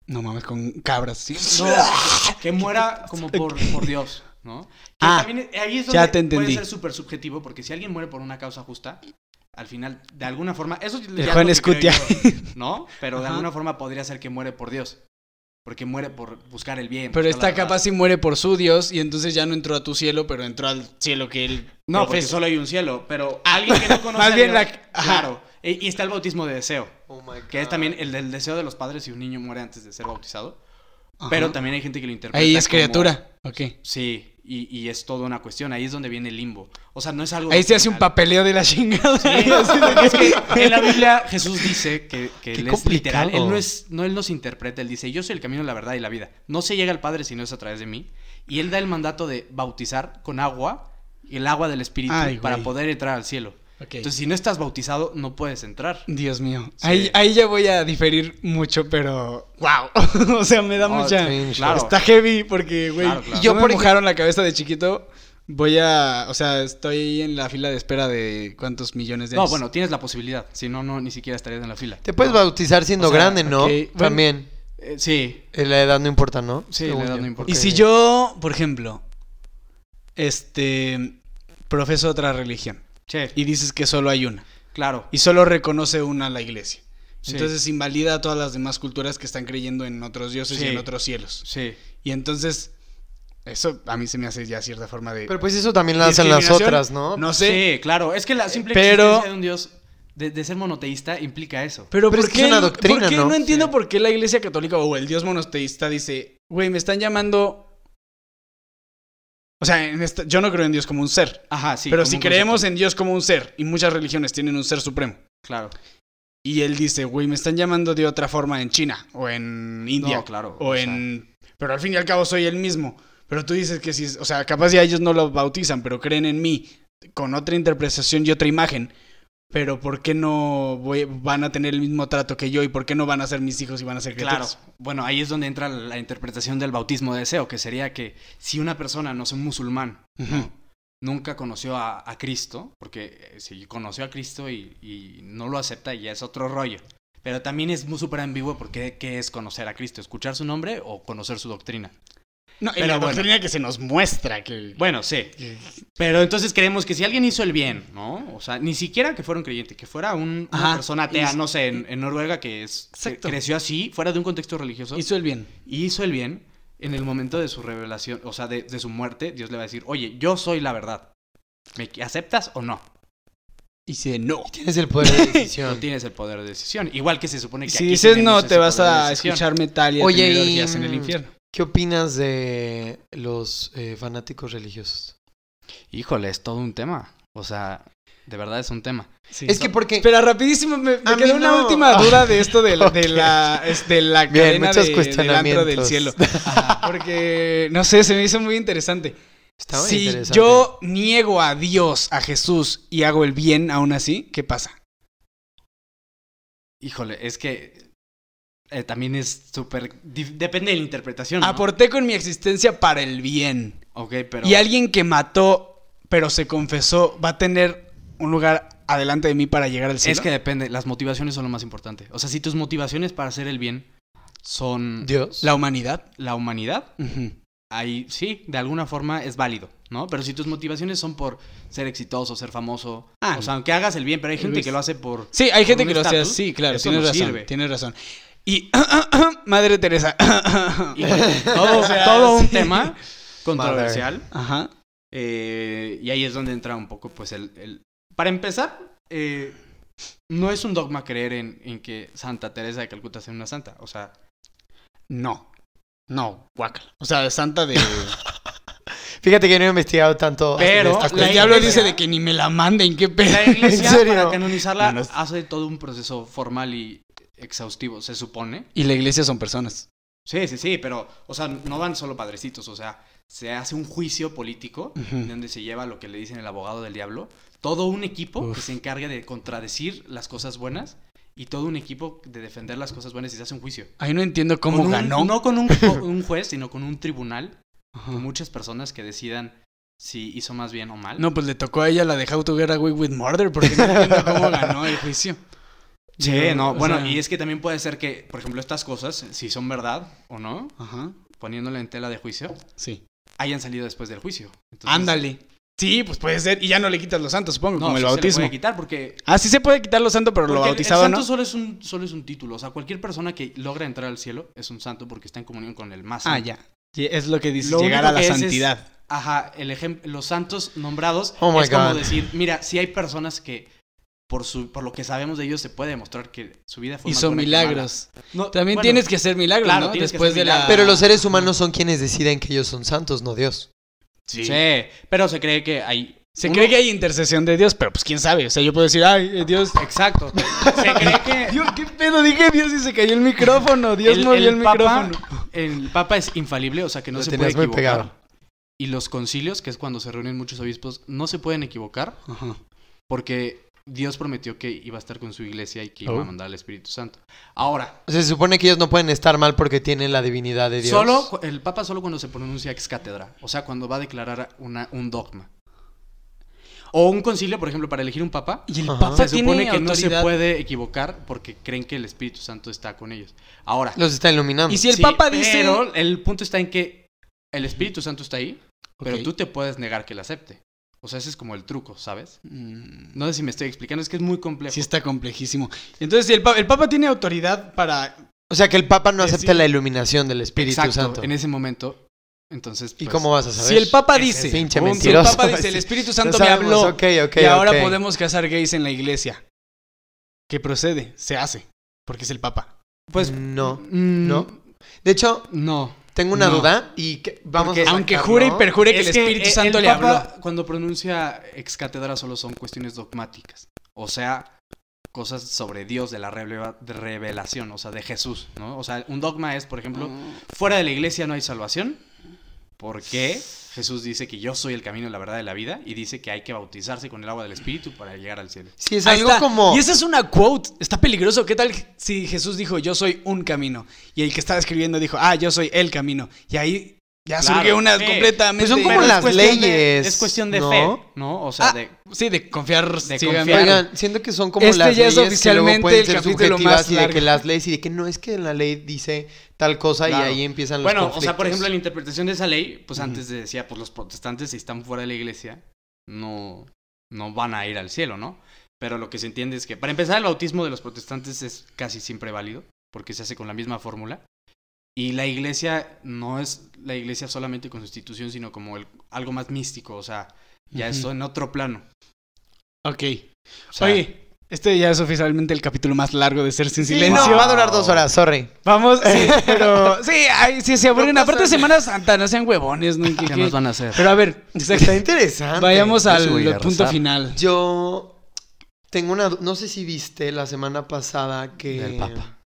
[SPEAKER 2] No mames con cabras. sí.
[SPEAKER 3] no, que muera como por, por Dios, ¿no? Que
[SPEAKER 2] Ah,
[SPEAKER 3] también ahí es
[SPEAKER 2] ya
[SPEAKER 3] donde
[SPEAKER 2] te
[SPEAKER 3] puede
[SPEAKER 2] entendí.
[SPEAKER 3] ser súper subjetivo, porque si alguien muere por una causa justa, al final, de alguna forma, eso es
[SPEAKER 2] El
[SPEAKER 3] ya
[SPEAKER 2] Juan
[SPEAKER 3] lo que creo
[SPEAKER 2] Escutia.
[SPEAKER 3] yo, ¿no? Pero de
[SPEAKER 2] Ajá.
[SPEAKER 3] alguna forma podría ser que muere por Dios, porque muere por buscar el bien.
[SPEAKER 2] Pero
[SPEAKER 3] buscar la
[SPEAKER 2] está
[SPEAKER 3] verdad.
[SPEAKER 2] capaz si muere por su Dios y entonces ya no entró a tu cielo, pero entró al cielo que él.
[SPEAKER 3] No, porque
[SPEAKER 2] profesa.
[SPEAKER 3] solo hay un cielo, pero alguien que no conoce
[SPEAKER 2] pues, Más
[SPEAKER 3] a
[SPEAKER 2] bien
[SPEAKER 3] Dios,
[SPEAKER 2] la- ajá. Ah.
[SPEAKER 3] Claro. E, Y y está el bautismo de deseo,
[SPEAKER 1] Oh my
[SPEAKER 3] que es
[SPEAKER 1] God.
[SPEAKER 3] también el del deseo de los padres si un niño muere antes de ser bautizado.
[SPEAKER 2] Ajá.
[SPEAKER 3] Pero también hay gente que lo interpreta
[SPEAKER 2] Ahí es
[SPEAKER 3] como-
[SPEAKER 2] criatura. Ok.
[SPEAKER 3] Sí, Y, y es toda una cuestión. Ahí es donde viene el limbo. O sea, no es algo.
[SPEAKER 2] Ahí se hace un
[SPEAKER 3] doctrinal.
[SPEAKER 2] papeleo de la chingada.
[SPEAKER 3] Es que en la Biblia Jesús dice que, que
[SPEAKER 1] Qué
[SPEAKER 3] él es
[SPEAKER 1] complicado.
[SPEAKER 3] literal. Él no, es, no él nos interpreta. Él dice: Yo soy el camino, la verdad y la vida. No se llega al Padre si no es a través de mí. Y él da el mandato de bautizar con agua, el agua del Espíritu,
[SPEAKER 2] Ay,
[SPEAKER 3] para
[SPEAKER 2] güey.
[SPEAKER 3] poder entrar al cielo.
[SPEAKER 2] Ok.
[SPEAKER 3] Entonces, si no estás bautizado, no puedes entrar.
[SPEAKER 2] Dios mío.
[SPEAKER 3] Sí.
[SPEAKER 2] Ahí, ahí ya voy a diferir mucho, pero. ¡Wow! o sea, me da
[SPEAKER 3] Oh,
[SPEAKER 2] mucha.
[SPEAKER 1] cringe.
[SPEAKER 3] claro.
[SPEAKER 2] Está heavy porque, güey.
[SPEAKER 3] Claro, claro.
[SPEAKER 2] Yo
[SPEAKER 1] No
[SPEAKER 2] me
[SPEAKER 1] me
[SPEAKER 2] mojaron la cabeza de chiquito. Voy a. O sea, estoy en la fila de espera de cuántos millones de
[SPEAKER 3] No,
[SPEAKER 2] años.
[SPEAKER 3] bueno, tienes la posibilidad. Si no, no, ni siquiera estarías en la fila.
[SPEAKER 1] Te puedes bautizar siendo
[SPEAKER 3] O sea,
[SPEAKER 1] grande, ¿no?
[SPEAKER 2] ok, bueno.
[SPEAKER 1] También.
[SPEAKER 3] Eh, sí,
[SPEAKER 1] Eh, La edad no importa, ¿no?
[SPEAKER 3] Sí, la
[SPEAKER 1] Según
[SPEAKER 3] edad
[SPEAKER 1] yo.
[SPEAKER 3] no importa.
[SPEAKER 2] Y
[SPEAKER 1] Ok.
[SPEAKER 2] si yo, por ejemplo, este. Profeso otra religión.
[SPEAKER 3] che,
[SPEAKER 2] Y dices que solo hay una.
[SPEAKER 3] claro.
[SPEAKER 2] Y solo reconoce una a la iglesia.
[SPEAKER 3] Sí.
[SPEAKER 2] Entonces invalida a todas las demás culturas que están creyendo en otros dioses
[SPEAKER 3] Sí.
[SPEAKER 2] y en otros cielos.
[SPEAKER 3] Sí.
[SPEAKER 2] Y entonces, eso a mí se me hace ya cierta forma de...
[SPEAKER 1] Pero pues eso también lo hacen las
[SPEAKER 2] discriminación,
[SPEAKER 1] otras, ¿no?
[SPEAKER 2] No sé.
[SPEAKER 3] Sí, claro. Es que la simple
[SPEAKER 2] Pero-
[SPEAKER 3] existencia de un Dios, de, de ser monoteísta, implica eso.
[SPEAKER 2] Pero,
[SPEAKER 1] Pero
[SPEAKER 2] ¿por
[SPEAKER 1] es que
[SPEAKER 2] qué,
[SPEAKER 1] es una
[SPEAKER 2] el-
[SPEAKER 1] doctrina,
[SPEAKER 2] por qué
[SPEAKER 1] ¿no?
[SPEAKER 2] no, entiendo por qué la iglesia católica o el dios monoteísta dice, güey, me están llamando... O sea, en esta- yo no creo en Dios como un ser.
[SPEAKER 3] Ajá, sí.
[SPEAKER 2] pero
[SPEAKER 3] como
[SPEAKER 2] si
[SPEAKER 3] un
[SPEAKER 2] creemos en Dios como un ser, y muchas religiones tienen un ser supremo,
[SPEAKER 3] concepto. Claro.
[SPEAKER 2] y él dice, güey, me están llamando de otra forma en China, o en India,
[SPEAKER 3] No, claro.
[SPEAKER 2] o en... Pero al fin y al cabo soy el mismo. Pero tú dices que si... O sea, capaz ya ellos no lo bautizan, pero creen en mí con otra interpretación y otra imagen. Pero ¿por qué no voy- van a tener el mismo trato que yo? ¿Y por qué no van a ser mis hijos y van a ser
[SPEAKER 3] Claro.
[SPEAKER 2] criaturas?
[SPEAKER 3] Bueno, ahí es donde entra la interpretación del bautismo de deseo, que sería que si una persona no es un musulmán,
[SPEAKER 2] Ujú.
[SPEAKER 3] nunca conoció a, a Cristo, porque eh, si conoció a Cristo y, y no lo acepta, ya es otro rollo. Pero también es muy súper ambiguo porque ¿qué es conocer a Cristo? ¿Escuchar su nombre o conocer su doctrina?
[SPEAKER 2] No, y
[SPEAKER 3] Pero
[SPEAKER 2] la
[SPEAKER 3] bueno.
[SPEAKER 2] doctrina que se nos muestra que...
[SPEAKER 3] Bueno, sí. Pero entonces creemos que si alguien hizo el bien, ¿no? O sea, ni siquiera que fuera un creyente, que fuera un- una
[SPEAKER 2] Ajá.
[SPEAKER 3] persona atea,
[SPEAKER 2] Y-
[SPEAKER 3] no sé, en, en Noruega, que es que
[SPEAKER 2] Exacto.
[SPEAKER 3] creció así, fuera de un contexto religioso,
[SPEAKER 2] Hizo el bien.
[SPEAKER 3] y hizo el bien, en el momento de su revelación, o sea, de, de su muerte, Dios le va a decir, oye, yo soy la verdad. ¿Me qui- aceptas o no?
[SPEAKER 2] Y si no.
[SPEAKER 1] Tienes el poder de
[SPEAKER 3] No
[SPEAKER 1] decisión.
[SPEAKER 3] tienes el poder de decisión. Igual que se supone que
[SPEAKER 2] Si
[SPEAKER 3] aquí
[SPEAKER 2] dices
[SPEAKER 3] tenemos
[SPEAKER 2] no,
[SPEAKER 3] ese
[SPEAKER 2] te vas
[SPEAKER 3] poder de
[SPEAKER 2] a
[SPEAKER 3] decisión.
[SPEAKER 2] escuchar metal y a
[SPEAKER 1] Oye,
[SPEAKER 2] tener
[SPEAKER 1] y- mm,
[SPEAKER 2] orgías en el infierno.
[SPEAKER 1] ¿Qué opinas de los eh, fanáticos religiosos?
[SPEAKER 3] Híjole, es todo un tema. O sea, de verdad es un tema.
[SPEAKER 1] Es que porque...
[SPEAKER 2] Espera, rapidísimo, me, me
[SPEAKER 1] A mí
[SPEAKER 2] quedó una
[SPEAKER 1] no.
[SPEAKER 2] última
[SPEAKER 3] Ah.
[SPEAKER 2] duda de esto de, la- de
[SPEAKER 1] Ok.
[SPEAKER 2] la, es de la
[SPEAKER 1] Bien,
[SPEAKER 2] cadena
[SPEAKER 1] muchos
[SPEAKER 2] de- del antro
[SPEAKER 1] cuestionamientos.
[SPEAKER 2] del cielo. Ajá, porque, no sé, se me hizo muy interesante.
[SPEAKER 1] Está muy
[SPEAKER 2] si
[SPEAKER 1] interesante.
[SPEAKER 2] yo niego a Dios, a Jesús, y hago el bien aún así, ¿qué pasa?
[SPEAKER 3] Híjole, es que eh, también es súper... dif- Depende de la interpretación. ¿no?
[SPEAKER 2] Aporté con mi existencia para el bien.
[SPEAKER 3] Ok, pero...
[SPEAKER 2] Y alguien que mató, pero se confesó, ¿va a tener un lugar adelante de mí para llegar al cielo?
[SPEAKER 3] Es que depende, las motivaciones son lo más importante. O sea, si tus motivaciones para hacer el bien son
[SPEAKER 1] Dios.
[SPEAKER 2] La humanidad.
[SPEAKER 3] la humanidad,
[SPEAKER 2] Ujú.
[SPEAKER 3] ahí sí, de alguna forma es válido, ¿no? Pero si tus motivaciones son por ser exitoso, ser famoso,
[SPEAKER 2] Ah,
[SPEAKER 3] o sea, aunque hagas el bien, pero hay gente
[SPEAKER 2] Luis.
[SPEAKER 3] que lo hace por...
[SPEAKER 2] Sí, hay gente
[SPEAKER 3] un
[SPEAKER 2] que lo hace
[SPEAKER 3] estatus,
[SPEAKER 2] así, claro,
[SPEAKER 3] eso
[SPEAKER 2] tienes
[SPEAKER 3] no
[SPEAKER 2] razón,
[SPEAKER 3] sirve.
[SPEAKER 2] tienes razón. Y Madre Teresa.
[SPEAKER 3] Híjole, todo, todo un tema controversial.
[SPEAKER 2] Ajá.
[SPEAKER 3] Eh, y ahí es donde entra un poco, pues, el... el- Para empezar, eh, no es un dogma creer en, en que Santa Teresa de Calcuta sea una santa. O sea,
[SPEAKER 2] No. No, guácala. O sea, de santa de
[SPEAKER 1] Fíjate que no he investigado tanto. acerca
[SPEAKER 3] Pero-
[SPEAKER 1] de
[SPEAKER 2] Hasta el
[SPEAKER 3] La
[SPEAKER 2] diablo
[SPEAKER 3] iglesia-
[SPEAKER 2] dice de que ni me la manden, qué pedo.
[SPEAKER 3] La iglesia,
[SPEAKER 1] ¿En serio?
[SPEAKER 3] para canonizarla,
[SPEAKER 2] No, no es-
[SPEAKER 3] hace todo un proceso formal y exhaustivo, se supone.
[SPEAKER 2] Y la iglesia son personas.
[SPEAKER 3] Sí, sí, sí, pero, o sea, no van solo padrecitos, o sea, se hace un juicio político
[SPEAKER 2] Ujú.
[SPEAKER 3] donde se lleva lo que le dicen el abogado del diablo, todo un equipo que
[SPEAKER 2] Uf.
[SPEAKER 3] se encarga de contradecir las cosas buenas y todo un equipo de defender las cosas buenas y se hace un juicio.
[SPEAKER 2] Ahí no entiendo cómo
[SPEAKER 3] Con un-
[SPEAKER 2] ganó.
[SPEAKER 3] no con un, con un juez, sino con un tribunal,
[SPEAKER 2] Ajá.
[SPEAKER 3] con muchas personas que decidan si hizo más bien o mal.
[SPEAKER 2] No, pues le tocó a ella la de How to Get Away with Murder porque no entiendo cómo ganó el juicio.
[SPEAKER 3] Sí, no,
[SPEAKER 2] o
[SPEAKER 3] bueno,
[SPEAKER 2] sea-
[SPEAKER 3] y es que también puede ser que, por ejemplo, estas cosas, si son verdad o no,
[SPEAKER 2] Ajá.
[SPEAKER 3] poniéndola en tela de juicio,
[SPEAKER 2] Sí.
[SPEAKER 3] hayan salido después del juicio. Entonces,
[SPEAKER 2] Ándale. Sí, pues puede ser. Y ya no le quitas los santos, supongo,
[SPEAKER 3] No,
[SPEAKER 2] como el
[SPEAKER 3] sí se le
[SPEAKER 2] bautismo.
[SPEAKER 3] puede quitar porque,
[SPEAKER 2] Ah, sí se puede quitar los santos, pero lo
[SPEAKER 3] porque el-
[SPEAKER 2] bautizado
[SPEAKER 3] el santo
[SPEAKER 2] no.
[SPEAKER 3] solo es un solo es un título, o sea, cualquier persona que logra entrar al cielo es un santo porque está en comunión con el más.
[SPEAKER 2] Ah,
[SPEAKER 3] santo.
[SPEAKER 2] ya. Sí, Es lo que dice
[SPEAKER 3] Lo
[SPEAKER 2] llegar
[SPEAKER 3] único
[SPEAKER 2] a la
[SPEAKER 3] que es es-
[SPEAKER 2] santidad.
[SPEAKER 3] Ajá, el ejem- los santos nombrados
[SPEAKER 1] Oh my
[SPEAKER 3] es como
[SPEAKER 1] God.
[SPEAKER 3] decir, mira, si hay personas que por su por lo que sabemos de ellos se puede demostrar que su vida fue más
[SPEAKER 2] Hizo
[SPEAKER 3] buena que mala.
[SPEAKER 2] milagros.
[SPEAKER 3] No,
[SPEAKER 2] También
[SPEAKER 3] bueno,
[SPEAKER 2] tienes que hacer milagros,
[SPEAKER 3] claro,
[SPEAKER 2] ¿no?
[SPEAKER 3] tienes que
[SPEAKER 2] Después
[SPEAKER 3] hacer
[SPEAKER 2] de la.
[SPEAKER 1] Pero los seres humanos son quienes deciden que ellos son santos, no Dios.
[SPEAKER 2] Sí.
[SPEAKER 3] Sí, pero se cree que hay...
[SPEAKER 2] Se
[SPEAKER 3] uno-
[SPEAKER 2] cree que hay intercesión de Dios, pero pues quién sabe. O sea, yo puedo decir, ay, eh, Dios.
[SPEAKER 3] Exacto. Se cree que...
[SPEAKER 2] Dios, qué pedo, dije Dios y se cayó el micrófono. Dios
[SPEAKER 3] el,
[SPEAKER 2] movió el,
[SPEAKER 3] el papa,
[SPEAKER 2] micrófono.
[SPEAKER 3] el papa es infalible, o sea que no
[SPEAKER 1] Lo
[SPEAKER 3] se puede
[SPEAKER 1] tenías muy
[SPEAKER 3] equivocar.
[SPEAKER 1] pegado.
[SPEAKER 3] Y los concilios, que es cuando se reúnen muchos obispos, no se pueden equivocar
[SPEAKER 2] Ajá.
[SPEAKER 3] porque Dios prometió que iba a estar con su iglesia y que iba
[SPEAKER 1] Oh.
[SPEAKER 3] a mandar al Espíritu Santo. Ahora,
[SPEAKER 1] Se supone que ellos no pueden estar mal porque tienen la divinidad de Dios.
[SPEAKER 3] solo cu- el papa solo cuando se pronuncia ex cátedra, o sea, cuando va a declarar una- un dogma. O un concilio, por ejemplo, para elegir un papa,
[SPEAKER 2] Y el
[SPEAKER 1] Ajá.
[SPEAKER 2] papa
[SPEAKER 3] se supone
[SPEAKER 2] tiene
[SPEAKER 3] que no se
[SPEAKER 2] autoridad.
[SPEAKER 3] puede equivocar porque creen que el Espíritu Santo está con ellos. Ahora,
[SPEAKER 1] Los está iluminando.
[SPEAKER 2] Y si el
[SPEAKER 3] Sí,
[SPEAKER 2] papa dice.
[SPEAKER 3] Pero el punto está en que el Espíritu Santo está ahí, pero
[SPEAKER 2] Ok.
[SPEAKER 3] tú te puedes negar que lo acepte. O sea, ese es como el truco, ¿sabes?
[SPEAKER 2] Mm.
[SPEAKER 3] No sé si me estoy explicando, es que es muy complejo.
[SPEAKER 2] Sí está complejísimo. Entonces, si el papa, el papa tiene autoridad para...
[SPEAKER 1] O sea, que el Papa no
[SPEAKER 2] Decir-
[SPEAKER 1] acepta la iluminación del Espíritu
[SPEAKER 3] Exacto,
[SPEAKER 1] Santo.
[SPEAKER 3] en ese momento. Entonces,
[SPEAKER 1] ¿Y
[SPEAKER 3] pues,
[SPEAKER 1] cómo vas a saber?
[SPEAKER 2] Si el papa
[SPEAKER 3] ese
[SPEAKER 2] dice...
[SPEAKER 3] es el
[SPEAKER 1] Pinche
[SPEAKER 3] punto.
[SPEAKER 2] Si el
[SPEAKER 1] mentiroso.
[SPEAKER 2] papa dice, el Espíritu Santo
[SPEAKER 1] No
[SPEAKER 2] me
[SPEAKER 1] sabemos,
[SPEAKER 2] habló
[SPEAKER 1] ok, ok,
[SPEAKER 2] y ahora
[SPEAKER 1] ok.
[SPEAKER 2] podemos casar gays en la iglesia. ¿Qué procede? Se hace. Porque es el papa.
[SPEAKER 3] pues
[SPEAKER 1] No.
[SPEAKER 3] mm,
[SPEAKER 1] No. De hecho,
[SPEAKER 3] no.
[SPEAKER 1] tengo una
[SPEAKER 2] No.
[SPEAKER 1] duda y que- vamos
[SPEAKER 3] Porque
[SPEAKER 1] a
[SPEAKER 2] Aunque
[SPEAKER 1] sacarlo.
[SPEAKER 2] jure y perjure que el Espíritu
[SPEAKER 3] eh,
[SPEAKER 2] Santo
[SPEAKER 3] el
[SPEAKER 2] le
[SPEAKER 3] Papa,
[SPEAKER 2] habló.
[SPEAKER 3] Cuando pronuncia ex cátedra solo son cuestiones dogmáticas. O sea, cosas sobre Dios de la releva- de revelación, o sea, de Jesús, ¿no? O sea, un dogma es, por ejemplo,
[SPEAKER 1] Ah.
[SPEAKER 3] fuera de la iglesia no hay salvación. Porque Jesús dice que yo soy el camino, la verdad y la vida y dice que hay que bautizarse con el agua del Espíritu para llegar al cielo.
[SPEAKER 1] Sí, es
[SPEAKER 2] Ahí
[SPEAKER 1] algo
[SPEAKER 2] está.
[SPEAKER 1] como...
[SPEAKER 2] Y esa es una quote. Está peligroso. ¿Qué tal si Jesús dijo, yo soy un camino? Y el que estaba escribiendo dijo, ah, yo soy el camino. Y ahí ya
[SPEAKER 3] Claro,
[SPEAKER 2] surge una
[SPEAKER 3] sí.
[SPEAKER 2] completamente...
[SPEAKER 1] Pues son como
[SPEAKER 3] Pero es
[SPEAKER 1] las
[SPEAKER 3] cuestión de-
[SPEAKER 1] leyes,
[SPEAKER 3] es cuestión de
[SPEAKER 1] ¿no?
[SPEAKER 3] fe, ¿no? O sea,
[SPEAKER 2] Ah,
[SPEAKER 3] de...
[SPEAKER 2] Sí, de confiar ciegamente.
[SPEAKER 3] confiar.
[SPEAKER 1] Oigan, siento que son como
[SPEAKER 2] Este
[SPEAKER 1] las
[SPEAKER 2] ya
[SPEAKER 1] leyes
[SPEAKER 2] es
[SPEAKER 1] que
[SPEAKER 2] oficialmente
[SPEAKER 1] luego pueden
[SPEAKER 2] el
[SPEAKER 1] ser
[SPEAKER 2] capítulo
[SPEAKER 1] subjetivas
[SPEAKER 2] más
[SPEAKER 1] y de
[SPEAKER 2] largo.
[SPEAKER 1] que las leyes y de que no es que en la ley dice tal cosa
[SPEAKER 3] Claro.
[SPEAKER 1] y ahí empiezan los
[SPEAKER 3] Bueno, o
[SPEAKER 1] conflictos.
[SPEAKER 3] sea, por ejemplo, la interpretación de esa ley, pues
[SPEAKER 2] Ujú.
[SPEAKER 3] antes decía, pues los protestantes si están fuera de la iglesia, no, no van a ir al cielo, ¿no? Pero lo que se entiende es que, para empezar, el bautismo de los protestantes es casi siempre válido, porque se hace con la misma fórmula. Y la iglesia no es la iglesia solamente con sustitución, sino como el- algo más místico, o sea, ya
[SPEAKER 2] Ujú.
[SPEAKER 3] eso en otro plano.
[SPEAKER 2] Ok.
[SPEAKER 3] O sea,
[SPEAKER 2] Oye, este ya es oficialmente el capítulo más largo de Ser Sin
[SPEAKER 1] Sí,
[SPEAKER 2] Silencio.
[SPEAKER 1] no, va a durar dos horas, sorry.
[SPEAKER 2] Vamos, sí, pero sí, ay, sí, se aburren.
[SPEAKER 1] No pasa
[SPEAKER 2] Aparte de
[SPEAKER 1] nada.
[SPEAKER 2] Semana Santa, no sean huevones, ¿no? ¿Qué-
[SPEAKER 3] ¿qué
[SPEAKER 2] qué?
[SPEAKER 3] más van a hacer?
[SPEAKER 2] Pero a ver,
[SPEAKER 1] Está
[SPEAKER 2] exacto,
[SPEAKER 1] interesante.
[SPEAKER 2] vayamos
[SPEAKER 3] yo sí
[SPEAKER 2] al
[SPEAKER 3] voy a ir a
[SPEAKER 2] punto
[SPEAKER 3] rezar.
[SPEAKER 2] final.
[SPEAKER 1] Yo tengo una... du- No sé si viste la semana pasada que...
[SPEAKER 3] Del Papa.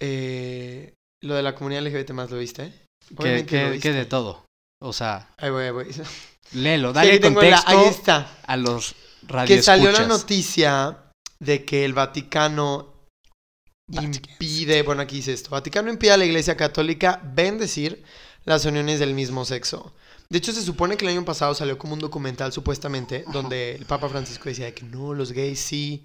[SPEAKER 1] eh, lo de la comunidad LGBT más, ¿lo viste?
[SPEAKER 3] Que,
[SPEAKER 1] Obviamente
[SPEAKER 3] que-
[SPEAKER 1] lo
[SPEAKER 3] que
[SPEAKER 1] viste.
[SPEAKER 3] de todo. O la-
[SPEAKER 1] Ahí voy, ahí voy.
[SPEAKER 3] léelo,
[SPEAKER 1] Sí,
[SPEAKER 3] dale
[SPEAKER 1] ahí tengo la-
[SPEAKER 3] contexto
[SPEAKER 1] ahí está.
[SPEAKER 3] a los
[SPEAKER 1] que salió la
[SPEAKER 3] radioescuchas.
[SPEAKER 1] noticia de que el Vaticano impide, bueno, aquí dice esto, Vaticano impide a la Iglesia Católica bendecir las uniones del mismo sexo. De hecho, se supone que el año pasado salió como un documental, supuestamente, donde el Papa Francisco decía de que no, los gays sí.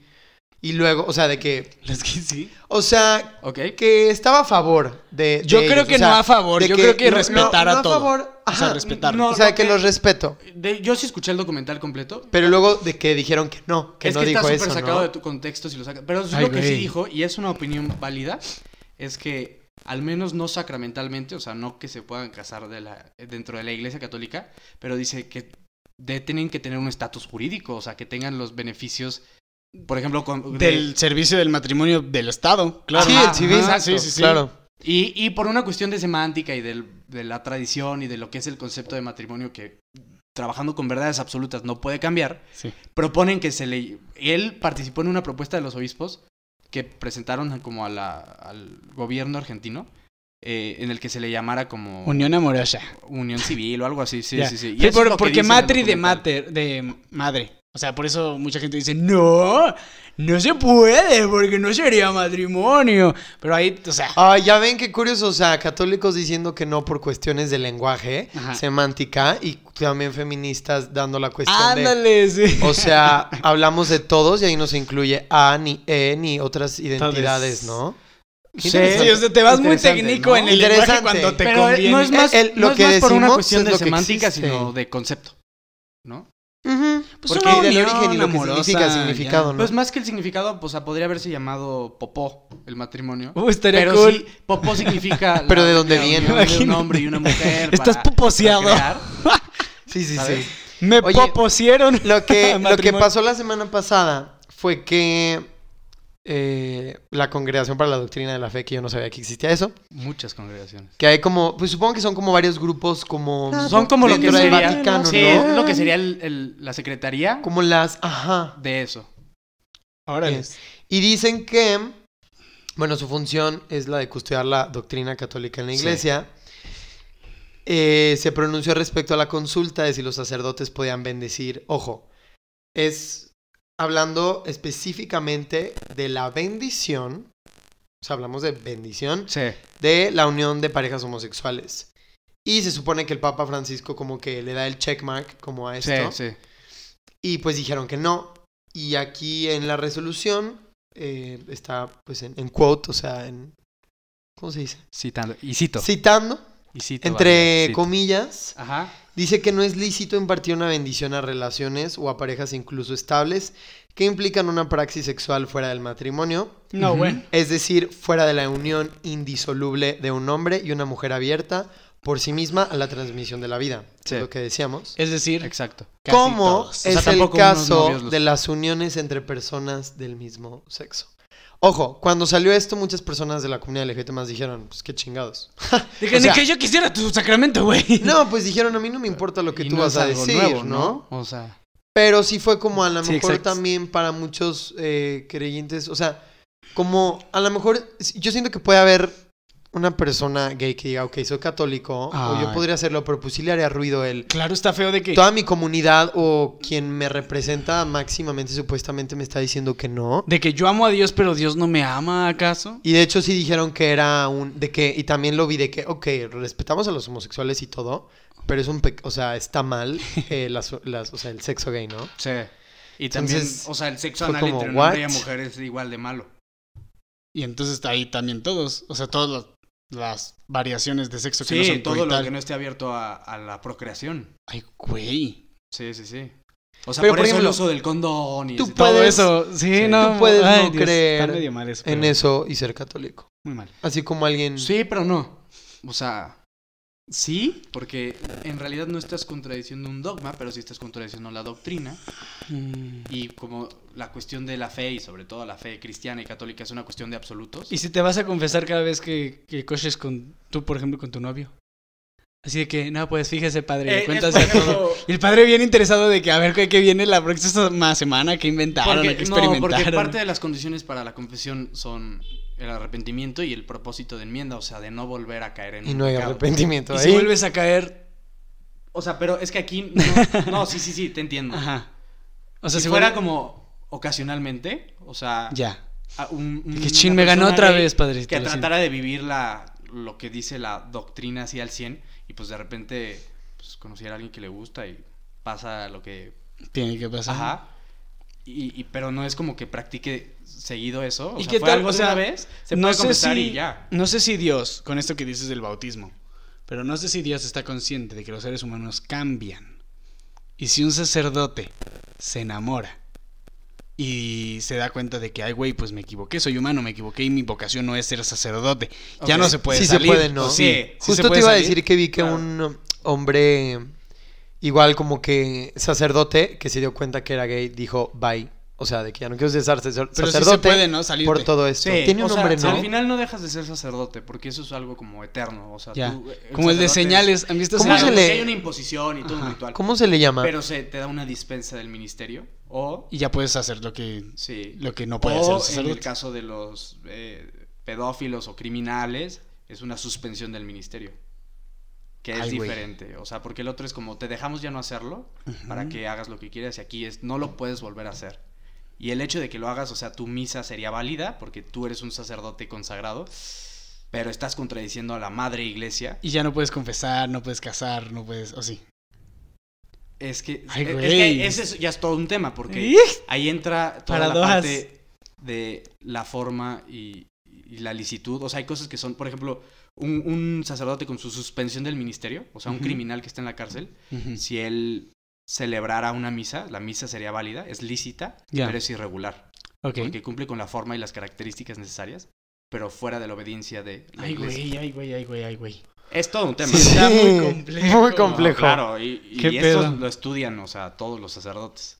[SPEAKER 1] Y luego, o sea, de que,
[SPEAKER 2] Las que sí.
[SPEAKER 1] o sea,
[SPEAKER 3] Ok.
[SPEAKER 1] que estaba a favor de... de
[SPEAKER 2] Yo creo
[SPEAKER 1] ellos,
[SPEAKER 2] que
[SPEAKER 1] o sea,
[SPEAKER 2] no a favor,
[SPEAKER 1] de
[SPEAKER 2] yo creo que
[SPEAKER 1] no- no-
[SPEAKER 2] respetar a
[SPEAKER 1] no
[SPEAKER 2] todo.
[SPEAKER 1] favor,
[SPEAKER 2] O sea,
[SPEAKER 1] ajá,
[SPEAKER 2] respetar.
[SPEAKER 3] no,
[SPEAKER 1] o sea,
[SPEAKER 3] lo
[SPEAKER 1] que
[SPEAKER 3] que-
[SPEAKER 1] los respeto.
[SPEAKER 3] De- yo sí escuché el documental completo.
[SPEAKER 1] Pero luego de que dijeron que no, que
[SPEAKER 3] es
[SPEAKER 1] no
[SPEAKER 3] que
[SPEAKER 1] dijo
[SPEAKER 3] está súper
[SPEAKER 1] eso,
[SPEAKER 3] sacado
[SPEAKER 1] ¿no?
[SPEAKER 3] de tu contexto si lo sacas. Pero
[SPEAKER 2] Ay,
[SPEAKER 3] lo que sí
[SPEAKER 2] güey.
[SPEAKER 3] dijo, y es una opinión válida, es que al menos no sacramentalmente, o sea, no que se puedan casar de la, dentro de la iglesia católica, pero dice que de- tienen que tener un estatus jurídico, o sea, que tengan los beneficios, por ejemplo, con, de-
[SPEAKER 2] Del servicio del matrimonio del Estado, claro.
[SPEAKER 1] Sí,
[SPEAKER 3] Ajá,
[SPEAKER 1] el civil,
[SPEAKER 3] ajá,
[SPEAKER 2] sí, sí, sí.
[SPEAKER 1] claro.
[SPEAKER 3] Y, y por una cuestión de semántica y del- de la tradición y de lo que es el concepto de matrimonio que trabajando con verdades absolutas no puede cambiar,
[SPEAKER 2] Sí.
[SPEAKER 3] proponen que se le... Él participó en una propuesta de los obispos que presentaron como a la- al gobierno argentino eh, en el que se le llamara como
[SPEAKER 2] Unión amorosa.
[SPEAKER 3] unión civil o algo así. Sí,
[SPEAKER 2] Ya.
[SPEAKER 3] sí, sí. Y
[SPEAKER 2] Sí,
[SPEAKER 3] eso
[SPEAKER 2] por-
[SPEAKER 3] es lo que dice
[SPEAKER 2] porque
[SPEAKER 3] en el
[SPEAKER 2] matri de
[SPEAKER 3] documental.
[SPEAKER 2] mater, de madre. O sea, por eso mucha gente dice, no, no se puede, porque no sería matrimonio. Pero ahí, o sea,
[SPEAKER 1] Ay, ya ven qué curioso, o sea, católicos diciendo que no por cuestiones de lenguaje,
[SPEAKER 2] Ajá.
[SPEAKER 1] semántica, y también feministas dando la cuestión
[SPEAKER 3] Ah, este,
[SPEAKER 1] de...
[SPEAKER 2] ándale, sí.
[SPEAKER 1] O sea, hablamos de todos y ahí no se incluye A, ni E, ni otras identidades, ¿no? Qué
[SPEAKER 2] Sí,
[SPEAKER 1] interesante.
[SPEAKER 2] o sea, te vas muy
[SPEAKER 3] Interesante,
[SPEAKER 2] técnico
[SPEAKER 3] ¿no?
[SPEAKER 2] en el
[SPEAKER 1] Interesante.
[SPEAKER 2] lenguaje cuando te
[SPEAKER 3] Pero eh,
[SPEAKER 2] conviene.
[SPEAKER 3] no es más,
[SPEAKER 1] El-
[SPEAKER 3] no
[SPEAKER 1] lo
[SPEAKER 3] es
[SPEAKER 1] que
[SPEAKER 3] más por una
[SPEAKER 1] decimos
[SPEAKER 3] cuestión
[SPEAKER 1] es
[SPEAKER 3] de
[SPEAKER 1] lo que
[SPEAKER 3] semántica,
[SPEAKER 1] existe.
[SPEAKER 3] sino de concepto. ¿No?
[SPEAKER 1] Ujú.
[SPEAKER 2] Pues
[SPEAKER 1] Porque
[SPEAKER 2] una
[SPEAKER 1] hay del
[SPEAKER 2] unión
[SPEAKER 1] origen y lo que
[SPEAKER 2] amorosa,
[SPEAKER 1] significa,
[SPEAKER 2] ya.
[SPEAKER 1] significado, ¿no?
[SPEAKER 3] Pues más que el significado, pues ah, podría haberse llamado popó el matrimonio.
[SPEAKER 2] Uh, estaría
[SPEAKER 3] pero
[SPEAKER 2] cool.
[SPEAKER 3] sí, popó significa. la-
[SPEAKER 1] Pero ¿de dónde
[SPEAKER 3] la
[SPEAKER 1] viene?
[SPEAKER 3] unión de un
[SPEAKER 2] Imagínate.
[SPEAKER 3] hombre y una mujer.
[SPEAKER 2] Estás
[SPEAKER 3] para
[SPEAKER 2] poposeado.
[SPEAKER 3] procrear.
[SPEAKER 1] sí, sí,
[SPEAKER 3] ¿sabes?
[SPEAKER 1] sí.
[SPEAKER 2] Me
[SPEAKER 1] Oye,
[SPEAKER 2] propusieron.
[SPEAKER 1] Lo que, lo que
[SPEAKER 2] Matrimonio.
[SPEAKER 1] pasó la semana pasada fue que eh, la Congregación para la Doctrina de la Fe, que yo no sabía que existía eso.
[SPEAKER 3] Muchas congregaciones.
[SPEAKER 1] Que hay como, pues supongo que son como varios grupos como...
[SPEAKER 3] Son como lo que
[SPEAKER 1] dentro pues, del
[SPEAKER 3] sería.
[SPEAKER 1] Vaticano,
[SPEAKER 3] sí,
[SPEAKER 1] ¿no?
[SPEAKER 3] es lo que sería el- el- la secretaría
[SPEAKER 1] Como las... Ajá.
[SPEAKER 3] de eso.
[SPEAKER 2] Órale.
[SPEAKER 1] Es. Y dicen que, bueno, su función es la de custodiar la doctrina católica en la
[SPEAKER 3] Sí.
[SPEAKER 1] iglesia. Eh, se pronunció respecto a la consulta de si los sacerdotes podían bendecir. Ojo, es hablando específicamente de la bendición. O sea, hablamos de bendición
[SPEAKER 3] Sí.
[SPEAKER 1] de la unión de parejas homosexuales. Y se supone que el Papa Francisco como que le da el checkmark como a esto.
[SPEAKER 3] Sí, sí.
[SPEAKER 1] Y pues dijeron que no. Y aquí en la resolución eh, está pues en, en quote, o sea, en... ¿Cómo se dice?
[SPEAKER 3] Citando. Y cito.
[SPEAKER 1] Citando,
[SPEAKER 3] Y cito, vaya,
[SPEAKER 1] entre
[SPEAKER 3] cito.
[SPEAKER 1] comillas,
[SPEAKER 3] Ajá.
[SPEAKER 1] dice que no es lícito impartir una bendición a relaciones o a parejas incluso estables que implican una praxis sexual fuera del matrimonio,
[SPEAKER 2] No,
[SPEAKER 3] Ujú.
[SPEAKER 2] bueno.
[SPEAKER 1] es decir, fuera de la unión indisoluble de un hombre y una mujer abierta por sí misma a la transmisión de la vida,
[SPEAKER 3] Sí.
[SPEAKER 1] es lo que decíamos.
[SPEAKER 2] Es decir,
[SPEAKER 3] Exacto.
[SPEAKER 2] casi
[SPEAKER 1] ¿Cómo
[SPEAKER 2] todos.
[SPEAKER 1] es
[SPEAKER 3] sea,
[SPEAKER 1] el
[SPEAKER 3] tampoco unos
[SPEAKER 1] caso
[SPEAKER 3] novios los-
[SPEAKER 1] de las uniones entre personas del mismo sexo? Ojo, cuando salió esto, muchas personas de la comunidad LGBT más dijeron, pues qué chingados.
[SPEAKER 2] Dije,
[SPEAKER 1] o sea-
[SPEAKER 2] ni que yo quisiera tu sacramento, güey.
[SPEAKER 1] No, pues dijeron, a mí no me importa lo que
[SPEAKER 3] Y
[SPEAKER 1] tú
[SPEAKER 3] no
[SPEAKER 1] vas
[SPEAKER 3] es
[SPEAKER 1] a
[SPEAKER 3] algo
[SPEAKER 1] decir,
[SPEAKER 3] nuevo,
[SPEAKER 1] ¿no?
[SPEAKER 3] O sea,
[SPEAKER 1] Pero sí fue como a lo
[SPEAKER 2] Sí,
[SPEAKER 1] mejor
[SPEAKER 2] exacto.
[SPEAKER 1] también para muchos eh, creyentes, o sea, como a lo mejor yo siento que puede haber una persona gay que diga, ok, soy católico, o yo
[SPEAKER 2] Ay.
[SPEAKER 1] podría hacerlo, pero pues sí le haría ruido el,
[SPEAKER 2] Claro, está feo de que.
[SPEAKER 1] toda mi comunidad o quien me representa máximamente supuestamente me está diciendo que no.
[SPEAKER 2] De que yo amo a Dios, pero Dios no me ama, ¿acaso?
[SPEAKER 1] Y de hecho sí dijeron que era un de que y también lo vi de que ok, respetamos a los homosexuales y todo, pero es un pe- o sea, está mal eh, las, las- o sea, el sexo gay, ¿no?
[SPEAKER 3] sí. Y también,
[SPEAKER 1] Entonces,
[SPEAKER 3] o sea, el sexo
[SPEAKER 1] fue
[SPEAKER 3] anal
[SPEAKER 1] como,
[SPEAKER 3] entre un hombre y
[SPEAKER 1] ¿what?
[SPEAKER 3] una mujer es igual de malo.
[SPEAKER 2] Y entonces está ahí también todos. O sea, todas las- las variaciones de sexo que
[SPEAKER 3] Sí,
[SPEAKER 2] no son
[SPEAKER 3] todo lo
[SPEAKER 2] coital.
[SPEAKER 3] que no esté abierto a, a la procreación.
[SPEAKER 2] Ay, güey.
[SPEAKER 3] Sí, sí, sí. O sea,
[SPEAKER 1] Pero,
[SPEAKER 3] por,
[SPEAKER 1] por
[SPEAKER 3] eso
[SPEAKER 1] ejemplo,
[SPEAKER 3] el uso del condón y
[SPEAKER 1] tú
[SPEAKER 3] ese-
[SPEAKER 1] puedes-
[SPEAKER 2] Todo eso. Sí,
[SPEAKER 3] Sí.
[SPEAKER 2] no.
[SPEAKER 1] Tú puedes
[SPEAKER 2] ay,
[SPEAKER 1] no
[SPEAKER 2] Dios,
[SPEAKER 1] creer
[SPEAKER 2] Está medio mal eso.
[SPEAKER 1] En
[SPEAKER 2] pero
[SPEAKER 1] eso y ser católico.
[SPEAKER 2] Muy mal.
[SPEAKER 1] Así como alguien
[SPEAKER 3] Sí, pero no. O sea, sí, porque en realidad no estás contradiciendo un dogma, pero sí estás contradiciendo la doctrina.
[SPEAKER 2] Mm.
[SPEAKER 3] Y como la cuestión de la fe, y sobre todo la fe cristiana y católica, es una cuestión de absolutos.
[SPEAKER 2] ¿Y si te vas a confesar cada vez que, que coches con tú, por ejemplo, con tu novio? Así de que, no, pues fíjese, padre,
[SPEAKER 3] Eh,
[SPEAKER 2] le
[SPEAKER 3] es,
[SPEAKER 2] cuentas
[SPEAKER 3] por
[SPEAKER 2] ya todo.
[SPEAKER 3] ejemplo,
[SPEAKER 2] Y el padre bien interesado de que a ver qué, qué viene la próxima semana, que inventaron,
[SPEAKER 3] porque-
[SPEAKER 2] que
[SPEAKER 3] no,
[SPEAKER 2] experimentaron.
[SPEAKER 3] porque parte de las condiciones para la confesión son el arrepentimiento y el propósito de enmienda, o sea, de no volver a caer en
[SPEAKER 1] y
[SPEAKER 3] un
[SPEAKER 1] no hay
[SPEAKER 3] pecado.
[SPEAKER 1] arrepentimiento
[SPEAKER 2] Y
[SPEAKER 1] ahí.
[SPEAKER 2] si vuelves a caer,
[SPEAKER 3] O sea, pero es que aquí no, no, sí, sí, sí, te entiendo.
[SPEAKER 2] ajá. O sea,
[SPEAKER 3] si
[SPEAKER 2] si
[SPEAKER 3] fuera
[SPEAKER 2] vuelve-
[SPEAKER 3] como ocasionalmente, o sea,
[SPEAKER 2] Ya.
[SPEAKER 3] a un, un-
[SPEAKER 2] Que chin,
[SPEAKER 3] una
[SPEAKER 2] me ganó
[SPEAKER 3] persona
[SPEAKER 2] otra
[SPEAKER 3] gay
[SPEAKER 2] vez, padre, te
[SPEAKER 3] Que
[SPEAKER 2] lo
[SPEAKER 3] tratara de vivir la lo que dice la doctrina así al 100 y pues de repente pues, conociera a alguien que le gusta y pasa lo que
[SPEAKER 2] Tiene que pasar.
[SPEAKER 3] Ajá. Y, y- pero no es como que practique seguido eso. O
[SPEAKER 2] ¿Y
[SPEAKER 3] sea,
[SPEAKER 2] qué
[SPEAKER 3] fue
[SPEAKER 2] tal?
[SPEAKER 3] algo
[SPEAKER 2] O
[SPEAKER 3] de
[SPEAKER 2] sea,
[SPEAKER 3] una vez, se
[SPEAKER 2] no
[SPEAKER 3] puede
[SPEAKER 2] sé
[SPEAKER 3] confesar
[SPEAKER 2] si-
[SPEAKER 3] y ya.
[SPEAKER 2] No sé si Dios, con esto que dices del bautismo, pero no sé si Dios está consciente de que los seres humanos cambian. Y si un sacerdote se enamora y se da cuenta de que, ay, güey, pues me equivoqué, soy humano, me equivoqué y mi vocación no es ser sacerdote. Ya
[SPEAKER 3] Ok.
[SPEAKER 2] no se puede
[SPEAKER 1] Sí se
[SPEAKER 2] pues, salir.
[SPEAKER 1] puede, ¿no?
[SPEAKER 2] ¿o
[SPEAKER 3] Sí.
[SPEAKER 2] sí se
[SPEAKER 1] Justo te
[SPEAKER 2] puede
[SPEAKER 1] iba a
[SPEAKER 2] salir?
[SPEAKER 1] decir que vi que
[SPEAKER 3] Claro.
[SPEAKER 1] un hombre igual como que sacerdote que se dio cuenta que era gay dijo bye, o sea, de que ya no quiero ser sacer-
[SPEAKER 2] Pero sí se
[SPEAKER 1] sacerdote
[SPEAKER 2] puede, ¿no? Salirte.
[SPEAKER 1] por todo esto.
[SPEAKER 3] Sí,
[SPEAKER 1] Tiene
[SPEAKER 3] o
[SPEAKER 1] un
[SPEAKER 3] sea,
[SPEAKER 1] nombre, ¿no?
[SPEAKER 3] Al final no dejas de ser sacerdote, porque eso es algo como eterno. O sea,
[SPEAKER 2] Ya.
[SPEAKER 3] tú, eh,
[SPEAKER 2] Como el de
[SPEAKER 3] sacerdote es-
[SPEAKER 2] señales. ¿Han visto
[SPEAKER 1] ¿Cómo
[SPEAKER 3] Claro,
[SPEAKER 1] se
[SPEAKER 2] señales?
[SPEAKER 1] le-
[SPEAKER 3] porque hay una imposición y todo
[SPEAKER 2] Ajá.
[SPEAKER 3] un ritual.
[SPEAKER 1] ¿Cómo se le llama?
[SPEAKER 3] Pero se te da una dispensa del ministerio. O.
[SPEAKER 2] Y ya puedes hacer lo que,
[SPEAKER 3] Sí.
[SPEAKER 2] lo que no puede hacer
[SPEAKER 3] o
[SPEAKER 2] el
[SPEAKER 3] en el
[SPEAKER 2] sacerdote.
[SPEAKER 3] caso de los eh, pedófilos o criminales, es una suspensión del ministerio. Que es
[SPEAKER 2] Ay, güey.
[SPEAKER 3] diferente. O sea, porque el otro es como, te dejamos ya no hacerlo para
[SPEAKER 2] Ujú.
[SPEAKER 3] que hagas lo que quieras y aquí es, no lo puedes volver a hacer. Y el hecho de que lo hagas, o sea, tu misa sería válida porque tú eres un sacerdote consagrado, pero estás contradiciendo a la madre iglesia.
[SPEAKER 2] Y ya no puedes confesar, no puedes casar, no puedes. O sí.
[SPEAKER 3] Es que,
[SPEAKER 2] Ay,
[SPEAKER 3] es- es
[SPEAKER 2] güey.
[SPEAKER 3] que ese es- ya es todo un tema, porque ahí entra toda
[SPEAKER 2] Paradojas.
[SPEAKER 3] la parte de la forma y, y la licitud. O sea, hay cosas que son, por ejemplo, un, un sacerdote con su suspensión del ministerio, o sea, un
[SPEAKER 2] Ujú.
[SPEAKER 3] criminal que está en la cárcel,
[SPEAKER 2] Ujú.
[SPEAKER 3] si él celebrara una misa, la misa sería válida, es lícita,
[SPEAKER 2] Ya.
[SPEAKER 3] pero es irregular,
[SPEAKER 2] Ok.
[SPEAKER 3] porque cumple con la forma y las características necesarias, pero fuera de la obediencia de la
[SPEAKER 2] Ay,
[SPEAKER 3] iglesia.
[SPEAKER 2] güey, ay, güey, ay, güey, ay, güey.
[SPEAKER 3] Es todo un tema.
[SPEAKER 1] Sí,
[SPEAKER 2] Está muy
[SPEAKER 1] sí,
[SPEAKER 2] complejo.
[SPEAKER 1] muy
[SPEAKER 3] No,
[SPEAKER 1] complejo.
[SPEAKER 3] claro, y, y
[SPEAKER 2] ¿Qué
[SPEAKER 3] eso
[SPEAKER 2] pedo?
[SPEAKER 3] lo estudian, o sea, todos los sacerdotes.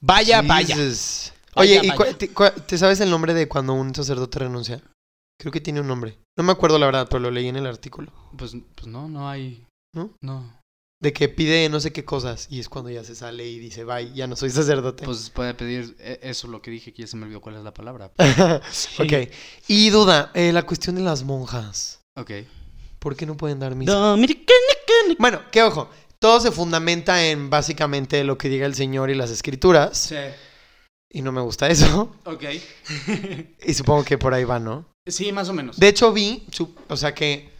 [SPEAKER 2] Vaya, vaya.
[SPEAKER 1] Jesus. Oye,
[SPEAKER 5] Vaya,
[SPEAKER 1] ¿y cua-
[SPEAKER 5] vaya.
[SPEAKER 1] te, cua- te sabes el nombre de cuando un sacerdote renuncia? Creo que tiene un nombre. No me acuerdo la verdad, pero lo leí en el artículo.
[SPEAKER 3] Pues, pues no, no hay.
[SPEAKER 1] ¿No?
[SPEAKER 3] No.
[SPEAKER 1] De que pide no sé qué cosas y es cuando ya se sale y dice, bye, ya no soy sacerdote.
[SPEAKER 3] Pues puede pedir eh, eso lo que dije, que ya se me olvidó cuál es la palabra.
[SPEAKER 1] ok. Y duda, eh, la cuestión de las monjas.
[SPEAKER 3] Ok.
[SPEAKER 1] ¿Por qué no pueden dar misa?
[SPEAKER 5] Dominicana.
[SPEAKER 1] Bueno, que ojo, todo se fundamenta en básicamente lo que diga el Señor y las escrituras. Y no me gusta eso.
[SPEAKER 3] Ok.
[SPEAKER 1] Y supongo que por ahí va, ¿no?
[SPEAKER 3] Sí, más o menos.
[SPEAKER 1] De hecho, vi, su- o sea que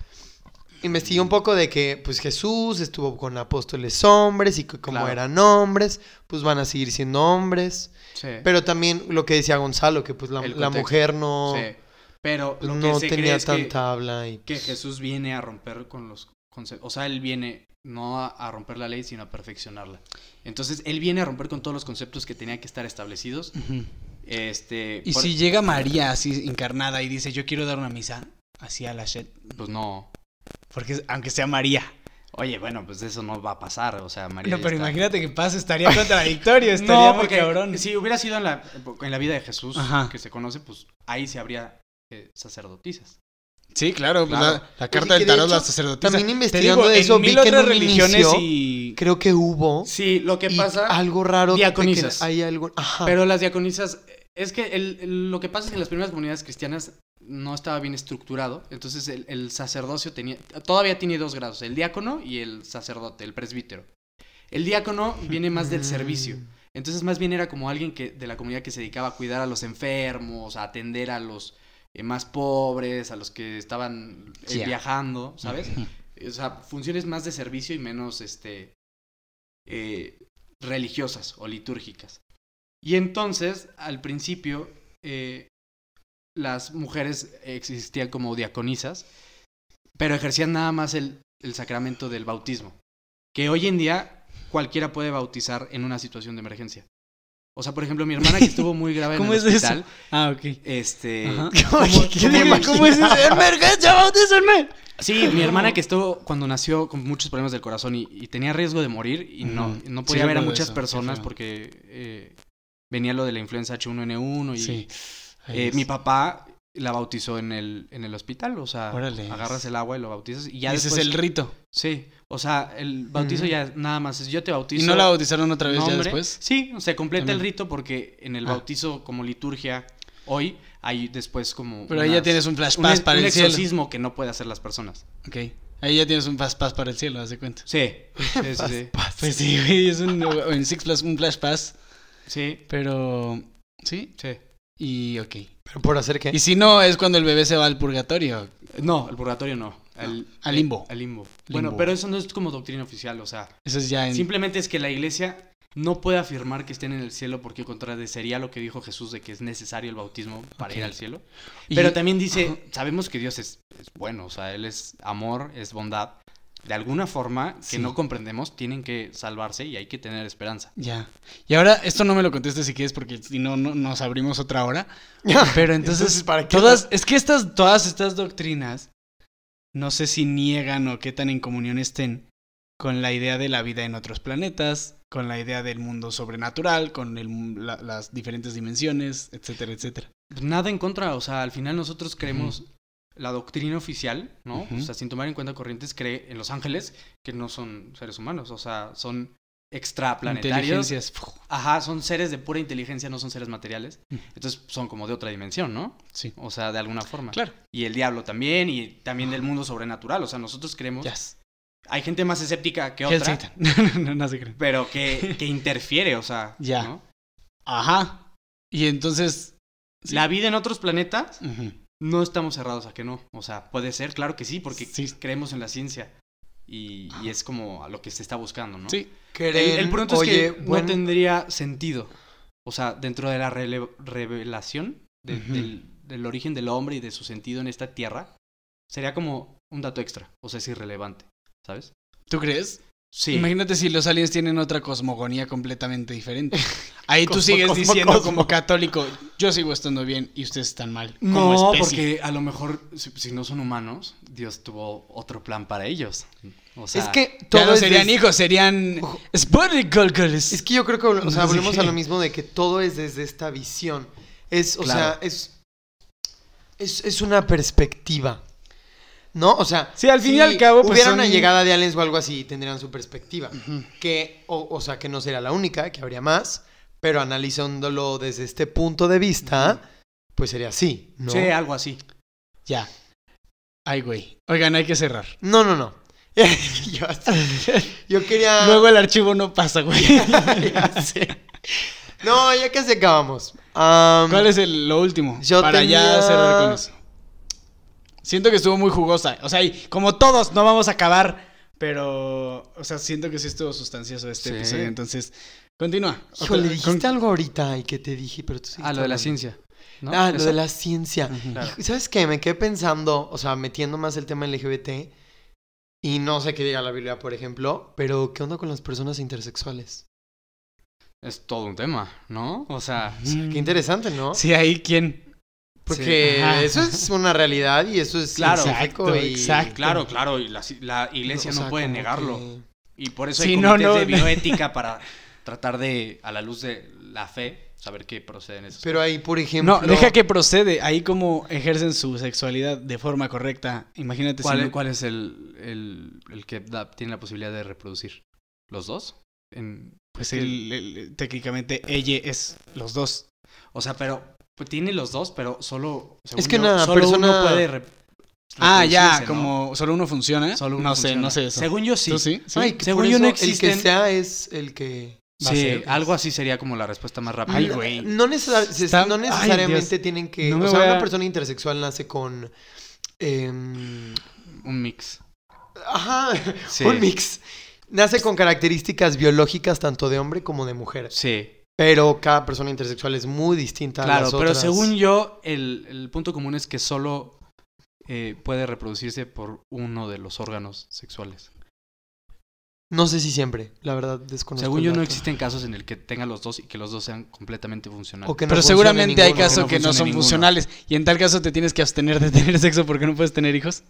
[SPEAKER 1] investigué un poco de que pues Jesús estuvo con apóstoles hombres y que como
[SPEAKER 3] Claro.
[SPEAKER 1] eran hombres, pues van a seguir siendo hombres.
[SPEAKER 3] Sí.
[SPEAKER 1] Pero también lo que decía Gonzalo, que pues la,
[SPEAKER 3] El
[SPEAKER 1] la
[SPEAKER 3] contexto,
[SPEAKER 1] mujer no,
[SPEAKER 3] Sí. Pero lo que
[SPEAKER 1] no
[SPEAKER 3] se cree
[SPEAKER 1] tenía
[SPEAKER 3] es que-
[SPEAKER 1] tanta habla y pues,
[SPEAKER 3] que Jesús viene a romper con los conceptos. O sea, él viene no a, a romper la ley, sino a perfeccionarla. Entonces, él viene a romper con todos los conceptos que tenían que estar establecidos.
[SPEAKER 2] Ujú.
[SPEAKER 3] Este.
[SPEAKER 2] Y
[SPEAKER 3] por-
[SPEAKER 2] si llega María así encarnada y dice, yo quiero dar una misa, así a la shit,
[SPEAKER 3] Pues no.
[SPEAKER 2] porque es- aunque sea María.
[SPEAKER 3] Oye, bueno, pues eso no va a pasar. O sea, María.
[SPEAKER 2] no,
[SPEAKER 3] ya
[SPEAKER 2] pero
[SPEAKER 3] está.
[SPEAKER 2] imagínate que pasa, estaría contradictorio, estaría
[SPEAKER 3] No,
[SPEAKER 2] muy
[SPEAKER 3] porque
[SPEAKER 2] cabrón.
[SPEAKER 3] si hubiera sido en la, en la vida de Jesús,
[SPEAKER 2] Ajá.
[SPEAKER 3] que se conoce, pues ahí se habría eh, sacerdotisas.
[SPEAKER 2] Sí, claro, pues,
[SPEAKER 3] Claro.
[SPEAKER 2] La, la carta
[SPEAKER 1] Oye, que de
[SPEAKER 2] del tarot,
[SPEAKER 1] hecho,
[SPEAKER 2] la sacerdotisa.
[SPEAKER 1] también
[SPEAKER 2] Te
[SPEAKER 1] investigando
[SPEAKER 2] digo, en
[SPEAKER 1] eso vi
[SPEAKER 2] mil
[SPEAKER 1] que en
[SPEAKER 2] otras
[SPEAKER 1] un
[SPEAKER 2] religiones
[SPEAKER 1] inicio
[SPEAKER 2] y...
[SPEAKER 1] creo que hubo
[SPEAKER 3] Sí, lo que
[SPEAKER 1] y
[SPEAKER 3] pasa.
[SPEAKER 1] algo raro de que
[SPEAKER 3] diaconisas.
[SPEAKER 1] hay algo ajá.
[SPEAKER 3] Pero las diaconisas, eh, es que el- el- lo que pasa es que en las primeras comunidades cristianas no estaba bien estructurado, entonces el, el sacerdocio tenía, todavía tiene dos grados, el diácono y el sacerdote, el presbítero. El diácono viene más del servicio,
[SPEAKER 1] Mm.
[SPEAKER 3] entonces más bien era como alguien que de la comunidad que se dedicaba a cuidar a los enfermos, a atender a los eh, más pobres, a los que estaban eh,
[SPEAKER 2] Ya.
[SPEAKER 3] viajando, ¿sabes? O sea, funciones más de servicio y menos este eh, religiosas o litúrgicas. Y entonces, al principio, eh, las mujeres existían como diaconisas, pero ejercían nada más el, el sacramento del bautismo, que hoy en día cualquiera puede bautizar en una situación de emergencia. O sea, por ejemplo, mi hermana que estuvo muy grave en
[SPEAKER 2] ¿Cómo
[SPEAKER 3] el
[SPEAKER 2] es eso?
[SPEAKER 3] hospital,
[SPEAKER 2] Ah, ok.
[SPEAKER 3] este,
[SPEAKER 2] Ajá.
[SPEAKER 1] Oye, ¿qué te
[SPEAKER 2] ¿Cómo, cómo es
[SPEAKER 1] imaginas?
[SPEAKER 2] eso? ¡Emergencia, bautícenme!
[SPEAKER 3] Sí, mi hermana que estuvo cuando nació con muchos problemas del corazón y, y tenía riesgo de morir y no,
[SPEAKER 2] Ujú.
[SPEAKER 3] no
[SPEAKER 2] Sí,
[SPEAKER 3] podía ver a
[SPEAKER 2] recuerdo
[SPEAKER 3] muchas
[SPEAKER 2] eso, qué
[SPEAKER 3] personas
[SPEAKER 2] feo.
[SPEAKER 3] porque eh, venía lo de la influenza H1N1
[SPEAKER 2] Sí.
[SPEAKER 3] y eh, mi papá la bautizó en el, en el hospital, o sea,
[SPEAKER 2] Órale.
[SPEAKER 3] agarras el agua y lo bautizas y ya
[SPEAKER 2] Ese es
[SPEAKER 3] después-
[SPEAKER 2] el rito.
[SPEAKER 3] Sí, o sea, el bautizo
[SPEAKER 1] Ujú.
[SPEAKER 3] ya nada más es yo te bautizo.
[SPEAKER 2] ¿Y no la bautizaron otra vez ya
[SPEAKER 3] nombre.
[SPEAKER 2] después?
[SPEAKER 3] Sí, se completa el
[SPEAKER 2] También.
[SPEAKER 3] rito porque en el
[SPEAKER 2] Ah.
[SPEAKER 3] bautizo como liturgia hoy hay después como
[SPEAKER 2] Pero ahí ya
[SPEAKER 3] unas-
[SPEAKER 2] tienes un flash
[SPEAKER 3] un,
[SPEAKER 2] pass para
[SPEAKER 3] un
[SPEAKER 2] el cielo.
[SPEAKER 3] exorcismo que no puede hacer las personas.
[SPEAKER 2] Ok. Ahí ya tienes un flash pass para el cielo, haz de cuenta.
[SPEAKER 3] Sí, sí, sí, sí.
[SPEAKER 2] Pues sí, güey, es un, o en Six Flags un flash pass,
[SPEAKER 3] Sí,
[SPEAKER 2] pero... ¿Sí?
[SPEAKER 3] sí.
[SPEAKER 2] Y ok.
[SPEAKER 1] Pero por hacer qué?
[SPEAKER 2] Y si no, es cuando el bebé se va al purgatorio.
[SPEAKER 3] No, al purgatorio no. Al,
[SPEAKER 2] al limbo.
[SPEAKER 3] Al limbo.
[SPEAKER 2] Limbo.
[SPEAKER 3] Bueno, pero eso no es como doctrina oficial, o sea,
[SPEAKER 2] Eso es ya en...
[SPEAKER 3] simplemente es que la iglesia no puede afirmar que estén en el cielo porque contradecería lo que dijo Jesús de que es necesario el bautismo para
[SPEAKER 2] Ok.
[SPEAKER 3] ir al cielo.
[SPEAKER 2] y-
[SPEAKER 3] Pero también dice, sabemos que Dios es, es bueno, o sea, Él es amor, es bondad. De alguna forma que
[SPEAKER 2] Sí.
[SPEAKER 3] no comprendemos, tienen que salvarse y hay que tener esperanza.
[SPEAKER 2] Ya. Y ahora, esto no me lo contestes si quieres, porque si no, no nos abrimos otra hora. Pero entonces,
[SPEAKER 1] ¿para qué
[SPEAKER 2] todas, es que estas, todas estas doctrinas, no sé si niegan o qué tan en comunión estén con la idea de la vida en otros planetas, con la idea del mundo sobrenatural, con el mu- la- las diferentes dimensiones, etcétera, etcétera.
[SPEAKER 3] Nada en contra, o sea, al final nosotros creemos la doctrina oficial, ¿no?
[SPEAKER 2] Ujú.
[SPEAKER 3] O sea, sin tomar en cuenta corrientes, cree en los ángeles que no son seres humanos, o sea, son extraplanetarios.
[SPEAKER 2] Inteligencias. fu,
[SPEAKER 3] Ajá, son seres de pura inteligencia, no son seres materiales. Entonces son como de otra dimensión, ¿no?
[SPEAKER 2] Sí.
[SPEAKER 3] O sea, de alguna forma.
[SPEAKER 2] Claro.
[SPEAKER 3] Y el diablo también, y también del mundo sobrenatural. O sea, nosotros creemos.
[SPEAKER 2] Yes.
[SPEAKER 3] Hay gente más escéptica que
[SPEAKER 2] Hell
[SPEAKER 3] otra,
[SPEAKER 2] Satan. no, no, no se crean.
[SPEAKER 3] pero que, que interfiere, o sea.
[SPEAKER 2] Ya.
[SPEAKER 3] ¿no?
[SPEAKER 2] Ajá. Y entonces. Sí.
[SPEAKER 3] La vida en otros planetas
[SPEAKER 2] ujú,
[SPEAKER 3] no estamos cerrados a que no. O sea, puede ser, claro que sí, porque
[SPEAKER 2] Sí.
[SPEAKER 3] creemos en la ciencia. Y, y es como a lo que se está buscando, ¿no?
[SPEAKER 2] Sí.
[SPEAKER 3] El, el punto
[SPEAKER 1] Oye,
[SPEAKER 3] es que
[SPEAKER 1] buen-
[SPEAKER 3] no tendría sentido. O sea, dentro de la rele- revelación de-
[SPEAKER 2] Ujú.
[SPEAKER 3] del, del origen del hombre y de su sentido en esta tierra, sería como un dato extra. O sea, es irrelevante, ¿sabes?
[SPEAKER 2] ¿Tú crees?
[SPEAKER 3] Sí.
[SPEAKER 2] Imagínate si los aliens tienen otra cosmogonía completamente diferente. Ahí tú
[SPEAKER 1] Cosmo,
[SPEAKER 2] sigues
[SPEAKER 1] cosmo,
[SPEAKER 2] diciendo
[SPEAKER 1] cosmo.
[SPEAKER 2] como católico, yo sigo estando bien y ustedes están mal. Como
[SPEAKER 3] No,
[SPEAKER 2] especie.
[SPEAKER 3] porque a lo mejor si, si no son humanos, Dios tuvo otro plan para ellos. O sea,
[SPEAKER 1] es que
[SPEAKER 2] Ya no
[SPEAKER 1] todo es
[SPEAKER 2] serían
[SPEAKER 1] des-
[SPEAKER 2] hijos, serían... Spurgles.
[SPEAKER 1] Es que yo creo que o sea,
[SPEAKER 2] Sí.
[SPEAKER 1] volvemos a lo mismo de que todo es desde esta visión. Es, o
[SPEAKER 3] Claro.
[SPEAKER 1] sea, es, es, es una perspectiva. ¿No? O sea,
[SPEAKER 2] Sí, al fin y al cabo, pues,
[SPEAKER 1] hubiera
[SPEAKER 2] son-
[SPEAKER 1] una llegada de aliens o algo así, tendrían su perspectiva. Que, o, o sea, que no será la única, que habría más, pero analizándolo desde este punto de vista, pues sería así, ¿no?
[SPEAKER 3] Sí, algo así.
[SPEAKER 2] Ya. Ay, güey. Oigan, hay que cerrar.
[SPEAKER 1] No, no, no. yo, yo quería...
[SPEAKER 2] Luego el archivo no pasa, güey.
[SPEAKER 1] Ya sé. No, ya casi acabamos. Am,
[SPEAKER 2] ¿Cuál es el- lo último?
[SPEAKER 1] Yo
[SPEAKER 2] Para ya
[SPEAKER 1] tenía-
[SPEAKER 2] cerrar con eso. Siento que estuvo muy jugosa. O sea, y como todos, no vamos a acabar. Pero, o sea, siento que sí estuvo sustancioso este
[SPEAKER 3] Sí.
[SPEAKER 2] episodio. Entonces, continúa.
[SPEAKER 1] Híjole,
[SPEAKER 2] Otra-
[SPEAKER 1] dijiste
[SPEAKER 2] con-
[SPEAKER 1] algo ahorita y que te dije, pero tú seguiste
[SPEAKER 6] Ah, lo de la
[SPEAKER 1] hablando.
[SPEAKER 6] ciencia. ¿no?
[SPEAKER 1] Ah, lo
[SPEAKER 6] Eso.
[SPEAKER 1] de la ciencia.
[SPEAKER 6] Claro.
[SPEAKER 1] Y, ¿Sabes qué? Me quedé pensando, o sea, metiendo más el tema LGBT y no sé qué diga la Biblia, por ejemplo, pero ¿qué onda con las personas intersexuales?
[SPEAKER 3] Es todo un tema, ¿no? O sea,
[SPEAKER 1] Qué interesante, ¿no?
[SPEAKER 2] Mm. Sí, ahí quién.
[SPEAKER 1] Porque
[SPEAKER 2] sí. Ajá.
[SPEAKER 1] eso es una realidad y eso es
[SPEAKER 3] Claro,
[SPEAKER 1] científico
[SPEAKER 2] exacto,
[SPEAKER 1] y-
[SPEAKER 2] exacto.
[SPEAKER 3] claro, claro, y la, ci- la iglesia
[SPEAKER 1] o sea,
[SPEAKER 3] no puede
[SPEAKER 1] como
[SPEAKER 3] negarlo.
[SPEAKER 1] que-
[SPEAKER 3] Y por eso
[SPEAKER 2] Sí,
[SPEAKER 3] hay
[SPEAKER 2] no,
[SPEAKER 3] comités
[SPEAKER 2] no, no.
[SPEAKER 3] de bioética para tratar de, a la luz de la fe, saber qué proceden esos.
[SPEAKER 1] Pero ahí, por ejemplo...
[SPEAKER 2] No, deja que procede. Ahí como ejercen su sexualidad de forma correcta. Imagínate
[SPEAKER 3] ¿Cuál,
[SPEAKER 2] si
[SPEAKER 3] es-
[SPEAKER 2] no-
[SPEAKER 3] cuál es el, el- el que da- tiene la posibilidad de reproducir? ¿Los dos? En-
[SPEAKER 2] Pues el- el- técnicamente ella es los dos.
[SPEAKER 3] o sea, pero pues, tiene los dos, pero solo. según
[SPEAKER 1] Es que
[SPEAKER 3] yo,
[SPEAKER 1] una
[SPEAKER 3] solo
[SPEAKER 1] persona-
[SPEAKER 3] uno puede. re-
[SPEAKER 2] Ah, ya,
[SPEAKER 3] reproducirse, ¿Eh? ¿no?
[SPEAKER 2] como solo uno funciona.
[SPEAKER 3] Solo uno
[SPEAKER 2] no sé,
[SPEAKER 3] funciona.
[SPEAKER 2] no sé eso.
[SPEAKER 3] Según yo sí.
[SPEAKER 2] ¿Tú sí? ¿Sí?
[SPEAKER 1] Ay, que
[SPEAKER 3] Según
[SPEAKER 1] por
[SPEAKER 3] yo no
[SPEAKER 1] eso El
[SPEAKER 3] existen-
[SPEAKER 1] que sea es el que...
[SPEAKER 2] Va a
[SPEAKER 3] Sí,
[SPEAKER 2] ser.
[SPEAKER 3] algo así sería como la respuesta más rápida.
[SPEAKER 2] Ay, güey.
[SPEAKER 1] No, necesar- se-
[SPEAKER 2] Está-
[SPEAKER 1] no
[SPEAKER 2] ay,
[SPEAKER 1] necesariamente tienen que.
[SPEAKER 2] No me
[SPEAKER 1] o sea,
[SPEAKER 2] voy
[SPEAKER 1] una
[SPEAKER 2] a-
[SPEAKER 1] persona intersexual nace con. em,
[SPEAKER 3] Un mix.
[SPEAKER 1] ajá,
[SPEAKER 3] Sí.
[SPEAKER 1] un mix. Nace con características biológicas tanto de hombre como de mujer.
[SPEAKER 3] Sí.
[SPEAKER 1] Pero cada persona intersexual es muy distinta a
[SPEAKER 3] Claro,
[SPEAKER 1] las
[SPEAKER 3] pero
[SPEAKER 1] otras.
[SPEAKER 3] según yo, el, el punto común es que solo eh, puede reproducirse por uno de los órganos sexuales.
[SPEAKER 1] No sé si siempre, la verdad, desconozco.
[SPEAKER 3] Según
[SPEAKER 1] el
[SPEAKER 3] yo, no
[SPEAKER 1] dato.
[SPEAKER 3] existen casos en el que tengan los dos y que los dos sean completamente funcionales.
[SPEAKER 1] O que no
[SPEAKER 2] Pero
[SPEAKER 1] funcione
[SPEAKER 2] seguramente hay
[SPEAKER 1] ninguno.
[SPEAKER 2] casos
[SPEAKER 3] no
[SPEAKER 2] que no
[SPEAKER 3] funcione
[SPEAKER 2] son
[SPEAKER 3] ninguno.
[SPEAKER 2] funcionales. Y en tal caso te tienes que abstener de tener sexo porque no puedes tener hijos.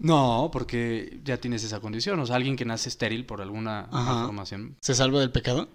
[SPEAKER 3] No, porque ya tienes esa condición. O sea, alguien que nace estéril por alguna
[SPEAKER 2] Ajá.
[SPEAKER 3] malformación.
[SPEAKER 2] ¿Se salva del pecado?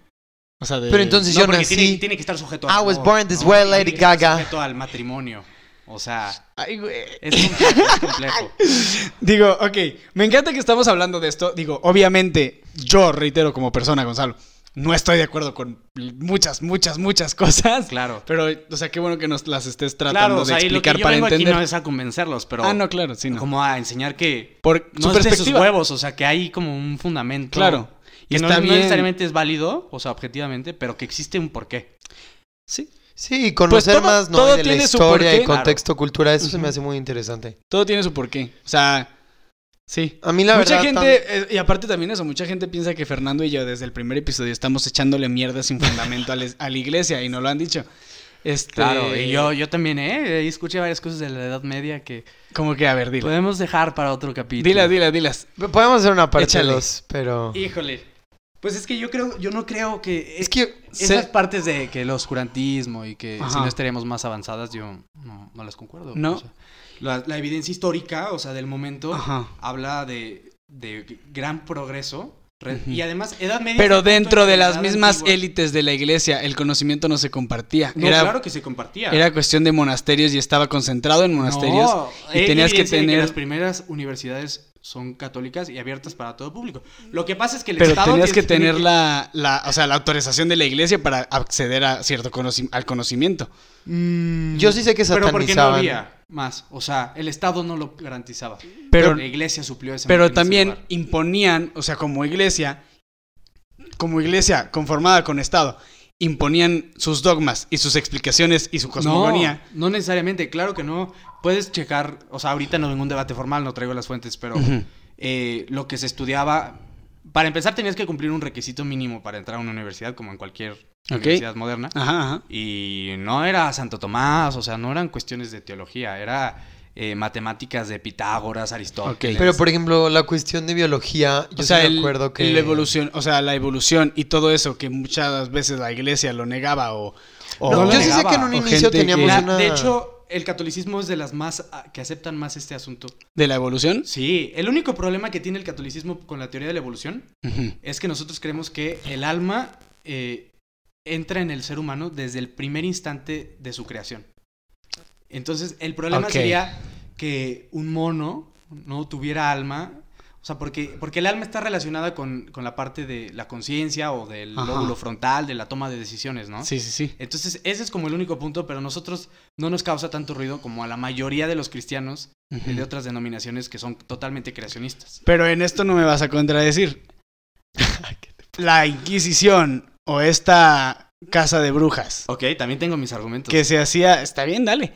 [SPEAKER 2] O sea, de...
[SPEAKER 1] Pero entonces yo
[SPEAKER 3] porque
[SPEAKER 1] nací.
[SPEAKER 3] tiene, tiene que estar sujeto
[SPEAKER 1] I
[SPEAKER 3] a.
[SPEAKER 1] was born this way, Lady
[SPEAKER 3] Tiene que estar
[SPEAKER 1] Gaga.
[SPEAKER 3] Sujeto al matrimonio. O sea,
[SPEAKER 2] Ay, güey.
[SPEAKER 3] es complejo. es complejo.
[SPEAKER 2] Digo, ok, me encanta que estamos hablando de esto. Digo, obviamente, yo reitero como persona, Gonzalo, no estoy de acuerdo con muchas, muchas, muchas cosas.
[SPEAKER 3] Claro.
[SPEAKER 2] Pero, o sea, qué bueno que nos las estés tratando
[SPEAKER 3] Claro, o sea,
[SPEAKER 2] de
[SPEAKER 3] y lo que
[SPEAKER 2] explicar
[SPEAKER 3] yo
[SPEAKER 2] para
[SPEAKER 3] vengo
[SPEAKER 2] entender.
[SPEAKER 3] aquí no es a convencerlos, pero
[SPEAKER 2] Ah, no, claro, sí, no.
[SPEAKER 3] como a enseñar que
[SPEAKER 2] Por su
[SPEAKER 3] no es de sus
[SPEAKER 2] perspectiva.
[SPEAKER 3] huevos, o sea, que hay como un fundamento.
[SPEAKER 2] Claro. Y
[SPEAKER 3] Que no,
[SPEAKER 2] está
[SPEAKER 3] no
[SPEAKER 2] bien.
[SPEAKER 3] necesariamente es válido, o sea, objetivamente, pero que existe un porqué.
[SPEAKER 2] Sí.
[SPEAKER 1] Sí, conocer
[SPEAKER 2] Pues todo-
[SPEAKER 1] más ¿no?
[SPEAKER 2] todo
[SPEAKER 1] de la
[SPEAKER 2] tiene su
[SPEAKER 1] historia
[SPEAKER 2] porqué,
[SPEAKER 1] y
[SPEAKER 3] claro.
[SPEAKER 1] contexto, cultura, eso se
[SPEAKER 2] Ujú.
[SPEAKER 1] me hace muy interesante.
[SPEAKER 2] Todo tiene su porqué. O sea, sí.
[SPEAKER 1] A mí la
[SPEAKER 2] mucha
[SPEAKER 1] verdad.
[SPEAKER 2] gente,
[SPEAKER 1] tam-
[SPEAKER 2] eh, y aparte también eso, mucha gente piensa que Fernando y yo desde el primer episodio estamos echándole mierda sin fundamento a, les- a la iglesia y no lo han dicho. Este,
[SPEAKER 3] Claro, y yo, yo también, ¿eh? Ahí Escuché varias cosas de la Edad Media que
[SPEAKER 2] Como que, a ver, dila.
[SPEAKER 3] podemos dejar para otro capítulo.
[SPEAKER 2] Dilas, dilas, dilas.
[SPEAKER 1] Podemos hacer una parte
[SPEAKER 2] Échale.
[SPEAKER 1] dos, pero.
[SPEAKER 3] Híjole. Pues es que yo creo, yo no creo que...
[SPEAKER 1] Es que
[SPEAKER 3] Esas
[SPEAKER 2] Se-
[SPEAKER 3] partes de que el oscurantismo y que si
[SPEAKER 2] Ajá.
[SPEAKER 3] no estaríamos más avanzadas, yo no, no las concuerdo.
[SPEAKER 2] No.
[SPEAKER 3] O sea, la, la evidencia histórica, o sea, del momento,
[SPEAKER 2] Ajá.
[SPEAKER 3] habla de, de gran progreso. re-
[SPEAKER 2] Ujú.
[SPEAKER 3] Y además, Edad Media... es
[SPEAKER 2] Pero
[SPEAKER 3] un punto
[SPEAKER 2] dentro de las
[SPEAKER 3] edad
[SPEAKER 2] mismas
[SPEAKER 3] antigua.
[SPEAKER 2] élites de la iglesia, el conocimiento no se compartía.
[SPEAKER 3] No,
[SPEAKER 2] era,
[SPEAKER 3] claro que se compartía.
[SPEAKER 2] era cuestión de monasterios y estaba concentrado en monasterios.
[SPEAKER 3] No,
[SPEAKER 2] y
[SPEAKER 3] hay
[SPEAKER 2] tenías que
[SPEAKER 3] evidencia de
[SPEAKER 2] tener-
[SPEAKER 3] las primeras universidades son católicas y abiertas para todo público. Lo que pasa es que el
[SPEAKER 2] Pero
[SPEAKER 3] Estado...
[SPEAKER 2] tenías que
[SPEAKER 3] tiene- tiene
[SPEAKER 2] tener la, la- o sea, la autorización de la iglesia para acceder a cierto conoci- al conocimiento.
[SPEAKER 1] Yo sí sé que
[SPEAKER 3] Pero
[SPEAKER 1] satanizaban.
[SPEAKER 3] porque no había más. O sea, el Estado no lo garantizaba.
[SPEAKER 2] Pero,
[SPEAKER 3] la iglesia suplió ese en
[SPEAKER 2] pero
[SPEAKER 3] ese
[SPEAKER 2] también
[SPEAKER 3] lugar.
[SPEAKER 2] imponían, o sea, como iglesia, como iglesia conformada con Estado, imponían sus dogmas y sus explicaciones y su cosmogonía.
[SPEAKER 3] No, no necesariamente, claro que no. Puedes checar, o sea, ahorita no vengo a un debate formal, no traigo las fuentes, pero
[SPEAKER 2] Ujú.
[SPEAKER 3] eh, lo que se estudiaba. Para empezar, tenías que cumplir un requisito mínimo para entrar a una universidad, como en cualquier
[SPEAKER 2] Ok.
[SPEAKER 3] universidad moderna.
[SPEAKER 2] Ajá, ajá.
[SPEAKER 3] Y no era Santo Tomás, o sea, no eran cuestiones de teología, era eh, matemáticas de Pitágoras, Aristóteles.
[SPEAKER 2] Ok.
[SPEAKER 1] Pero, por ejemplo, la cuestión de biología, yo
[SPEAKER 2] o sea,
[SPEAKER 1] sí
[SPEAKER 2] el-
[SPEAKER 1] recuerdo que...
[SPEAKER 2] la evolución, o sea, la evolución y todo eso que muchas veces la iglesia lo negaba o, o-
[SPEAKER 1] No,
[SPEAKER 3] lo
[SPEAKER 1] yo sí sé
[SPEAKER 3] negaba,
[SPEAKER 1] que en un
[SPEAKER 2] o
[SPEAKER 1] inicio
[SPEAKER 2] gente que-
[SPEAKER 1] teníamos
[SPEAKER 3] La-
[SPEAKER 1] una...
[SPEAKER 3] De hecho, el catolicismo es de las más ah, que aceptan más este asunto.
[SPEAKER 2] de la evolución.
[SPEAKER 3] Sí, el único problema que tiene el catolicismo con la teoría de la evolución
[SPEAKER 2] Ujú.
[SPEAKER 3] es que nosotros creemos que el alma eh, entra en el ser humano desde el primer instante de su creación. Entonces, el problema
[SPEAKER 2] Ok.
[SPEAKER 3] sería que un mono no tuviera alma. O sea, porque, porque el alma está relacionada con, con la parte de la conciencia o del
[SPEAKER 2] Ajá.
[SPEAKER 3] lóbulo frontal, de la toma de decisiones, ¿no?
[SPEAKER 2] Sí, sí, sí.
[SPEAKER 3] Entonces, ese es como el único punto, pero a nosotros no nos causa tanto ruido como a la mayoría de los cristianos y de
[SPEAKER 2] Ujú.
[SPEAKER 3] otras denominaciones que son totalmente creacionistas.
[SPEAKER 2] Pero en esto no me vas a contradecir. la Inquisición o esta casa de brujas
[SPEAKER 3] Ok, también tengo mis argumentos.
[SPEAKER 2] que se hacía, está bien, dale,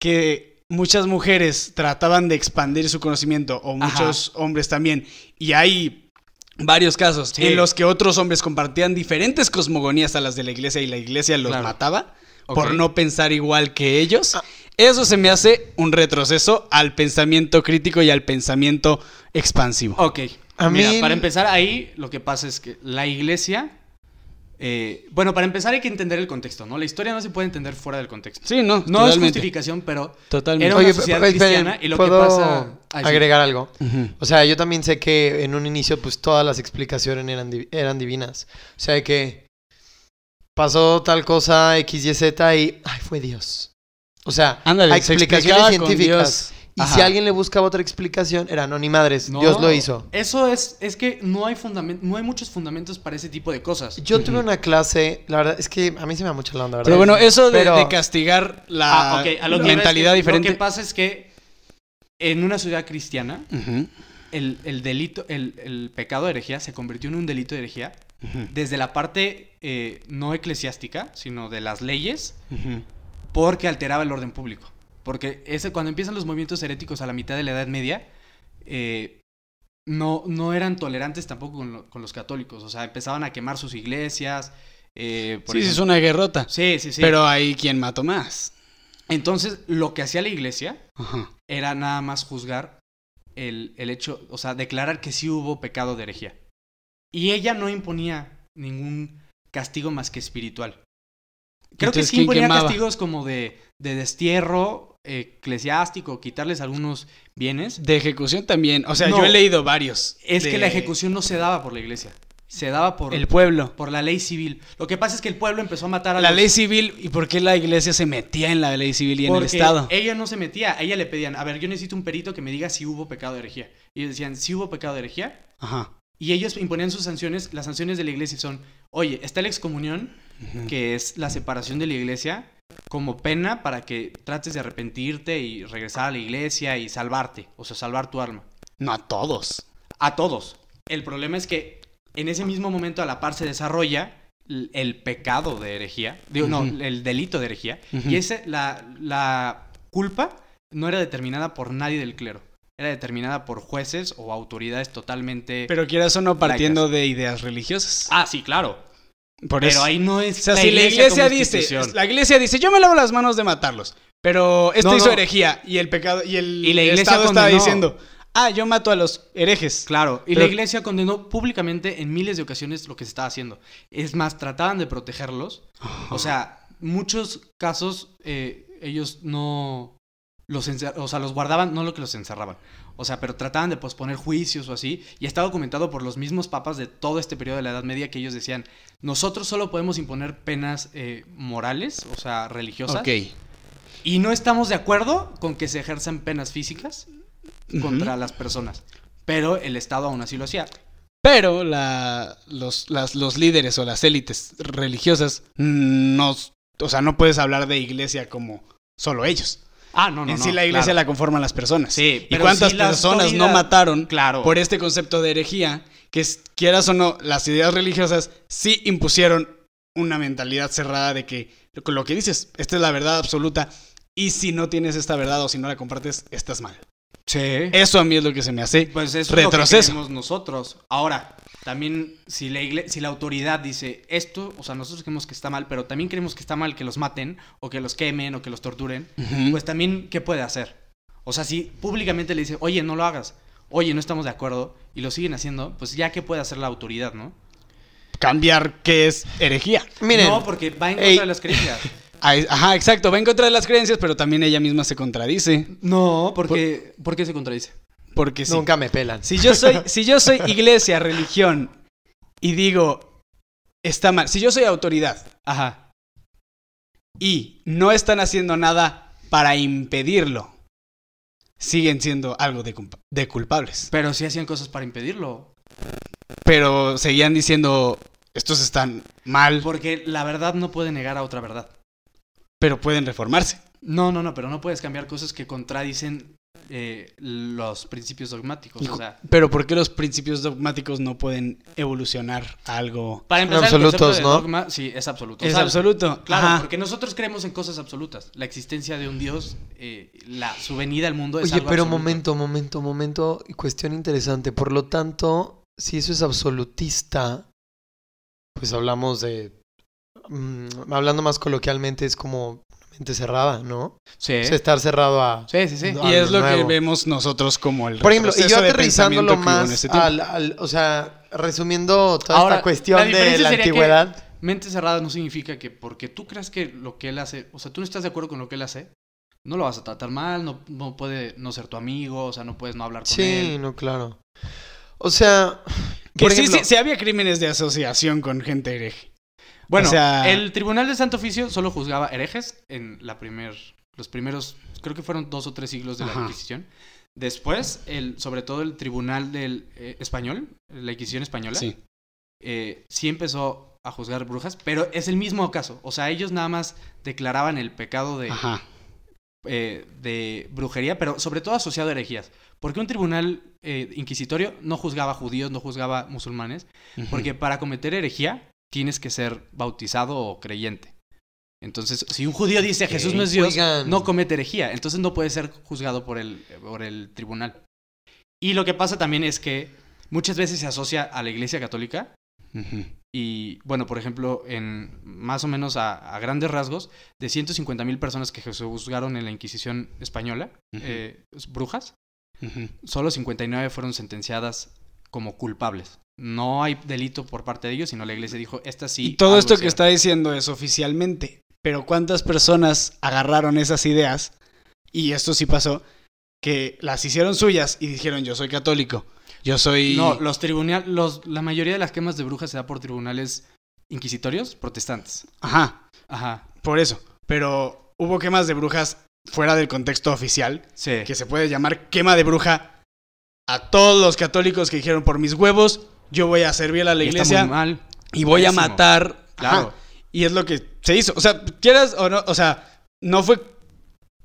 [SPEAKER 2] que muchas mujeres trataban de expandir su conocimiento o
[SPEAKER 3] Ajá.
[SPEAKER 2] muchos hombres también y hay varios casos
[SPEAKER 3] Sí.
[SPEAKER 2] en los que otros hombres compartían diferentes cosmogonías a las de la iglesia y la iglesia los
[SPEAKER 3] Claro.
[SPEAKER 2] mataba.
[SPEAKER 3] Ok.
[SPEAKER 2] por no pensar igual que ellos. Eso se me hace un retroceso al pensamiento crítico y al pensamiento expansivo.
[SPEAKER 3] Ok.
[SPEAKER 1] A
[SPEAKER 3] Mira,
[SPEAKER 1] mí-
[SPEAKER 3] para empezar ahí, lo que pasa es que la iglesia. eh, bueno, para empezar hay que entender el contexto, ¿no? La historia no se puede entender fuera del contexto.
[SPEAKER 2] Sí, no,
[SPEAKER 3] No es
[SPEAKER 2] totalmente.
[SPEAKER 3] justificación, pero.
[SPEAKER 2] totalmente.
[SPEAKER 3] era una
[SPEAKER 1] Oye,
[SPEAKER 3] sociedad
[SPEAKER 1] pero- pero-
[SPEAKER 3] cristiana y lo que
[SPEAKER 1] ¿puedo
[SPEAKER 3] pasa- Ay, sí.
[SPEAKER 1] agregar algo?
[SPEAKER 2] Ujú.
[SPEAKER 1] O sea, yo también sé que en un inicio, pues todas las explicaciones eran, div- eran divinas. O sea, que pasó tal cosa, X, Y, Z, y ay, fue Dios. O sea,
[SPEAKER 2] Ándale,
[SPEAKER 1] hay
[SPEAKER 2] se
[SPEAKER 1] explicaciones
[SPEAKER 2] explicaba con
[SPEAKER 1] científicas. Y si
[SPEAKER 3] Ajá.
[SPEAKER 1] alguien le buscaba otra explicación, era no, ni madres,
[SPEAKER 3] No,
[SPEAKER 1] Dios lo hizo.
[SPEAKER 3] Eso es. Es que no hay fundamento, no hay muchos fundamentos para ese tipo de cosas.
[SPEAKER 1] Yo tuve
[SPEAKER 2] Ujú.
[SPEAKER 1] una clase, la verdad, es que a mí se me da mucha la onda, ¿verdad?
[SPEAKER 2] Pero bueno, eso de,
[SPEAKER 1] Pero-
[SPEAKER 2] de castigar la
[SPEAKER 3] Ah, ok, a lo que iba es
[SPEAKER 2] mentalidad
[SPEAKER 3] que
[SPEAKER 2] diferente.
[SPEAKER 3] Lo que pasa es que en una sociedad cristiana,
[SPEAKER 2] Ujú,
[SPEAKER 3] el, el delito, el, el pecado de herejía se convirtió en un delito de herejía
[SPEAKER 2] ujú,
[SPEAKER 3] desde la parte eh, no eclesiástica, sino de las leyes,
[SPEAKER 2] ujú.
[SPEAKER 3] porque alteraba el orden público. Porque ese, cuando empiezan los movimientos heréticos a la mitad de la Edad Media, eh, no, no eran tolerantes tampoco con, lo- con los católicos. O sea, empezaban a quemar sus iglesias. eh, por
[SPEAKER 2] Sí, sí, es
[SPEAKER 3] ejemplo.
[SPEAKER 2] una guerrota.
[SPEAKER 3] sí, sí, sí.
[SPEAKER 2] Pero ahí quien mató más.
[SPEAKER 3] Entonces, lo que hacía la iglesia
[SPEAKER 2] Ajá.
[SPEAKER 3] era nada más juzgar el, el hecho, o sea, declarar que sí hubo pecado de herejía. Y ella no imponía ningún castigo más que espiritual. Creo
[SPEAKER 2] Entonces,
[SPEAKER 3] que sí
[SPEAKER 2] ¿quién
[SPEAKER 3] imponía
[SPEAKER 2] quemaba?
[SPEAKER 3] castigos como de, de destierro eh, eclesiástico, quitarles algunos bienes.
[SPEAKER 2] De ejecución también. O sea,
[SPEAKER 3] No.
[SPEAKER 2] yo he leído varios.
[SPEAKER 3] Es
[SPEAKER 2] de-
[SPEAKER 3] que la ejecución no se daba por la iglesia, se daba por,
[SPEAKER 2] El pueblo.
[SPEAKER 3] por la ley civil. Lo que pasa es que el pueblo empezó a matar a
[SPEAKER 2] La
[SPEAKER 3] los-
[SPEAKER 2] ley civil. ¿Y por qué la iglesia se metía en la ley civil y en el
[SPEAKER 3] Porque e-
[SPEAKER 2] Estado?
[SPEAKER 3] Ella no se metía, a ella le pedían, a ver, yo necesito un perito que me diga si hubo pecado de herejía. Y ellos decían, si hubo pecado de herejía,
[SPEAKER 2] Ajá.
[SPEAKER 3] Y ellos imponían sus sanciones. Las sanciones de la iglesia son, oye, está la excomunión,
[SPEAKER 2] Ujú.
[SPEAKER 3] que es la separación de la iglesia, como pena para que trates de arrepentirte y regresar a la iglesia y salvarte, o sea, salvar tu alma.
[SPEAKER 2] No a todos.
[SPEAKER 3] A todos. El problema es que en ese mismo momento a la par se desarrolla l- el pecado de herejía, digo,
[SPEAKER 2] Ujú.
[SPEAKER 3] no, el delito de herejía,
[SPEAKER 2] Ujú.
[SPEAKER 3] y ese, la, la culpa no era determinada por nadie del clero, era determinada por jueces o autoridades totalmente...
[SPEAKER 2] Pero quieras o no, partiendo de ideas religiosas.
[SPEAKER 3] Ah, sí, claro.
[SPEAKER 2] Por
[SPEAKER 3] Pero
[SPEAKER 2] eso.
[SPEAKER 3] ahí no es
[SPEAKER 2] o sea,
[SPEAKER 3] la
[SPEAKER 2] si la iglesia
[SPEAKER 3] como
[SPEAKER 2] dice,
[SPEAKER 3] institución.
[SPEAKER 2] la iglesia dice, yo me lavo las manos de matarlos, pero este
[SPEAKER 3] No,
[SPEAKER 2] hizo
[SPEAKER 3] no.
[SPEAKER 2] herejía y el pecado y el
[SPEAKER 3] Y la iglesia
[SPEAKER 2] Estado está
[SPEAKER 3] condenó.
[SPEAKER 2] diciendo, ah, yo mato a los herejes.
[SPEAKER 3] Claro, y la
[SPEAKER 2] Pero-
[SPEAKER 3] iglesia condenó públicamente en miles de ocasiones lo que se estaba haciendo. Es más, trataban de protegerlos. O sea, muchos casos eh, ellos no los encer- o sea, los guardaban, no lo que los encerraban. O sea, pero trataban de posponer juicios o así. Y está documentado por los mismos papas de todo este periodo de la Edad Media que ellos decían, nosotros solo podemos imponer penas eh, morales, o sea, religiosas.
[SPEAKER 2] ok.
[SPEAKER 3] Y no estamos de acuerdo con que se ejerzan penas físicas contra las personas. Pero el Estado aún así lo hacía.
[SPEAKER 2] Pero la, los, las- los líderes o las élites religiosas mm, no, o sea, no puedes hablar de iglesia como solo ellos.
[SPEAKER 3] Ah, no, no.
[SPEAKER 2] en
[SPEAKER 3] no,
[SPEAKER 2] sí la iglesia
[SPEAKER 3] claro.
[SPEAKER 2] la conforman las personas.
[SPEAKER 3] Sí,
[SPEAKER 2] ¿Y
[SPEAKER 3] pero
[SPEAKER 2] cuántas
[SPEAKER 3] sí la
[SPEAKER 2] personas no
[SPEAKER 3] autoridad-
[SPEAKER 2] mataron
[SPEAKER 3] Claro.
[SPEAKER 2] por este concepto de herejía, que es- quieras o no, las ideas religiosas sí impusieron una mentalidad cerrada de que lo- lo que dices, esta es la verdad absoluta y si no tienes esta verdad o si no la compartes, estás mal.
[SPEAKER 3] Sí.
[SPEAKER 2] Eso a mí es lo que se me hace.
[SPEAKER 3] Eh, Pues eso es
[SPEAKER 2] Retroceso.
[SPEAKER 3] lo que queremos nosotros. Ahora, también si la igle- si la autoridad dice esto, o sea, nosotros creemos que está mal, pero también creemos que está mal que los maten o que los quemen o que los torturen,
[SPEAKER 2] Ujú.
[SPEAKER 3] pues también qué puede hacer. O sea, si públicamente le dice, oye, no lo hagas, oye, no estamos de acuerdo, y lo siguen haciendo, pues ya que puede hacer la autoridad, ¿no?
[SPEAKER 2] Cambiar qué es herejía.
[SPEAKER 1] Miren,
[SPEAKER 3] No, porque va en contra
[SPEAKER 1] Ey.
[SPEAKER 3] de las creencias.
[SPEAKER 2] Ah, es- Ajá, exacto. Va en contra de las creencias, pero también ella misma se contradice.
[SPEAKER 3] No, porque. ¿Por, qué se contradice?
[SPEAKER 2] Porque si,
[SPEAKER 1] nunca me pelan.
[SPEAKER 2] si yo soy, si yo soy iglesia, religión, y digo, está mal. Si yo soy autoridad
[SPEAKER 3] Ajá.
[SPEAKER 2] y no están haciendo nada para impedirlo, siguen siendo algo de, culpa- de culpables.
[SPEAKER 3] Pero sí hacían cosas para impedirlo.
[SPEAKER 2] Pero seguían diciendo, estos están mal,
[SPEAKER 3] Porque la verdad no puede negar a otra verdad.
[SPEAKER 2] pero pueden reformarse.
[SPEAKER 3] No, no, no, pero no puedes cambiar cosas que contradicen eh, los principios dogmáticos.
[SPEAKER 2] Hijo,
[SPEAKER 3] O sea,
[SPEAKER 2] Pero ¿por qué los principios dogmáticos no pueden evolucionar a algo?
[SPEAKER 3] para empezar,
[SPEAKER 1] absolutos,
[SPEAKER 3] el concepto de
[SPEAKER 1] ¿no?
[SPEAKER 3] dogma, sí, es absoluto. O
[SPEAKER 2] Es
[SPEAKER 3] sea,
[SPEAKER 2] absoluto.
[SPEAKER 3] Claro,
[SPEAKER 2] Ajá.
[SPEAKER 3] porque nosotros creemos en cosas absolutas. La existencia de un Dios, eh, la, su venida al mundo es
[SPEAKER 1] Oye,
[SPEAKER 3] algo
[SPEAKER 1] pero
[SPEAKER 3] absoluto.
[SPEAKER 1] momento, momento, momento, y cuestión interesante. Por lo tanto, si eso es absolutista, pues hablamos de... mm, hablando más coloquialmente, es como mente cerrada, ¿no?
[SPEAKER 3] Sí,
[SPEAKER 1] O sea, estar cerrado a...
[SPEAKER 3] ¿Eh? sí, sí. sí.
[SPEAKER 1] No.
[SPEAKER 2] Y es lo que
[SPEAKER 1] Nuevo.
[SPEAKER 2] vemos nosotros como el
[SPEAKER 1] Por ejemplo, y yo
[SPEAKER 2] retroceso de
[SPEAKER 1] aterrizándolo
[SPEAKER 2] pensamiento que hubo en
[SPEAKER 1] más
[SPEAKER 2] ese tiempo.
[SPEAKER 1] al, al- O sea, resumiendo toda
[SPEAKER 3] Ahora,
[SPEAKER 1] esta cuestión
[SPEAKER 3] la
[SPEAKER 1] de
[SPEAKER 3] diferencia
[SPEAKER 1] la
[SPEAKER 3] sería que-
[SPEAKER 1] antigüedad...
[SPEAKER 3] Mente cerrada no significa que porque tú creas que lo que él hace, o sea, tú no estás de acuerdo con lo que él hace, no lo vas a tratar mal, no, no puede no ser tu amigo, o sea, no puedes no hablar con
[SPEAKER 1] Sí,
[SPEAKER 3] él.
[SPEAKER 1] no, claro. O sea,
[SPEAKER 2] Que
[SPEAKER 1] por
[SPEAKER 2] sí,
[SPEAKER 1] ejemplo,
[SPEAKER 2] sí, sí había crímenes de asociación con gente hereje.
[SPEAKER 3] Bueno,
[SPEAKER 2] O sea-
[SPEAKER 3] el Tribunal de Santo Oficio solo juzgaba herejes en la primer, los primeros, creo que fueron dos o tres siglos de la
[SPEAKER 2] Ajá.
[SPEAKER 3] Inquisición. Después, el, sobre todo el Tribunal del eh, Español, la Inquisición Española,
[SPEAKER 2] Sí.
[SPEAKER 3] eh, sí empezó a juzgar brujas, pero es el mismo caso. O sea, ellos nada más declaraban el pecado de,
[SPEAKER 2] Ajá.
[SPEAKER 3] eh, de brujería, pero sobre todo asociado a herejías. Porque un tribunal eh, inquisitorio no juzgaba judíos, no juzgaba musulmanes, porque para cometer herejía tienes que ser bautizado o creyente. Entonces, si un judío dice Jesús no es Dios,
[SPEAKER 1] Oigan.
[SPEAKER 3] no comete herejía, entonces no puede ser juzgado por el, eh, por el tribunal. Y lo que pasa también es que muchas veces se asocia a la Iglesia Católica
[SPEAKER 2] Ujú.
[SPEAKER 3] y bueno, por ejemplo, en más o menos a, a grandes rasgos, de 150 mil personas que se juzgaron en la Inquisición española,
[SPEAKER 2] Ujú.
[SPEAKER 3] eh, brujas,
[SPEAKER 2] Ujú.
[SPEAKER 3] solo 59 fueron sentenciadas como culpables. No hay delito por parte de ellos, sino la iglesia dijo, esta sí.
[SPEAKER 2] Y todo
[SPEAKER 3] algo
[SPEAKER 2] esto que
[SPEAKER 3] hicieron".
[SPEAKER 2] está diciendo es oficialmente, pero ¿cuántas personas agarraron esas ideas? Y esto sí pasó, que las hicieron suyas y dijeron yo soy católico, yo soy...
[SPEAKER 3] No, los tribunales, los, la mayoría de las quemas de brujas se da por tribunales inquisitorios protestantes.
[SPEAKER 2] Ajá,
[SPEAKER 3] Ajá,
[SPEAKER 2] por eso. Pero hubo quemas de brujas fuera del contexto oficial,
[SPEAKER 3] sí.
[SPEAKER 2] que se puede llamar quema de bruja a todos los católicos que dijeron por mis huevos, yo voy a servir a la
[SPEAKER 3] Y está muy
[SPEAKER 2] iglesia
[SPEAKER 3] mal,
[SPEAKER 2] y voy a
[SPEAKER 3] Pésimo.
[SPEAKER 2] matar...
[SPEAKER 3] claro.
[SPEAKER 2] Ajá. Y es lo que se hizo. O sea, quieras o no, o sea, no fue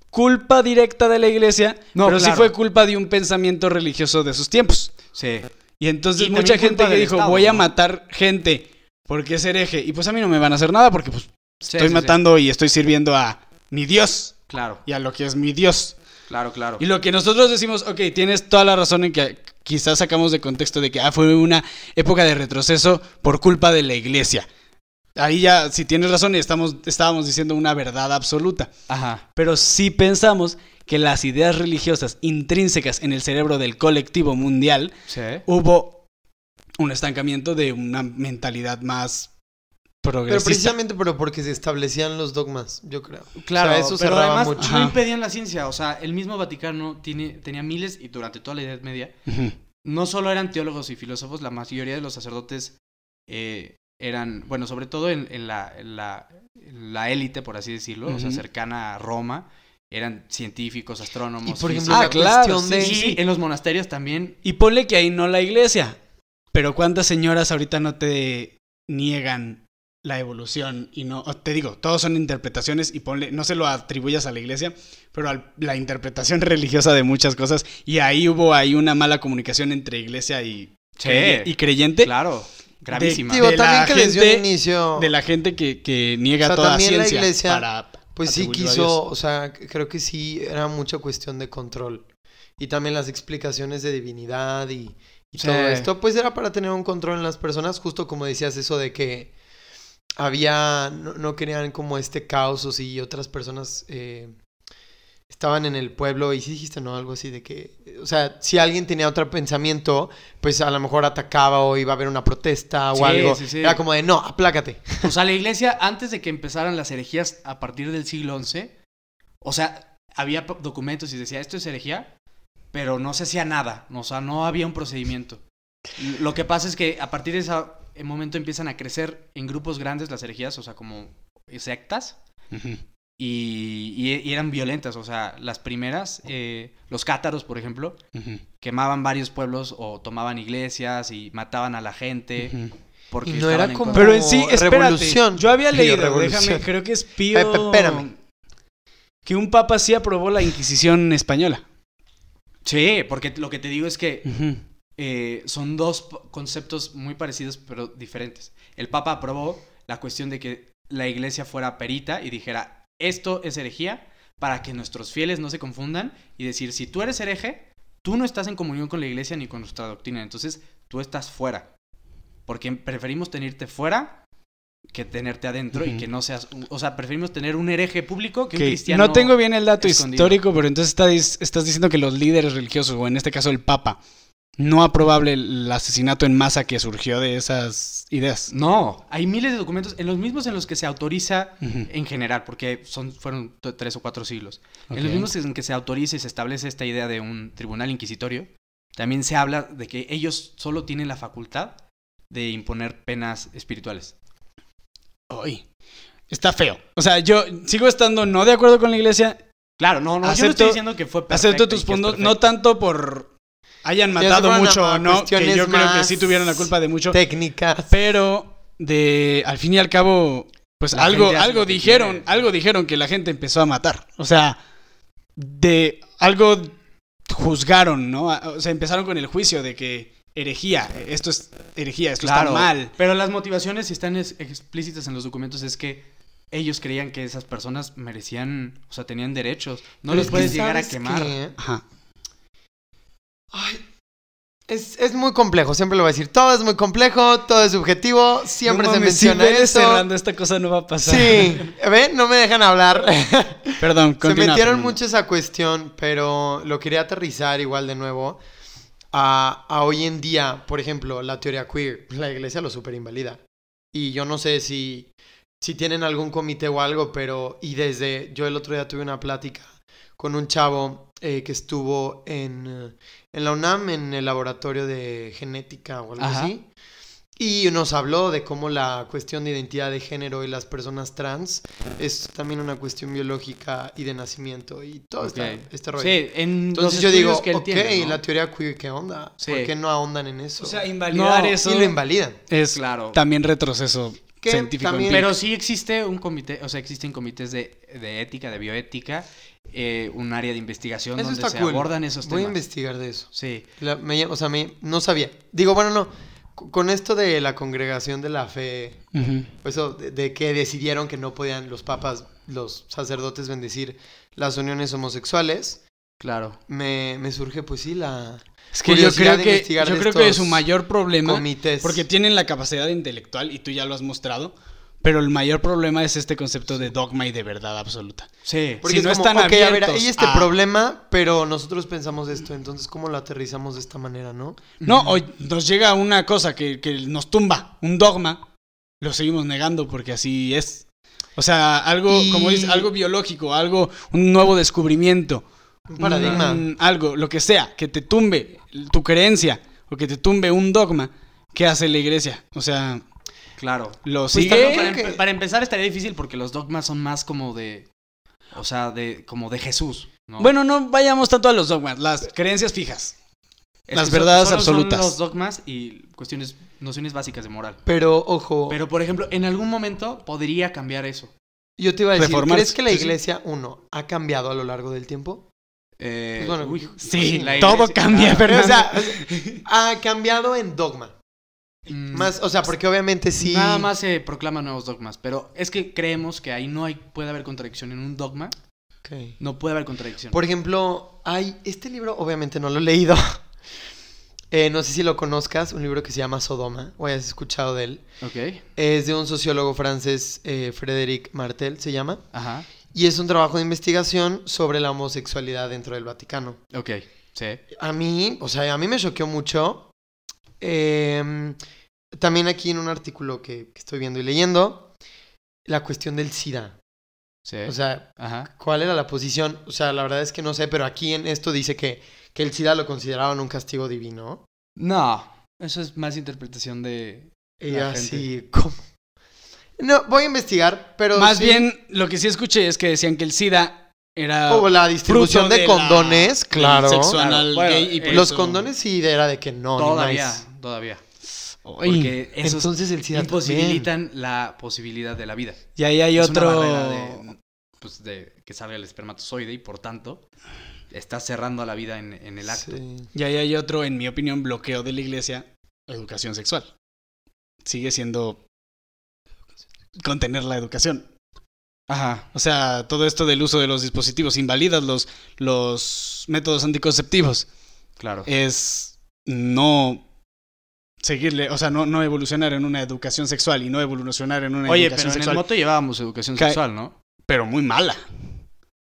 [SPEAKER 2] culpa directa de la iglesia,
[SPEAKER 3] No,
[SPEAKER 2] pero sí
[SPEAKER 3] claro.
[SPEAKER 2] fue culpa de un pensamiento religioso de sus tiempos.
[SPEAKER 3] Sí.
[SPEAKER 2] Y entonces
[SPEAKER 3] Y también
[SPEAKER 2] mucha gente
[SPEAKER 3] culpa
[SPEAKER 2] que
[SPEAKER 3] del
[SPEAKER 2] dijo,
[SPEAKER 3] Estado,
[SPEAKER 2] voy a
[SPEAKER 3] ¿no?
[SPEAKER 2] matar gente porque es hereje. Y pues a mí no me van a hacer nada porque pues
[SPEAKER 3] Sí,
[SPEAKER 2] estoy
[SPEAKER 3] sí, sí.
[SPEAKER 2] matando y estoy sirviendo a mi Dios
[SPEAKER 3] Claro,
[SPEAKER 2] y a lo que es mi Dios.
[SPEAKER 3] claro, claro.
[SPEAKER 2] Y lo que nosotros decimos, ok, tienes toda la razón en que quizás sacamos de contexto de que ah, fue una época de retroceso por culpa de la iglesia. Ahí ya, si tienes razón, estamos, estábamos diciendo una verdad absoluta.
[SPEAKER 3] Ajá.
[SPEAKER 2] Pero si pensamos que las ideas religiosas intrínsecas en el cerebro del colectivo mundial
[SPEAKER 3] Sí.
[SPEAKER 2] hubo un estancamiento de una mentalidad más
[SPEAKER 1] Pero
[SPEAKER 2] progresista.
[SPEAKER 1] precisamente pero porque se establecían los dogmas, yo creo.
[SPEAKER 3] Claro,
[SPEAKER 1] O sea, eso
[SPEAKER 3] pero
[SPEAKER 1] cerraba
[SPEAKER 3] además
[SPEAKER 1] mucho.
[SPEAKER 3] no
[SPEAKER 2] Ajá.
[SPEAKER 3] impedían la ciencia. O sea, el mismo Vaticano tiene, tenía miles y durante toda la Edad Media
[SPEAKER 2] Ujú.
[SPEAKER 3] no solo eran teólogos y filósofos, la mayoría de los sacerdotes eh, eran, bueno, sobre todo en, en la, en la, en la élite, por así decirlo, o sea,
[SPEAKER 2] Ujú.
[SPEAKER 3] cercana a Roma, eran científicos, astrónomos,
[SPEAKER 1] Y por ejemplo,
[SPEAKER 3] físicos.
[SPEAKER 2] Ah,
[SPEAKER 1] la
[SPEAKER 2] claro,
[SPEAKER 1] cuestión
[SPEAKER 2] sí,
[SPEAKER 1] de...
[SPEAKER 3] y en los monasterios también.
[SPEAKER 2] Y ponle que ahí no la iglesia. Pero ¿cuántas señoras ahorita no te niegan la evolución? Y no, o te digo, todos son interpretaciones y ponle, no se lo atribuyas a la iglesia, pero a la interpretación religiosa de muchas cosas. Y ahí hubo ahí una mala comunicación entre iglesia y, crey- y creyente.
[SPEAKER 3] claro, gravísima.
[SPEAKER 1] Digo,
[SPEAKER 2] ah, de la
[SPEAKER 1] también que desde un
[SPEAKER 2] gente-
[SPEAKER 1] inicio...
[SPEAKER 2] De la gente que, que niega
[SPEAKER 1] O sea,
[SPEAKER 2] toda
[SPEAKER 1] también la
[SPEAKER 2] ciencia
[SPEAKER 1] iglesia,
[SPEAKER 2] para
[SPEAKER 1] Pues sí
[SPEAKER 2] atribuirlo a
[SPEAKER 1] quiso,
[SPEAKER 2] Dios.
[SPEAKER 1] o sea, c- creo que sí era mucha cuestión de control. Y también las explicaciones de divinidad y, y
[SPEAKER 3] Sí.
[SPEAKER 1] todo esto, pues era para tener un control en las personas, justo como decías eso de que había, no, no querían como este caos o si otras personas eh, estaban en el pueblo y sí dijiste, ¿no? Algo así de que, o sea, si alguien tenía otro pensamiento, pues a lo mejor atacaba o iba a haber una protesta o
[SPEAKER 3] Sí,
[SPEAKER 1] algo.
[SPEAKER 3] sí, sí.
[SPEAKER 1] Era como de, no, aplácate.
[SPEAKER 3] O sea, Pues la iglesia, antes de que empezaran las herejías a partir del siglo XI, o sea, había p- documentos y decía, esto es herejía, pero no se hacía nada. O sea, no había un procedimiento. Lo que pasa es que a partir de ese momento empiezan a crecer en grupos grandes las herejías, o sea, como sectas.
[SPEAKER 2] Ujú.
[SPEAKER 3] Y, y- y eran violentas, o sea, las primeras, eh, los cátaros, por ejemplo,
[SPEAKER 2] Ujú.
[SPEAKER 3] quemaban varios pueblos o tomaban iglesias y mataban a la gente
[SPEAKER 1] Eh,
[SPEAKER 2] Ujú.
[SPEAKER 3] porque
[SPEAKER 1] Y no
[SPEAKER 3] estaban
[SPEAKER 1] era
[SPEAKER 3] en
[SPEAKER 1] como-
[SPEAKER 3] contra.
[SPEAKER 2] Pero en sí, espérate.
[SPEAKER 1] Revolución.
[SPEAKER 2] Yo había
[SPEAKER 1] Medio
[SPEAKER 2] leído,
[SPEAKER 1] revolución.
[SPEAKER 2] déjame, creo que es
[SPEAKER 1] Pe- pe-
[SPEAKER 2] Pío.
[SPEAKER 1] espérame.
[SPEAKER 2] Que un papa sí aprobó la Inquisición española.
[SPEAKER 3] Sí, porque lo que te digo es que
[SPEAKER 2] Ujú.
[SPEAKER 3] eh, son dos p- conceptos muy parecidos pero diferentes. El Papa aprobó la cuestión de que la iglesia fuera perita y dijera, esto es herejía, para que nuestros fieles no se confundan y decir, si tú eres hereje, tú no estás en comunión con la iglesia ni con nuestra doctrina, entonces tú estás fuera. Porque preferimos tenerte fuera que tenerte adentro y
[SPEAKER 2] Ujú.
[SPEAKER 3] que no seas, un- o sea, preferimos tener un hereje público que,
[SPEAKER 2] Que
[SPEAKER 3] un cristiano.
[SPEAKER 2] no tengo bien el dato
[SPEAKER 3] escondido.
[SPEAKER 2] histórico, pero entonces está dis- estás diciendo que los líderes religiosos, o en este caso el Papa, no aprobable el asesinato en masa que surgió de esas ideas.
[SPEAKER 3] No, hay miles de documentos en los mismos en los que se autoriza
[SPEAKER 2] Ujú.
[SPEAKER 3] en general, porque son, fueron t- tres o cuatro siglos.
[SPEAKER 2] Ok.
[SPEAKER 3] En los mismos en que se autoriza y se establece esta idea de un tribunal inquisitorio, también se habla de que ellos solo tienen la facultad de imponer penas espirituales.
[SPEAKER 2] Ay, está feo. O sea, yo sigo estando no de acuerdo con la iglesia.
[SPEAKER 3] Claro, no, no, Ah, yo no
[SPEAKER 2] Acepto-
[SPEAKER 3] estoy diciendo que fue perfecto.
[SPEAKER 2] Acepto
[SPEAKER 3] y
[SPEAKER 2] tus
[SPEAKER 3] que es
[SPEAKER 2] puntos, no
[SPEAKER 3] perfecto.
[SPEAKER 2] tanto por hayan
[SPEAKER 1] se
[SPEAKER 2] matado
[SPEAKER 1] fueron
[SPEAKER 2] mucho
[SPEAKER 1] a- a
[SPEAKER 2] o no, que
[SPEAKER 1] cuestiones
[SPEAKER 2] yo creo que sí
[SPEAKER 1] más
[SPEAKER 2] tuvieron la culpa de mucho.
[SPEAKER 1] Técnicas.
[SPEAKER 2] Pero de al fin y al cabo, pues
[SPEAKER 3] La
[SPEAKER 2] algo,
[SPEAKER 3] gente hace
[SPEAKER 2] algo
[SPEAKER 3] lo que
[SPEAKER 2] dijeron,
[SPEAKER 3] quiere.
[SPEAKER 2] algo dijeron que la gente empezó a matar. O sea, de algo juzgaron, ¿no? A- O sea, empezaron con el juicio de que herejía, esto es herejía, esto
[SPEAKER 3] Claro,
[SPEAKER 2] está mal.
[SPEAKER 3] Pero las motivaciones si están es- explícitas en los documentos es que ellos creían que esas personas merecían, o sea, tenían derechos. No
[SPEAKER 1] Pero
[SPEAKER 3] los
[SPEAKER 1] es que
[SPEAKER 3] puedes llegar a
[SPEAKER 1] ¿sabes
[SPEAKER 3] quemar.
[SPEAKER 1] qué?
[SPEAKER 2] Ajá.
[SPEAKER 1] Ay, es, es muy complejo, siempre lo voy a decir. Todo es muy complejo, todo es subjetivo, siempre
[SPEAKER 2] No
[SPEAKER 1] se
[SPEAKER 2] mames, si
[SPEAKER 1] menciona
[SPEAKER 2] ven
[SPEAKER 1] eso.
[SPEAKER 2] cerrando esta cosa no va a pasar.
[SPEAKER 1] Sí, ¿ven? No me dejan hablar.
[SPEAKER 2] Perdón,
[SPEAKER 1] Se
[SPEAKER 2] continúa,
[SPEAKER 1] metieron
[SPEAKER 2] Fernando.
[SPEAKER 1] mucho esa cuestión, pero lo quería aterrizar igual de nuevo a, a hoy en día, por ejemplo, la teoría queer, la iglesia lo super invalida. Y yo no sé si, si tienen algún comité o algo, pero y desde, yo el otro día tuve una plática con un chavo eh, que estuvo en, eh, en la UNAM, en el laboratorio de genética o algo
[SPEAKER 3] Ajá.
[SPEAKER 1] así. Y nos habló de cómo la cuestión de identidad de género y las personas trans es también una cuestión biológica y de nacimiento y todo está-
[SPEAKER 3] Ok.
[SPEAKER 1] este, rollo.
[SPEAKER 3] Sí, en los
[SPEAKER 1] Entonces yo
[SPEAKER 3] estudios
[SPEAKER 1] digo,
[SPEAKER 3] que él
[SPEAKER 1] ok,
[SPEAKER 3] tiene, ¿no?
[SPEAKER 1] la teoría queer, ¿qué onda?
[SPEAKER 3] Sí.
[SPEAKER 1] ¿Por qué no ahondan en eso?
[SPEAKER 2] O sea, invalidar
[SPEAKER 3] No,
[SPEAKER 2] eso
[SPEAKER 1] y lo invalidan.
[SPEAKER 2] es
[SPEAKER 3] Claro.
[SPEAKER 2] también retroceso
[SPEAKER 1] Que
[SPEAKER 2] científico.
[SPEAKER 1] también-
[SPEAKER 2] empírico.
[SPEAKER 3] Pero sí existe un comité, o sea, existen comités de, de ética, de bioética, eh, un área de investigación
[SPEAKER 1] Eso
[SPEAKER 3] donde
[SPEAKER 1] está
[SPEAKER 3] se
[SPEAKER 1] cool.
[SPEAKER 3] abordan esos
[SPEAKER 1] Voy a
[SPEAKER 3] temas.
[SPEAKER 1] investigar de eso.
[SPEAKER 3] sí.
[SPEAKER 1] La- me llama- o sea, me- no sabía. Digo, bueno, no. c- Con esto de la congregación de la fe,
[SPEAKER 2] Ujú.
[SPEAKER 1] pues, eso de, de que decidieron que no podían los papas, los sacerdotes bendecir las uniones homosexuales,
[SPEAKER 3] Claro.
[SPEAKER 1] me, me surge pues sí la...
[SPEAKER 2] Es que yo
[SPEAKER 1] curiosidad
[SPEAKER 2] creo
[SPEAKER 1] de
[SPEAKER 2] que,
[SPEAKER 1] investigar
[SPEAKER 2] yo
[SPEAKER 1] de
[SPEAKER 2] creo que
[SPEAKER 1] estos
[SPEAKER 2] su mayor problema,
[SPEAKER 1] comités.
[SPEAKER 2] porque tienen la capacidad intelectual y tú ya lo has mostrado, pero el mayor problema es este concepto de dogma y de verdad absoluta.
[SPEAKER 3] Sí.
[SPEAKER 1] Porque
[SPEAKER 2] si
[SPEAKER 1] es
[SPEAKER 2] no
[SPEAKER 1] como,
[SPEAKER 2] están
[SPEAKER 1] ok, a ver,
[SPEAKER 2] abiertos Ah.
[SPEAKER 1] hay este
[SPEAKER 2] a-
[SPEAKER 1] problema, pero nosotros pensamos esto, entonces ¿cómo lo aterrizamos de esta manera, no?
[SPEAKER 2] No, hoy nos llega una cosa que, que nos tumba, un dogma, lo seguimos negando porque así es. O sea, algo,
[SPEAKER 1] Y-
[SPEAKER 2] como dices, algo biológico, algo, un nuevo descubrimiento.
[SPEAKER 1] Un paradigma.
[SPEAKER 2] un- Mm, algo, lo que sea, que te tumbe tu creencia o que te tumbe un dogma, ¿qué hace la iglesia? O sea,
[SPEAKER 3] Claro.
[SPEAKER 2] lo
[SPEAKER 1] Pues
[SPEAKER 2] sigue.
[SPEAKER 1] también
[SPEAKER 3] Para,
[SPEAKER 1] creo
[SPEAKER 3] empe-
[SPEAKER 1] que-
[SPEAKER 3] para empezar estaría difícil porque los dogmas son más como de, o sea, de como de Jesús. ¿no?
[SPEAKER 2] Bueno, no vayamos tanto a los dogmas, las creencias fijas.
[SPEAKER 3] Es
[SPEAKER 2] las
[SPEAKER 3] que so-
[SPEAKER 2] verdades
[SPEAKER 3] solo son
[SPEAKER 2] absolutas.
[SPEAKER 3] los dogmas y cuestiones, nociones básicas de moral.
[SPEAKER 1] Pero ojo,
[SPEAKER 3] Pero por ejemplo, en algún momento podría cambiar eso.
[SPEAKER 1] yo te iba a decir,
[SPEAKER 2] reformarse,
[SPEAKER 1] ¿crees que la
[SPEAKER 2] sí, sí.
[SPEAKER 1] iglesia, uno, ha cambiado a lo largo del tiempo?
[SPEAKER 3] Eh,
[SPEAKER 1] Pues bueno,
[SPEAKER 3] uy,
[SPEAKER 2] Sí,
[SPEAKER 3] la Ah,
[SPEAKER 2] todo
[SPEAKER 3] iglesia-
[SPEAKER 2] cambia,
[SPEAKER 3] claro.
[SPEAKER 1] Pero, o
[SPEAKER 2] Fernando.
[SPEAKER 1] sea, ha cambiado en dogma.
[SPEAKER 3] Mm.
[SPEAKER 1] Más, o sea, porque obviamente sí.
[SPEAKER 3] Nada más se proclaman nuevos dogmas, pero es que creemos que ahí no hay, puede haber contradicción. En un dogma
[SPEAKER 1] Ok.
[SPEAKER 3] no puede haber contradicción.
[SPEAKER 1] Por ejemplo, hay este libro, obviamente no lo he leído. Eh, no sé si lo conozcas, un libro que se llama Sodoma, o hayas escuchado de él.
[SPEAKER 3] Ok,
[SPEAKER 1] Es de un sociólogo francés, eh, Frédéric Martel, se llama.
[SPEAKER 3] ajá.
[SPEAKER 1] Y es un trabajo de investigación sobre la homosexualidad dentro del Vaticano.
[SPEAKER 3] Ok, sí.
[SPEAKER 1] A mí, o sea, a mí me choqueó mucho. Eh, también aquí en un artículo que, que estoy viendo y leyendo, la cuestión del SIDA.
[SPEAKER 3] Sí.
[SPEAKER 1] O sea,
[SPEAKER 3] Ajá.
[SPEAKER 1] ¿cuál era la posición? O sea, la verdad es que no sé, pero aquí en esto dice que, que el SIDA lo consideraban un castigo divino.
[SPEAKER 3] No, eso es más interpretación de...
[SPEAKER 1] Y
[SPEAKER 3] La
[SPEAKER 1] así, ¿cómo? No, voy a investigar, pero.
[SPEAKER 2] Más
[SPEAKER 1] sí-
[SPEAKER 2] bien, lo que sí escuché es que decían que el SIDA era
[SPEAKER 1] O la distribución
[SPEAKER 2] uh, fruto
[SPEAKER 1] de,
[SPEAKER 2] la-
[SPEAKER 1] condones,
[SPEAKER 2] del
[SPEAKER 1] claro.
[SPEAKER 2] sexo anal
[SPEAKER 3] Claro. Bueno,
[SPEAKER 2] gay y por
[SPEAKER 1] Los
[SPEAKER 2] eso-
[SPEAKER 1] condones sí era de que no. ni
[SPEAKER 3] Todavía,
[SPEAKER 1] más.
[SPEAKER 3] todavía.
[SPEAKER 2] Ay,
[SPEAKER 3] Porque esos
[SPEAKER 1] Entonces el SIDA también.
[SPEAKER 3] imposibilitan la posibilidad de la vida.
[SPEAKER 2] Y ahí hay
[SPEAKER 3] Es una
[SPEAKER 2] otro...
[SPEAKER 3] barrera de, pues, de que salga el espermatozoide y por tanto está cerrando a la vida en, en el acto.
[SPEAKER 1] Sí.
[SPEAKER 2] Y ahí hay otro, en mi opinión, bloqueo de la iglesia, educación sexual. Sigue siendo contener la educación.
[SPEAKER 3] Ajá.
[SPEAKER 2] O sea, todo esto del uso de los dispositivos invalidas los, los métodos anticonceptivos.
[SPEAKER 3] Claro.
[SPEAKER 1] Eh,
[SPEAKER 2] Es no seguirle, o sea, no, no evolucionar en una educación sexual y no evolucionar en una
[SPEAKER 3] Oye, pero
[SPEAKER 2] educación
[SPEAKER 3] en el
[SPEAKER 2] sexual,
[SPEAKER 3] moto llevábamos educación
[SPEAKER 2] Ca-
[SPEAKER 3] sexual, ¿no?
[SPEAKER 2] pero muy mala.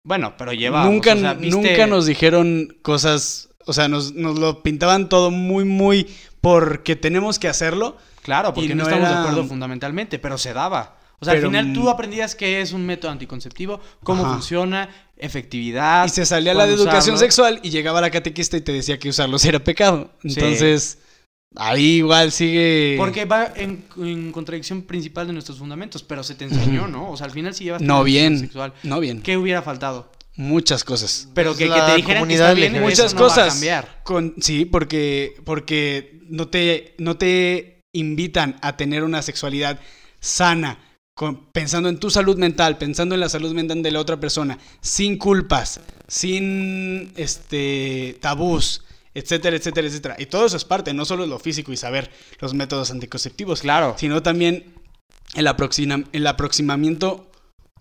[SPEAKER 3] Bueno, pero llevábamos.
[SPEAKER 2] nunca,
[SPEAKER 3] o sea, ¿viste-
[SPEAKER 2] nunca nos dijeron cosas, o sea, nos, nos lo pintaban todo muy, muy porque tenemos que hacerlo.
[SPEAKER 3] Claro, porque
[SPEAKER 2] y no
[SPEAKER 3] no, estamos
[SPEAKER 2] era-
[SPEAKER 3] de acuerdo fundamentalmente, pero se daba. O sea,
[SPEAKER 2] Pero,
[SPEAKER 3] al final tú
[SPEAKER 2] mm,
[SPEAKER 3] aprendías qué es un método anticonceptivo, cómo
[SPEAKER 2] Ajá.
[SPEAKER 3] funciona, efectividad.
[SPEAKER 2] Y se salía la de
[SPEAKER 3] cuándo
[SPEAKER 2] educación
[SPEAKER 3] usarlo.
[SPEAKER 2] sexual y llegaba la catequista y te decía que usarlos era pecado. Entonces, ahí igual sigue.
[SPEAKER 3] Porque va en, en contradicción principal de nuestros fundamentos, pero se te enseñó, ¿no? O sea, al final sí llevas
[SPEAKER 2] No bien.
[SPEAKER 3] sexual.
[SPEAKER 2] No bien.
[SPEAKER 3] ¿Qué hubiera faltado?
[SPEAKER 2] Muchas cosas.
[SPEAKER 3] Pero que, que
[SPEAKER 1] La
[SPEAKER 3] te dijeran que
[SPEAKER 1] comunidad
[SPEAKER 3] está bien,
[SPEAKER 1] LGBT.
[SPEAKER 2] Muchas
[SPEAKER 3] muchas eso no va a
[SPEAKER 2] cosas.
[SPEAKER 3] cambiar.
[SPEAKER 2] Con, sí, porque, porque no, te, no te invitan a tener una sexualidad sana, con- pensando en tu salud mental, pensando en la salud mental de la otra persona, sin culpas, sin este tabús, etcétera, etcétera, etcétera. Y todo eso es parte, no solo lo físico y saber los métodos anticonceptivos,
[SPEAKER 3] Claro.
[SPEAKER 2] sino también el, aproxina- el aproximamiento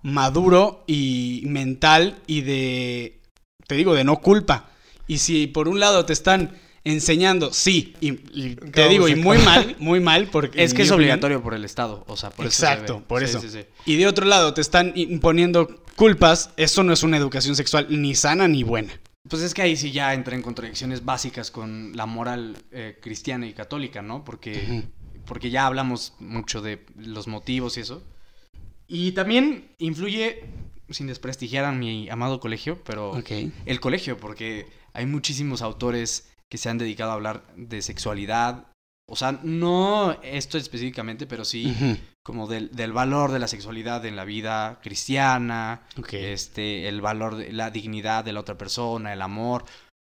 [SPEAKER 2] maduro y mental y de, te digo, de no culpa. Y si por un lado te están enseñando, sí, y, y te
[SPEAKER 1] Acabamos
[SPEAKER 2] digo, y
[SPEAKER 1] de
[SPEAKER 2] muy mal, muy mal, porque...
[SPEAKER 3] Es
[SPEAKER 2] en
[SPEAKER 3] que
[SPEAKER 2] mi
[SPEAKER 3] es
[SPEAKER 2] opinión,
[SPEAKER 3] obligatorio por el Estado, o sea, por eso se
[SPEAKER 2] Exacto,
[SPEAKER 3] debe.
[SPEAKER 2] por
[SPEAKER 3] Sí,
[SPEAKER 2] eso.
[SPEAKER 3] sí, sí.
[SPEAKER 2] Y de otro lado te están imponiendo culpas, eso no es una educación sexual ni sana ni buena.
[SPEAKER 3] Pues es que ahí sí ya entra en contradicciones básicas con la moral eh, cristiana y católica, ¿no? Porque, porque ya hablamos mucho de los motivos y eso. Y también influye, sin desprestigiar a mi amado colegio, pero el colegio, porque hay muchísimos autores que se han dedicado a hablar de sexualidad. O sea, no esto específicamente, pero sí
[SPEAKER 2] Ujú.
[SPEAKER 3] como del, del valor de la sexualidad en la vida cristiana,
[SPEAKER 2] Ok.
[SPEAKER 3] este, el valor, de, la dignidad de la otra persona, el amor.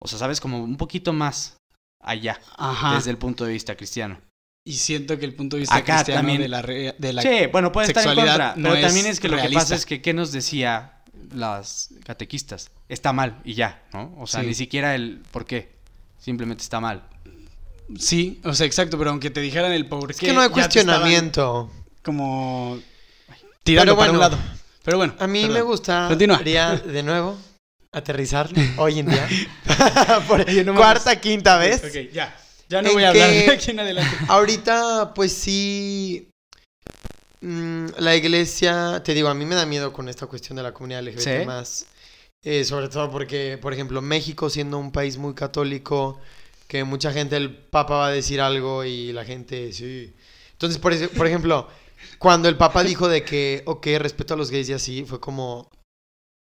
[SPEAKER 3] O sea, sabes, como un poquito más allá,
[SPEAKER 2] Ajá.
[SPEAKER 3] desde el punto de vista cristiano.
[SPEAKER 2] Y siento que el punto de vista
[SPEAKER 3] Acá
[SPEAKER 2] cristiano
[SPEAKER 3] también-
[SPEAKER 2] de la... re- de la-
[SPEAKER 3] sí, bueno, puede estar en
[SPEAKER 2] sexualidad
[SPEAKER 3] contra,
[SPEAKER 2] no
[SPEAKER 3] pero también
[SPEAKER 2] es
[SPEAKER 3] es que lo que
[SPEAKER 2] realista.
[SPEAKER 3] pasa es que, ¿qué nos decía las catequistas? Está mal y ya, ¿no? O sea,
[SPEAKER 2] Sí.
[SPEAKER 3] ni siquiera el por qué, simplemente está mal.
[SPEAKER 2] Sí, o sea, exacto, pero aunque te dijeran el por qué...
[SPEAKER 1] Es que no hay
[SPEAKER 2] ya te estaban
[SPEAKER 1] cuestionamiento.
[SPEAKER 2] Como... Tirando
[SPEAKER 1] Pero
[SPEAKER 2] para un
[SPEAKER 1] bueno.
[SPEAKER 2] lado. Pero bueno.
[SPEAKER 1] A mí
[SPEAKER 2] perdón.
[SPEAKER 1] me gustaría
[SPEAKER 2] Continúa.
[SPEAKER 1] de nuevo aterrizar hoy en día. Por
[SPEAKER 2] Oye, no mames.
[SPEAKER 1] cuarta, quinta vez.
[SPEAKER 2] Ok, ya. Ya no
[SPEAKER 1] ¿En
[SPEAKER 2] voy a hablar de
[SPEAKER 1] qué?
[SPEAKER 2] aquí en adelante.
[SPEAKER 1] Ahorita, pues sí. mm, la iglesia, te digo, a mí me da miedo con esta cuestión de la comunidad LGBT
[SPEAKER 3] Sí.
[SPEAKER 1] más. eh, sobre todo porque, por ejemplo, México siendo un país muy católico, que mucha gente, el Papa va a decir algo y la gente, sí. Entonces, por, ese- por ejemplo, cuando el Papa dijo de que, ok, respeto a los gays y así, fue como,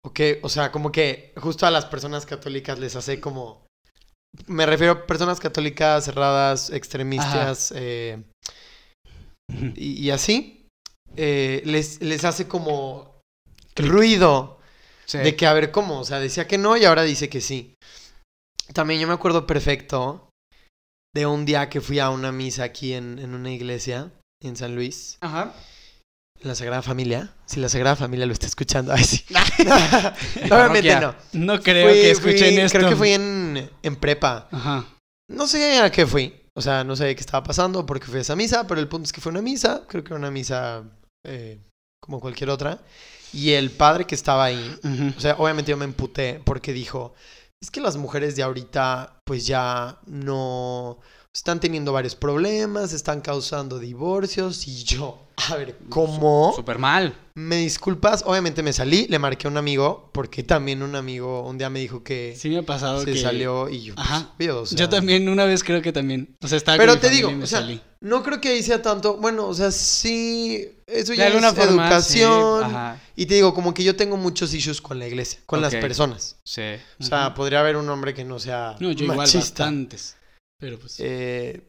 [SPEAKER 1] ok, o sea, como que justo a las personas católicas les hace como, me refiero a personas católicas cerradas, extremistas, eh, y, y así, eh, les, les hace como ruido
[SPEAKER 3] Sí.
[SPEAKER 1] de que a ver cómo, o sea, decía que no y ahora dice que sí. También yo me acuerdo perfecto de un día que fui a una misa aquí en, en una iglesia en San Luis,
[SPEAKER 3] Ajá.
[SPEAKER 1] en la Sagrada Familia. Si la Sagrada Familia lo está escuchando, ay sí.
[SPEAKER 3] parroquia.
[SPEAKER 1] Obviamente no.
[SPEAKER 2] No creo
[SPEAKER 1] Fui-
[SPEAKER 2] que escuchen
[SPEAKER 1] fui-
[SPEAKER 2] esto.
[SPEAKER 1] Creo que fui en, en prepa.
[SPEAKER 2] Ajá.
[SPEAKER 1] No sé a qué fui. O sea, no sé qué estaba pasando porque fui a esa misa, pero el punto es que fue una misa. Creo que era una misa eh, como cualquier otra. Y el padre que estaba ahí
[SPEAKER 2] Ujú.
[SPEAKER 1] o sea, obviamente yo me emputé porque dijo, es que las mujeres de ahorita pues ya no, Están teniendo varios problemas, están causando divorcios y yo, a ver, ¿cómo?
[SPEAKER 3] Súper mal.
[SPEAKER 1] Me disculpas, obviamente me salí, le marqué a un amigo, porque también un amigo un día me dijo que
[SPEAKER 2] Sí me ha pasado
[SPEAKER 1] se
[SPEAKER 2] que...
[SPEAKER 1] salió y yo, pues,
[SPEAKER 2] Ajá.
[SPEAKER 1] obvio, o sea,
[SPEAKER 2] Yo también, una vez creo que también. O sea, estaba con
[SPEAKER 1] Pero
[SPEAKER 2] mi
[SPEAKER 1] te
[SPEAKER 2] familia
[SPEAKER 1] digo,
[SPEAKER 2] y me
[SPEAKER 1] o sea,
[SPEAKER 2] salí.
[SPEAKER 1] No creo que ahí sea tanto, bueno, o sea, sí, eso
[SPEAKER 3] De
[SPEAKER 1] ya
[SPEAKER 3] alguna
[SPEAKER 1] es
[SPEAKER 3] forma,
[SPEAKER 1] educación.
[SPEAKER 3] Sí, ajá,
[SPEAKER 1] Y te digo, como que yo tengo muchos issues con la iglesia, con
[SPEAKER 3] Ok.
[SPEAKER 1] las personas.
[SPEAKER 3] sí.
[SPEAKER 1] O sea,
[SPEAKER 2] Ujú.
[SPEAKER 1] podría haber un hombre que no sea
[SPEAKER 2] No, yo igual
[SPEAKER 1] machista.
[SPEAKER 2] bastantes. Pero pues.
[SPEAKER 1] Eh,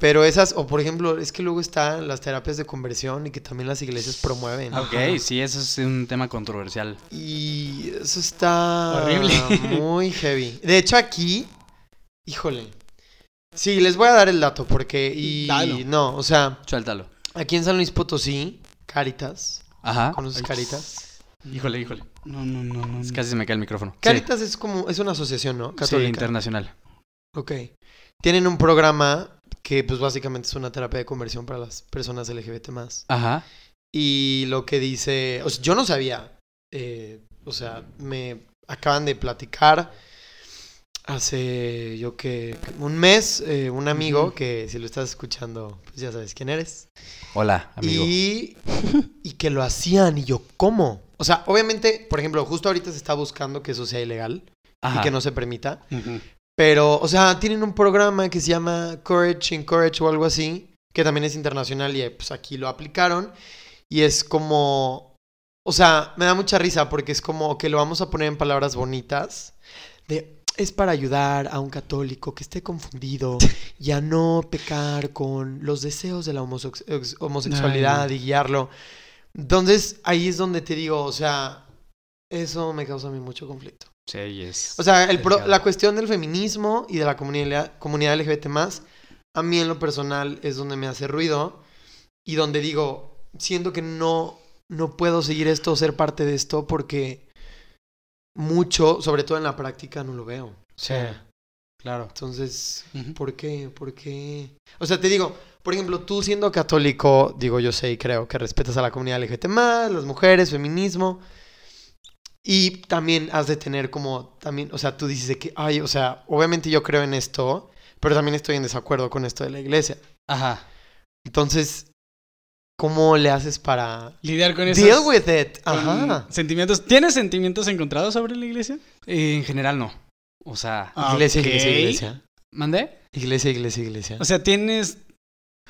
[SPEAKER 1] pero esas, o por ejemplo, es que luego están las terapias de conversión y que también las iglesias promueven.
[SPEAKER 2] Ah.
[SPEAKER 3] Ok, sí, eso es un tema controversial.
[SPEAKER 1] Y eso está
[SPEAKER 2] Horrible.
[SPEAKER 1] muy heavy. De hecho, aquí, híjole. Sí, les voy a dar el dato porque. Y
[SPEAKER 2] Dalo.
[SPEAKER 1] no, o sea,
[SPEAKER 3] Suéltalo.
[SPEAKER 1] aquí en San Luis Potosí, Caritas.
[SPEAKER 3] Ajá.
[SPEAKER 1] ¿Conoces Caritas?
[SPEAKER 3] Híjole, híjole.
[SPEAKER 2] Mm. No, no, no, no.
[SPEAKER 3] Es casi se me cae el micrófono.
[SPEAKER 1] Caritas es como. Es una asociación, ¿no?
[SPEAKER 3] Sí, sí,
[SPEAKER 1] Católica.
[SPEAKER 3] internacional.
[SPEAKER 1] Ok. Tienen un programa que, pues, básicamente es una terapia de conversión para las personas LGBT.
[SPEAKER 3] Ajá.
[SPEAKER 1] Y lo que dice. O sea, yo no sabía. eh, o sea, me acaban de platicar hace yo que un mes eh, un amigo
[SPEAKER 2] Ujú.
[SPEAKER 1] que si lo estás escuchando pues ya sabes quién eres
[SPEAKER 3] Hola, amigo.
[SPEAKER 1] y y que lo hacían y yo cómo o sea obviamente por ejemplo justo ahorita se está buscando que eso sea ilegal
[SPEAKER 3] Ajá.
[SPEAKER 1] y que no se permita
[SPEAKER 2] Ujú.
[SPEAKER 1] pero, o sea, tienen un programa que se llama Courage in Courage o algo así, que también es internacional y eh, pues aquí lo aplicaron. Y es como, o sea, me da mucha risa porque es como que lo vamos a poner en palabras bonitas. De, es para ayudar a un católico que esté confundido y a no pecar con los deseos de la homosex- ex- homosexualidad y guiarlo. Entonces, ahí es donde te digo, o sea, eso me causa a mí mucho conflicto.
[SPEAKER 3] Sí, es.
[SPEAKER 1] O sea, el pro-
[SPEAKER 3] Delgado.
[SPEAKER 1] la cuestión del feminismo y de la comunidad, comunidad LGBT más, a mí en lo personal es donde me hace ruido y donde digo, siento que no, no puedo seguir esto, ser parte de esto, porque mucho, sobre todo en la práctica, no lo veo.
[SPEAKER 3] sí. Claro.
[SPEAKER 1] Entonces,
[SPEAKER 2] Ujú.
[SPEAKER 1] ¿por qué? ¿Por qué? O sea, te digo, por ejemplo, tú siendo católico, digo, yo sé y creo que respetas a la comunidad LGBT más, las mujeres, feminismo. Y también has de tener como, también, o sea, tú dices de que, ay, o sea, obviamente yo creo en esto, pero también estoy en desacuerdo con esto de la iglesia.
[SPEAKER 3] Ajá.
[SPEAKER 1] Entonces, ¿cómo le haces para...
[SPEAKER 2] Lidiar con eso.
[SPEAKER 1] Deal with it. Ajá.
[SPEAKER 2] Sentimientos. ¿Tienes sentimientos encontrados sobre la iglesia?
[SPEAKER 3] Eh, en general, no. O sea,
[SPEAKER 1] Ah, Iglesia,
[SPEAKER 2] Ok.
[SPEAKER 1] iglesia, iglesia.
[SPEAKER 3] ¿mandé?
[SPEAKER 1] Iglesia, iglesia, iglesia.
[SPEAKER 2] O sea, tienes.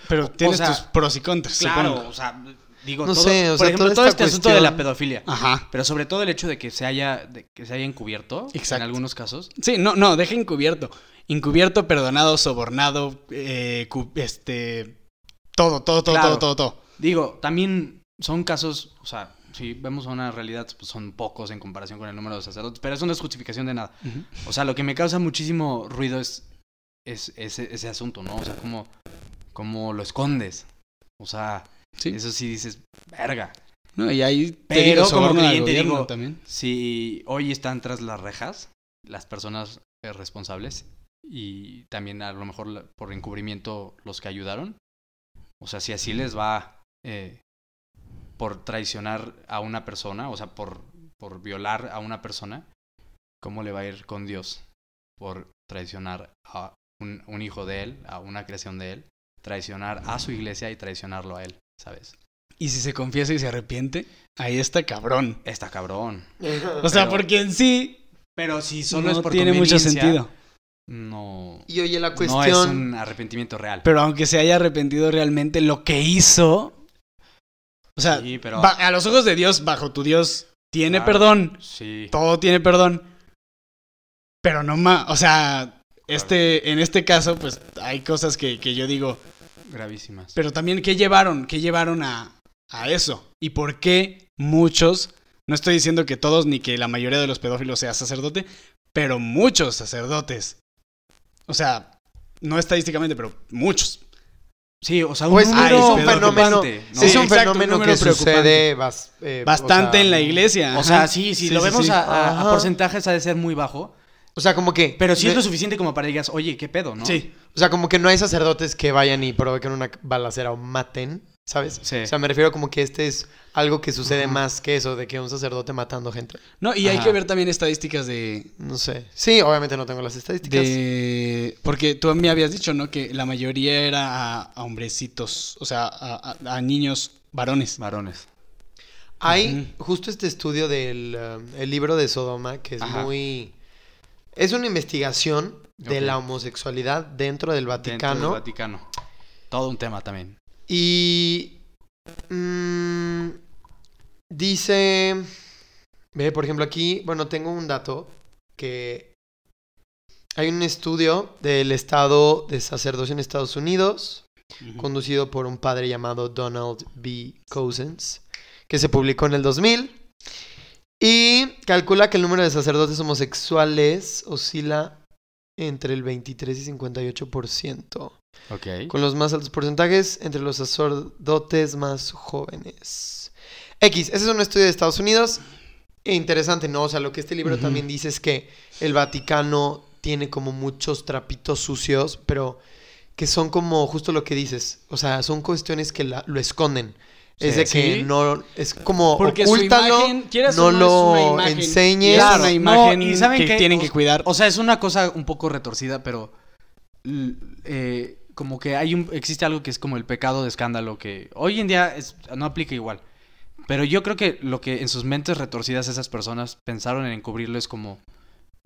[SPEAKER 2] Pero tienes
[SPEAKER 3] sea,
[SPEAKER 2] tus pros y contras.
[SPEAKER 3] Claro,
[SPEAKER 2] supongo.
[SPEAKER 3] o sea, digo,
[SPEAKER 1] No
[SPEAKER 3] todo,
[SPEAKER 1] sé, o
[SPEAKER 3] por
[SPEAKER 1] sea,
[SPEAKER 3] ejemplo,
[SPEAKER 1] toda
[SPEAKER 3] todo este
[SPEAKER 1] esta
[SPEAKER 3] asunto de la
[SPEAKER 1] cuestión-
[SPEAKER 3] pedofilia.
[SPEAKER 2] Ajá.
[SPEAKER 3] Pero sobre todo el hecho de que se haya, de que se haya encubierto en
[SPEAKER 2] Exacto.
[SPEAKER 3] algunos casos.
[SPEAKER 2] Sí, no, no, deja encubierto. Encubierto, perdonado, sobornado, eh, cu- este. Todo, todo, todo,
[SPEAKER 3] Claro.
[SPEAKER 2] todo, todo, todo.
[SPEAKER 3] Digo, también son casos, o sea, si vemos una realidad, pues son pocos en comparación con el número de sacerdotes, pero eso no es justificación de nada. O sea, lo que me causa muchísimo ruido es, es ese, ese asunto, ¿no? O sea, como, como lo escondes. O sea,
[SPEAKER 2] Sí.
[SPEAKER 3] eso sí dices, verga.
[SPEAKER 2] No, y ahí te
[SPEAKER 3] Pero
[SPEAKER 2] digo,
[SPEAKER 3] como
[SPEAKER 2] soborno al
[SPEAKER 3] cliente
[SPEAKER 2] gobierno
[SPEAKER 3] digo-
[SPEAKER 2] también.
[SPEAKER 3] Si hoy están tras las rejas las personas eh, responsables y también a lo mejor la- por encubrimiento los que ayudaron, o sea, si así les va eh, por traicionar a una persona, o sea, por, por violar a una persona, ¿cómo le va a ir con Dios? Por traicionar a un, un hijo de él, a una creación de él, traicionar a su iglesia y traicionarlo a él, ¿sabes?
[SPEAKER 2] Y si se confiesa y se arrepiente, ahí está cabrón.
[SPEAKER 3] Está cabrón.
[SPEAKER 2] O sea,
[SPEAKER 3] Pero-
[SPEAKER 2] porque en sí
[SPEAKER 3] Pero si solo
[SPEAKER 2] no
[SPEAKER 3] es por
[SPEAKER 2] tiene mucho
[SPEAKER 3] conveniencia,
[SPEAKER 2] sentido.
[SPEAKER 3] No.
[SPEAKER 1] y oye, la
[SPEAKER 3] No es
[SPEAKER 1] cuestión...
[SPEAKER 3] un arrepentimiento real.
[SPEAKER 2] Pero aunque se haya arrepentido realmente lo que hizo, o sea,
[SPEAKER 3] sí, pero.
[SPEAKER 2] ba- a los ojos de Dios, bajo tu Dios, tiene
[SPEAKER 3] Claro.
[SPEAKER 2] perdón.
[SPEAKER 3] sí.
[SPEAKER 2] Todo tiene perdón. Pero no más, o sea, este, en este caso, pues hay cosas que, que yo digo,
[SPEAKER 3] Gravísimas.
[SPEAKER 2] Pero también, ¿qué llevaron? ¿Qué llevaron a, a eso? ¿Y por qué muchos, no estoy diciendo que todos ni que la mayoría de los pedófilos sea sacerdote, pero muchos sacerdotes, o sea, no estadísticamente, pero muchos,
[SPEAKER 3] sí, o sea, un
[SPEAKER 1] Pues
[SPEAKER 3] número
[SPEAKER 1] ah, es un
[SPEAKER 2] pero
[SPEAKER 1] fenómeno,
[SPEAKER 3] preocupante, ¿no?
[SPEAKER 1] sí, es
[SPEAKER 2] Sí,
[SPEAKER 1] un
[SPEAKER 2] exacto, un
[SPEAKER 1] fenómeno
[SPEAKER 2] número
[SPEAKER 1] que sucede bas- eh, o
[SPEAKER 2] bastante
[SPEAKER 1] sea,
[SPEAKER 2] en la iglesia.
[SPEAKER 3] O sea,
[SPEAKER 2] ajá.
[SPEAKER 3] sí, si
[SPEAKER 2] Sí,
[SPEAKER 3] lo
[SPEAKER 2] sí,
[SPEAKER 3] vemos
[SPEAKER 2] sí.
[SPEAKER 3] A, a- a
[SPEAKER 1] Ajá.
[SPEAKER 3] porcentajes ha de ser muy bajo.
[SPEAKER 1] O sea, como que.
[SPEAKER 3] Pero sí es
[SPEAKER 1] no-
[SPEAKER 3] lo suficiente como para digas, oye, qué pedo, ¿no?
[SPEAKER 2] Sí,
[SPEAKER 1] O sea, como que no hay sacerdotes que vayan y provoquen una balacera o maten. ¿Sabes?
[SPEAKER 3] Sí.
[SPEAKER 1] O sea, me refiero como que este es algo que sucede más que eso, de que un sacerdote matando gente.
[SPEAKER 2] No, y hay
[SPEAKER 3] Ajá.
[SPEAKER 2] que ver también estadísticas de,
[SPEAKER 1] No sé. Sí, obviamente no tengo las estadísticas.
[SPEAKER 2] de- Porque tú me habías dicho, ¿no? Que la mayoría era a, a hombrecitos, o sea, a, a- a niños varones.
[SPEAKER 3] Varones.
[SPEAKER 1] Hay justo este estudio del um, el libro de Sodoma, que es
[SPEAKER 3] Ajá.
[SPEAKER 1] muy... Es una investigación de
[SPEAKER 3] Ok.
[SPEAKER 1] la homosexualidad dentro del
[SPEAKER 3] Dentro del
[SPEAKER 1] Vaticano.
[SPEAKER 3] Vaticano. Todo un tema también.
[SPEAKER 1] Y... mm, dice... Ve, por ejemplo, aquí, bueno, tengo un dato que... Hay un estudio del estado de sacerdocio en Estados Unidos
[SPEAKER 2] Ujú.
[SPEAKER 1] conducido por un padre llamado Donald B. Cousins, que se publicó en el 2000. Y calcula que el número de sacerdotes homosexuales oscila entre el 23 y 58%,
[SPEAKER 3] Ok.
[SPEAKER 1] con los más altos porcentajes entre los sacerdotes más jóvenes. X, ese es un estudio de Estados Unidos. E interesante, ¿no? O sea, lo que este libro
[SPEAKER 2] Ujú.
[SPEAKER 1] también dice es que el Vaticano tiene como muchos trapitos sucios, pero que son como justo lo que dices. O sea, son cuestiones que la- lo esconden. es
[SPEAKER 3] Sí.
[SPEAKER 1] de que
[SPEAKER 2] Sí.
[SPEAKER 1] no. Es como
[SPEAKER 2] Porque su
[SPEAKER 1] ocúltalo,
[SPEAKER 2] imagen, quieras
[SPEAKER 1] no
[SPEAKER 2] o no, es
[SPEAKER 1] lo
[SPEAKER 2] una imagen.
[SPEAKER 1] enseñes.
[SPEAKER 2] Y es
[SPEAKER 3] Claro.
[SPEAKER 2] una
[SPEAKER 3] No,
[SPEAKER 2] imagen
[SPEAKER 3] y ¿saben
[SPEAKER 2] que
[SPEAKER 3] qué?
[SPEAKER 2] tienen que cuidar.
[SPEAKER 3] O sea, es una cosa un poco retorcida, pero l- eh, como que hay un, existe algo que es como el pecado de escándalo que hoy en día es- no aplica igual. Pero yo creo que lo que en sus mentes retorcidas esas personas pensaron en encubrirlo es como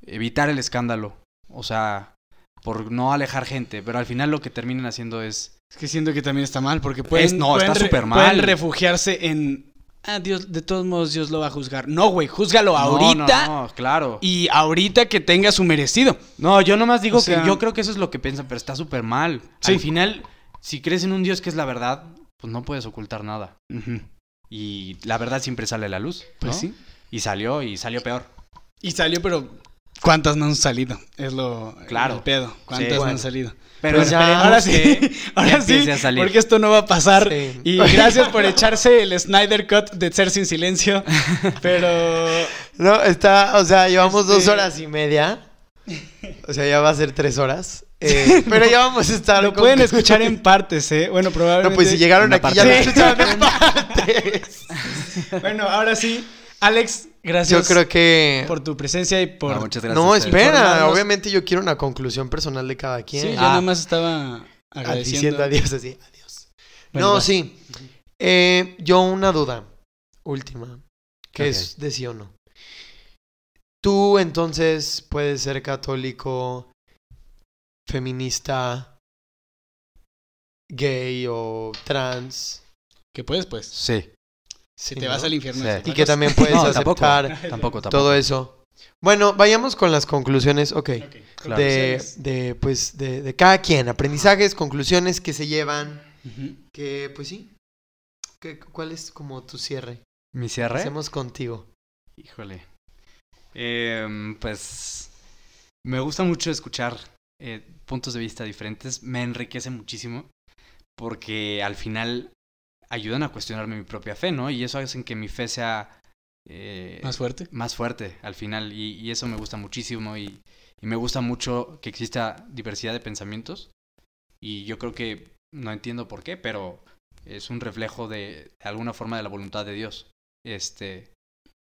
[SPEAKER 3] evitar el escándalo. O sea, por no alejar gente. Pero al final lo que terminan haciendo es...
[SPEAKER 2] Es que siento que también está mal, porque pueden,
[SPEAKER 3] Es- no,
[SPEAKER 2] pueden
[SPEAKER 3] está
[SPEAKER 2] re-
[SPEAKER 3] súper
[SPEAKER 2] pueden
[SPEAKER 3] mal.
[SPEAKER 2] refugiarse en... Ah, Dios, de todos modos Dios lo va a juzgar. No, güey, júzgalo
[SPEAKER 3] No,
[SPEAKER 2] ahorita
[SPEAKER 3] No, no, claro.
[SPEAKER 2] y ahorita que tenga su merecido.
[SPEAKER 3] No, yo nomás digo
[SPEAKER 2] O sea-
[SPEAKER 3] que yo creo que eso es lo que piensan, pero está súper mal.
[SPEAKER 2] Sí.
[SPEAKER 3] Al final, si crees en un Dios que es la verdad, pues no puedes ocultar nada. Y la verdad siempre sale a la luz.
[SPEAKER 2] Pues
[SPEAKER 3] ¿no?
[SPEAKER 2] sí.
[SPEAKER 3] Y salió y salió peor.
[SPEAKER 2] Y salió, pero ¿cuántas no han salido? Es lo
[SPEAKER 3] Claro.
[SPEAKER 2] el pedo. ¿Cuántas no
[SPEAKER 1] bueno.
[SPEAKER 2] han salido?
[SPEAKER 3] Pero
[SPEAKER 1] Pues ya,
[SPEAKER 3] esperemos
[SPEAKER 2] Ahora sí,
[SPEAKER 3] que
[SPEAKER 2] ahora sí,
[SPEAKER 3] empiece a salir.
[SPEAKER 2] porque esto no va a pasar.
[SPEAKER 1] Sí.
[SPEAKER 2] Y gracias por echarse el Snyder Cut de Ser Sin Silencio, pero
[SPEAKER 1] No, está. O sea, llevamos dos
[SPEAKER 2] Este-
[SPEAKER 1] horas y media. O sea, ya va a ser tres horas. Eh, pero ya vamos a estar.
[SPEAKER 2] lo
[SPEAKER 1] con-
[SPEAKER 2] pueden escuchar en partes, ¿eh? Bueno, probablemente...
[SPEAKER 1] No, pues si llegaron
[SPEAKER 3] Una
[SPEAKER 1] aquí ya lo
[SPEAKER 3] parte.
[SPEAKER 1] escucharon en partes.
[SPEAKER 2] Bueno, ahora sí, Alex,
[SPEAKER 1] Yo
[SPEAKER 2] gracias
[SPEAKER 1] creo que.
[SPEAKER 2] por tu presencia y por...
[SPEAKER 3] No, muchas gracias.
[SPEAKER 1] No,
[SPEAKER 3] a ustedes.
[SPEAKER 1] espera.
[SPEAKER 2] Informarnos.
[SPEAKER 1] Obviamente yo quiero una conclusión personal de cada
[SPEAKER 2] Sí,
[SPEAKER 1] quien.
[SPEAKER 2] yo
[SPEAKER 1] Ah,
[SPEAKER 2] nada más estaba agradeciendo.
[SPEAKER 1] diciendo adiós así. Adiós.
[SPEAKER 2] Bueno,
[SPEAKER 1] no,
[SPEAKER 2] va.
[SPEAKER 1] sí. Eh, yo una duda. Última. Que
[SPEAKER 3] Ok.
[SPEAKER 1] es de sí o no. Tú entonces puedes ser católico, feminista, gay o trans.
[SPEAKER 2] Que puedes, pues.
[SPEAKER 3] Sí.
[SPEAKER 1] Sí,
[SPEAKER 2] Si te
[SPEAKER 1] ¿no?
[SPEAKER 2] vas al infierno.
[SPEAKER 3] Sí.
[SPEAKER 2] es otra
[SPEAKER 1] Y que
[SPEAKER 2] cosa.
[SPEAKER 1] también puedes
[SPEAKER 3] No, tampoco.
[SPEAKER 1] aceptar
[SPEAKER 3] Tampoco, tampoco.
[SPEAKER 1] todo eso. Bueno, vayamos con las conclusiones. Ok.
[SPEAKER 2] Ok,
[SPEAKER 3] Claro.
[SPEAKER 1] de,
[SPEAKER 2] conclusiones.
[SPEAKER 1] de, pues, de, de cada quien. Aprendizajes, conclusiones que se llevan.
[SPEAKER 2] Ujú.
[SPEAKER 1] Que, pues sí. Que- ¿Cuál es como tu cierre?
[SPEAKER 3] ¿Mi cierre?
[SPEAKER 1] Hacemos contigo.
[SPEAKER 3] Híjole. Em, pues me gusta mucho escuchar eh, puntos de vista diferentes. Me enriquece muchísimo porque al final ayudan a cuestionarme mi propia fe, ¿no? Y eso hacen que mi fe sea eh,
[SPEAKER 2] Más fuerte.
[SPEAKER 3] más fuerte al final. Y, y eso me gusta muchísimo y, y me gusta mucho que exista diversidad de pensamientos. Y yo creo que no entiendo por qué, pero es un reflejo de, de alguna forma de la voluntad de Dios. Este,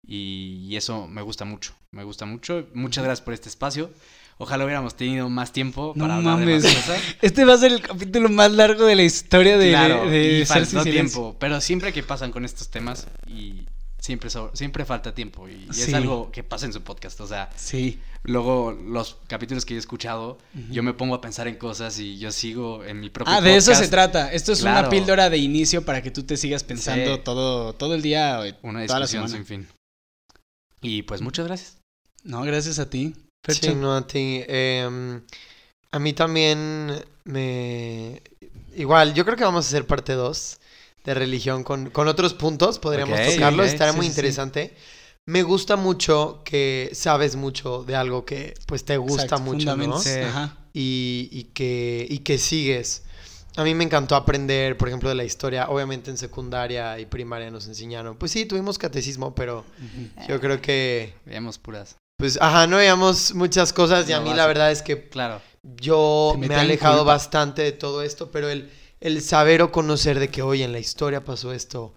[SPEAKER 3] y, y eso me gusta mucho, me gusta mucho. Muchas gracias por este espacio. Ojalá hubiéramos tenido más tiempo
[SPEAKER 2] No
[SPEAKER 3] para hablar de más
[SPEAKER 2] mames.
[SPEAKER 3] cosas.
[SPEAKER 2] Este va a ser el capítulo más largo de la historia de,
[SPEAKER 3] claro,
[SPEAKER 2] de- de
[SPEAKER 3] y
[SPEAKER 2] Ser
[SPEAKER 3] faltó
[SPEAKER 2] Sin Silencio.
[SPEAKER 3] tiempo. Pero siempre que pasan con estos temas y siempre, so- siempre falta tiempo. Y, y
[SPEAKER 2] Sí.
[SPEAKER 3] es algo que pasa en su podcast. O sea,
[SPEAKER 2] Sí.
[SPEAKER 3] Luego, los capítulos que yo he escuchado, yo me pongo a pensar en cosas y yo sigo en mi propio
[SPEAKER 2] Ah, de eso
[SPEAKER 3] podcast.
[SPEAKER 2] se trata. Esto es una
[SPEAKER 3] Claro.
[SPEAKER 2] píldora de inicio para que tú te sigas pensando
[SPEAKER 3] Sí.
[SPEAKER 2] todo, todo el día. eh,
[SPEAKER 3] Una
[SPEAKER 2] toda la
[SPEAKER 3] discusión
[SPEAKER 2] semana.
[SPEAKER 3] sin fin. Y pues muchas gracias.
[SPEAKER 2] No, gracias a ti.
[SPEAKER 1] Sí, no, a ti. Em, a mí también me... Igual, yo creo que vamos a hacer parte 2 de religión con, con otros puntos. Podríamos
[SPEAKER 3] Ok,
[SPEAKER 1] tocarlos.
[SPEAKER 3] ok,
[SPEAKER 1] Estará
[SPEAKER 2] sí,
[SPEAKER 1] muy
[SPEAKER 2] sí, sí.
[SPEAKER 1] interesante. Me gusta mucho que sabes mucho de algo que pues te gusta
[SPEAKER 2] Exacto,
[SPEAKER 1] mucho, ¿no?
[SPEAKER 2] fundamentos. Ajá.
[SPEAKER 1] y, y que, y que sigues. A mí me encantó aprender, por ejemplo, de la historia. Obviamente en secundaria y primaria nos enseñaron. Pues sí, tuvimos catecismo, pero yo creo que,
[SPEAKER 3] Veamos puras.
[SPEAKER 1] pues, ajá, no veíamos muchas cosas y a
[SPEAKER 3] Lo
[SPEAKER 1] mí la
[SPEAKER 3] básico.
[SPEAKER 1] verdad es que
[SPEAKER 3] Claro.
[SPEAKER 1] yo
[SPEAKER 2] Te
[SPEAKER 1] me he
[SPEAKER 2] metían
[SPEAKER 1] alejado
[SPEAKER 2] culpa.
[SPEAKER 1] bastante de todo esto, pero el, el saber o conocer de que hoy en la historia pasó esto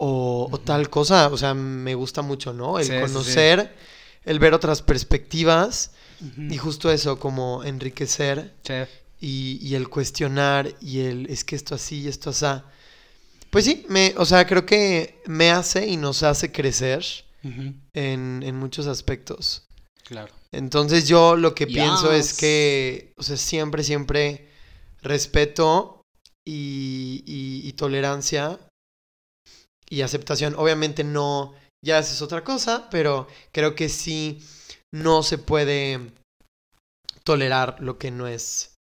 [SPEAKER 1] o, o tal cosa. O sea, me gusta mucho, ¿no? El
[SPEAKER 7] Sí, sí, sí.
[SPEAKER 1] conocer, el ver otras perspectivas
[SPEAKER 2] Ujú.
[SPEAKER 1] y justo eso, como enriquecer
[SPEAKER 7] Chef.
[SPEAKER 1] y, y el cuestionar y el es que esto así y esto asá. Pues sí, me, o sea, creo que me hace y nos hace crecer
[SPEAKER 2] Ujú.
[SPEAKER 1] en, en muchos aspectos.
[SPEAKER 3] Claro.
[SPEAKER 1] Entonces yo lo que
[SPEAKER 2] Yes.
[SPEAKER 1] pienso es que, o sea, siempre, siempre respeto y, y- y tolerancia y aceptación. Obviamente no, ya esa es otra cosa, pero creo que sí no se puede tolerar lo que no es,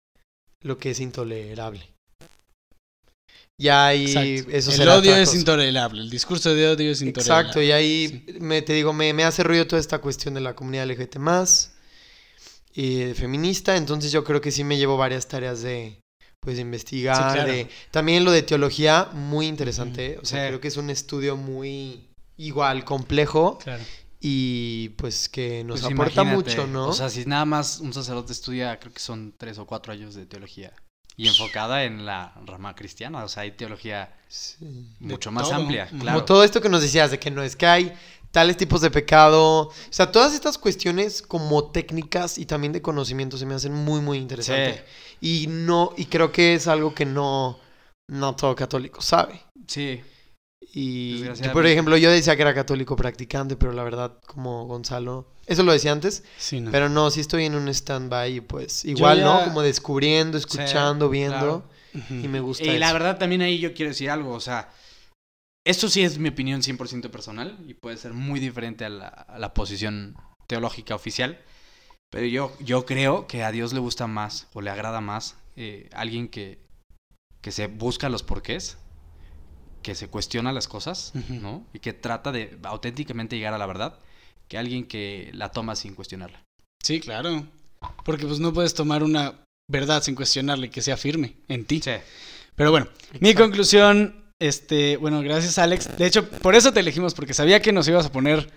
[SPEAKER 1] lo que es intolerable. Ya ahí
[SPEAKER 2] Exacto.
[SPEAKER 1] eso
[SPEAKER 2] el
[SPEAKER 1] será
[SPEAKER 2] odio
[SPEAKER 1] otra
[SPEAKER 2] es
[SPEAKER 1] cosa.
[SPEAKER 2] intolerable, el discurso de odio es intolerable.
[SPEAKER 1] Exacto, y ahí me, te digo, me, me hace ruido toda esta cuestión de la comunidad LGBT más y feminista, entonces yo creo que sí me llevo varias tareas de pues de investigar,
[SPEAKER 2] Sí, claro.
[SPEAKER 1] de- también lo de teología, muy interesante, o sea,
[SPEAKER 3] Sí.
[SPEAKER 1] creo que es un estudio muy igual, complejo
[SPEAKER 2] Claro.
[SPEAKER 1] y pues que nos
[SPEAKER 3] Pues
[SPEAKER 1] aporta
[SPEAKER 3] imagínate,
[SPEAKER 1] mucho, ¿no?
[SPEAKER 3] O sea, si nada más un sacerdote estudia, creo que son tres o cuatro años de teología. Y enfocada en la rama cristiana. O sea, hay teología
[SPEAKER 1] Sí.
[SPEAKER 2] De
[SPEAKER 3] mucho más
[SPEAKER 2] todo.
[SPEAKER 3] amplia,
[SPEAKER 2] Ujú.
[SPEAKER 3] claro.
[SPEAKER 1] Como todo esto que nos decías de que no es que hay tales tipos de pecado, o sea, todas estas cuestiones como técnicas y también de conocimiento se me hacen muy muy
[SPEAKER 3] Sí,
[SPEAKER 1] interesantes. Y no, y creo que es algo que no, no todo católico sabe.
[SPEAKER 3] sí,
[SPEAKER 1] Y yo, por
[SPEAKER 3] Desgraciadamente.
[SPEAKER 1] ejemplo, yo decía que era católico practicante, pero la verdad, como Gonzalo, eso lo decía antes,
[SPEAKER 2] Sí, no.
[SPEAKER 1] pero no, sí estoy en un stand-by, y pues igual, ¿no?
[SPEAKER 2] ya-
[SPEAKER 1] Como descubriendo, escuchando, viendo,
[SPEAKER 2] Ujú.
[SPEAKER 1] y me gusta.
[SPEAKER 3] Y la
[SPEAKER 1] eso.
[SPEAKER 3] verdad también ahí yo quiero decir algo, o sea, esto sí es mi opinión 100% personal y puede ser muy diferente a la, a la posición teológica oficial, pero yo, yo creo que a Dios le gusta más o le agrada más eh, alguien que, que se busca los porqués, que se cuestiona las cosas,
[SPEAKER 2] Ujú.
[SPEAKER 3] ¿no? Y que trata de auténticamente llegar a la verdad, que alguien que la toma sin cuestionarla.
[SPEAKER 2] Sí, claro. Porque pues no puedes tomar una verdad sin cuestionarle que sea firme en ti.
[SPEAKER 3] Sí,
[SPEAKER 2] Pero bueno, mi conclusión, este, bueno, gracias Alex. De hecho, por eso te elegimos, porque sabía que nos ibas a poner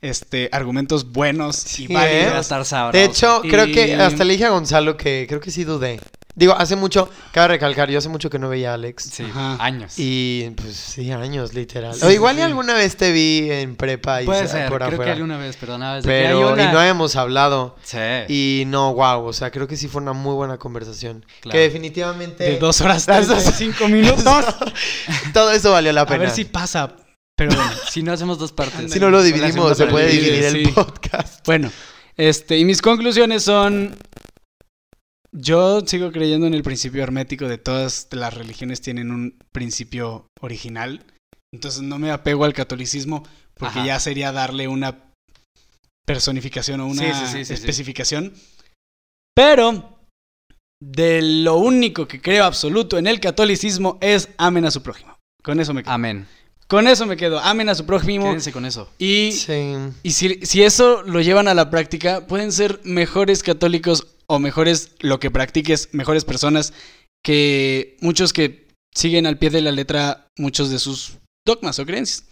[SPEAKER 2] este, argumentos buenos
[SPEAKER 1] Sí,
[SPEAKER 2] y válidos.
[SPEAKER 1] ¿eh?
[SPEAKER 3] va a estar sabroso.
[SPEAKER 1] De hecho, creo
[SPEAKER 2] Y-
[SPEAKER 1] que hasta le dije a Gonzalo que creo que sí dudé. Digo, hace mucho, cabe recalcar, yo hace mucho que no veía a Alex.
[SPEAKER 3] Sí,
[SPEAKER 2] Ajá.
[SPEAKER 3] años.
[SPEAKER 1] Y pues sí, años, literal.
[SPEAKER 2] Sí,
[SPEAKER 1] o
[SPEAKER 2] sí,
[SPEAKER 1] igual
[SPEAKER 2] sí.
[SPEAKER 1] y alguna vez te vi en prepa y
[SPEAKER 3] Puede
[SPEAKER 1] sa-
[SPEAKER 3] ser,
[SPEAKER 1] por
[SPEAKER 3] creo que
[SPEAKER 1] afuera.
[SPEAKER 3] alguna vez, pero nada, desde que hay
[SPEAKER 1] Pero
[SPEAKER 3] una-
[SPEAKER 1] y no habíamos hablado.
[SPEAKER 3] Sí.
[SPEAKER 1] Y no, wow, o sea, creo que sí fue una muy buena conversación.
[SPEAKER 3] Claro.
[SPEAKER 1] Que definitivamente
[SPEAKER 2] De dos horas
[SPEAKER 1] ¿eh? Las dos-
[SPEAKER 2] cinco minutos.
[SPEAKER 1] todo eso valió la
[SPEAKER 2] a
[SPEAKER 1] pena.
[SPEAKER 2] ver si pasa. Pero bueno.
[SPEAKER 3] Si no hacemos dos partes.
[SPEAKER 2] Ándale.
[SPEAKER 1] Si no lo
[SPEAKER 3] la
[SPEAKER 1] dividimos,
[SPEAKER 3] segunda
[SPEAKER 1] se
[SPEAKER 3] parte
[SPEAKER 1] puede
[SPEAKER 3] la
[SPEAKER 2] divide,
[SPEAKER 1] dividir el
[SPEAKER 2] sí.
[SPEAKER 1] podcast.
[SPEAKER 2] Bueno, este, y mis conclusiones son. Yo sigo creyendo en el principio hermético de todas las religiones tienen un principio original. Entonces no me apego al catolicismo porque
[SPEAKER 3] Ajá.
[SPEAKER 2] ya sería darle una personificación o una
[SPEAKER 3] Sí, sí, sí, sí, sí.
[SPEAKER 2] especificación. Pero de lo único que creo absoluto en el catolicismo es amen a su prójimo. Con eso me quedo.
[SPEAKER 3] Amén.
[SPEAKER 2] Con eso me quedo. Amen a su prójimo
[SPEAKER 3] Ah. Quédense con eso.
[SPEAKER 2] y
[SPEAKER 1] Sí.
[SPEAKER 2] y si, si eso lo llevan a la práctica, pueden ser mejores católicos o mejores, lo que practiques, mejores personas que muchos que siguen al pie de la letra muchos de sus dogmas o creencias.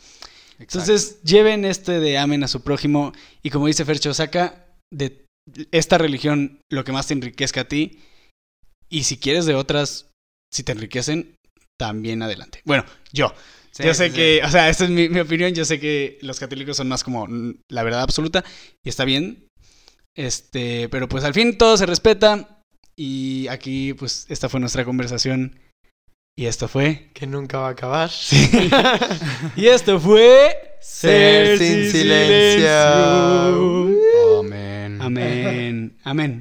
[SPEAKER 2] Entonces, lleven este de amen a su prójimo y como dice Fercho, saca de esta religión lo que más te enriquezca a ti y si quieres de otras, si te enriquecen, también adelante. Bueno, yo.
[SPEAKER 3] Sí,
[SPEAKER 2] Yo sé
[SPEAKER 3] sí,
[SPEAKER 2] que, o sea, esta es mi, mi opinión. Yo sé que los católicos son más como mm, la verdad absoluta y está bien. Este, pero pues al fin todo se respeta. Y aquí, pues, esta fue nuestra conversación. Y esto fue.
[SPEAKER 1] Que nunca va a acabar.
[SPEAKER 2] y esto fue.
[SPEAKER 1] Ser sin silencio.
[SPEAKER 3] sí. Amén.
[SPEAKER 2] Amén. Amén.